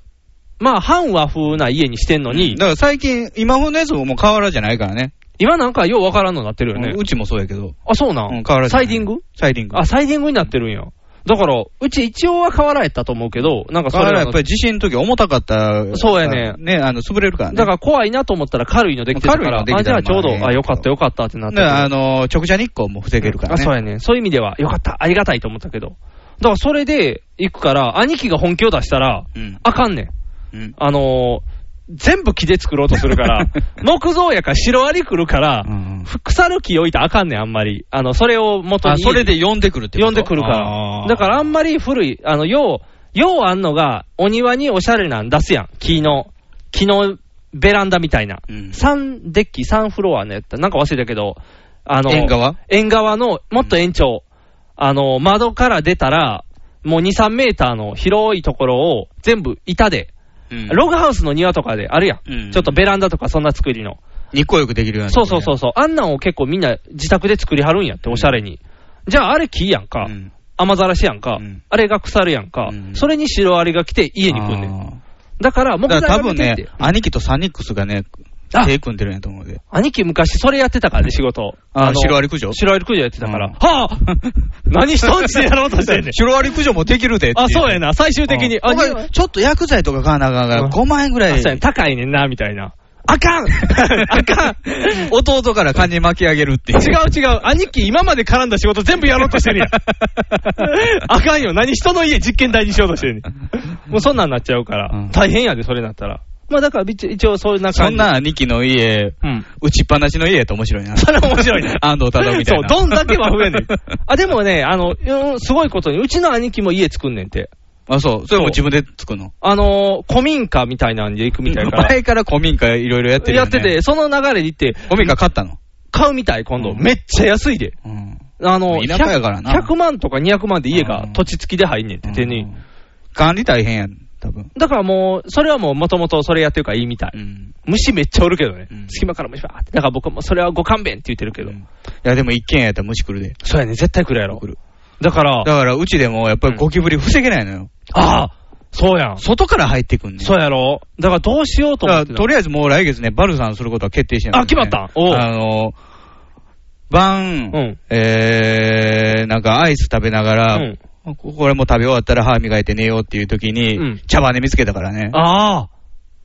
[SPEAKER 3] まあ、半和風な家にしてんのに、
[SPEAKER 2] だから最近、今風のやつももう瓦じゃないからね。
[SPEAKER 3] 今なんかようわからんのになってるよね。
[SPEAKER 2] うちもそうやけど。
[SPEAKER 3] あ、そうなん、
[SPEAKER 2] うん瓦じゃ
[SPEAKER 3] サ
[SPEAKER 2] ない
[SPEAKER 3] イディング
[SPEAKER 2] サイディング。
[SPEAKER 3] あ、サイディングになってるんや。だから、うち一応は瓦やったと思うけど、なんかそれ
[SPEAKER 2] 瓦
[SPEAKER 3] ら
[SPEAKER 2] や
[SPEAKER 3] の
[SPEAKER 2] っぱり地震の時重たかった。
[SPEAKER 3] そうやね
[SPEAKER 2] ね、あの、潰れるからね。
[SPEAKER 3] だから怖いなと思ったら軽いのできてたか
[SPEAKER 2] 軽い
[SPEAKER 3] ら、
[SPEAKER 2] のでき
[SPEAKER 3] あ、
[SPEAKER 2] て
[SPEAKER 3] じ
[SPEAKER 2] た
[SPEAKER 3] ゃ
[SPEAKER 2] ら
[SPEAKER 3] あちょうど、
[SPEAKER 2] まあ
[SPEAKER 3] あ、よかったよかったってなっ
[SPEAKER 2] だ
[SPEAKER 3] て
[SPEAKER 2] からあのー、直射日光も防げるから
[SPEAKER 3] あ、
[SPEAKER 2] ね。
[SPEAKER 3] そうやね。そういう意味では、よかった、ありがたいと思ったけど。だからそれで行くから、兄貴が本気を出したら、
[SPEAKER 2] うん
[SPEAKER 3] あかんね
[SPEAKER 2] う
[SPEAKER 3] ん。
[SPEAKER 2] ん。
[SPEAKER 3] あのー全部木で作ろうとする
[SPEAKER 2] [laughs]
[SPEAKER 3] から、木造やから白アリ来るから、腐る木置いたらあかんねん、あんまり。あの、それを元
[SPEAKER 2] あ、
[SPEAKER 3] に。
[SPEAKER 2] それで呼んでくるってこと
[SPEAKER 3] 呼んでくるから。だからあんまり古い、あの、よう、ようあんのが、お庭におしゃれなん出すやん。木の、木のベランダみたいな。
[SPEAKER 2] うん
[SPEAKER 3] 3デッキ、3フロアのやった。なんか忘れたけど、あの、
[SPEAKER 2] 縁側
[SPEAKER 3] 縁側の、もっと延長。あの、窓から出たら、もう2、3メーターの広いところを全部板で、
[SPEAKER 2] うん
[SPEAKER 3] ログハウスの庭とかであるやん。
[SPEAKER 2] うん
[SPEAKER 3] ちょっとベランダとかそんな作りの。
[SPEAKER 2] 日光浴できるような。
[SPEAKER 3] そうそうそうそう、あんなんを結構みんな自宅で作りはるんやって、おしゃれに。じゃあ、あれ木やんか、雨ざらしやんか、あれが腐るやんか、それにシロアリが来て家に来んねん。だから、木
[SPEAKER 2] だ
[SPEAKER 3] 材
[SPEAKER 2] から多
[SPEAKER 3] が
[SPEAKER 2] 分
[SPEAKER 3] 見てっ
[SPEAKER 2] ね
[SPEAKER 3] て、、
[SPEAKER 2] 兄貴とサニックスがね、
[SPEAKER 3] あ
[SPEAKER 2] 手組んでるんやと思うで。
[SPEAKER 3] 兄貴昔それやってたからね、仕事。
[SPEAKER 2] あ
[SPEAKER 3] の
[SPEAKER 2] シロアリ駆除
[SPEAKER 3] シロアリ駆除やってたから。はぁ [laughs] 何人んちでやろうとしてんね [laughs] ん。
[SPEAKER 2] シロアリ駆除もできるでってい
[SPEAKER 3] あ、そうやな、最終的に。
[SPEAKER 2] あ
[SPEAKER 3] あ、
[SPEAKER 2] お前ちょっと薬剤とか買わなあかんから、5万円ぐら
[SPEAKER 3] あそうや
[SPEAKER 2] い
[SPEAKER 3] ね。高いねんな、みたいな。あ [laughs] かんあかん
[SPEAKER 2] 弟から金巻き上げるっていう。
[SPEAKER 3] 違う違う、兄貴、今まで絡んだ仕事全部やろうとしてるや [laughs] ん。あかんよ、何人の家実験台にしようとしてるねんもうそんなんなっちゃうから、大変やで、それなったら。まあだから、一応一応そういう中
[SPEAKER 2] そんな兄貴の家、
[SPEAKER 3] うん。
[SPEAKER 2] 打ちっぱなしの家やと面白いな。
[SPEAKER 3] [laughs] それ面白いね。
[SPEAKER 2] 安藤忠雄みたいな。
[SPEAKER 3] そう、どんだけ和風やねん。あ、でもね、あの、うんすごいことに、うちの兄貴も家作んねんて。
[SPEAKER 2] あ、そう。それも自分で作るの。
[SPEAKER 3] あのー古民家みたいなんで行くみたいから。
[SPEAKER 2] 前から古民家いろいろやってる
[SPEAKER 3] や
[SPEAKER 2] よ、
[SPEAKER 3] っ
[SPEAKER 2] ね。
[SPEAKER 3] てて、その流れで行って、
[SPEAKER 2] 古民家買ったの。
[SPEAKER 3] 買うみたい、今度。めっちゃ安いで。あの、
[SPEAKER 2] 田舎やからな
[SPEAKER 3] 100, 100万とか200万で家が土地付きで入んねんって、手に。
[SPEAKER 2] 管理大変やん。多分。
[SPEAKER 3] だからもう、それはもう、もともとそれやってるからいいみたい。虫めっちゃおるけどね。隙間から虫ばーって。だから僕はもうそれはご勘弁って言ってるけど。
[SPEAKER 2] いや、でも一軒家やったら虫来るで。
[SPEAKER 3] そうやね、絶対来るやろ。だから、
[SPEAKER 2] だから、うちでもやっぱりゴキブリ防げないのよ。
[SPEAKER 3] ああ、そうやん。
[SPEAKER 2] 外から入ってくんねん。
[SPEAKER 3] そうやろ。だからどうしようと
[SPEAKER 2] だか
[SPEAKER 3] 思っ
[SPEAKER 2] ら
[SPEAKER 3] てた。
[SPEAKER 2] とりあえずもう来月ね、バルさんすることは決定してんの
[SPEAKER 3] あ、決まったおう。
[SPEAKER 2] あの、晩、
[SPEAKER 3] うん
[SPEAKER 2] えー、なんかアイス食べながら、
[SPEAKER 3] うん
[SPEAKER 2] これもう食べ終わったら歯磨いて寝ようっていう時に、
[SPEAKER 3] うん
[SPEAKER 2] 茶羽根見つけたからね。
[SPEAKER 3] ああ、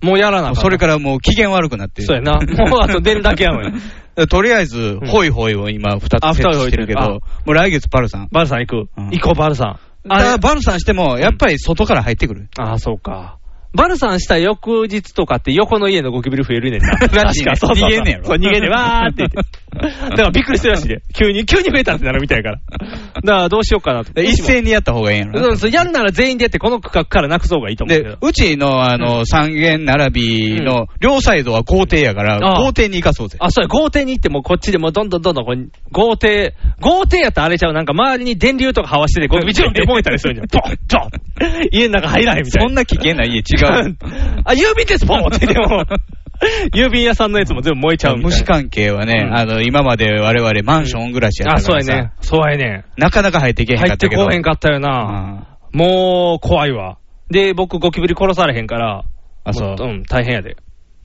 [SPEAKER 3] もうやらなあかん
[SPEAKER 2] それからもう機嫌悪くなって
[SPEAKER 3] そうやな。もうあと出るだけやも
[SPEAKER 2] [laughs]
[SPEAKER 3] [laughs] ん。
[SPEAKER 2] とりあえず、ホイホイを今二
[SPEAKER 3] あ
[SPEAKER 2] つセットしてるけど、
[SPEAKER 3] 二つ
[SPEAKER 2] もう来月バルさん。
[SPEAKER 3] バルさん行く。行こう、バルさん。
[SPEAKER 2] だからバルさんしても、やっぱり外から入ってくる。
[SPEAKER 3] ああ、そうか。バルさんした翌日とかって横の家のゴキブリ増えるねんな。 [laughs] 確
[SPEAKER 2] らしいね
[SPEAKER 3] か、そうそう
[SPEAKER 2] 逃
[SPEAKER 3] そう
[SPEAKER 2] げんねやろ
[SPEAKER 3] そう、逃げんねんわーって言って。 [laughs] だからびっくりしてるらしいで。急に、急に増えたってなるみたいやから。だからどうしようかなと。
[SPEAKER 2] 一斉にやった方がいいんやろな
[SPEAKER 3] そうそう、やるなら全員でやってこの区画からなくそうがいいと思うけ
[SPEAKER 2] で
[SPEAKER 3] ど、。
[SPEAKER 2] うちの、あの、三軒並びの、両サイドは豪邸やから、
[SPEAKER 3] ああ
[SPEAKER 2] 豪邸に行かそうぜ。
[SPEAKER 3] あ、そうや、豪邸に行ってもうこっちでもうどんどんどんどんこう、豪邸、豪邸やったらあれちゃう、なんか周りに電流とかはわしてて、ゴキブリジュンって燃えたりするんじ [laughs] ゃん。ポン、ドン家の中入らへんみたいな。
[SPEAKER 2] そんな危険な
[SPEAKER 3] [laughs]
[SPEAKER 2] 家違う。
[SPEAKER 3] あ、郵便です、ポンってでも、 [laughs] 郵便屋さんのやつも全部燃えちゃうみたいな。
[SPEAKER 2] 虫関係はね、
[SPEAKER 3] うん
[SPEAKER 2] あの、今まで我々マンション暮らしやった
[SPEAKER 3] あ、
[SPEAKER 2] か
[SPEAKER 3] そう
[SPEAKER 2] ら
[SPEAKER 3] や
[SPEAKER 2] さ、
[SPEAKER 3] ね。そうやね。
[SPEAKER 2] なかなか入っていけへん
[SPEAKER 3] 入
[SPEAKER 2] か
[SPEAKER 3] っ
[SPEAKER 2] った
[SPEAKER 3] て
[SPEAKER 2] けど。
[SPEAKER 3] こへんかったよな。もう、怖いわ。で、僕、ゴキブリ殺されへんから。
[SPEAKER 2] あそう
[SPEAKER 3] もうん、大変やで。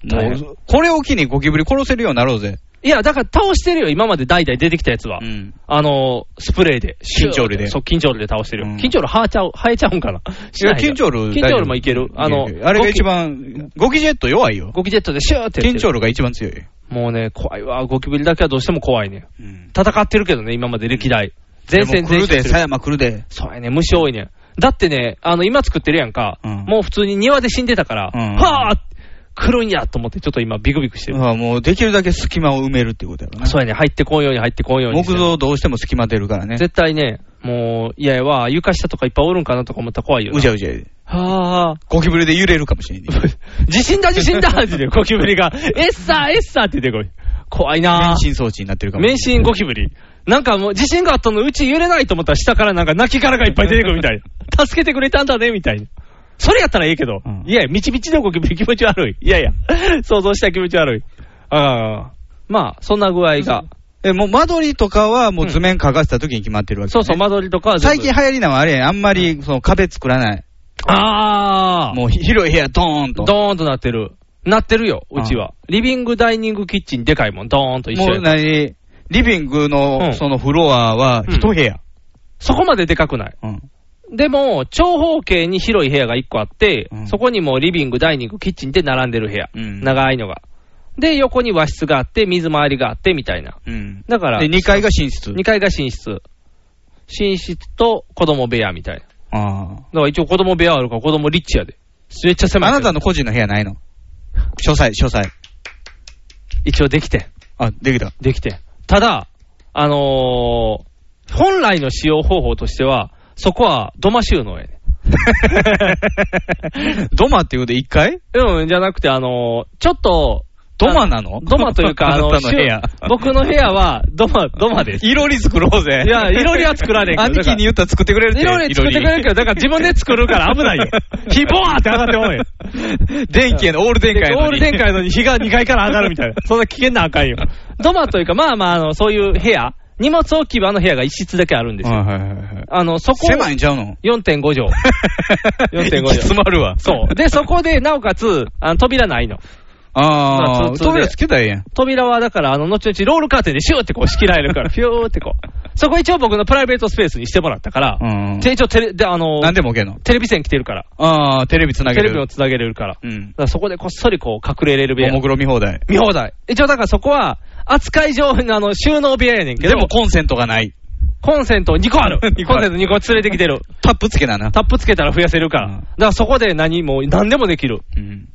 [SPEAKER 3] 大変
[SPEAKER 2] もうこれを機にゴキブリ殺せるようになろうぜ。
[SPEAKER 3] いや、だから倒してるよ、今まで代々出てきたやつは。あの、スプレーで。
[SPEAKER 2] 緊張類で
[SPEAKER 3] そう、緊張類で倒してる。緊張類生えちゃう、生えちゃうんかな。しない
[SPEAKER 2] 緊張類
[SPEAKER 3] 緊張類もいける。あの、
[SPEAKER 2] あれが一番、ゴキジェット弱いよ。
[SPEAKER 3] ゴキジェットでシューってやってる。
[SPEAKER 2] 緊張類が一番強い。
[SPEAKER 3] もうね、怖いわ。ゴキブリだけはどうしても怖いね。戦ってるけどね、今まで歴代。前線
[SPEAKER 2] で
[SPEAKER 3] 前
[SPEAKER 2] も来る
[SPEAKER 3] 線
[SPEAKER 2] で、
[SPEAKER 3] して
[SPEAKER 2] 狭
[SPEAKER 3] る。
[SPEAKER 2] 山来るで。
[SPEAKER 3] そうやね、虫多いね。だってね、あの、今作ってるやんか、もう普通に庭で死んでたから、はぁ来るんやと思って、ちょっと今ビクビクしてる。
[SPEAKER 2] ああもうできるだけ隙間を埋めるっていうことやろな。
[SPEAKER 3] そうやね、入ってこんように入ってこんようにして
[SPEAKER 2] 木造どうしても隙間出るからね。
[SPEAKER 3] 絶対ね、もう、いやいや、床下とかいっぱいおるんかなとか思ったら怖いよな。
[SPEAKER 2] うじゃうじゃで。
[SPEAKER 3] はぁ。
[SPEAKER 2] ゴキブリで揺れるかもしれんね。
[SPEAKER 3] [laughs] 地震だ地震だって
[SPEAKER 2] [laughs]
[SPEAKER 3] 言ってゴキブリが、エッサーエッサーって言ってこい。怖いなぁ。
[SPEAKER 2] 免震装置になってるかもしれん。
[SPEAKER 3] 免震ゴキブリ。なんかもう地震があったのうち揺れないと思ったら下からなんか泣き殻がいっぱい出てくるみたいな。 [laughs] 助けてくれたんだねみたいな。それやったらええけど。いやいや、みちみちのゴキブリ気持ち悪い。いやいや、想像した気持ち悪い。ああ。まあ、そんな具合が。
[SPEAKER 2] え、もう間取りとかはもう図面描かせた時に決まってるわけ、ね
[SPEAKER 3] そうそう、間取りとかは全
[SPEAKER 2] 最
[SPEAKER 3] 部
[SPEAKER 2] 近流行りなのはあれやんあんまりその壁作らない。
[SPEAKER 3] ああ。
[SPEAKER 2] もう広い部屋ドーンと。
[SPEAKER 3] ドーンとなってる。なってるよ、うちは。リビング、ダイニング、キッチン、でかいもん。ドーンと一緒
[SPEAKER 2] もう
[SPEAKER 3] や
[SPEAKER 2] 何リビング
[SPEAKER 3] うん
[SPEAKER 2] のそのフロアは一部屋。
[SPEAKER 3] そこまででかくない。でも、長方形に広い部屋が1個あって、そこにもうリビング、ダイニング、キッチンで並んでる部屋。長いのが。で、横に和室があって、水回りがあって、みたいな。
[SPEAKER 2] うん。
[SPEAKER 3] だから、
[SPEAKER 2] で、2階が寝室。
[SPEAKER 3] 2階が寝室。寝室と子供部屋みたいな。だ
[SPEAKER 2] あ
[SPEAKER 3] から一応子供部屋あるから子供リッチやで。めっちゃ
[SPEAKER 2] あ。
[SPEAKER 3] 狭い
[SPEAKER 2] あ
[SPEAKER 3] けど。
[SPEAKER 2] なたの個人の部屋
[SPEAKER 3] [laughs]
[SPEAKER 2] ないの書斎、書斎。
[SPEAKER 3] 一応できてん。
[SPEAKER 2] あ、で
[SPEAKER 3] [laughs]
[SPEAKER 2] きた。
[SPEAKER 3] できてん。ただ、あのー本来の使用方法としては、そこは土間収納やね。
[SPEAKER 2] ドマっていうことで1階
[SPEAKER 3] うん、じゃなくて、あのーちょっと、
[SPEAKER 2] ドマなの
[SPEAKER 3] [laughs] ドマとい
[SPEAKER 2] [laughs]
[SPEAKER 3] うか、あの、
[SPEAKER 2] あなたの部屋
[SPEAKER 3] 収僕の部屋は、ドマ、ドマです。
[SPEAKER 2] いろり作ろうぜ。
[SPEAKER 3] いや、いろりは作らねえけど。
[SPEAKER 2] 兄貴に言ったら作ってくれるって。
[SPEAKER 3] いろり作ってくれるけど、だから自分で作るから危ない
[SPEAKER 2] [laughs]
[SPEAKER 3] よ。火ボワーって上がってもんよ。
[SPEAKER 2] 電気やの、オール電化やのに
[SPEAKER 3] オール電化やのに火が2階から上がるみ
[SPEAKER 2] [laughs]
[SPEAKER 3] たいな。そんな危険なあかんよ。土間というか、まあまあ、あの、そういう部屋、荷物置き場の部屋が一室だけあるんですよ。あの、そこを
[SPEAKER 2] 狭いんちゃうの
[SPEAKER 3] ?4.5
[SPEAKER 2] [laughs]
[SPEAKER 3] 畳。4.5畳。
[SPEAKER 2] 行き詰まるわ。
[SPEAKER 3] そう。で、そこで、なおかつ、あの扉ないの。
[SPEAKER 2] あ
[SPEAKER 3] まあ
[SPEAKER 2] あ、
[SPEAKER 3] 通通で
[SPEAKER 2] 扉つけたらええやん。
[SPEAKER 3] 扉はだから、あの、後々ロールカーテンでシューってこう仕切られる
[SPEAKER 2] [laughs]
[SPEAKER 3] から、ピューってこう。そこ一応僕のプライベートスペースにしてもらったから、
[SPEAKER 2] うん。
[SPEAKER 3] で一応テレ、で、あの、
[SPEAKER 2] 何でも OK の。
[SPEAKER 3] テレビ線来てるから。
[SPEAKER 2] ああ、テレビつなげ
[SPEAKER 3] テレビ
[SPEAKER 2] る
[SPEAKER 3] を。つなげれるから。
[SPEAKER 2] うん
[SPEAKER 3] だ。からそこでこっそりこう隠れれる部
[SPEAKER 2] も
[SPEAKER 3] 屋
[SPEAKER 2] も。クロ見放題。
[SPEAKER 3] 見放題。一応だからそこは、扱い上のあの、収納部屋やねんけ
[SPEAKER 2] で
[SPEAKER 3] ど。
[SPEAKER 2] もコンセントがない。
[SPEAKER 3] コンセント2個ある
[SPEAKER 2] [laughs] 。二個
[SPEAKER 3] コ
[SPEAKER 2] あ
[SPEAKER 3] ン
[SPEAKER 2] る
[SPEAKER 3] セント2個連れてきてる。
[SPEAKER 2] タップつけなな。
[SPEAKER 3] タップつけたら増やせるから。だからそこで何も、何でもできる。
[SPEAKER 2] うん。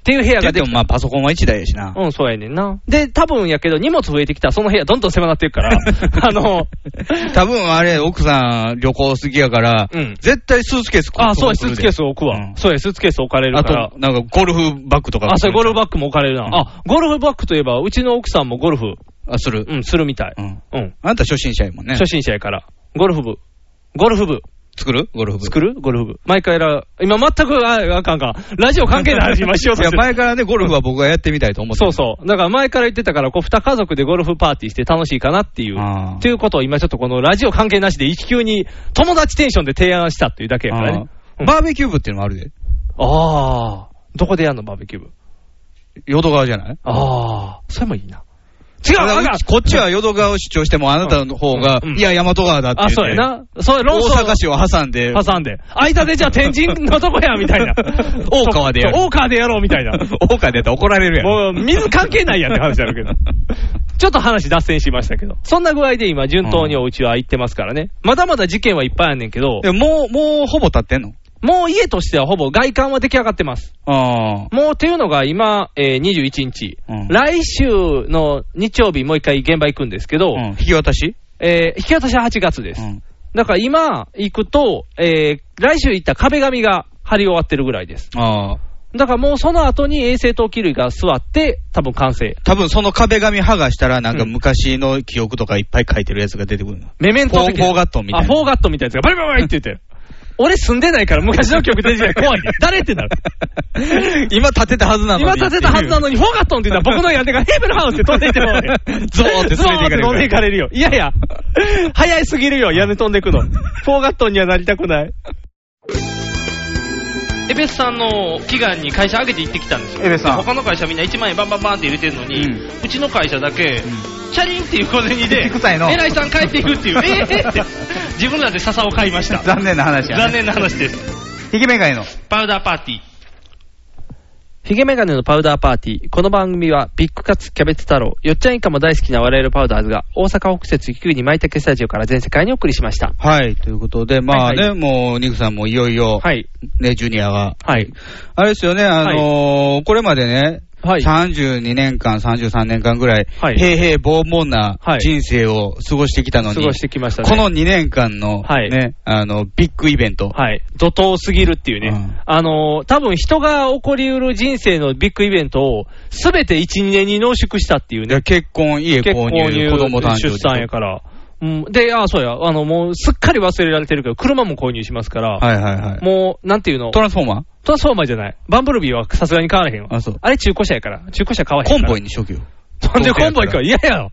[SPEAKER 3] っていう部屋が
[SPEAKER 2] で
[SPEAKER 3] でき
[SPEAKER 2] も
[SPEAKER 3] た。
[SPEAKER 2] まあパソコンは1台やしな。
[SPEAKER 3] うん、そうやねんな。で、多分やけど、荷物増えてきたら、その部屋どんどん狭なっていく
[SPEAKER 2] [laughs]
[SPEAKER 3] から、あの、 [laughs]
[SPEAKER 2] 多分あれ、奥さん旅行好きやから、
[SPEAKER 3] うん
[SPEAKER 2] 絶対スーツケース
[SPEAKER 3] あ、そうや、スーツケース置くわ。
[SPEAKER 2] うん
[SPEAKER 3] そうや、スーツケース置かれる
[SPEAKER 2] あ
[SPEAKER 3] から
[SPEAKER 2] と、。なんかゴルフバッグとか。
[SPEAKER 3] あ、そうやゴルフバッグも置かれるな。あ、ゴルフバッグといえば、うちの奥さんもゴルフ、
[SPEAKER 2] あ、する。
[SPEAKER 3] うん、するみたい。
[SPEAKER 2] うん。
[SPEAKER 3] うん。
[SPEAKER 2] あんた初心者やもんね。
[SPEAKER 3] 初心者やから。ゴルフ部。ゴルフ部。
[SPEAKER 2] 作るゴルフ部。
[SPEAKER 3] 作るゴルフ部。毎回ら、今全く、あ、あかんかん。ラジオ関係ない話今しようとして
[SPEAKER 2] いや、
[SPEAKER 3] る。
[SPEAKER 2] 前からね、ゴルフは僕がやってみたいと思って
[SPEAKER 3] そ
[SPEAKER 2] る
[SPEAKER 3] うそう。だから前から言ってたから、こう、二家族でゴルフパーティーして楽しいかなっていう。
[SPEAKER 2] あ
[SPEAKER 3] っていうことを今ちょっとこのラジオ関係なしで一級に友達テンションで提案したっていうだけやからね。
[SPEAKER 2] ーバーベキュー部っていうのもあるで。
[SPEAKER 3] ああ。どこでやんのバーベキュー部。
[SPEAKER 2] 淀川じゃない
[SPEAKER 3] ああ。それもいいな。違
[SPEAKER 2] 違
[SPEAKER 3] う
[SPEAKER 2] う
[SPEAKER 3] あかん
[SPEAKER 2] こっちは淀川を主張しても、あなたの方が、
[SPEAKER 3] うんうん
[SPEAKER 2] いや、大和川だって言っ
[SPEAKER 3] あ、
[SPEAKER 2] て。
[SPEAKER 3] そうやな。そう、論争
[SPEAKER 2] 大阪市を挟んで、
[SPEAKER 3] 挟んで。間でじゃあ天神のとこや、みたいな。
[SPEAKER 2] [laughs] 大川でやる。
[SPEAKER 3] 大川でやろう、みたいな。
[SPEAKER 2] [laughs] 大川でやったら怒られるやん。
[SPEAKER 3] もう、水関係ないやんって話あ
[SPEAKER 2] [laughs]
[SPEAKER 3] るけど。ちょっと話脱線しましたけど。そんな具合で今、順当にお家は行ってますからね。まだまだ事件はいっぱいあんねんけど、
[SPEAKER 2] でももう、もうほぼ立ってんの
[SPEAKER 3] もう家としてはほぼ外観は出来上がってます。
[SPEAKER 2] ああ。
[SPEAKER 3] もうっていうのが今、えー21日、
[SPEAKER 2] うん
[SPEAKER 3] 来週の日曜日、もう一回現場行くんですけど、
[SPEAKER 2] うん引き渡し
[SPEAKER 3] えー引き渡しは8月です。
[SPEAKER 2] ん
[SPEAKER 3] だから今行くと、えー来週行った壁紙が貼り終わってるぐらいです。
[SPEAKER 2] ああ。
[SPEAKER 3] だからもうその後に衛生陶器類が座って、多分完成。
[SPEAKER 2] 多分その壁紙剥がしたら、なんか昔の記憶とかいっぱい書いてるやつが出てくるの。
[SPEAKER 3] メメント的
[SPEAKER 2] フォー
[SPEAKER 3] な
[SPEAKER 2] フォーガットみたいな
[SPEAKER 3] あ、フォーガットみたいなやつがバリバリバリって言ってる。俺住んでないから昔の曲出てきたら怖いね。誰ってなる。
[SPEAKER 2] [laughs] 今立てたはずなのに。
[SPEAKER 3] 今立てたはずなのに、フォーガットンって言ったら僕の屋根がヘーブルハウスって飛んでいってもうね
[SPEAKER 2] ゾーンって
[SPEAKER 3] ゾーンって飛んでいかれるよ。いやいや、早いすぎるよ、屋根飛んでくの。フォーガットンにはなりたくない。エベスさんの祈願に会社上げて行ってきたんですよ。
[SPEAKER 13] エベスさん
[SPEAKER 3] で他の会社みんな1万円バンバンバンって入れてるのに、うちの会社だけ、チャリンっていう小銭で、
[SPEAKER 13] くさいの
[SPEAKER 3] 偉いさん帰っていくっていう、えー、えーって、自分らで笹を買いました。
[SPEAKER 13] [laughs] 残念な話やね
[SPEAKER 3] 残念な話です。
[SPEAKER 13] ひげメガネの。
[SPEAKER 3] パウダーパーティー。ヒゲメガネのパウダーパーティー。この番組は、ビッグカツ、キャベツ太郎、よっちゃん以下も大好きな我々パウダーズが、大阪北節9に舞茸スタジオから全世界にお送りしました。
[SPEAKER 2] はい、ということで、まあね、
[SPEAKER 3] はい
[SPEAKER 2] もう、ニクさんもいよいよ、
[SPEAKER 3] はい。
[SPEAKER 2] ね、ジュニアが。
[SPEAKER 3] はい。
[SPEAKER 2] あれですよね、あのーこれまでね、32年間、33年間ぐらい、
[SPEAKER 3] はい
[SPEAKER 2] 平々凡々な
[SPEAKER 3] はい
[SPEAKER 2] 人生を過ごしてきたのに、
[SPEAKER 3] 過ごしてきましたね
[SPEAKER 2] この2年間の、
[SPEAKER 3] はい
[SPEAKER 2] ね、あの、ビッグイベント。
[SPEAKER 3] はい。怒涛すぎるっていうね。あのー多分人が起こりうる人生のビッグイベントを、すべて1、2年に濃縮したっていうね。
[SPEAKER 2] 結婚、家
[SPEAKER 3] 結
[SPEAKER 2] 購
[SPEAKER 3] 婚
[SPEAKER 2] 入、子供誕生
[SPEAKER 3] 出産やから。うん、で、あそうや、あの、もう、すっかり忘れられてるけど、車も購入しますから、
[SPEAKER 2] はいはいはい。
[SPEAKER 3] もう、なんていうの
[SPEAKER 2] トランスフォーマー
[SPEAKER 3] トランスフォーマーじゃない。バンブルビーはさすがに買われへんわ。
[SPEAKER 2] あ、そう。
[SPEAKER 3] あれ中古車やから。中古車買わへんか
[SPEAKER 2] コン
[SPEAKER 3] ら。
[SPEAKER 2] ボイにしとけよ。
[SPEAKER 3] なんでコンボイか。嫌やろ。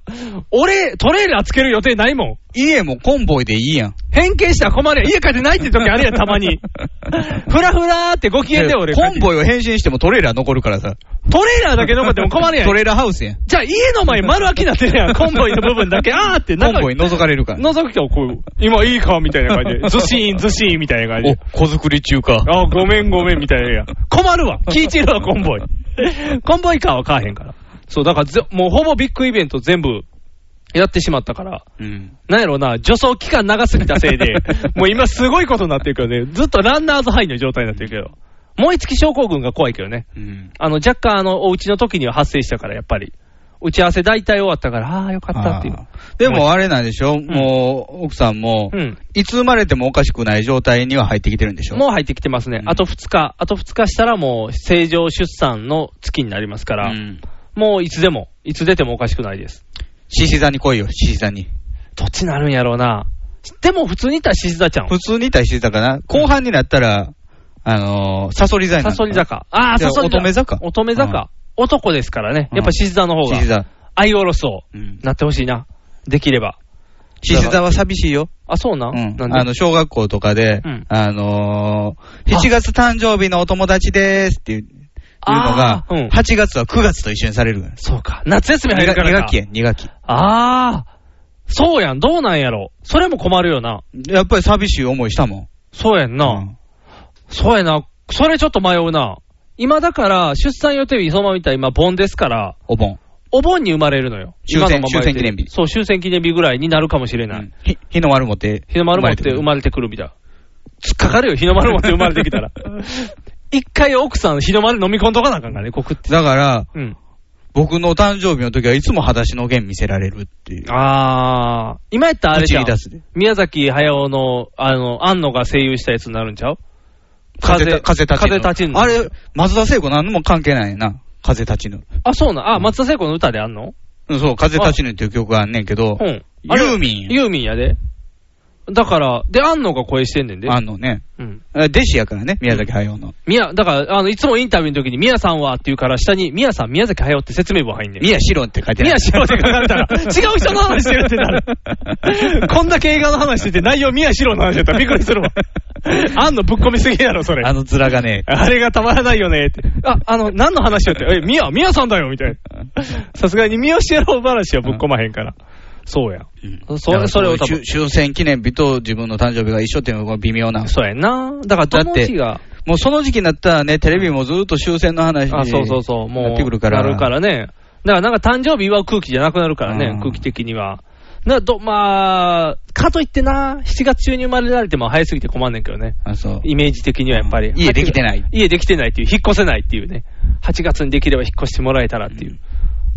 [SPEAKER 3] 俺、トレーラーつける予定ないもん。
[SPEAKER 2] 家もコンボイでいいやん。
[SPEAKER 3] 変形したら困るやん。家帰ってないって時あるやん、た
[SPEAKER 2] [laughs]
[SPEAKER 3] まに。ふらふらーってご機嫌で俺。
[SPEAKER 2] コンボイを変身してもトレーラー残るからさ。
[SPEAKER 3] トレーラーだけ残っても困るやん。
[SPEAKER 2] トレーラーハウスやん。
[SPEAKER 3] じゃあ家の前丸空きになってるやん。コンボイの部分だけ、あーって
[SPEAKER 2] コ
[SPEAKER 3] 中
[SPEAKER 2] ン
[SPEAKER 3] に
[SPEAKER 2] ボイ覗かれるから。
[SPEAKER 3] 覗くとこう、今いい顔みたいな感じで、ずしーんずしーんみたいな感じで。
[SPEAKER 2] お、子作り中か。
[SPEAKER 3] あ、ごめんごめんみたいなやん。困 [laughs] るわ。聞いてるわ、コンボイ。 [laughs] コンボイカーは買わへんから。そう、だからぜもうほぼビッグイベント全部やってしまったから。
[SPEAKER 2] うん。
[SPEAKER 3] なんやろうな、助走期間長すぎたせい [laughs] で、もう今すごいことになってるけどね、ずっとランナーズハイの状態になってるけど。燃え尽き症候群が怖いけどね。
[SPEAKER 2] うん。
[SPEAKER 3] あの、若干あの、お家の時には発生したから、やっぱり。打ち合わせ大体終わったから、ああー、よかったっていう。
[SPEAKER 2] でもあれなんでしょもう、奥さんも
[SPEAKER 3] う、ん。
[SPEAKER 2] いつ生まれてもおかしくない状態には入ってきてるんでしょ
[SPEAKER 3] もう入ってきてますね。あと2日、あと2日したらもう正常出産の月になりますから、
[SPEAKER 2] うん。
[SPEAKER 3] もういつでも、いつ出てもおかしくないです。
[SPEAKER 2] 獅子座に来いよ、獅子座に。
[SPEAKER 3] どっちになるんやろうな。でも普通にいたら獅子座ちゃん。
[SPEAKER 2] 普通にいたら獅子座かな後半になったら、あのー、サソリ座にな
[SPEAKER 3] サ
[SPEAKER 2] る
[SPEAKER 3] ソリ座か。ああ、
[SPEAKER 2] じゃあ
[SPEAKER 3] サソリ座。
[SPEAKER 2] 乙女座か
[SPEAKER 3] 乙女座か。男ですからね。
[SPEAKER 2] うん
[SPEAKER 3] やっぱ獅子座の方
[SPEAKER 2] 獅子
[SPEAKER 3] が。
[SPEAKER 2] 座。
[SPEAKER 3] 愛おろそう。
[SPEAKER 2] うん
[SPEAKER 3] なってほしいな。できれば。
[SPEAKER 2] 獅子座は寂しいよ。
[SPEAKER 3] あ、そうな。
[SPEAKER 2] うんん。
[SPEAKER 3] なんで
[SPEAKER 2] あの、小学校とかで
[SPEAKER 3] うん、
[SPEAKER 2] あのー、7月誕生日のお友達でーすっていういうのが
[SPEAKER 3] あ、ーうん
[SPEAKER 2] 8月は9月と一緒にされるから。
[SPEAKER 3] そうか。夏休み入るから
[SPEAKER 2] 2
[SPEAKER 3] か。
[SPEAKER 2] 学期や、2学期。
[SPEAKER 3] ああ。そうやん。どうなんやろ。それも困るよな。
[SPEAKER 2] やっぱり寂しい思いしたもん。
[SPEAKER 3] そうやんな。
[SPEAKER 2] うん
[SPEAKER 3] そうやな。それちょっと迷うな。今だから、出産予定日そのまま見たら今、盆ですから、
[SPEAKER 2] お盆。
[SPEAKER 3] お盆に生まれるのよ。
[SPEAKER 2] 終戦
[SPEAKER 3] 今のままで
[SPEAKER 2] 終戦記念日
[SPEAKER 3] そう、終戦記念日ぐらいになるかもしれない。
[SPEAKER 2] ひ日の丸持って。
[SPEAKER 3] 日の丸持って生まれてくるみたいな。突っかかるよ、日の丸持って生まれて
[SPEAKER 2] [laughs]
[SPEAKER 3] きたら。一回奥さん、日の丸飲み込んどかなあかんからね、告って。
[SPEAKER 2] だから、
[SPEAKER 3] うん。
[SPEAKER 2] 僕の誕生日の時はいつも裸足の弦見せられるっていう。
[SPEAKER 3] あー、今やったらあれじゃん
[SPEAKER 2] 口に出すで。
[SPEAKER 3] 宮崎駿の、あの、安野が声優したやつになるんちゃう
[SPEAKER 2] た風立ちぬ。
[SPEAKER 3] 風立ちぬ。
[SPEAKER 2] あれ、松田聖子何も関係ないな。風立ちぬ。
[SPEAKER 3] あ、そうなん。あ、松田聖子の歌であんの
[SPEAKER 2] うんそう、風立ちぬっていう曲があんねんけど、
[SPEAKER 3] うん。あれ
[SPEAKER 2] ユーミン
[SPEAKER 3] ユーミンやで。だから、で、安野が声してんねんで。
[SPEAKER 2] あんのね。
[SPEAKER 3] うん。
[SPEAKER 2] 弟子やからね、宮崎駿の。
[SPEAKER 3] 宮、だから、あの、いつもインタビューの時に、宮さんはって言うから、下に、宮さん、宮崎駿って説明文入んねん。
[SPEAKER 2] 宮志郎って書いてない。
[SPEAKER 3] 宮城って書かれたら、違う人の話してるってな [laughs] る。こんだけ映画の話してて、内容宮城の話だったらびっくりするわ。あんのぶっ込みすぎやろ、それ。
[SPEAKER 2] [laughs] あの面がね。
[SPEAKER 3] あれがたまらないよねって。あ、あの、何の話よって。え、宮、宮さんだよみたいな。さすがに宮城の話はぶっ込まへんから。そうや。 [laughs] そそれを多分
[SPEAKER 2] 終。終戦記念日と自分の誕生日が一緒っていうのが微妙な。
[SPEAKER 3] そうやんな。だから、どの時が。
[SPEAKER 2] もうその時期になったらね、テレビもずっと終戦の話に
[SPEAKER 3] あ、そうそうそう。もう、
[SPEAKER 2] なってくるから。
[SPEAKER 3] なるからね。だからなんか誕生日祝う空気じゃなくなるから
[SPEAKER 2] う
[SPEAKER 3] ね
[SPEAKER 2] ん、
[SPEAKER 3] 空気的には。な、ど、まあ、かといってな、7月中に生まれられても早すぎて困んねんけどね。
[SPEAKER 2] あ、そう。
[SPEAKER 3] イメージ的にはやっぱり。
[SPEAKER 2] 家できてない。
[SPEAKER 3] 家できてないっていう、引っ越せないっていうね。8月にできれば引っ越してもらえたらっていう。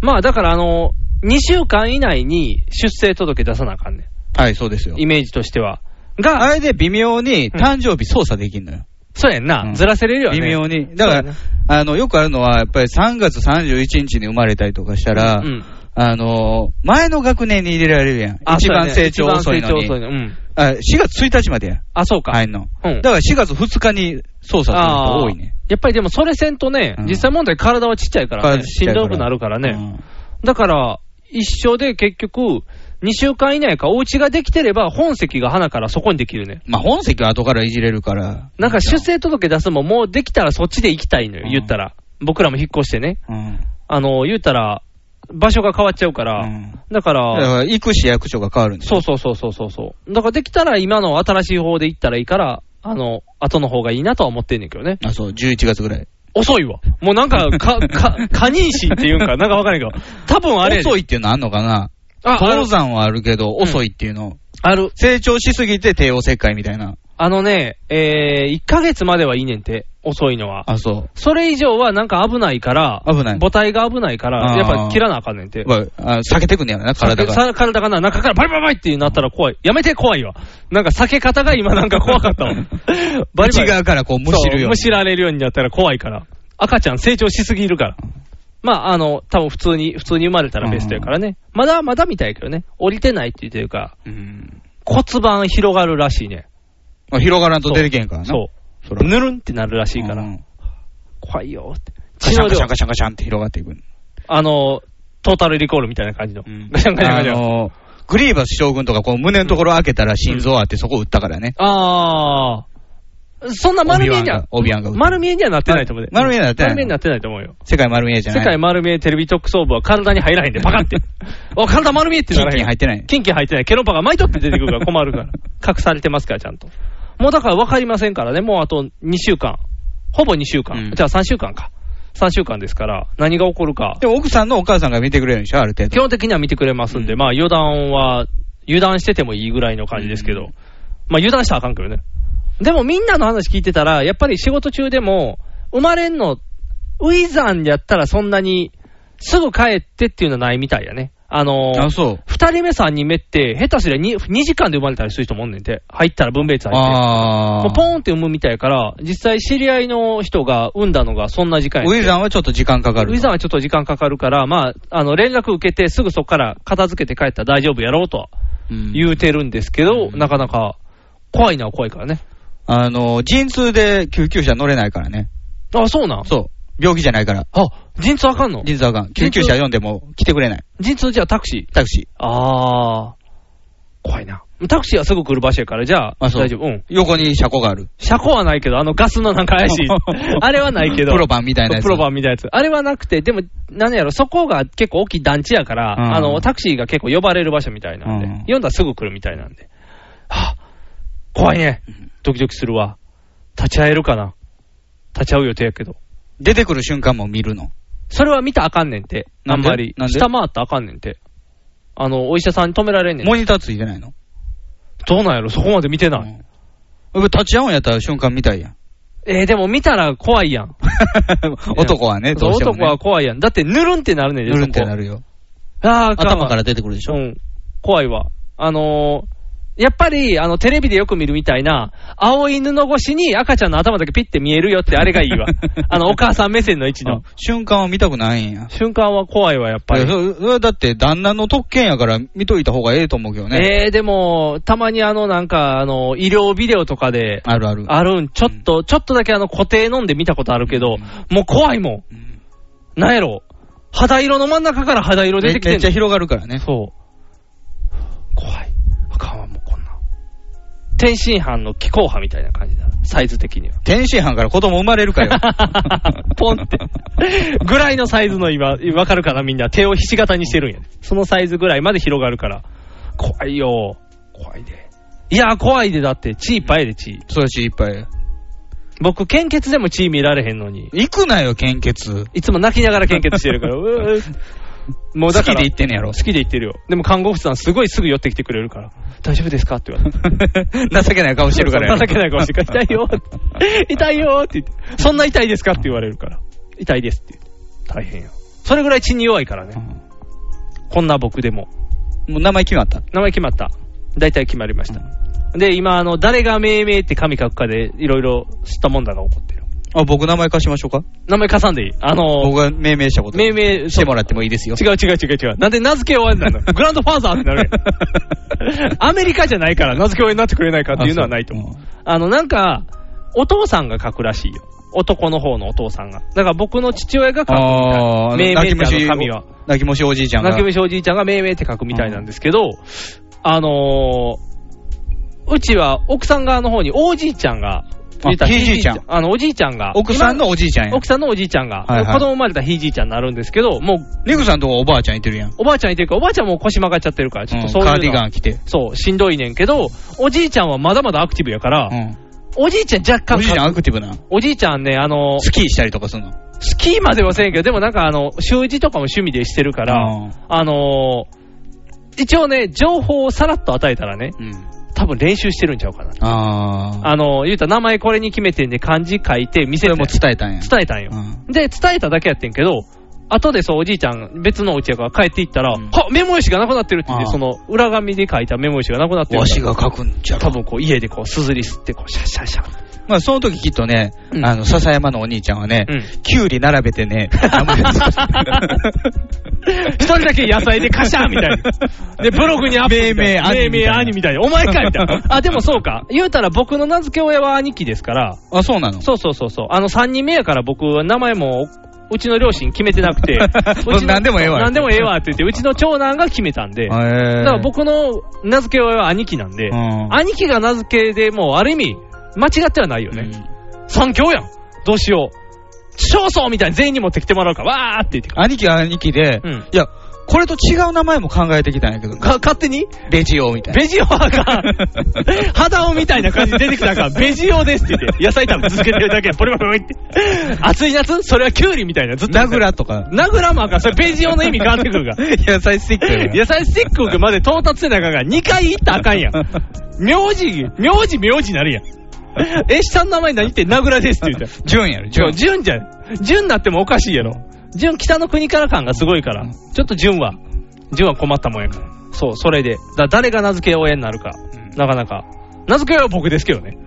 [SPEAKER 3] まあだからあの、2週間以内に出生届出さなあかんね
[SPEAKER 2] はい、そうですよ
[SPEAKER 3] ん。。イメージとしては。
[SPEAKER 2] あ
[SPEAKER 3] が、
[SPEAKER 2] れで微妙に誕生日操作できるのよ。
[SPEAKER 3] そうやんな、
[SPEAKER 2] うん
[SPEAKER 3] ずらせれるよね。
[SPEAKER 2] 微妙に。だから、
[SPEAKER 3] そうや
[SPEAKER 2] あの、よくあるのは、やっぱり3月31日に生まれたりとかしたら、
[SPEAKER 3] な、うん。
[SPEAKER 2] あの、前の学年に入れられるやん。
[SPEAKER 3] あ
[SPEAKER 2] 一番
[SPEAKER 3] そうやね
[SPEAKER 2] 成長遅いのに。
[SPEAKER 3] 一番成長遅いの。うん。
[SPEAKER 2] あ4月1日までやん。
[SPEAKER 3] あ、そうか。
[SPEAKER 2] 入んの。
[SPEAKER 3] うん
[SPEAKER 2] だから4月2日に操作する人多いね。
[SPEAKER 3] あーやっぱりでもそれせんとね、
[SPEAKER 2] うん
[SPEAKER 3] 実際問題体はちっちゃいからね、
[SPEAKER 2] 体ちっ
[SPEAKER 3] し
[SPEAKER 2] ちゃ
[SPEAKER 3] ん
[SPEAKER 2] いから
[SPEAKER 3] どくなるからね。だから、一緒で結局、 2週間以内か、お家ができてれば、本籍が花からそこにできるね。
[SPEAKER 2] まあ本籍は後からいじれるから。
[SPEAKER 3] なんか出生届出すもん、もうできたらそっちで行きたいのよ、言ったら。僕らも引っ越してね。
[SPEAKER 2] うん。
[SPEAKER 3] あの、言ったら、場所が変わっちゃうから。だか、
[SPEAKER 2] だからら行く市役所が変わるんです
[SPEAKER 3] そうそうそうそうそうそう。だからできたら今の新しい方で行ったらいいから、あの、後の方がいいなとは思ってんねんけどね。
[SPEAKER 2] あ、そう、11月ぐらい。
[SPEAKER 3] 遅いわ。もうなんか、
[SPEAKER 2] [laughs]
[SPEAKER 3] か、か、カニンシンっていうんか、なんかわからんけど。多分あれやで
[SPEAKER 2] 遅いっていうのあんのかな
[SPEAKER 3] あある
[SPEAKER 2] 鉱山はあるけど、遅いっていうの。
[SPEAKER 3] ある。
[SPEAKER 2] 成長しすぎて帝王切開みたいな。
[SPEAKER 3] あのね、えー、1ヶ月まではいいねんて、遅いのは。
[SPEAKER 2] あ、そ
[SPEAKER 3] それ以上はなんか危ないから、
[SPEAKER 2] 危ない
[SPEAKER 3] 母体が危ないから、
[SPEAKER 2] あー
[SPEAKER 3] やっぱ切らなあかんねんて
[SPEAKER 2] う。。まあ、あ避けてくんねやろな、体が。
[SPEAKER 3] さ体がな、中からバリバリバリってなったら怖い。やめて怖いわ。なんか避け方が今なんか怖かった
[SPEAKER 2] [laughs]
[SPEAKER 3] わ。バリバ
[SPEAKER 2] 内
[SPEAKER 3] リ。
[SPEAKER 2] 側からこう、むしる
[SPEAKER 3] そう
[SPEAKER 2] よ
[SPEAKER 3] む。しられるようになったら怖いから。赤ちゃん成長しすぎるから。まあ、あの、多分普通に、普通に生まれたらベストやからね。まだ、まだみたいやけどね。降りてないって言ってるから、
[SPEAKER 2] うん。
[SPEAKER 3] 骨盤広がるらしいね。
[SPEAKER 2] まあ、広がらんと出てけんからな。
[SPEAKER 3] そう。
[SPEAKER 2] そら
[SPEAKER 3] ぬるんってなるらしいから。
[SPEAKER 2] うん
[SPEAKER 3] 怖いよって。
[SPEAKER 2] カシャンカシャン
[SPEAKER 3] 血の
[SPEAKER 2] カシャンカシャンって広がっていく。
[SPEAKER 3] 量あの、トータルリコールみたいな感じの。ガシャンガシャ
[SPEAKER 2] [laughs] あ
[SPEAKER 3] ンガシャン。
[SPEAKER 2] のー、グリーバス将軍とか、こう、胸のところ開けたら心臓あって、そこ打ったからね。
[SPEAKER 3] あー。そんな丸見えには、
[SPEAKER 2] オビアンがオビアンが打った
[SPEAKER 3] 丸見えにはなってないと思うで。
[SPEAKER 2] 丸見えにはなってない
[SPEAKER 3] 丸見えになってないと思うよ。
[SPEAKER 2] 世界丸見えじゃな
[SPEAKER 3] 世
[SPEAKER 2] い。
[SPEAKER 3] 界丸見えテレビ特捜部は体に入らへんで、
[SPEAKER 2] [laughs]
[SPEAKER 3] パカって。お、体丸見えってならへん。
[SPEAKER 2] キンキン入ってない
[SPEAKER 3] キンキン入ってない。ケロパが巻いとって出てくるから困るから。 [laughs] 隠されてますから、ちゃんと。もうだから分かりませんからね、もうあと2週間。ほぼ2週間。
[SPEAKER 2] うん
[SPEAKER 3] じゃあ3週間か。3週間ですから、何が起こるか。
[SPEAKER 2] でも奥さんのお母さんが見てくれるんでしょ、ある程
[SPEAKER 3] 基
[SPEAKER 2] 度。
[SPEAKER 3] 本的には見てくれますんで、まあ油断は、油断しててもいいぐらいの感じですけど、まあ油断したらあかんけどね。でもみんなの話聞いてたら、やっぱり仕事中でも、生まれんの、ウィザンやったらそんなに、すぐ帰ってっていうのはないみたいやね。あのー
[SPEAKER 2] あ、そう。
[SPEAKER 3] 二人目、三人目って、下手すりゃ 2, 時間で生まれたりする人もおんねんて、入ったら分娩室入って。
[SPEAKER 2] あ
[SPEAKER 3] もうポ
[SPEAKER 2] ー。
[SPEAKER 3] ーンって産むみたいやから、実際知り合いの人が産んだのがそんな時間やねん
[SPEAKER 2] ウィザンはちょっと時間かかる。
[SPEAKER 3] ウィザンはちょっと時間かかるから、まあ、あの連絡受けて、すぐそこから片付けて帰ったら大丈夫やろうとは
[SPEAKER 2] うん
[SPEAKER 3] 言うてるんですけど、なかなか怖いのは怖いからね。
[SPEAKER 2] あの、陣痛で救急車乗れないからね。
[SPEAKER 3] あ、そうなん
[SPEAKER 2] そう。病気じゃないから。
[SPEAKER 3] あ、陣痛あかんの
[SPEAKER 2] 陣痛あかん。
[SPEAKER 3] 陣
[SPEAKER 2] 救
[SPEAKER 3] 痛
[SPEAKER 2] 急車呼んでも来てくれない。
[SPEAKER 3] 陣痛じゃあタクシー
[SPEAKER 2] タクシー。
[SPEAKER 3] あー、怖いな。タクシーはすぐ来る場所やから、じゃあ、
[SPEAKER 2] あそう
[SPEAKER 3] 大丈夫。うん。
[SPEAKER 2] 横に車庫がある。
[SPEAKER 3] 車庫はないけど、あのガス [laughs] のなん
[SPEAKER 2] [laughs]
[SPEAKER 3] か怪しい。あれはないけど。
[SPEAKER 2] プロパンみたいなやつ
[SPEAKER 3] プロパンみたいなやつ。あれはなくて、でも、なんやろ、そこが結構大きい団地やから、
[SPEAKER 2] うん
[SPEAKER 3] あの、タクシーが結構呼ばれる場所みたいなんで、
[SPEAKER 2] うん
[SPEAKER 3] 呼んだらすぐ来るみたいなんで。はぁ、怖いね。ドキドキするわ。立ち会えるかな立ち会う予定やけど。
[SPEAKER 2] 出てくる瞬間も見るの。
[SPEAKER 3] それは見たらあかんねんて。あ
[SPEAKER 2] なん
[SPEAKER 3] ん
[SPEAKER 2] で
[SPEAKER 3] まり。
[SPEAKER 2] なんで
[SPEAKER 3] 下回ったらあかんねんて。あの、お医者さんに止められんねん
[SPEAKER 2] モ。ニターついてないの
[SPEAKER 3] どうなんやろそこまで見てない。
[SPEAKER 2] うん立ち会うんやったら瞬間見たい
[SPEAKER 3] [laughs]
[SPEAKER 2] やん。
[SPEAKER 3] えー、でも見たら怖いやん。
[SPEAKER 2] 男はね、
[SPEAKER 3] そ
[SPEAKER 2] ど
[SPEAKER 3] う
[SPEAKER 2] うしても、ね。
[SPEAKER 3] 男は怖いやん。だって、ぬるんってなるねんで
[SPEAKER 2] ぬるんってな
[SPEAKER 3] る。
[SPEAKER 2] るよ。
[SPEAKER 3] あー
[SPEAKER 2] 頭からら出てくるでしょ。
[SPEAKER 3] うん。怖いわ。あのー、やっぱり、あの、テレビでよく見るみたいな、青い布越しに赤ちゃんの頭だけピッて見えるよってあれがいいわ。
[SPEAKER 2] [laughs]
[SPEAKER 3] あの、お母さん目線の位置
[SPEAKER 2] あ
[SPEAKER 3] の。
[SPEAKER 2] 瞬間は見たくないんや。
[SPEAKER 3] 瞬間は怖いわ、やっぱ
[SPEAKER 2] いや
[SPEAKER 3] り。
[SPEAKER 2] そそれはだって旦那の特権やから見といた方がええと思うけどね。
[SPEAKER 3] えー、でも、たまにあの、なんか、あの、医療ビデオとかで、
[SPEAKER 2] あるある。
[SPEAKER 3] あるん、ちょっと、ちょっとだけあの、固定飲んで見たことあるけど、もう怖いもん。なんやろ。肌色の真ん中から肌色出
[SPEAKER 2] め
[SPEAKER 3] てきて
[SPEAKER 2] め
[SPEAKER 3] ん
[SPEAKER 2] っちゃ
[SPEAKER 3] の
[SPEAKER 2] 広がるからね。
[SPEAKER 3] そう。怖い。あかんわ、もうこんなん。天津飯の気候派みたいな感じだな。サイズ的には。
[SPEAKER 2] 天津飯から子供生まれるからよ。
[SPEAKER 3] [laughs] ポンって。ぐらいのサイズの今、わかるかなみんな。手をひし形にしてるんや。そのサイズぐらいまで広がるから。怖いよ。怖いで。いや、怖いで、だって。血いっぱいやで、血。
[SPEAKER 2] [laughs] そうやし、いっぱい。
[SPEAKER 3] 僕、献血でも血見られへんのに。
[SPEAKER 2] 行くなよ、献血。
[SPEAKER 3] いつも泣きながら献血してる [laughs] から。うーもうだから。
[SPEAKER 2] 好きで行ってんねやろ [laughs]
[SPEAKER 3] 好きで行ってるよ。でも看護婦さんすごいすぐ寄ってきてくれるから。大丈夫ですかって言われて。
[SPEAKER 2] 情けない顔してるからやろ
[SPEAKER 3] 情けないかもしれない。痛いよって。痛いよって言って。そんな痛いですかって言われるから。痛いですって言って。大変よ。それぐらい血に弱いからね。こんな僕でも。
[SPEAKER 2] [laughs] もう名前決まった。
[SPEAKER 3] 名前決まった。大体決まりました。で、今、あの、誰が命名って神書くかで、いろいろ知ったもんだが起こってる。
[SPEAKER 2] あ、僕名前貸しましょうか。
[SPEAKER 3] 名前かさんでいいあの
[SPEAKER 2] 僕、が命名したこと。
[SPEAKER 3] 命名
[SPEAKER 2] してもらってもいいですよ。
[SPEAKER 3] 違う違う違う違う。なんで名付け終わりなのグランドファーザーってなるや
[SPEAKER 2] [laughs]
[SPEAKER 3] んアメリカじゃないから名付け終わりになってくれないかっていうのはないと思う。
[SPEAKER 2] あ。そう
[SPEAKER 3] あの、なんか、お父さんが書くらしいよ。男の方のお父さんが。だから僕の父親が書くみ
[SPEAKER 2] ああ、
[SPEAKER 3] たい。命名
[SPEAKER 2] 泣き
[SPEAKER 3] ってあ
[SPEAKER 2] 虫
[SPEAKER 3] の紙は。、
[SPEAKER 2] 泣き虫おじいちゃんが。
[SPEAKER 3] 泣き虫おじいちゃんが命名って書くみたいなんですけど、あのー、うちは奥さん側の方におじいちゃん
[SPEAKER 2] あ
[SPEAKER 3] が、言うたら
[SPEAKER 2] ひいじいちゃん
[SPEAKER 3] ひあの、おじいちゃんが。
[SPEAKER 2] 奥さんのおじいちゃんや
[SPEAKER 3] 今奥さんのおじいちゃんが。
[SPEAKER 2] はいはい
[SPEAKER 3] 子供生まれたひいじいちゃんになるんですけど、もう、
[SPEAKER 2] リグさんとこおばあちゃんいてるやん。
[SPEAKER 3] おばあちゃんいてるから、おばあちゃんもう腰曲がっちゃってるから、ちょっとそういうの、
[SPEAKER 2] カーディガン着て。
[SPEAKER 3] そう、しんどいねんけど、おじいちゃんはまだまだアクティブやから、おじいちゃん若干
[SPEAKER 2] おじいちゃんアクティブな。
[SPEAKER 3] おじいちゃんね、あの、
[SPEAKER 2] スキーしたりとかするの。
[SPEAKER 3] スキーまではせんけど、でもなんかあの、習字とかも趣味でしてるから、あのー一応ね、情報をさらっと与えたらね、多分練習してるんちゃうかな。
[SPEAKER 2] あ
[SPEAKER 3] あのー、言うたら名前これに決めてんで漢字書いて見せて。それも
[SPEAKER 2] 伝えたんや。
[SPEAKER 3] 伝えたんよ。で、伝えただけやってんけど、後でそう、おじいちゃん、別のお家やから帰っていったら、はメモ用紙がなくなってるって言って、
[SPEAKER 2] あー
[SPEAKER 3] その裏紙で書いたメモ用紙がなくなってる。
[SPEAKER 2] わしが書くんじゃろ
[SPEAKER 3] 多分こう、家でこう、すずり吸って、こう、シャッシャッシャッ。
[SPEAKER 2] まあ、その時きっとね、あの、笹山のお兄ちゃんはね、キュウリ並べて
[SPEAKER 3] [laughs]
[SPEAKER 2] ね、名 [laughs] 前作って
[SPEAKER 3] 一人だけ野菜でカシャーみたいな。で、ブログにアップみたいな。
[SPEAKER 2] 命名
[SPEAKER 3] 命名
[SPEAKER 2] 兄
[SPEAKER 3] 兄みたいな。お前かみたいな。あ、でもそうか。言うたら僕の名付け親は兄貴ですから。
[SPEAKER 2] あ、そうなの。
[SPEAKER 3] そうそうそうそう。あの、3人目やから僕、名前も、うちの両親決めてなくてうちの
[SPEAKER 2] 何 [laughs] でもええわ
[SPEAKER 3] 何でもええわって言って、うちの長男が決めたんで。だから僕の名付け親は兄貴なんで、
[SPEAKER 2] ん
[SPEAKER 3] 兄貴が名付けでもう、ある意味、間違ってはないよね。三強やん。どうしよう。少々みたいに全員に持ってきてもらうから、わーって言って。
[SPEAKER 2] 兄貴は兄貴で、いや、これと違う名前も考えてきたんやけど、
[SPEAKER 3] か勝手に
[SPEAKER 2] ベジオみたいな。
[SPEAKER 3] ベジオはかん、肌をみたいな感じで出てきたらあかん、ベジオですって言って、野菜食べ続けてるだけや、ポリポリポリって。暑い夏それはキュウリみたいな、ずっと。
[SPEAKER 2] ナグラと
[SPEAKER 3] [laughs]
[SPEAKER 2] か。
[SPEAKER 3] ナグラもあかん、それベジオの意味変わってくる
[SPEAKER 2] [laughs]
[SPEAKER 3] から。
[SPEAKER 2] 野菜スティックやな [laughs]
[SPEAKER 3] 野菜スティックまで到達せなあかんが、2回行ったらあかんやん。名字、名字、名字なるやん。え、下の名前何って名倉ですって言ったら。
[SPEAKER 2] 純やろ、
[SPEAKER 3] 純。純じゃん。純なってもおかしいやろ。純、北の国から感がすごいから。ちょっと純は、純は困ったもんやから。そう、それで。だ誰が名付け親になるか、なかなか。名付け親は僕ですけどね。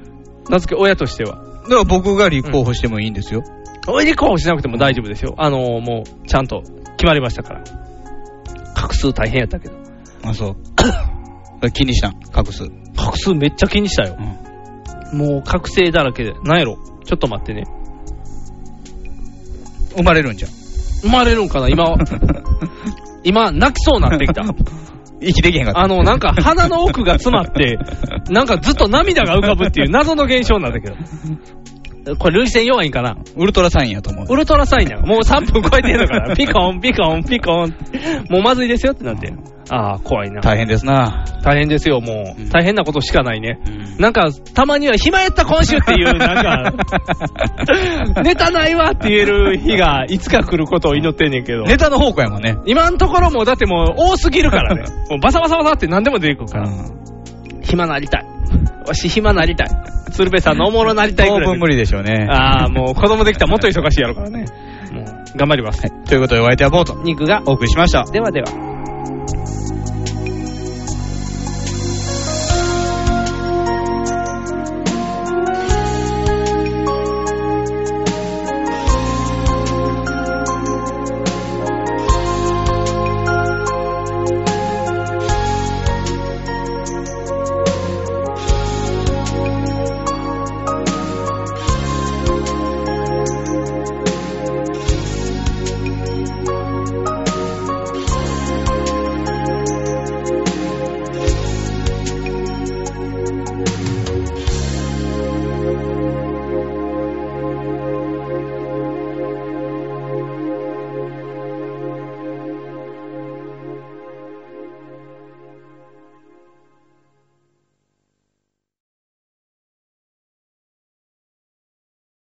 [SPEAKER 3] 名付け親としては。
[SPEAKER 2] だから僕が立候補してもいいんですよ。
[SPEAKER 3] おいで候補しなくても大丈夫ですよ。あのー、もう、ちゃんと決まりましたから。画数大変やったけど。
[SPEAKER 2] あ、そう。気にしたん、画数。
[SPEAKER 3] 画数めっちゃ気にしたよ。もう覚醒だらけで。なんやろちょっと待ってね。
[SPEAKER 2] 生まれるんじゃん。
[SPEAKER 3] 生まれるんかな今 [laughs] は。今、泣きそうになって
[SPEAKER 2] [laughs]
[SPEAKER 3] きた。
[SPEAKER 2] 息できへんかった。
[SPEAKER 3] あの、なんか鼻の奥が詰まって、なんかずっと涙が浮かぶっていう謎の現象なんだけど。これ、涙腺弱いんかな
[SPEAKER 2] [laughs] ウルトラサインやと思う。
[SPEAKER 3] ウルトラサインやん。もう3分超えてるのから。ピコン、ピコン、ピコン。もうまずいですよってなって。ああ、怖いな。
[SPEAKER 2] 大変ですな。
[SPEAKER 3] 大変ですよ、もう。大変なことしかないね。なんか、たまには暇やった今週っていう、なんか、ネタないわって言える日がいつか来ることを祈ってんねんけど。
[SPEAKER 2] ネタの方向やもんね。
[SPEAKER 3] 今のところもうだってもう多すぎるからね。もうバサバサバサって何でも出てくるから。暇なりたい。わし暇なりたい。鶴瓶さんのおもろなりたいぐ
[SPEAKER 2] 当
[SPEAKER 3] らい。
[SPEAKER 2] 分無理でしょうね。
[SPEAKER 3] ああ、もう子供できたらもっ [laughs] と忙しいやろからね。もう頑張ります。
[SPEAKER 2] ということで、お相手はボート。
[SPEAKER 3] 肉が
[SPEAKER 2] お送りしました。
[SPEAKER 3] ではでは。